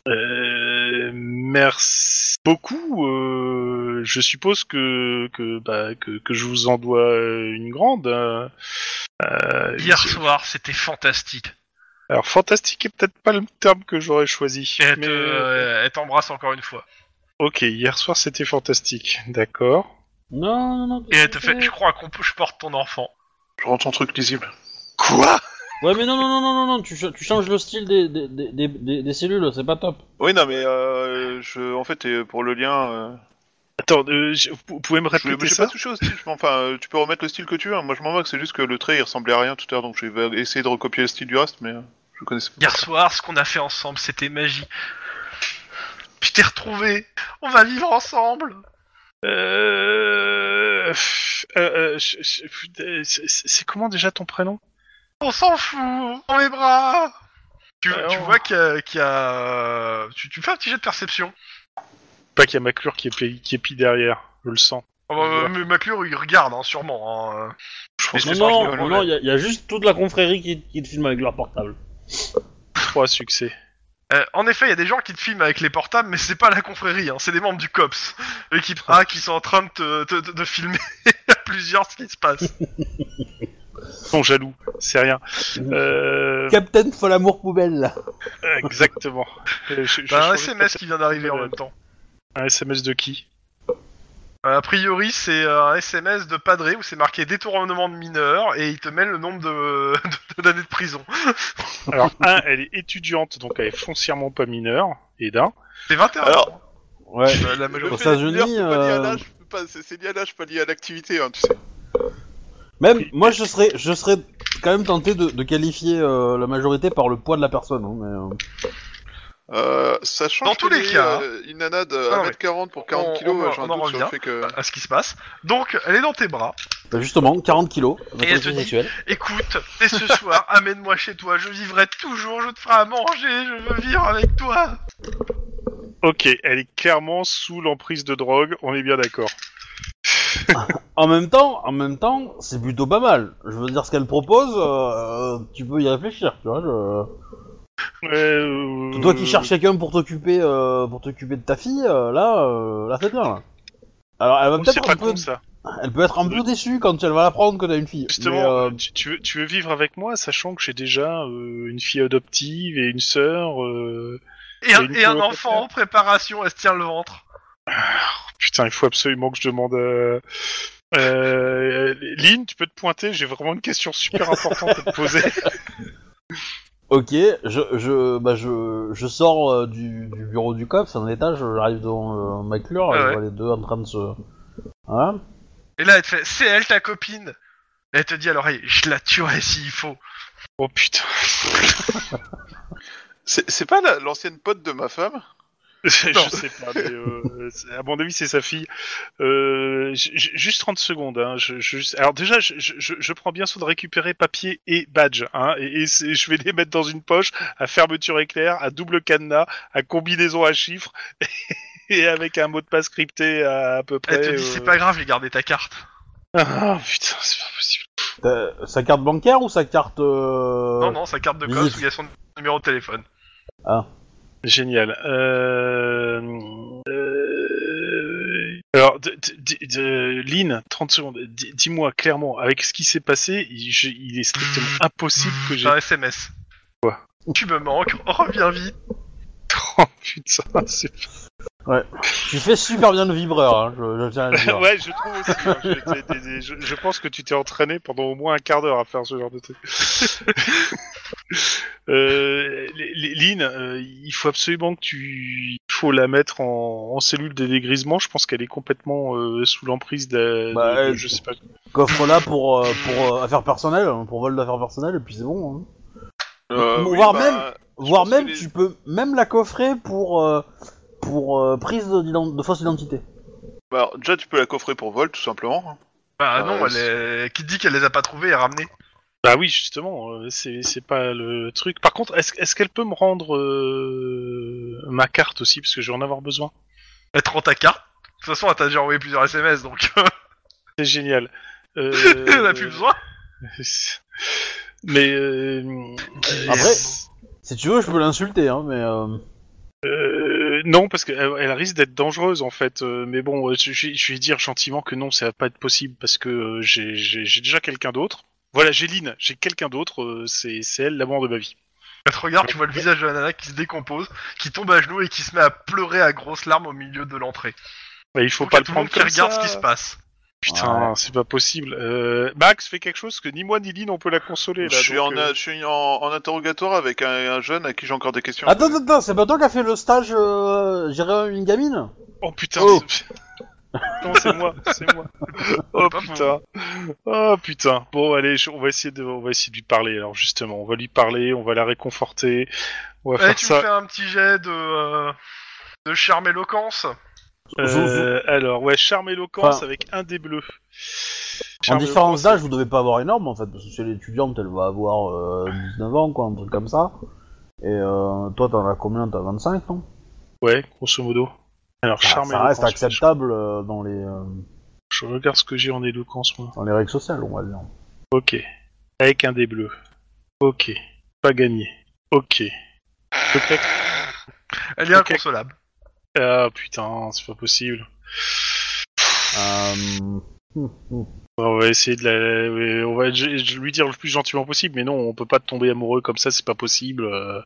[SPEAKER 4] euh, Merci beaucoup. euh, Je suppose que que, bah, que que je vous en dois euh, une grande. euh, euh,
[SPEAKER 2] Hier
[SPEAKER 4] je-
[SPEAKER 2] soir, c'était fantastique.
[SPEAKER 4] Alors fantastique est peut-être pas le terme que j'aurais choisi.
[SPEAKER 2] Et elle
[SPEAKER 4] mais-
[SPEAKER 2] te- euh, elle t'embrasse encore une fois.
[SPEAKER 4] Ok, hier soir c'était fantastique, d'accord.
[SPEAKER 5] Non, non, non.
[SPEAKER 2] Et elle te fait, je crois qu'on peut, je porte ton enfant.
[SPEAKER 3] Je rends ton truc lisible.
[SPEAKER 4] Quoi
[SPEAKER 5] Ouais, mais non, non, non, non, non, non, tu, cha- tu changes le style des, des, des, des- des- des cellules, c'est pas top.
[SPEAKER 3] Oui, non, mais euh, je, en fait, euh, pour le lien, euh,
[SPEAKER 4] Attends, euh, je- vous vous pouvez me
[SPEAKER 3] je voulais-
[SPEAKER 4] répéter
[SPEAKER 3] j'ai
[SPEAKER 4] ça
[SPEAKER 3] pas touché au style. je m'en- Enfin, euh, tu peux remettre le style que tu veux. hein. Moi, je m'en moque. C'est juste que le trait, il ressemblait à rien tout à l'heure, donc je vais essayer de recopier le style du reste, mais euh, je connaissais pas.
[SPEAKER 2] Hier soir, ce qu'on a fait ensemble, c'était magie. Je t'ai retrouvé. On va vivre ensemble.
[SPEAKER 4] Euh, pff, euh, euh, je- je- putain, c'est- c'est c'est comment déjà ton prénom
[SPEAKER 2] On s'en fout. Dans mes bras. Tu,
[SPEAKER 4] Euh,
[SPEAKER 2] tu
[SPEAKER 4] on-
[SPEAKER 2] vois qu'il y a, qu'il y a- tu, tu me fais un petit jet de perception.
[SPEAKER 4] Pas qu'il y a Maclure qui est, pli- qui est pis derrière, je le sens.
[SPEAKER 2] Oh, bah, mais Maclure, il regarde, hein, sûrement. hein.
[SPEAKER 3] Je pense
[SPEAKER 2] Mais
[SPEAKER 5] Non,
[SPEAKER 2] c'est
[SPEAKER 3] que c'est un
[SPEAKER 5] non,
[SPEAKER 3] rigolo,
[SPEAKER 5] non, non,
[SPEAKER 3] là.
[SPEAKER 5] il y, a- il y a juste toute la confrérie qui, qui te filme avec leur portable.
[SPEAKER 4] Trois succès.
[SPEAKER 2] Euh, en effet, il y a des gens qui te filment avec les portables, mais c'est pas la confrérie, hein, c'est des membres du COPS, l'équipe
[SPEAKER 4] Ah.
[SPEAKER 2] A, qui sont en train de, te, te- te- de filmer à plusieurs ce qui se passe.
[SPEAKER 4] Ils sont jaloux, c'est rien.
[SPEAKER 1] Mhm.
[SPEAKER 4] Euh,
[SPEAKER 1] Captain Folamour Poubelle, là.
[SPEAKER 4] exactement. Euh, je- je-
[SPEAKER 2] T'as Bah, un
[SPEAKER 4] je-
[SPEAKER 2] SMS qui vient d'arriver en même temps.
[SPEAKER 4] Un SMS de qui
[SPEAKER 2] Euh, A priori, c'est euh, un SMS de Padré où c'est marqué détournement de mineur et il te met le nombre de- de- d'années de, prison.
[SPEAKER 4] Alors, un, elle est étudiante, donc elle est foncièrement pas mineure, et d'un.
[SPEAKER 2] C'est 21
[SPEAKER 3] Alors,
[SPEAKER 2] ans.
[SPEAKER 1] Ouais.
[SPEAKER 2] Euh, la majorité-
[SPEAKER 1] Aux
[SPEAKER 3] fait
[SPEAKER 1] États-Unis,
[SPEAKER 3] des mineurs, c'est pas lié à
[SPEAKER 1] euh,
[SPEAKER 3] l'âge, c'est pas- c'est c'est lié à l'âge, pas lié à l'activité, hein, tu sais.
[SPEAKER 1] Même, moi, je serais, je serais quand même tenté de, de qualifier euh, la majorité par le poids de la personne. hein, mais, euh,
[SPEAKER 3] Euh, sachant
[SPEAKER 2] Dans
[SPEAKER 3] que
[SPEAKER 2] tous les
[SPEAKER 3] j'ai,
[SPEAKER 2] cas,
[SPEAKER 3] euh, une nana de
[SPEAKER 2] Ah,
[SPEAKER 3] 1m40 pour 40
[SPEAKER 2] on-
[SPEAKER 3] kg,
[SPEAKER 2] on en-
[SPEAKER 3] j'ai un
[SPEAKER 2] on en
[SPEAKER 3] doute sur le
[SPEAKER 2] revient.
[SPEAKER 3] fait que.
[SPEAKER 2] à ce qui se passe. Donc, elle est dans tes bras.
[SPEAKER 1] bah, justement, 40 kilos,
[SPEAKER 2] elle te
[SPEAKER 1] d'attraction
[SPEAKER 2] dit-
[SPEAKER 1] sexuelle.
[SPEAKER 2] Écoute, dès ce soir, amène-moi chez toi, je vivrai toujours, je te ferai à manger, je veux vivre avec toi.
[SPEAKER 4] Ok, elle est clairement sous l'emprise de drogue, on est bien d'accord.
[SPEAKER 1] En même temps, en même temps, c'est plutôt pas mal. Je veux dire, ce qu'elle propose, euh, tu peux y réfléchir, tu vois. je-
[SPEAKER 4] Euh,
[SPEAKER 1] Toi
[SPEAKER 2] Hmm.
[SPEAKER 1] qui cherches quelqu'un pour t'occuper, euh, pour t'occuper de ta fille, euh, là, euh, là, c'est bien. Là. Alors, elle va
[SPEAKER 4] Oh,
[SPEAKER 1] peut-être
[SPEAKER 4] C'est
[SPEAKER 1] un
[SPEAKER 4] pas
[SPEAKER 1] peu,
[SPEAKER 4] con ça.
[SPEAKER 1] elle peut être un peu déçue quand elle va apprendre que t'as une fille.
[SPEAKER 4] Justement,
[SPEAKER 1] mais, euh,
[SPEAKER 4] tu, tu veux, tu veux vivre avec moi, sachant que j'ai déjà euh, une fille adoptive et une sœur. euh,
[SPEAKER 2] Et un,
[SPEAKER 4] une
[SPEAKER 2] et un
[SPEAKER 4] coloc-
[SPEAKER 2] enfant en préparation, elle se tient le ventre.
[SPEAKER 4] Putain, il faut absolument que je demande. Euh... euh, Lynn, tu peux te pointer, j'ai vraiment une question super importante à te poser.
[SPEAKER 1] Ok, je, je, bah je, je sors euh, du, du bureau du COP, c'est un étage, j'arrive devant euh, McClure,
[SPEAKER 2] Ah
[SPEAKER 1] je
[SPEAKER 2] ouais.
[SPEAKER 1] vois les deux en train de se... Voilà.
[SPEAKER 2] Et là, elle te fait, c'est elle ta copine. Et elle te dit à l'oreille, je la tuerai s'il faut.
[SPEAKER 4] Oh putain.
[SPEAKER 3] C'est c'est pas la- l'ancienne pote de ma femme
[SPEAKER 4] je sais pas, mais euh, c'est- à mon avis, c'est sa fille. Euh, j- j- juste 30 secondes. Hein, je, je- juste- alors déjà, je, je- je- je prends bien soin de récupérer papier et badge. Hein, et et c'est- je vais les mettre dans une poche à fermeture éclair, à double cadenas, à combinaison à chiffres et avec un mot de passe crypté à, à peu près.
[SPEAKER 2] Elle te dit,
[SPEAKER 4] euh,
[SPEAKER 2] c'est pas grave, j'ai gardé ta carte.
[SPEAKER 4] Ah putain, c'est pas possible.
[SPEAKER 1] T'as- Euh, Sa carte bancaire ou sa carte...
[SPEAKER 4] Oh.
[SPEAKER 1] euh,
[SPEAKER 2] Non, non, sa carte de
[SPEAKER 1] oui.
[SPEAKER 2] cops où il y a son numéro de téléphone.
[SPEAKER 4] Génial. Euh... euh, Alors, d- d- d- d- Lynn, 30 secondes. D- Dis-moi clairement, avec ce qui s'est passé, il, je- il est strictement impossible que j'ai.
[SPEAKER 2] J'ai Mmh. un SMS.
[SPEAKER 4] Quoi
[SPEAKER 2] Tu me manques, reviens vite.
[SPEAKER 4] Oh putain, c'est
[SPEAKER 1] Tu fais super bien le vibreur, hein, je, je tiens à le dire.
[SPEAKER 4] Ouais, je trouve aussi. hein. Je, t'ai- t'ai- je- je pense que tu t'es entraîné pendant au moins un quart d'heure à faire ce genre de truc. euh, L- L- Lynn, euh, il faut absolument que tu. Il faut la mettre en, en cellule de dégrisement. Je pense qu'elle est complètement euh, sous l'emprise de.
[SPEAKER 1] Bah,
[SPEAKER 4] de- de-
[SPEAKER 1] elle-
[SPEAKER 4] je sais pas.
[SPEAKER 1] Coffre là pour, euh, pour euh, affaires personnelles, hein, pour vol d'affaires personnelles, et puis c'est bon. hein.
[SPEAKER 3] euh,
[SPEAKER 1] Ou voire même-
[SPEAKER 3] je
[SPEAKER 1] Voire
[SPEAKER 3] pense
[SPEAKER 1] même,
[SPEAKER 3] que les-
[SPEAKER 1] tu peux même la coffrer pour, euh, pour euh, prise de, d'ident- de fausse identité.
[SPEAKER 3] bah, déjà, tu peux la coffrer pour vol, tout simplement.
[SPEAKER 2] Bah
[SPEAKER 3] Ah,
[SPEAKER 2] non,
[SPEAKER 3] ouais,
[SPEAKER 2] elle est... qui dit qu'elle les a pas trouvés et ramenés
[SPEAKER 4] Bah oui, justement, euh, c'est c'est pas le truc. Par contre, est-ce est-ce qu'elle peut me rendre euh, ma carte aussi, parce que je vais en avoir besoin
[SPEAKER 2] Elle te rend ta carte. De toute façon, elle t'a déjà envoyé plusieurs SMS, donc euh,
[SPEAKER 4] C'est génial. Euh,
[SPEAKER 2] elle n'a plus besoin.
[SPEAKER 4] Mais euh,
[SPEAKER 1] Après- Si tu veux, je peux l'insulter, hein, mais. euh,
[SPEAKER 4] euh, non, parce qu'elle elle risque d'être dangereuse en fait. Euh, mais bon, je, je- je vais dire gentiment que non, ça va pas être possible parce que euh, j'ai- j'ai j'ai déjà quelqu'un d'autre. Voilà, j'ai Lynn, j'ai quelqu'un d'autre. euh, c'est c'est elle l'amour de ma vie.
[SPEAKER 2] Elle te regarde, tu vois le visage de la nana qui se décompose, qui tombe à genoux et qui se met à pleurer à grosses larmes au milieu de l'entrée.
[SPEAKER 4] Et il faut
[SPEAKER 2] Faut
[SPEAKER 4] pas
[SPEAKER 2] pas
[SPEAKER 4] le
[SPEAKER 2] tout le monde
[SPEAKER 4] prendre
[SPEAKER 2] qui
[SPEAKER 4] comme
[SPEAKER 2] regarde
[SPEAKER 4] ça.
[SPEAKER 2] ce qui se passe.
[SPEAKER 4] Putain, Ah, c'est pas possible. Euh, Max fait quelque chose que ni moi ni Lynn on peut la consoler.
[SPEAKER 3] Je
[SPEAKER 4] là,
[SPEAKER 3] suis,
[SPEAKER 4] donc,
[SPEAKER 3] en,
[SPEAKER 4] euh,
[SPEAKER 3] je suis en, en interrogatoire avec un, un jeune à qui j'ai encore des questions.
[SPEAKER 1] Attends, attends, attends, c'est pas toi qui as fait le stage, euh, gérer une gamine
[SPEAKER 4] Oh putain.
[SPEAKER 1] Oh.
[SPEAKER 4] c'est- non, c'est moi, c'est moi. Oh
[SPEAKER 2] Pas
[SPEAKER 4] putain. Oh putain. Bon, allez, je- on va essayer de, on va essayer de lui parler. Alors justement, on va lui parler, on va la réconforter, on va
[SPEAKER 2] Eh,
[SPEAKER 4] faire
[SPEAKER 2] tu me
[SPEAKER 4] ça.
[SPEAKER 2] fais un petit jet de, euh, de charme éloquence.
[SPEAKER 4] Euh, alors ouais, charme éloquence
[SPEAKER 1] Enfin-
[SPEAKER 4] avec un des bleus.
[SPEAKER 1] En
[SPEAKER 4] Charme
[SPEAKER 1] différence
[SPEAKER 4] éloquence,
[SPEAKER 1] d'âge, vous devez pas avoir énorme en fait, parce que c'est l'étudiante, elle va avoir euh, 19 ans, quoi, un truc comme ça. Et euh, toi, t'en as combien T'as 25, non Bah,
[SPEAKER 4] Ouais, grosso modo. Alors
[SPEAKER 1] Ça-
[SPEAKER 4] charme
[SPEAKER 1] Bah, Ça reste
[SPEAKER 4] éloquence,
[SPEAKER 1] acceptable euh, dans les euh,
[SPEAKER 4] Je, je regarde ce que j'ai en éloquence moi.
[SPEAKER 1] dans les règles sociales, on va dire.
[SPEAKER 4] Ok. Avec un des bleus. Ok. Pas gagné. Ok. Peut-être
[SPEAKER 2] Elle est
[SPEAKER 4] Ok.
[SPEAKER 2] inconsolable.
[SPEAKER 4] Ah putain, c'est pas possible.
[SPEAKER 1] Euh, hum, hum.
[SPEAKER 4] On va essayer de la. ouais, On va je- je lui dire le plus gentiment possible, mais non, on peut pas tomber amoureux comme ça, c'est pas possible. euh.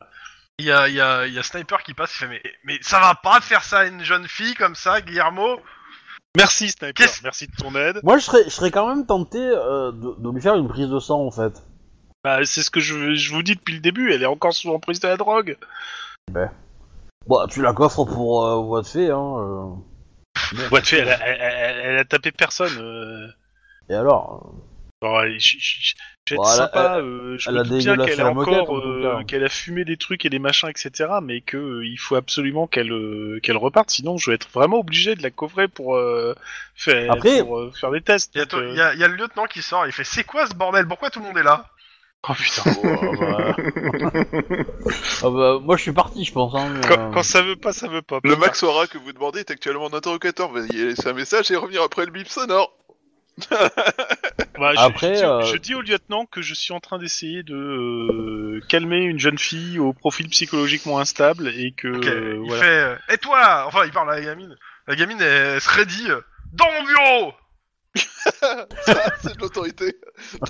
[SPEAKER 2] Il y a, il y, a, il y a Sniper qui passe, il fait mais, mais ça va pas de faire ça à une jeune fille comme ça, Guillermo
[SPEAKER 4] Merci Sniper,
[SPEAKER 2] Qu'est-ce-
[SPEAKER 4] merci de ton aide.
[SPEAKER 1] Moi, je serais, je serais quand même tenté euh, de, de lui faire une prise de sang en fait.
[SPEAKER 4] Bah, c'est ce que je, je vous dis depuis le début, elle est encore sous emprise de la drogue.
[SPEAKER 5] Bah,
[SPEAKER 1] Bon, tu la coffres pour euh, voie de fait, hein. euh.
[SPEAKER 4] Boîte fait, elle a, elle, elle- elle a tapé personne. euh.
[SPEAKER 1] Et alors euh,
[SPEAKER 4] Bon, allez, je- je- je- je vais être
[SPEAKER 1] Bon, elle a-
[SPEAKER 4] sympa, euh, je
[SPEAKER 1] elle
[SPEAKER 4] me
[SPEAKER 1] a
[SPEAKER 4] doute bien
[SPEAKER 1] dégueulassé
[SPEAKER 4] qu'elle
[SPEAKER 1] la
[SPEAKER 4] a
[SPEAKER 1] moquette,
[SPEAKER 4] encore,
[SPEAKER 1] en tout
[SPEAKER 4] euh,
[SPEAKER 1] cas.
[SPEAKER 4] qu'elle a fumé des trucs et des machins, etc. Mais que euh, il faut absolument qu'elle euh, qu'elle reparte, sinon je vais être vraiment obligé de la coffrer pour euh, faire
[SPEAKER 1] Après-
[SPEAKER 4] pour, euh, faire des tests.
[SPEAKER 2] Il y, a,
[SPEAKER 4] Donc,
[SPEAKER 2] to-
[SPEAKER 4] euh,
[SPEAKER 2] il y a- il y a le lieutenant qui sort, il fait c'est quoi ce bordel Pourquoi tout le monde est là
[SPEAKER 4] Oh putain.
[SPEAKER 1] bon,
[SPEAKER 3] euh,
[SPEAKER 1] bah,
[SPEAKER 5] euh,
[SPEAKER 1] Ah bah, moi, je suis parti, je pense. Hein, mais,
[SPEAKER 4] Quand,
[SPEAKER 1] euh,
[SPEAKER 4] quand ça veut pas, ça veut pas.
[SPEAKER 3] Le Max Aura que vous demandez est actuellement en interrogatoire. Veuillez laisser un message et revenir après le bip sonore.
[SPEAKER 4] Bah, je,
[SPEAKER 1] Après,
[SPEAKER 4] je dis,
[SPEAKER 1] euh,
[SPEAKER 4] je dis au lieutenant que je suis en train d'essayer de euh, calmer une jeune fille au profil psychologiquement instable et que
[SPEAKER 2] Ok,
[SPEAKER 4] euh,
[SPEAKER 2] Il
[SPEAKER 4] voilà.
[SPEAKER 2] fait euh, et toi Enfin, il parle à la gamine. La gamine elle, se raidit euh, dans mon bureau
[SPEAKER 3] Ça, c'est de l'autorité.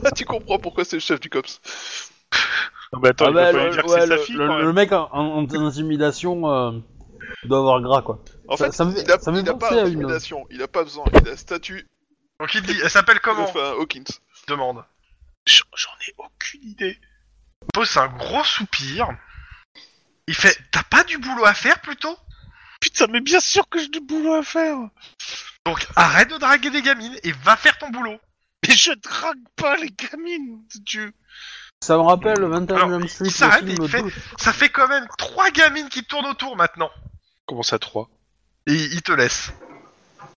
[SPEAKER 3] Là, tu comprends pourquoi c'est le chef du COPS.
[SPEAKER 4] Ah bah, attends,
[SPEAKER 1] Ah
[SPEAKER 4] il
[SPEAKER 1] bah,
[SPEAKER 4] va pas lui
[SPEAKER 1] le,
[SPEAKER 4] dire que
[SPEAKER 1] ouais,
[SPEAKER 4] c'est sa
[SPEAKER 1] le-
[SPEAKER 4] fille.
[SPEAKER 1] le-
[SPEAKER 4] quand même.
[SPEAKER 1] le mec en, en- en intimidation euh, doit avoir gras quoi.
[SPEAKER 3] En
[SPEAKER 1] Ça-
[SPEAKER 3] fait,
[SPEAKER 1] ça me-
[SPEAKER 3] il a,
[SPEAKER 1] ça me
[SPEAKER 3] il a
[SPEAKER 1] fait
[SPEAKER 3] pas
[SPEAKER 1] penser à une-
[SPEAKER 3] d'intimidation, il a pas besoin, il a statut.
[SPEAKER 2] Donc il dit, elle s'appelle comment
[SPEAKER 3] Enfin, Hawkins.
[SPEAKER 2] Demande.
[SPEAKER 4] J'en j'en ai aucune idée.
[SPEAKER 2] Il pose un gros soupir. Il fait t'as pas du boulot à faire plutôt
[SPEAKER 4] Putain, mais bien sûr que j'ai du boulot à faire.
[SPEAKER 2] Donc arrête de draguer des gamines et va faire ton boulot.
[SPEAKER 4] Mais je drague pas les gamines, de Dieu.
[SPEAKER 1] Ça me rappelle le 21 e
[SPEAKER 2] Alors,
[SPEAKER 1] Street,
[SPEAKER 2] il s'arrête
[SPEAKER 1] le
[SPEAKER 2] et
[SPEAKER 1] film
[SPEAKER 2] il fait-
[SPEAKER 1] d'où-
[SPEAKER 2] Ça fait quand même trois gamines qui tournent autour maintenant.
[SPEAKER 4] Comment ça, 3
[SPEAKER 2] Et il te laisse.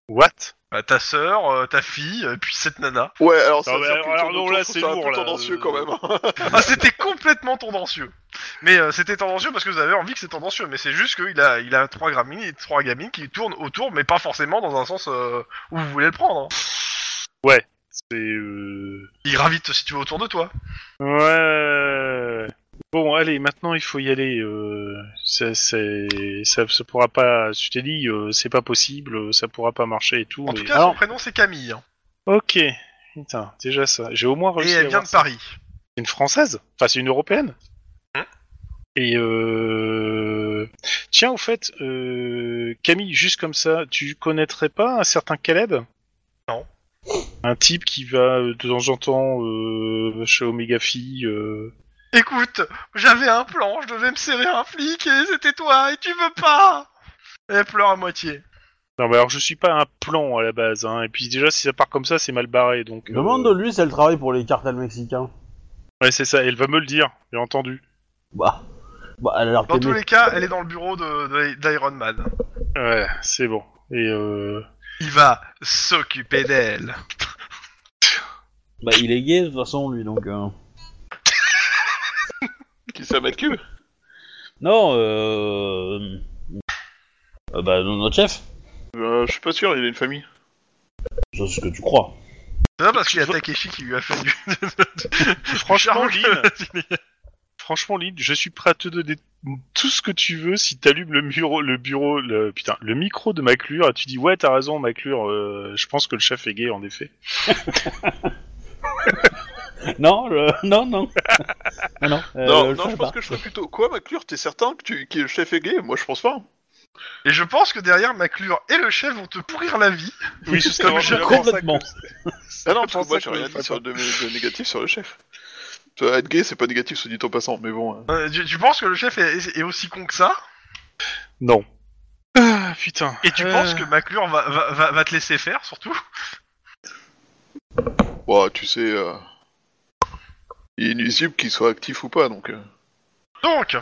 [SPEAKER 4] What
[SPEAKER 2] Bah, ta sœur, euh, ta fille, et puis cette nana.
[SPEAKER 3] Ouais, alors ça
[SPEAKER 4] Non,
[SPEAKER 3] veut
[SPEAKER 4] mais
[SPEAKER 3] dire qu'il
[SPEAKER 4] alors,
[SPEAKER 3] tourne
[SPEAKER 4] non,
[SPEAKER 3] autour,
[SPEAKER 4] là,
[SPEAKER 3] je trouve
[SPEAKER 4] c'est
[SPEAKER 3] ça un
[SPEAKER 4] lourd,
[SPEAKER 3] peu
[SPEAKER 4] là. euh.
[SPEAKER 3] tendancieux quand même. hein,
[SPEAKER 2] Ah, c'était complètement tendancieux. Mais euh, c'était tendancieux parce que vous avez envie que c'est tendancieux. Mais c'est juste qu'il a, il a trois gamines, trois gamines qui tournent autour, mais pas forcément dans un sens euh, où vous voulez le prendre. hein.
[SPEAKER 4] C'est euh...
[SPEAKER 2] Il gravite si tu veux autour de toi.
[SPEAKER 4] Ouais. Bon, allez, maintenant il faut y aller. Euh... Ça, c'est, ça, ça pourra pas. Je t'ai dit, euh, c'est pas possible, euh, ça pourra pas marcher et tout.
[SPEAKER 2] En
[SPEAKER 4] mais-
[SPEAKER 2] tout cas,
[SPEAKER 1] alors-
[SPEAKER 2] son prénom c'est Camille. hein.
[SPEAKER 4] Ok. Putain, déjà ça. J'ai au moins
[SPEAKER 2] Et
[SPEAKER 4] réussi à
[SPEAKER 2] elle vient
[SPEAKER 4] avoir
[SPEAKER 2] de
[SPEAKER 4] ça.
[SPEAKER 2] Paris.
[SPEAKER 4] C'est une française. Enfin, c'est une européenne.
[SPEAKER 2] Hein
[SPEAKER 4] Et euh... tiens, au fait, euh... Camille, juste comme ça, tu connaîtrais pas un certain Caleb
[SPEAKER 2] Non.
[SPEAKER 4] Un type qui va euh, de temps en temps euh, chez Omega Phi. euh,
[SPEAKER 2] Écoute, j'avais un plan, je devais me serrer un flic et c'était toi et tu veux pas Elle pleure à moitié.
[SPEAKER 4] Non, mais alors je suis pas un plan à la base. Hein. Et puis déjà, si ça part comme ça, c'est mal barré. Donc. euh,
[SPEAKER 1] Demande de lui si elle travaille pour les cartels mexicains.
[SPEAKER 4] Ouais, c'est ça. Elle va me le dire, bien entendu.
[SPEAKER 1] Bah, bah elle a l'air
[SPEAKER 2] Dans tous
[SPEAKER 1] t'aimer.
[SPEAKER 2] les cas, elle est dans le bureau de- de- d'Iron Man.
[SPEAKER 4] Ouais, c'est bon. Et euh...
[SPEAKER 2] Il va s'occuper d'elle.
[SPEAKER 5] Bah, il est gay de toute façon, lui, donc. euh.
[SPEAKER 3] Qui ça, Mathieu
[SPEAKER 5] Non, euh... euh, Bah, notre chef
[SPEAKER 3] euh, Je suis pas sûr, il a une famille.
[SPEAKER 5] C'est ce que tu crois.
[SPEAKER 2] C'est ça parce qu'il y a Takeshi qui lui a fait du.
[SPEAKER 4] Franchement, Lynn, franchement, Lynn, je suis prêt à te donner tout ce que tu veux si t'allumes le bureau, le bureau, le putain, le micro de Maclure et tu dis ouais, t'as raison, Maclure, euh, je pense que le chef est gay en effet.
[SPEAKER 5] Non, je- non, non. non, non, euh,
[SPEAKER 3] non,
[SPEAKER 5] le
[SPEAKER 3] non,
[SPEAKER 5] chef,
[SPEAKER 3] je pense
[SPEAKER 5] pas.
[SPEAKER 3] que je serais plutôt. Quoi, Maclure T'es certain que, tu... que le chef est gay Moi, je pense pas.
[SPEAKER 2] Et je pense que derrière, Maclure et le chef vont te pourrir la vie.
[SPEAKER 4] Oui,
[SPEAKER 2] Comme
[SPEAKER 4] comme
[SPEAKER 2] je-
[SPEAKER 5] Complètement.
[SPEAKER 3] Ah non,
[SPEAKER 4] Je
[SPEAKER 3] parce
[SPEAKER 4] pense
[SPEAKER 3] que moi,
[SPEAKER 4] ça
[SPEAKER 3] j'ai
[SPEAKER 4] qu'on
[SPEAKER 3] rien
[SPEAKER 4] le fera
[SPEAKER 3] dit sur de, de négatif sur le chef. Tu vois, Être gay, c'est pas négatif, se dit en passant, mais bon. hein.
[SPEAKER 2] Euh, tu, tu penses que le chef est, est aussi con que ça
[SPEAKER 4] Non. Ah, putain.
[SPEAKER 2] Et tu
[SPEAKER 4] Euh,
[SPEAKER 2] penses que Maclure va, va, va, va te laisser faire surtout
[SPEAKER 3] Bah, tu sais, euh, il est inusible qu'il soit actif ou pas, donc. euh.
[SPEAKER 2] Donc,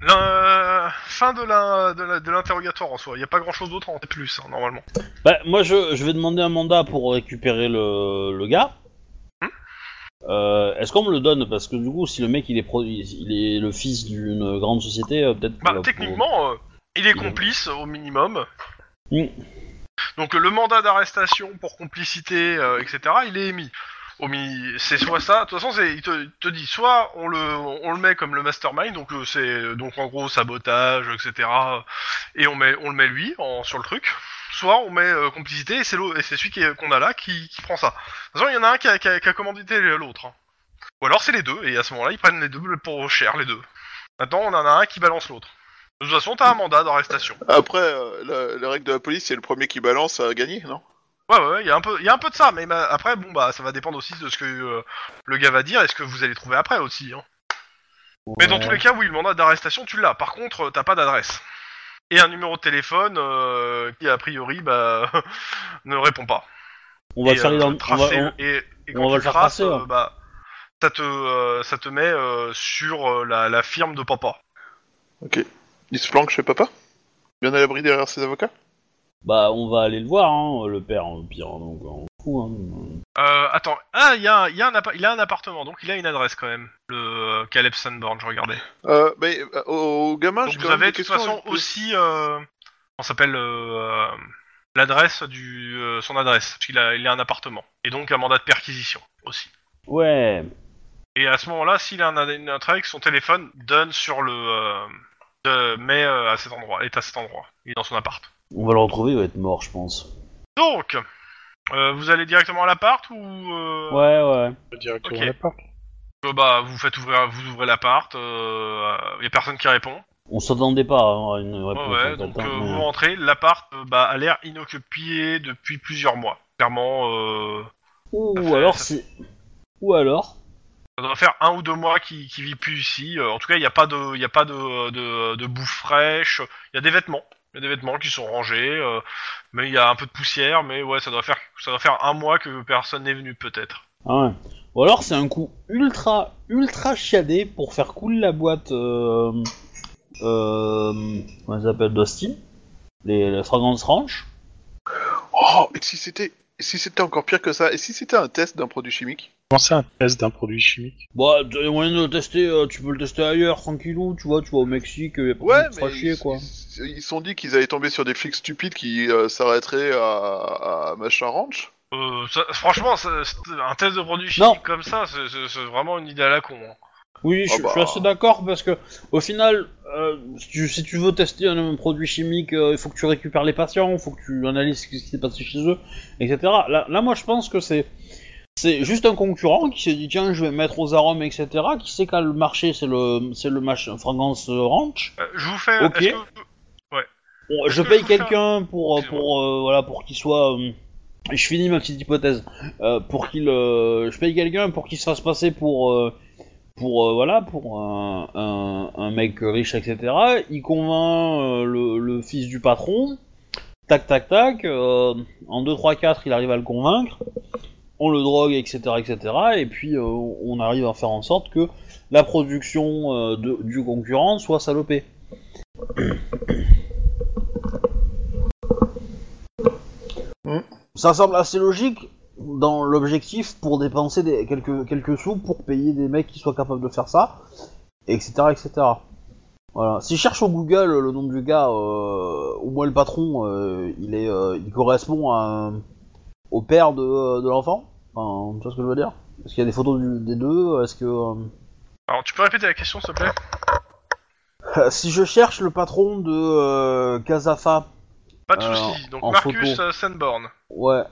[SPEAKER 2] la- fin de la de la- de l'interrogatoire en soi. Il n'y a pas grand chose d'autre en plus hein, normalement.
[SPEAKER 5] Bah, moi, je, je vais demander un mandat pour récupérer le, le gars. Euh, Est-ce qu'on me le donne Parce que du coup, si le mec il est, pro- il il est le fils d'une grande société, euh, peut-être.
[SPEAKER 2] Bah
[SPEAKER 5] qu'on va pouvoir-
[SPEAKER 2] techniquement, euh, il est
[SPEAKER 5] Mmh.
[SPEAKER 2] complice au minimum.
[SPEAKER 5] Mmh.
[SPEAKER 2] Donc le mandat d'arrestation pour complicité, euh, etc. Il est émis. Au mini, c'est soit ça. De toute façon, c'est- il te, il te dit soit on le on le met comme le mastermind, donc euh, c'est donc en gros sabotage, etc. Et on met on le met lui en, sur le truc. Soit on met euh, complicité et c'est l'au- et c'est celui qui est- qu'on a là qui, qui prend ça. De toute façon, il y en a un qui a, qui a- qui a commandité l'autre. hein. Ou alors c'est les deux, et à ce moment-là, ils prennent les deux pour cher, les deux. Maintenant, on en a un qui balance l'autre. De toute façon, t'as un mandat d'arrestation.
[SPEAKER 3] Après, euh, la, la règle de la police, c'est le premier qui balance à gagner, non
[SPEAKER 2] Ouais, ouais, ouais, il y, a un peu- il y a un peu de ça, mais bah, après, bon, bah, ça va dépendre aussi de ce que euh, le gars va dire et ce que vous allez trouver après aussi. hein. Mais dans tous les cas, oui, le mandat d'arrestation, tu l'as. Par contre, euh, t'as pas d'adresse. Et un numéro de téléphone euh, qui, a priori, bah, ne répond pas.
[SPEAKER 5] On va
[SPEAKER 2] et,
[SPEAKER 5] le faire
[SPEAKER 2] euh,
[SPEAKER 5] dans- on va-
[SPEAKER 2] tracer,
[SPEAKER 5] on-
[SPEAKER 2] et, et
[SPEAKER 5] on
[SPEAKER 2] quand tu
[SPEAKER 5] va le faire
[SPEAKER 2] traces,
[SPEAKER 5] tracer,
[SPEAKER 2] euh,
[SPEAKER 5] hein.
[SPEAKER 2] bah, ça te, euh, ça te met euh, sur euh, la, la firme de papa.
[SPEAKER 3] Il se planque chez papa Bien à l'abri derrière ses avocats
[SPEAKER 5] Bah, on va aller le voir, hein, le père, au pire. Donc, on s'en fout, hein.
[SPEAKER 2] Euh, attends, ah, il y a, un- il y a un appa- il a un appartement, donc il a une adresse quand même, le euh, Caleb Sunborn, je regardais.
[SPEAKER 3] euh, mais, euh, au, au gamin,
[SPEAKER 2] donc
[SPEAKER 3] j'ai
[SPEAKER 2] vous
[SPEAKER 3] quand même
[SPEAKER 2] avez
[SPEAKER 3] des
[SPEAKER 2] de toute
[SPEAKER 3] questions.
[SPEAKER 2] façon aussi, euh, on s'appelle euh, euh, l'adresse du, euh, son adresse, parce qu'il a, il a un appartement, et donc un mandat de perquisition aussi.
[SPEAKER 5] Ouais.
[SPEAKER 2] Et à ce moment-là, s'il a un, un, un travail, que son téléphone donne sur le, euh, de, mais euh, à cet endroit, est à cet endroit, il est dans son appart.
[SPEAKER 5] On va le retrouver, il va être mort, je pense.
[SPEAKER 2] Donc, euh, vous allez directement à l'appart ou euh,
[SPEAKER 5] Ouais, ouais.
[SPEAKER 4] directement
[SPEAKER 2] Ok.
[SPEAKER 4] à l'appart.
[SPEAKER 2] euh, bah vous faites ouvrir, vous ouvrez l'appart, il euh, y a personne qui répond.
[SPEAKER 5] On s'attendait pas hein, à une réponse.
[SPEAKER 2] Ouais,
[SPEAKER 5] en
[SPEAKER 2] ouais,
[SPEAKER 5] fait,
[SPEAKER 2] donc
[SPEAKER 5] hein,
[SPEAKER 2] euh,
[SPEAKER 5] mais-
[SPEAKER 2] vous rentrez, l'appart euh, bah, a l'air inoccupé depuis plusieurs mois. Clairement, euh,
[SPEAKER 5] Ou
[SPEAKER 2] Ça fait-
[SPEAKER 5] alors,
[SPEAKER 2] ça
[SPEAKER 5] c'est. Ou alors.
[SPEAKER 2] ça doit faire un ou deux mois qu'il qu'il vit plus ici. Euh, en tout cas, il n'y a pas de, il y a pas de, de, de bouffe fraîche. Il y a des vêtements, il y a des vêtements qui sont rangés, euh, mais il y a un peu de poussière. Mais ouais, ça doit faire, ça doit faire un mois que personne n'est venu peut-être.
[SPEAKER 5] Ah ouais. Ou alors, c'est un coup ultra, ultra chiadé pour faire couler la boîte. Euh. Euh. Comment ça s'appelle d'Austin Les, les fragrances ranch.
[SPEAKER 3] Oh, et si c'était. et Si c'était encore pire que ça, et si c'était un test d'un produit chimique
[SPEAKER 4] Pensez à un test d'un produit chimique.
[SPEAKER 5] Bah, t'as moyen de le tester, euh, tu peux le tester ailleurs, tranquillou, tu vois, tu vas au Mexique, euh, y a pas de fera chier,
[SPEAKER 3] ils,
[SPEAKER 5] quoi.
[SPEAKER 3] ils- ils se sont dit qu'ils allaient tomber sur des flics stupides qui euh, s'arrêteraient à, à Machin Ranch.
[SPEAKER 2] Euh, ça- franchement, ça- c'est- un test de produit
[SPEAKER 5] Non.
[SPEAKER 2] chimique comme ça, c'est- c'est c'est vraiment une idée à la con. hein.
[SPEAKER 5] Oui, je,
[SPEAKER 3] Ah bah.
[SPEAKER 5] je suis assez d'accord parce que au final, euh, si, tu, si tu veux tester un, un produit chimique, euh, il faut que tu récupères les patients, il faut que tu analyses ce qui s'est passé chez eux, etc. Là, là moi, je pense que c'est c'est juste un concurrent qui s'est dit tiens, je vais mettre aux arômes, etc. Qui sait qu'à le marché, c'est le c'est le machin fragrance euh, ranch.
[SPEAKER 2] Euh, je vous fais.
[SPEAKER 5] Ok.
[SPEAKER 2] est-ce que-
[SPEAKER 5] On-
[SPEAKER 2] Est-ce
[SPEAKER 5] je
[SPEAKER 2] que
[SPEAKER 5] paye
[SPEAKER 2] je peux
[SPEAKER 5] quelqu'un pour euh,
[SPEAKER 2] Excuse-moi.
[SPEAKER 5] pour euh, voilà pour qu'il soit. euh, je finis ma petite hypothèse Euh, pour qu'il euh, je paye quelqu'un pour qu'il se fasse passer pour euh, pour euh, voilà pour un, un, un mec riche etc. Il convainc euh, le, le fils du patron. Tac tac tac. euh, en 2 3 4 il arrive à le convaincre. On le drogue etc etc. Et puis euh, on arrive à faire en sorte que la production euh, de- du concurrent soit salopée.
[SPEAKER 1] Ça semble assez logique
[SPEAKER 5] dans l'objectif pour dépenser des, quelques, quelques sous pour payer des mecs qui soient capables de faire ça, etc. etc. Voilà. Si je cherche sur Google le nom du gars, euh, au moins le patron, euh, il, est, euh, il correspond à, un- au père de, de l'enfant. Enfin, tu vois ce que je veux dire Est-ce qu'il y a des photos du- des deux Est-ce que... euh,
[SPEAKER 2] Alors, tu peux répéter la question, s'il te plaît
[SPEAKER 5] euh, si je cherche le patron de euh, Casafa,
[SPEAKER 2] Pas de
[SPEAKER 5] Alors,
[SPEAKER 2] soucis. Donc,
[SPEAKER 5] en
[SPEAKER 2] Marcus
[SPEAKER 5] photo.
[SPEAKER 2] euh, Sanborn.
[SPEAKER 5] ouais.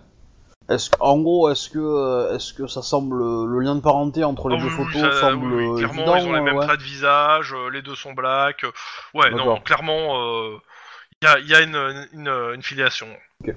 [SPEAKER 5] Est-ce en gros, est-ce que euh, est-ce que ça semble le lien de parenté entre les
[SPEAKER 2] Ah
[SPEAKER 5] deux
[SPEAKER 2] oui, oui,
[SPEAKER 5] photos
[SPEAKER 2] ça-
[SPEAKER 5] semble
[SPEAKER 2] oui, oui, clairement,
[SPEAKER 5] évident
[SPEAKER 2] ils ont les
[SPEAKER 5] euh,
[SPEAKER 2] mêmes
[SPEAKER 5] ouais.
[SPEAKER 2] traits de visage, euh, les deux sont blacks. euh, ouais, non,
[SPEAKER 5] D'accord.
[SPEAKER 2] clairement, il y a, y a une, une- une filiation.
[SPEAKER 5] Ok.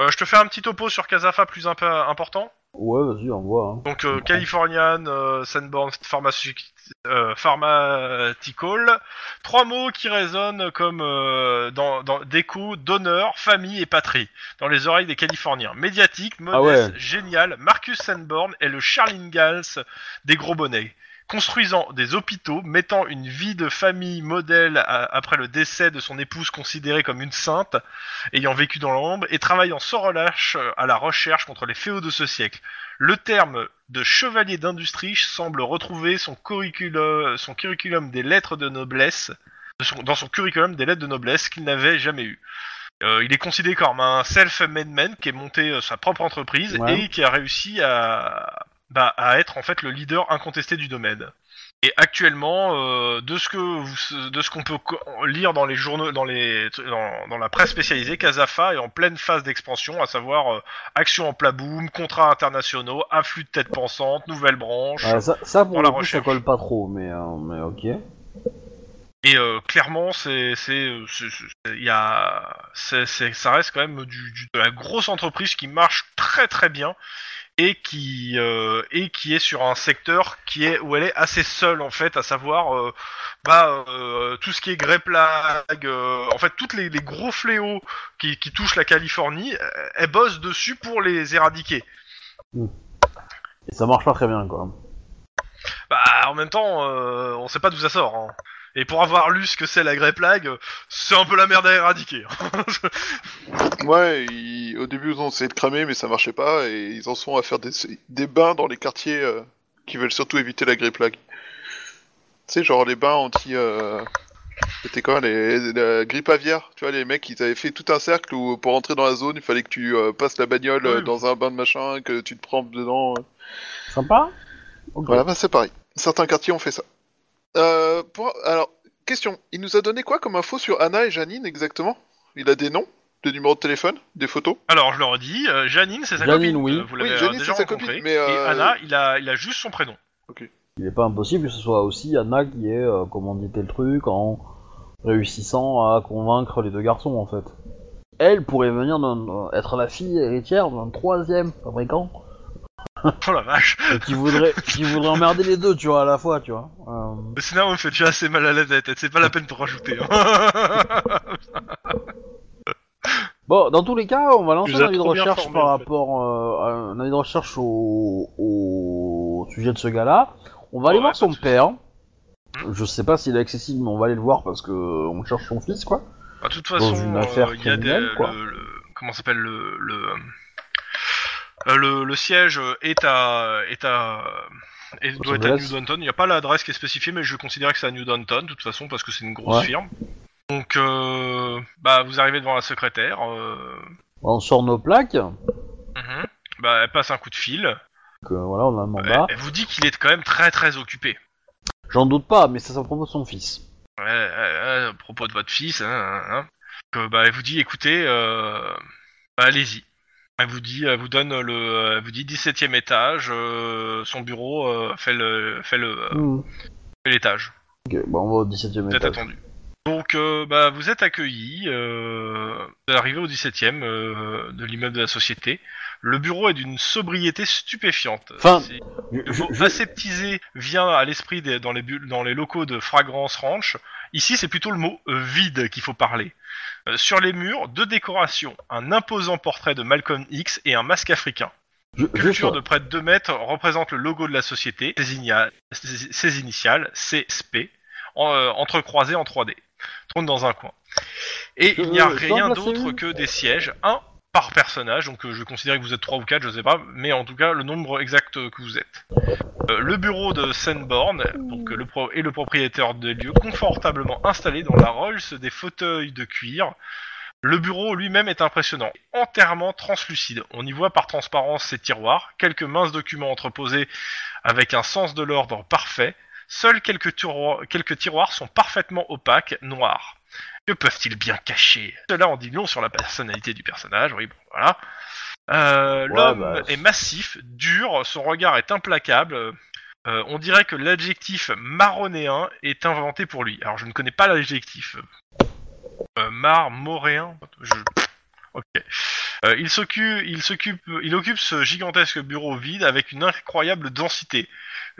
[SPEAKER 2] Euh, je te fais un petit topo sur Casafa plus imp- important.
[SPEAKER 5] Ouais, vas-y, on voit. hein.
[SPEAKER 2] Donc, euh,
[SPEAKER 5] Comprends.
[SPEAKER 2] Californian, euh, Sanborn Pharmaceutical, euh, Pharmatical. Trois mots qui résonnent comme euh, dans, dans d'écho, d'honneur, famille et patrie dans les oreilles des Californiens. Médiatique, modeste, génial, Marcus Sanborn est le Charlingals des gros bonnets. Construisant des hôpitaux, mettant une vie de famille modèle à- après le décès de son épouse considérée comme une sainte, ayant vécu dans l'ombre, et travaillant sans relâche euh, à la recherche contre les fléaux de ce siècle. Le terme de chevalier d'industrie semble retrouver son curriculum, son curriculum des lettres de noblesse, de son- dans son curriculum des lettres de noblesse qu'il n'avait jamais eu. Euh, il est considéré comme un self-made man qui a monté euh, sa propre entreprise
[SPEAKER 5] Ouais.
[SPEAKER 2] et qui a réussi à, bah, à être en fait le leader incontesté du domaine. Et actuellement, euh, de ce que vous- de ce qu'on peut co- lire dans les journaux, dans les dans, dans la presse spécialisée, Casafa est en pleine phase d'expansion, à savoir euh, action en plat boom, contrats internationaux, afflux de tête pensante, nouvelle branche.
[SPEAKER 5] Ouais, Ah, ça, ça, pour
[SPEAKER 2] Dans
[SPEAKER 5] le
[SPEAKER 2] la
[SPEAKER 5] coup, ça
[SPEAKER 2] recherche.
[SPEAKER 5] colle pas trop, mais, euh, mais ok.
[SPEAKER 2] Et euh, clairement, c'est c'est euh, c'est- c'est- il y a c'est c'est- ça reste quand même du, du- de la grosse entreprise qui marche très très bien et qui euh, et qui est sur un secteur qui est où elle est assez seule en fait, à savoir euh, bah euh, tout ce qui est grey plague, euh, en fait toutes les, les gros fléaux qui, qui touchent la Californie, euh, elle bosse dessus pour les éradiquer.
[SPEAKER 5] Et ça marche pas très bien, quoi.
[SPEAKER 2] Bah, en même temps, euh, on sait pas d'où ça sort. hein. Et pour avoir lu ce que c'est la Grey Plague, c'est un peu la merde à éradiquer. hein.
[SPEAKER 3] Ouais, ils- au début, ils ont essayé de cramer, mais ça marchait pas, et ils en sont à faire des, des bains dans les quartiers euh, qui veulent surtout éviter la grippe plague. Tu sais, genre les bains anti. euh, C'était quoi les, La grippe aviaire Tu vois, les mecs, ils avaient fait tout un cercle où pour entrer dans la zone, il fallait que tu euh, passes la bagnole euh,
[SPEAKER 2] Oui.
[SPEAKER 3] dans un bain de machin, que tu te prends dedans. euh.
[SPEAKER 5] Sympa Ok.
[SPEAKER 3] Voilà, bah, c'est pareil. Certains quartiers ont fait ça. Euh, pour- Alors, question. Il nous a donné quoi comme info sur Anna et Janine exactement Il a des noms, des numéros de téléphone, des photos
[SPEAKER 2] Alors, je le redis, euh, Janine, c'est sa
[SPEAKER 5] Janine,
[SPEAKER 2] copine.
[SPEAKER 5] oui.
[SPEAKER 2] euh, Vous l'avez
[SPEAKER 3] Oui,
[SPEAKER 2] euh,
[SPEAKER 3] Janine,
[SPEAKER 2] déjà
[SPEAKER 3] c'est sa
[SPEAKER 2] rencontrée.
[SPEAKER 3] copine, mais, euh,
[SPEAKER 2] Et Anna, il a, il a juste son prénom.
[SPEAKER 5] Il est pas impossible que ce soit aussi Anna qui ait euh, commandité le truc en réussissant à convaincre les deux garçons, en fait. Elle pourrait venir d'un- euh, être la fille héritière d'un troisième fabricant
[SPEAKER 2] Oh la vache
[SPEAKER 5] et qui voudrait, qui voudrait emmerder les deux, tu vois, à la fois, tu vois. Euh,
[SPEAKER 2] Le scénario me fait déjà assez mal à la tête, c'est pas la peine de rajouter. hein.
[SPEAKER 5] Bon, dans tous les cas, on va lancer
[SPEAKER 4] Tu nous as
[SPEAKER 5] un avis de
[SPEAKER 4] trop bien
[SPEAKER 5] recherche
[SPEAKER 4] formé,
[SPEAKER 5] par
[SPEAKER 4] en fait.
[SPEAKER 5] rapport euh, à un avis de recherche au, au sujet de ce gars-là. On va aller
[SPEAKER 2] Ouais,
[SPEAKER 5] voir son
[SPEAKER 2] pas de Hein
[SPEAKER 5] père. Je sais pas s'il est accessible, mais on va aller le voir parce que on cherche son fils, quoi.
[SPEAKER 2] Bah, De toute
[SPEAKER 5] Dans
[SPEAKER 2] façon,
[SPEAKER 5] une
[SPEAKER 2] euh,
[SPEAKER 5] affaire
[SPEAKER 2] il y a des,
[SPEAKER 5] criminelle, quoi.
[SPEAKER 2] le, le- comment ça s'appelle le le, euh, le le siège euh, est à est à et doit être à
[SPEAKER 5] Angeles.
[SPEAKER 2] New Downtown. Il n'y a pas l'adresse qui est spécifiée, mais je vais considérer que c'est à New Downtown de toute façon parce que c'est une grosse
[SPEAKER 5] Ouais.
[SPEAKER 2] firme. Donc, euh, bah vous arrivez devant la secrétaire. euh,
[SPEAKER 5] On sort nos plaques.
[SPEAKER 2] mhm. Bah, elle passe un coup de fil.
[SPEAKER 5] Donc, euh, voilà, on a un
[SPEAKER 2] Elle,
[SPEAKER 5] mandat.
[SPEAKER 2] elle vous dit qu'il est quand même très très occupé.
[SPEAKER 5] J'en doute pas, mais ça, ça propose son fils.
[SPEAKER 2] Ouais, ouais, ouais, à propos de votre fils, hein, hein, hein. que bah, elle vous dit, écoutez, euh, bah, allez-y. Elle vous dit, elle vous donne le, elle vous dit 17e étage, euh, son bureau euh, fait le, fait le, euh,
[SPEAKER 5] Hmm.
[SPEAKER 2] fait l'étage.
[SPEAKER 5] Ok, bon, on va au 17 e
[SPEAKER 2] Vous êtes
[SPEAKER 5] étage.
[SPEAKER 2] attendu. Donc, euh, bah, vous êtes accueilli. euh, vous arrivez au 17e euh, de l'immeuble de la société. Le bureau est d'une sobriété stupéfiante.
[SPEAKER 5] Enfin,
[SPEAKER 2] C'est-
[SPEAKER 5] Je-
[SPEAKER 2] le
[SPEAKER 5] je-
[SPEAKER 2] mot aseptisé vient à l'esprit des- dans, les bu- dans les locaux de Fragrance Ranch. Ici, c'est plutôt le mot euh, vide qu'il faut parler. Euh, sur les murs, deux décorations, un imposant portrait de Malcolm X et un masque africain.
[SPEAKER 5] je-
[SPEAKER 2] Une
[SPEAKER 5] juste-
[SPEAKER 2] Culture de près de 2 mètres représente le logo de la société, ses, igna- ses- ses initiales, CSP, en, euh, entrecroisées en 3D. Tourne dans un coin. Et
[SPEAKER 5] Je-
[SPEAKER 2] il n'y a
[SPEAKER 5] je peux en
[SPEAKER 2] rien
[SPEAKER 5] placer
[SPEAKER 2] d'autre
[SPEAKER 5] une
[SPEAKER 2] que des sièges, un par personnage, donc euh, je considère que vous êtes trois ou quatre, je sais pas, mais en tout cas le nombre exact euh, que vous êtes. Euh, le bureau de Senborn donc, euh, le pro- est le propriétaire des lieux, confortablement installé dans la Rolls des fauteuils de cuir. Le bureau lui-même est impressionnant, entièrement translucide. On y voit par transparence ses tiroirs, quelques minces documents entreposés avec un sens de l'ordre parfait. Seuls quelques, tiroirs- quelques tiroirs sont parfaitement opaques, noirs. Que peuvent-ils bien cacher Cela en dit long sur la personnalité du personnage, oui, bon, voilà. Euh,
[SPEAKER 6] Ouais,
[SPEAKER 2] L'homme
[SPEAKER 6] bah,
[SPEAKER 2] est massif, dur, son regard est implacable. Euh, on dirait que l'adjectif marronéen est inventé pour lui. Alors, je ne connais pas l'adjectif. Euh, marmoréen je... Ok. Euh, il s'occupe, il s'occupe, il occupe ce gigantesque bureau vide avec une incroyable densité,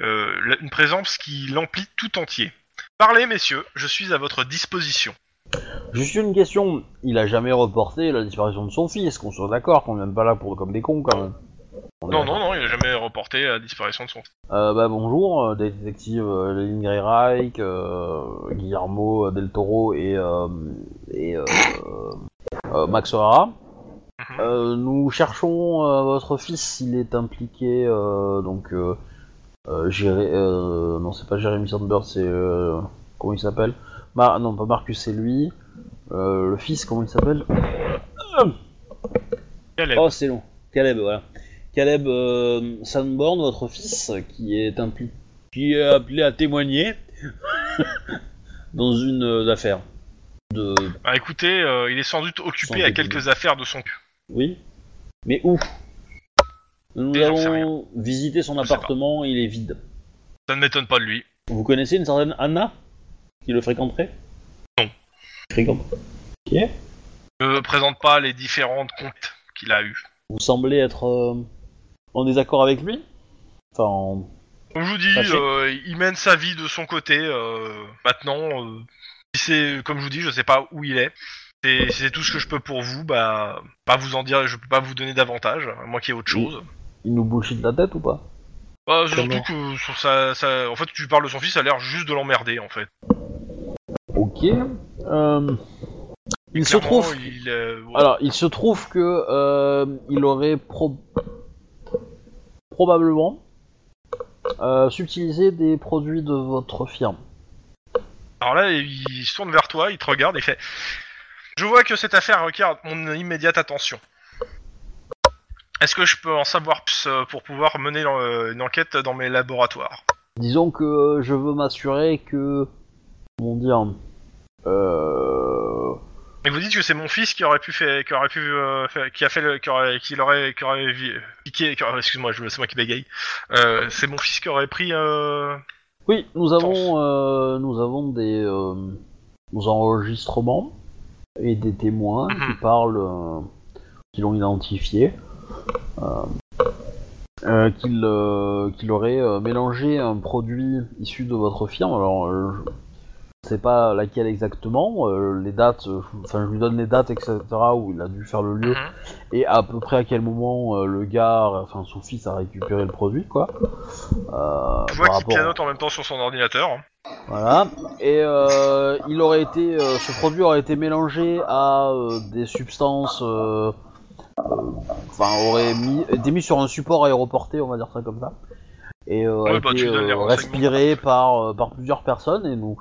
[SPEAKER 2] euh, la- une présence qui l'emplit tout entier. Parlez, messieurs, je suis à votre disposition.
[SPEAKER 5] Juste une question, il a jamais reporté la disparition de son fils, qu'on soit d'accord, qu'on n'est même pas là pour comme des cons quand même. On est
[SPEAKER 2] Non,
[SPEAKER 5] d'accord.
[SPEAKER 2] non, non, il n'a jamais reporté la disparition de son fils.
[SPEAKER 5] Euh, bah bonjour, euh, détective euh, Lynn Grey Reich, euh, Guillermo Del Toro et, euh, et euh, euh, Max O'Hara.
[SPEAKER 2] Mhm.
[SPEAKER 5] Euh, nous cherchons euh, votre fils, il est impliqué, euh, donc... Euh, euh, Jéré- euh, non, c'est pas Jeremy Sandberg, c'est... euh, comment il s'appelle Mar- Non, pas Marcus, c'est lui. Euh, le fils, comment il s'appelle
[SPEAKER 4] Caleb.
[SPEAKER 6] Oh, c'est long. Caleb, voilà. Caleb euh, Sanborn, votre fils, qui est, impli- qui est appelé à témoigner dans une euh, affaire. De...
[SPEAKER 2] Bah écoutez, euh, il est sans doute occupé
[SPEAKER 6] Sans
[SPEAKER 2] à
[SPEAKER 6] doute.
[SPEAKER 2] quelques affaires de son cul.
[SPEAKER 6] Oui Mais où Nous
[SPEAKER 2] J'en sais
[SPEAKER 6] avons visité son
[SPEAKER 2] Je sais
[SPEAKER 6] appartement, il est vide.
[SPEAKER 2] Ça ne m'étonne pas de lui.
[SPEAKER 6] Vous connaissez une certaine Anna Qui le fréquenterait
[SPEAKER 2] Non.
[SPEAKER 6] Fréquente.
[SPEAKER 2] Je ne présente pas les différentes comptes qu'il a eues.
[SPEAKER 6] Vous semblez être euh, en désaccord avec lui Enfin, en-
[SPEAKER 2] Comme je vous dis,
[SPEAKER 6] Fâché.
[SPEAKER 2] euh, il mène sa vie de son côté. euh, maintenant, euh, si c'est comme je vous dis, je sais pas où il est. C'est- C'est tout ce que je peux pour vous. Bah, pas vous en dire, je peux pas vous donner davantage, à moins qu'il y ait autre chose.
[SPEAKER 5] Il nous bullshit la tête ou pas
[SPEAKER 2] Bah, surtout
[SPEAKER 4] Comment
[SPEAKER 2] que sur sa- sa- en fait, tu parles de son fils, ça a l'air juste de l'emmerder, en fait.
[SPEAKER 5] Ok. Euh, il se
[SPEAKER 2] Clairement,
[SPEAKER 5] trouve.
[SPEAKER 2] il, euh, ouais.
[SPEAKER 5] Alors, il se trouve que euh, il aurait pro- probablement euh, subtilisé des produits de votre firme.
[SPEAKER 2] Alors là, il se tourne vers toi, il te regarde, il fait Je vois que cette affaire requiert mon immédiate attention. Est-ce que je peux en savoir plus euh, pour pouvoir mener euh, une enquête dans mes laboratoires
[SPEAKER 5] Disons que euh, je veux m'assurer que, comment dire, euh,
[SPEAKER 2] Et vous dites que c'est mon fils qui aurait pu faire, qui aurait pu, euh, faire- qui a fait le, qui aurait, qui l'aurait, qui aurait vi- piqué, qui aurait- excuse-moi, je- c'est moi qui bégaye. Euh, c'est mon fils qui aurait pris. euh,
[SPEAKER 5] oui, nous
[SPEAKER 2] Tense.
[SPEAKER 5] avons, euh, nous avons des, euh, nos enregistrements et des témoins qui
[SPEAKER 2] Mhm.
[SPEAKER 5] parlent, euh, qui l'ont identifié, euh, euh, qu'il euh, qu'il aurait euh, mélangé un produit issu de votre firme. Alors, euh, je sais pas laquelle exactement, euh, les dates, euh, je- enfin, je lui donne les dates, etc., où il a dû faire le lieu,
[SPEAKER 2] Mhm.
[SPEAKER 5] et à peu près à quel moment euh, le gars, enfin, son fils a récupéré le produit, quoi. Euh,
[SPEAKER 2] Je
[SPEAKER 5] par
[SPEAKER 2] vois qu'il
[SPEAKER 5] rapport-
[SPEAKER 2] pianote en même temps sur son ordinateur.
[SPEAKER 5] voilà. Et euh, il aurait été, euh, ce produit aurait été mélangé à euh, des substances, euh, euh, enfin aurait mis, été mis sur un support aéroporté, on va dire ça comme ça, et euh, a
[SPEAKER 2] Ouais, bah,
[SPEAKER 5] été
[SPEAKER 2] tu donnes les
[SPEAKER 5] euh,
[SPEAKER 2] renseignements.
[SPEAKER 5] respiré par euh, par plusieurs personnes et nous.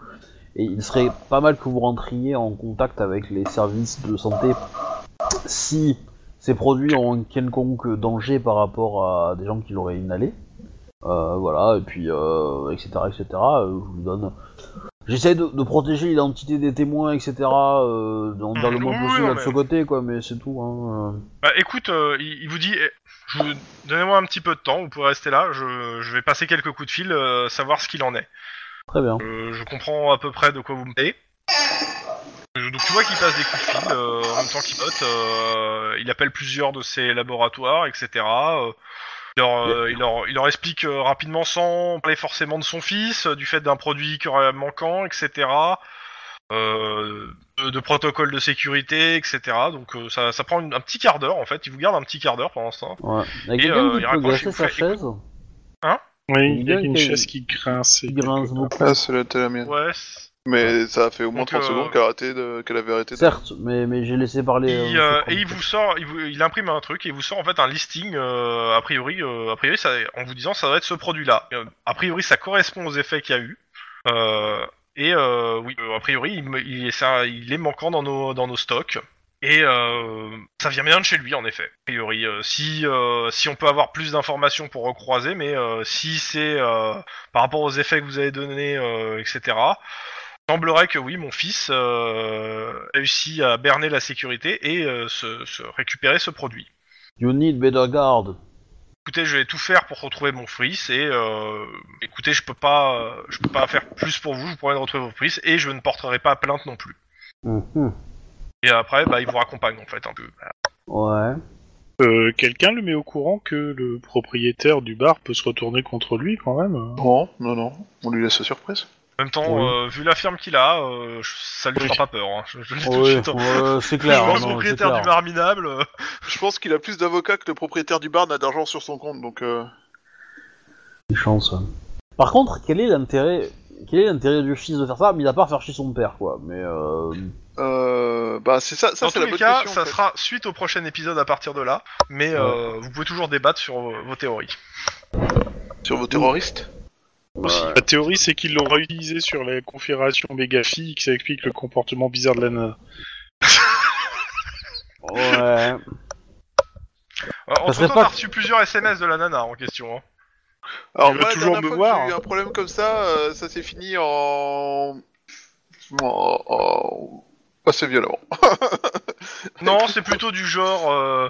[SPEAKER 5] Et il serait pas mal que vous rentriez en contact avec les services de santé si ces produits ont un quelconque danger par rapport à des gens qui l'auraient inhalé. Euh, voilà, et puis, euh, etc., etc., euh, je vous donne... J'essaie de, de protéger l'identité des témoins, etc., euh, dans, dans le
[SPEAKER 2] Mhm,
[SPEAKER 5] moins
[SPEAKER 2] oui,
[SPEAKER 5] possible
[SPEAKER 2] non,
[SPEAKER 5] de
[SPEAKER 2] mais-
[SPEAKER 5] ce côté, quoi, mais c'est tout, hein.
[SPEAKER 2] Bah écoute, euh, il, il vous dit, eh, je vous- donnez-moi un petit peu de temps, vous pouvez rester là, je, je vais passer quelques coups de fil, euh, savoir ce qu'il en est.
[SPEAKER 5] Très bien.
[SPEAKER 2] Euh, je comprends à peu près de quoi vous me parlez. Euh, Donc tu vois qu'il passe des coups de fil, euh, en même temps qu'il note, euh, il appelle plusieurs de ses laboratoires, etc. euh, il, leur, euh, il, leur, il leur explique euh, rapidement sans parler forcément de son fils, euh, du fait d'un produit qui aurait manquant, etc. euh, de, de protocoles de sécurité, etc. Donc euh, ça, ça prend une- un petit quart d'heure en fait, il vous garde un petit quart d'heure pendant ce temps.
[SPEAKER 5] Ouais. Il y a
[SPEAKER 2] Et,
[SPEAKER 5] quelqu'un
[SPEAKER 2] euh, il
[SPEAKER 5] qui peut
[SPEAKER 2] raccroche, il
[SPEAKER 5] graisser
[SPEAKER 2] vous
[SPEAKER 5] sa
[SPEAKER 2] fait-
[SPEAKER 5] chaise,
[SPEAKER 4] Oui,
[SPEAKER 5] Il
[SPEAKER 4] il
[SPEAKER 5] y
[SPEAKER 4] y
[SPEAKER 5] a
[SPEAKER 4] a une
[SPEAKER 5] quelqu'un
[SPEAKER 4] chaise qui grince. et
[SPEAKER 5] qui grince
[SPEAKER 4] quelque
[SPEAKER 5] beaucoup.
[SPEAKER 3] Ah, c'est la, t'es la mienne.
[SPEAKER 2] Ouais, c'est-
[SPEAKER 3] Mais ça a fait au moins
[SPEAKER 2] Donc,
[SPEAKER 3] 30
[SPEAKER 2] euh,
[SPEAKER 3] secondes qu'elle a arrêté de- qu'elle avait arrêté de...
[SPEAKER 1] Certes, mais, mais j'ai laissé parler.
[SPEAKER 2] Il,
[SPEAKER 1] euh,
[SPEAKER 5] hein,
[SPEAKER 2] euh,
[SPEAKER 1] monsieur
[SPEAKER 2] et il
[SPEAKER 1] Trump.
[SPEAKER 2] vous sort, il, vous- il imprime un truc et il vous sort en fait un listing euh, a priori, euh, a priori ça, en vous disant ça doit être ce produit-là. Euh, a priori ça correspond aux effets qu'il y a eu. Euh, et euh, oui, euh, a priori il, me- il est, ça- il est manquant dans nos, dans nos stocks. Et euh, ça vient bien de chez lui en effet. A priori, euh, si euh, si on peut avoir plus d'informations pour recroiser, mais euh, si c'est euh, par rapport aux effets que vous avez donnés, euh, etc. Semblerait que oui, mon fils euh, réussit à berner la sécurité et euh, se, se récupérer ce produit.
[SPEAKER 1] You need better guard.
[SPEAKER 2] Écoutez, je vais tout faire pour retrouver mon fils et euh, écoutez, je peux pas, euh, je peux pas faire plus pour vous. Je vous promets de retrouver vos fils et je ne porterai pas plainte non plus.
[SPEAKER 1] Mhm.
[SPEAKER 2] Et après, bah, il vous raccompagne en fait un peu.
[SPEAKER 1] Ouais.
[SPEAKER 4] Euh, Quelqu'un le met au courant que le propriétaire du bar peut se retourner contre lui quand même.
[SPEAKER 3] Non, non, non. On lui laisse la surprise.
[SPEAKER 2] En même temps,
[SPEAKER 4] Oui.
[SPEAKER 2] euh, vu la firme qu'il a, euh, je- ça lui
[SPEAKER 4] Oui.
[SPEAKER 2] fera pas peur. hein. Je, je l'ai tout de
[SPEAKER 1] Ouais,
[SPEAKER 2] suite, hein.
[SPEAKER 1] ouais, c'est
[SPEAKER 2] Je
[SPEAKER 1] clair.
[SPEAKER 2] vois
[SPEAKER 1] hein,
[SPEAKER 2] le
[SPEAKER 1] non, c'est
[SPEAKER 2] propriétaire
[SPEAKER 1] clair.
[SPEAKER 2] du bar minable. euh,
[SPEAKER 3] Je pense qu'il a plus d'avocats que le propriétaire du bar n'a d'argent sur son compte, donc... euh,
[SPEAKER 1] Des chances, ouais. Par contre, quel est l'intérêt, quel est l'intérêt du fils de faire ça, mis à part faire chier son père, quoi. Mais euh,
[SPEAKER 3] Euh, bah c'est ça, ça
[SPEAKER 2] Dans
[SPEAKER 3] c'est
[SPEAKER 2] tous
[SPEAKER 3] la
[SPEAKER 2] les
[SPEAKER 3] bonne
[SPEAKER 2] cas,
[SPEAKER 3] question.
[SPEAKER 2] ça
[SPEAKER 3] en fait.
[SPEAKER 2] sera suite au prochain épisode à partir de là, mais euh, vous pouvez toujours débattre sur euh, vos, vos théories.
[SPEAKER 3] Sur vos terroristes
[SPEAKER 4] Aussi, La théorie, c'est qu'ils l'ont réutilisé sur la configuration méga-fille, que ça explique le comportement bizarre de la nana.
[SPEAKER 1] ouais.
[SPEAKER 2] Ah, En
[SPEAKER 1] serait
[SPEAKER 2] entre temps,
[SPEAKER 1] pas-
[SPEAKER 2] t'as reçu plusieurs SMS de la nana en question. hein.
[SPEAKER 3] Alors
[SPEAKER 4] Il
[SPEAKER 3] moi,
[SPEAKER 4] veut
[SPEAKER 3] la
[SPEAKER 4] toujours
[SPEAKER 3] dernière
[SPEAKER 4] me
[SPEAKER 3] fois
[SPEAKER 4] voir,
[SPEAKER 3] que j'ai eu
[SPEAKER 4] hein.
[SPEAKER 3] un problème comme ça, euh, ça s'est fini en... en... en- assez violemment.
[SPEAKER 2] Non, c'est plutôt du genre euh,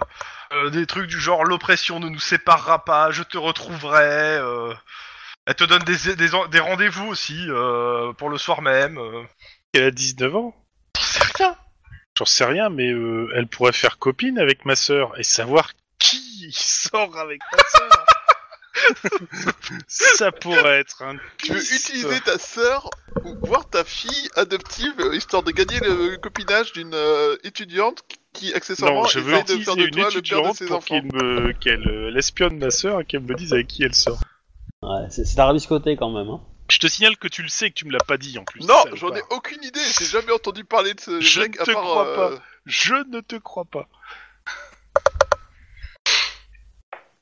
[SPEAKER 2] euh, des trucs du genre l'oppression ne nous séparera pas, je te retrouverai. euh, elle te donne des, des, des rendez-vous aussi euh, pour le soir même. euh.
[SPEAKER 4] Elle a 19 ans.
[SPEAKER 2] J'en sais rien.
[SPEAKER 4] J'en sais rien, mais euh, elle pourrait faire copine avec ma sœur et savoir qui sort avec ma sœur. ça pourrait être un.
[SPEAKER 3] Tu veux
[SPEAKER 4] twist.
[SPEAKER 3] utiliser ta sœur ou voir ta fille adoptive euh, histoire de gagner le copinage d'une euh, étudiante qui accessoirement
[SPEAKER 4] Non, je veux
[SPEAKER 3] essaye de
[SPEAKER 4] utiliser
[SPEAKER 3] faire de
[SPEAKER 4] une
[SPEAKER 3] toi le père de
[SPEAKER 4] étudiante
[SPEAKER 3] ses
[SPEAKER 4] pour
[SPEAKER 3] enfants.
[SPEAKER 4] qu'elle me- qu'elle, euh, elle espionne ma sœur et qu'elle me dise avec qui elle sort.
[SPEAKER 5] Ouais, c'est c'est à côté quand même. Hein.
[SPEAKER 4] Je te signale que tu le sais et que tu me l'as pas dit en plus.
[SPEAKER 3] Non,
[SPEAKER 4] sale
[SPEAKER 3] j'en ai
[SPEAKER 4] part.
[SPEAKER 3] aucune idée. J'ai jamais entendu parler de ce
[SPEAKER 4] Je
[SPEAKER 3] mec
[SPEAKER 4] ne
[SPEAKER 3] à
[SPEAKER 4] te
[SPEAKER 3] part.
[SPEAKER 4] crois
[SPEAKER 3] euh,
[SPEAKER 4] Je ne te crois pas.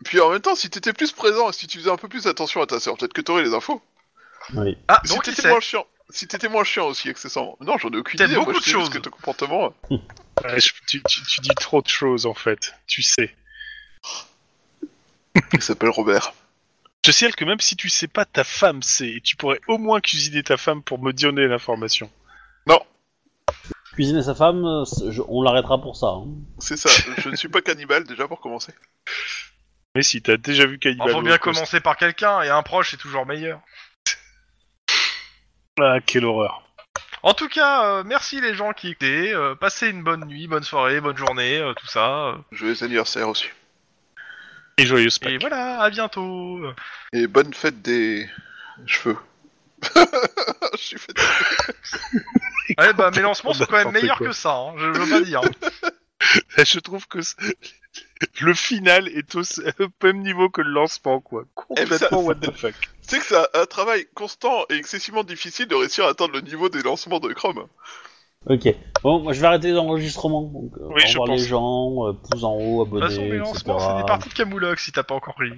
[SPEAKER 3] Puis en même temps, si t'étais plus présent, et si tu faisais un peu plus attention à ta sœur, peut-être que t'aurais les infos.
[SPEAKER 5] Oui.
[SPEAKER 2] Ah,
[SPEAKER 3] Si
[SPEAKER 2] donc il
[SPEAKER 3] t'étais
[SPEAKER 2] sait.
[SPEAKER 3] moins chiant. Si t'étais moins chiant aussi, accessoirement. Non, j'en ai aucune
[SPEAKER 2] T'aimes
[SPEAKER 3] idée. Moi,
[SPEAKER 2] beaucoup
[SPEAKER 3] je
[SPEAKER 2] de
[SPEAKER 3] sais juste
[SPEAKER 2] choses.
[SPEAKER 3] que ton comportement.
[SPEAKER 4] Ouais, je- tu, tu- tu dis trop de choses en fait. Tu sais.
[SPEAKER 3] Il s'appelle Robert.
[SPEAKER 4] Je te signale que même si tu sais pas, ta femme sait. Et tu pourrais au moins cuisiner ta femme pour me donner l'information.
[SPEAKER 5] Cuisiner sa femme, euh, c'est- je- on l'arrêtera pour ça. hein.
[SPEAKER 3] C'est ça. je ne suis pas cannibale déjà pour commencer.
[SPEAKER 4] Mais si t'as déjà vu
[SPEAKER 2] Il
[SPEAKER 4] Cannibal
[SPEAKER 2] faut bien
[SPEAKER 4] Holocaust.
[SPEAKER 2] commencer par quelqu'un et un proche c'est toujours meilleur.
[SPEAKER 4] Ah, quelle horreur.
[SPEAKER 2] En tout cas, euh, merci les gens qui écoutaient. euh, passez une bonne nuit, bonne soirée, bonne journée, euh, tout ça. euh.
[SPEAKER 3] Joyeux anniversaire aussi.
[SPEAKER 4] Et joyeuse
[SPEAKER 2] Et
[SPEAKER 4] Pâques.
[SPEAKER 2] voilà, à bientôt.
[SPEAKER 3] Et bonne fête des cheveux. Je suis fatigué.
[SPEAKER 2] Ouais, bah, mes lancements sont quand même
[SPEAKER 4] N'importe
[SPEAKER 2] meilleurs
[SPEAKER 4] quoi.
[SPEAKER 2] que ça, hein, je veux pas dire.
[SPEAKER 4] Je trouve que c'est- le final est au s- au même niveau que le lancement, quoi.
[SPEAKER 3] Eh, mais ça-
[SPEAKER 4] Complètement what the fuck.
[SPEAKER 3] Tu sais que c'est un travail constant et excessivement difficile de réussir à atteindre le niveau des lancements de Chrome.
[SPEAKER 5] Ok. Bon, moi je vais arrêter les enregistrements. Donc, euh,
[SPEAKER 4] Oui,
[SPEAKER 5] au
[SPEAKER 4] je
[SPEAKER 5] revoir
[SPEAKER 4] pense.
[SPEAKER 5] les gens, euh, pouce en haut,
[SPEAKER 2] De
[SPEAKER 5] abonnez,
[SPEAKER 2] toute façon, mes
[SPEAKER 5] etc.
[SPEAKER 2] lancements, c'est des parties de camoulox si t'as pas encore pris.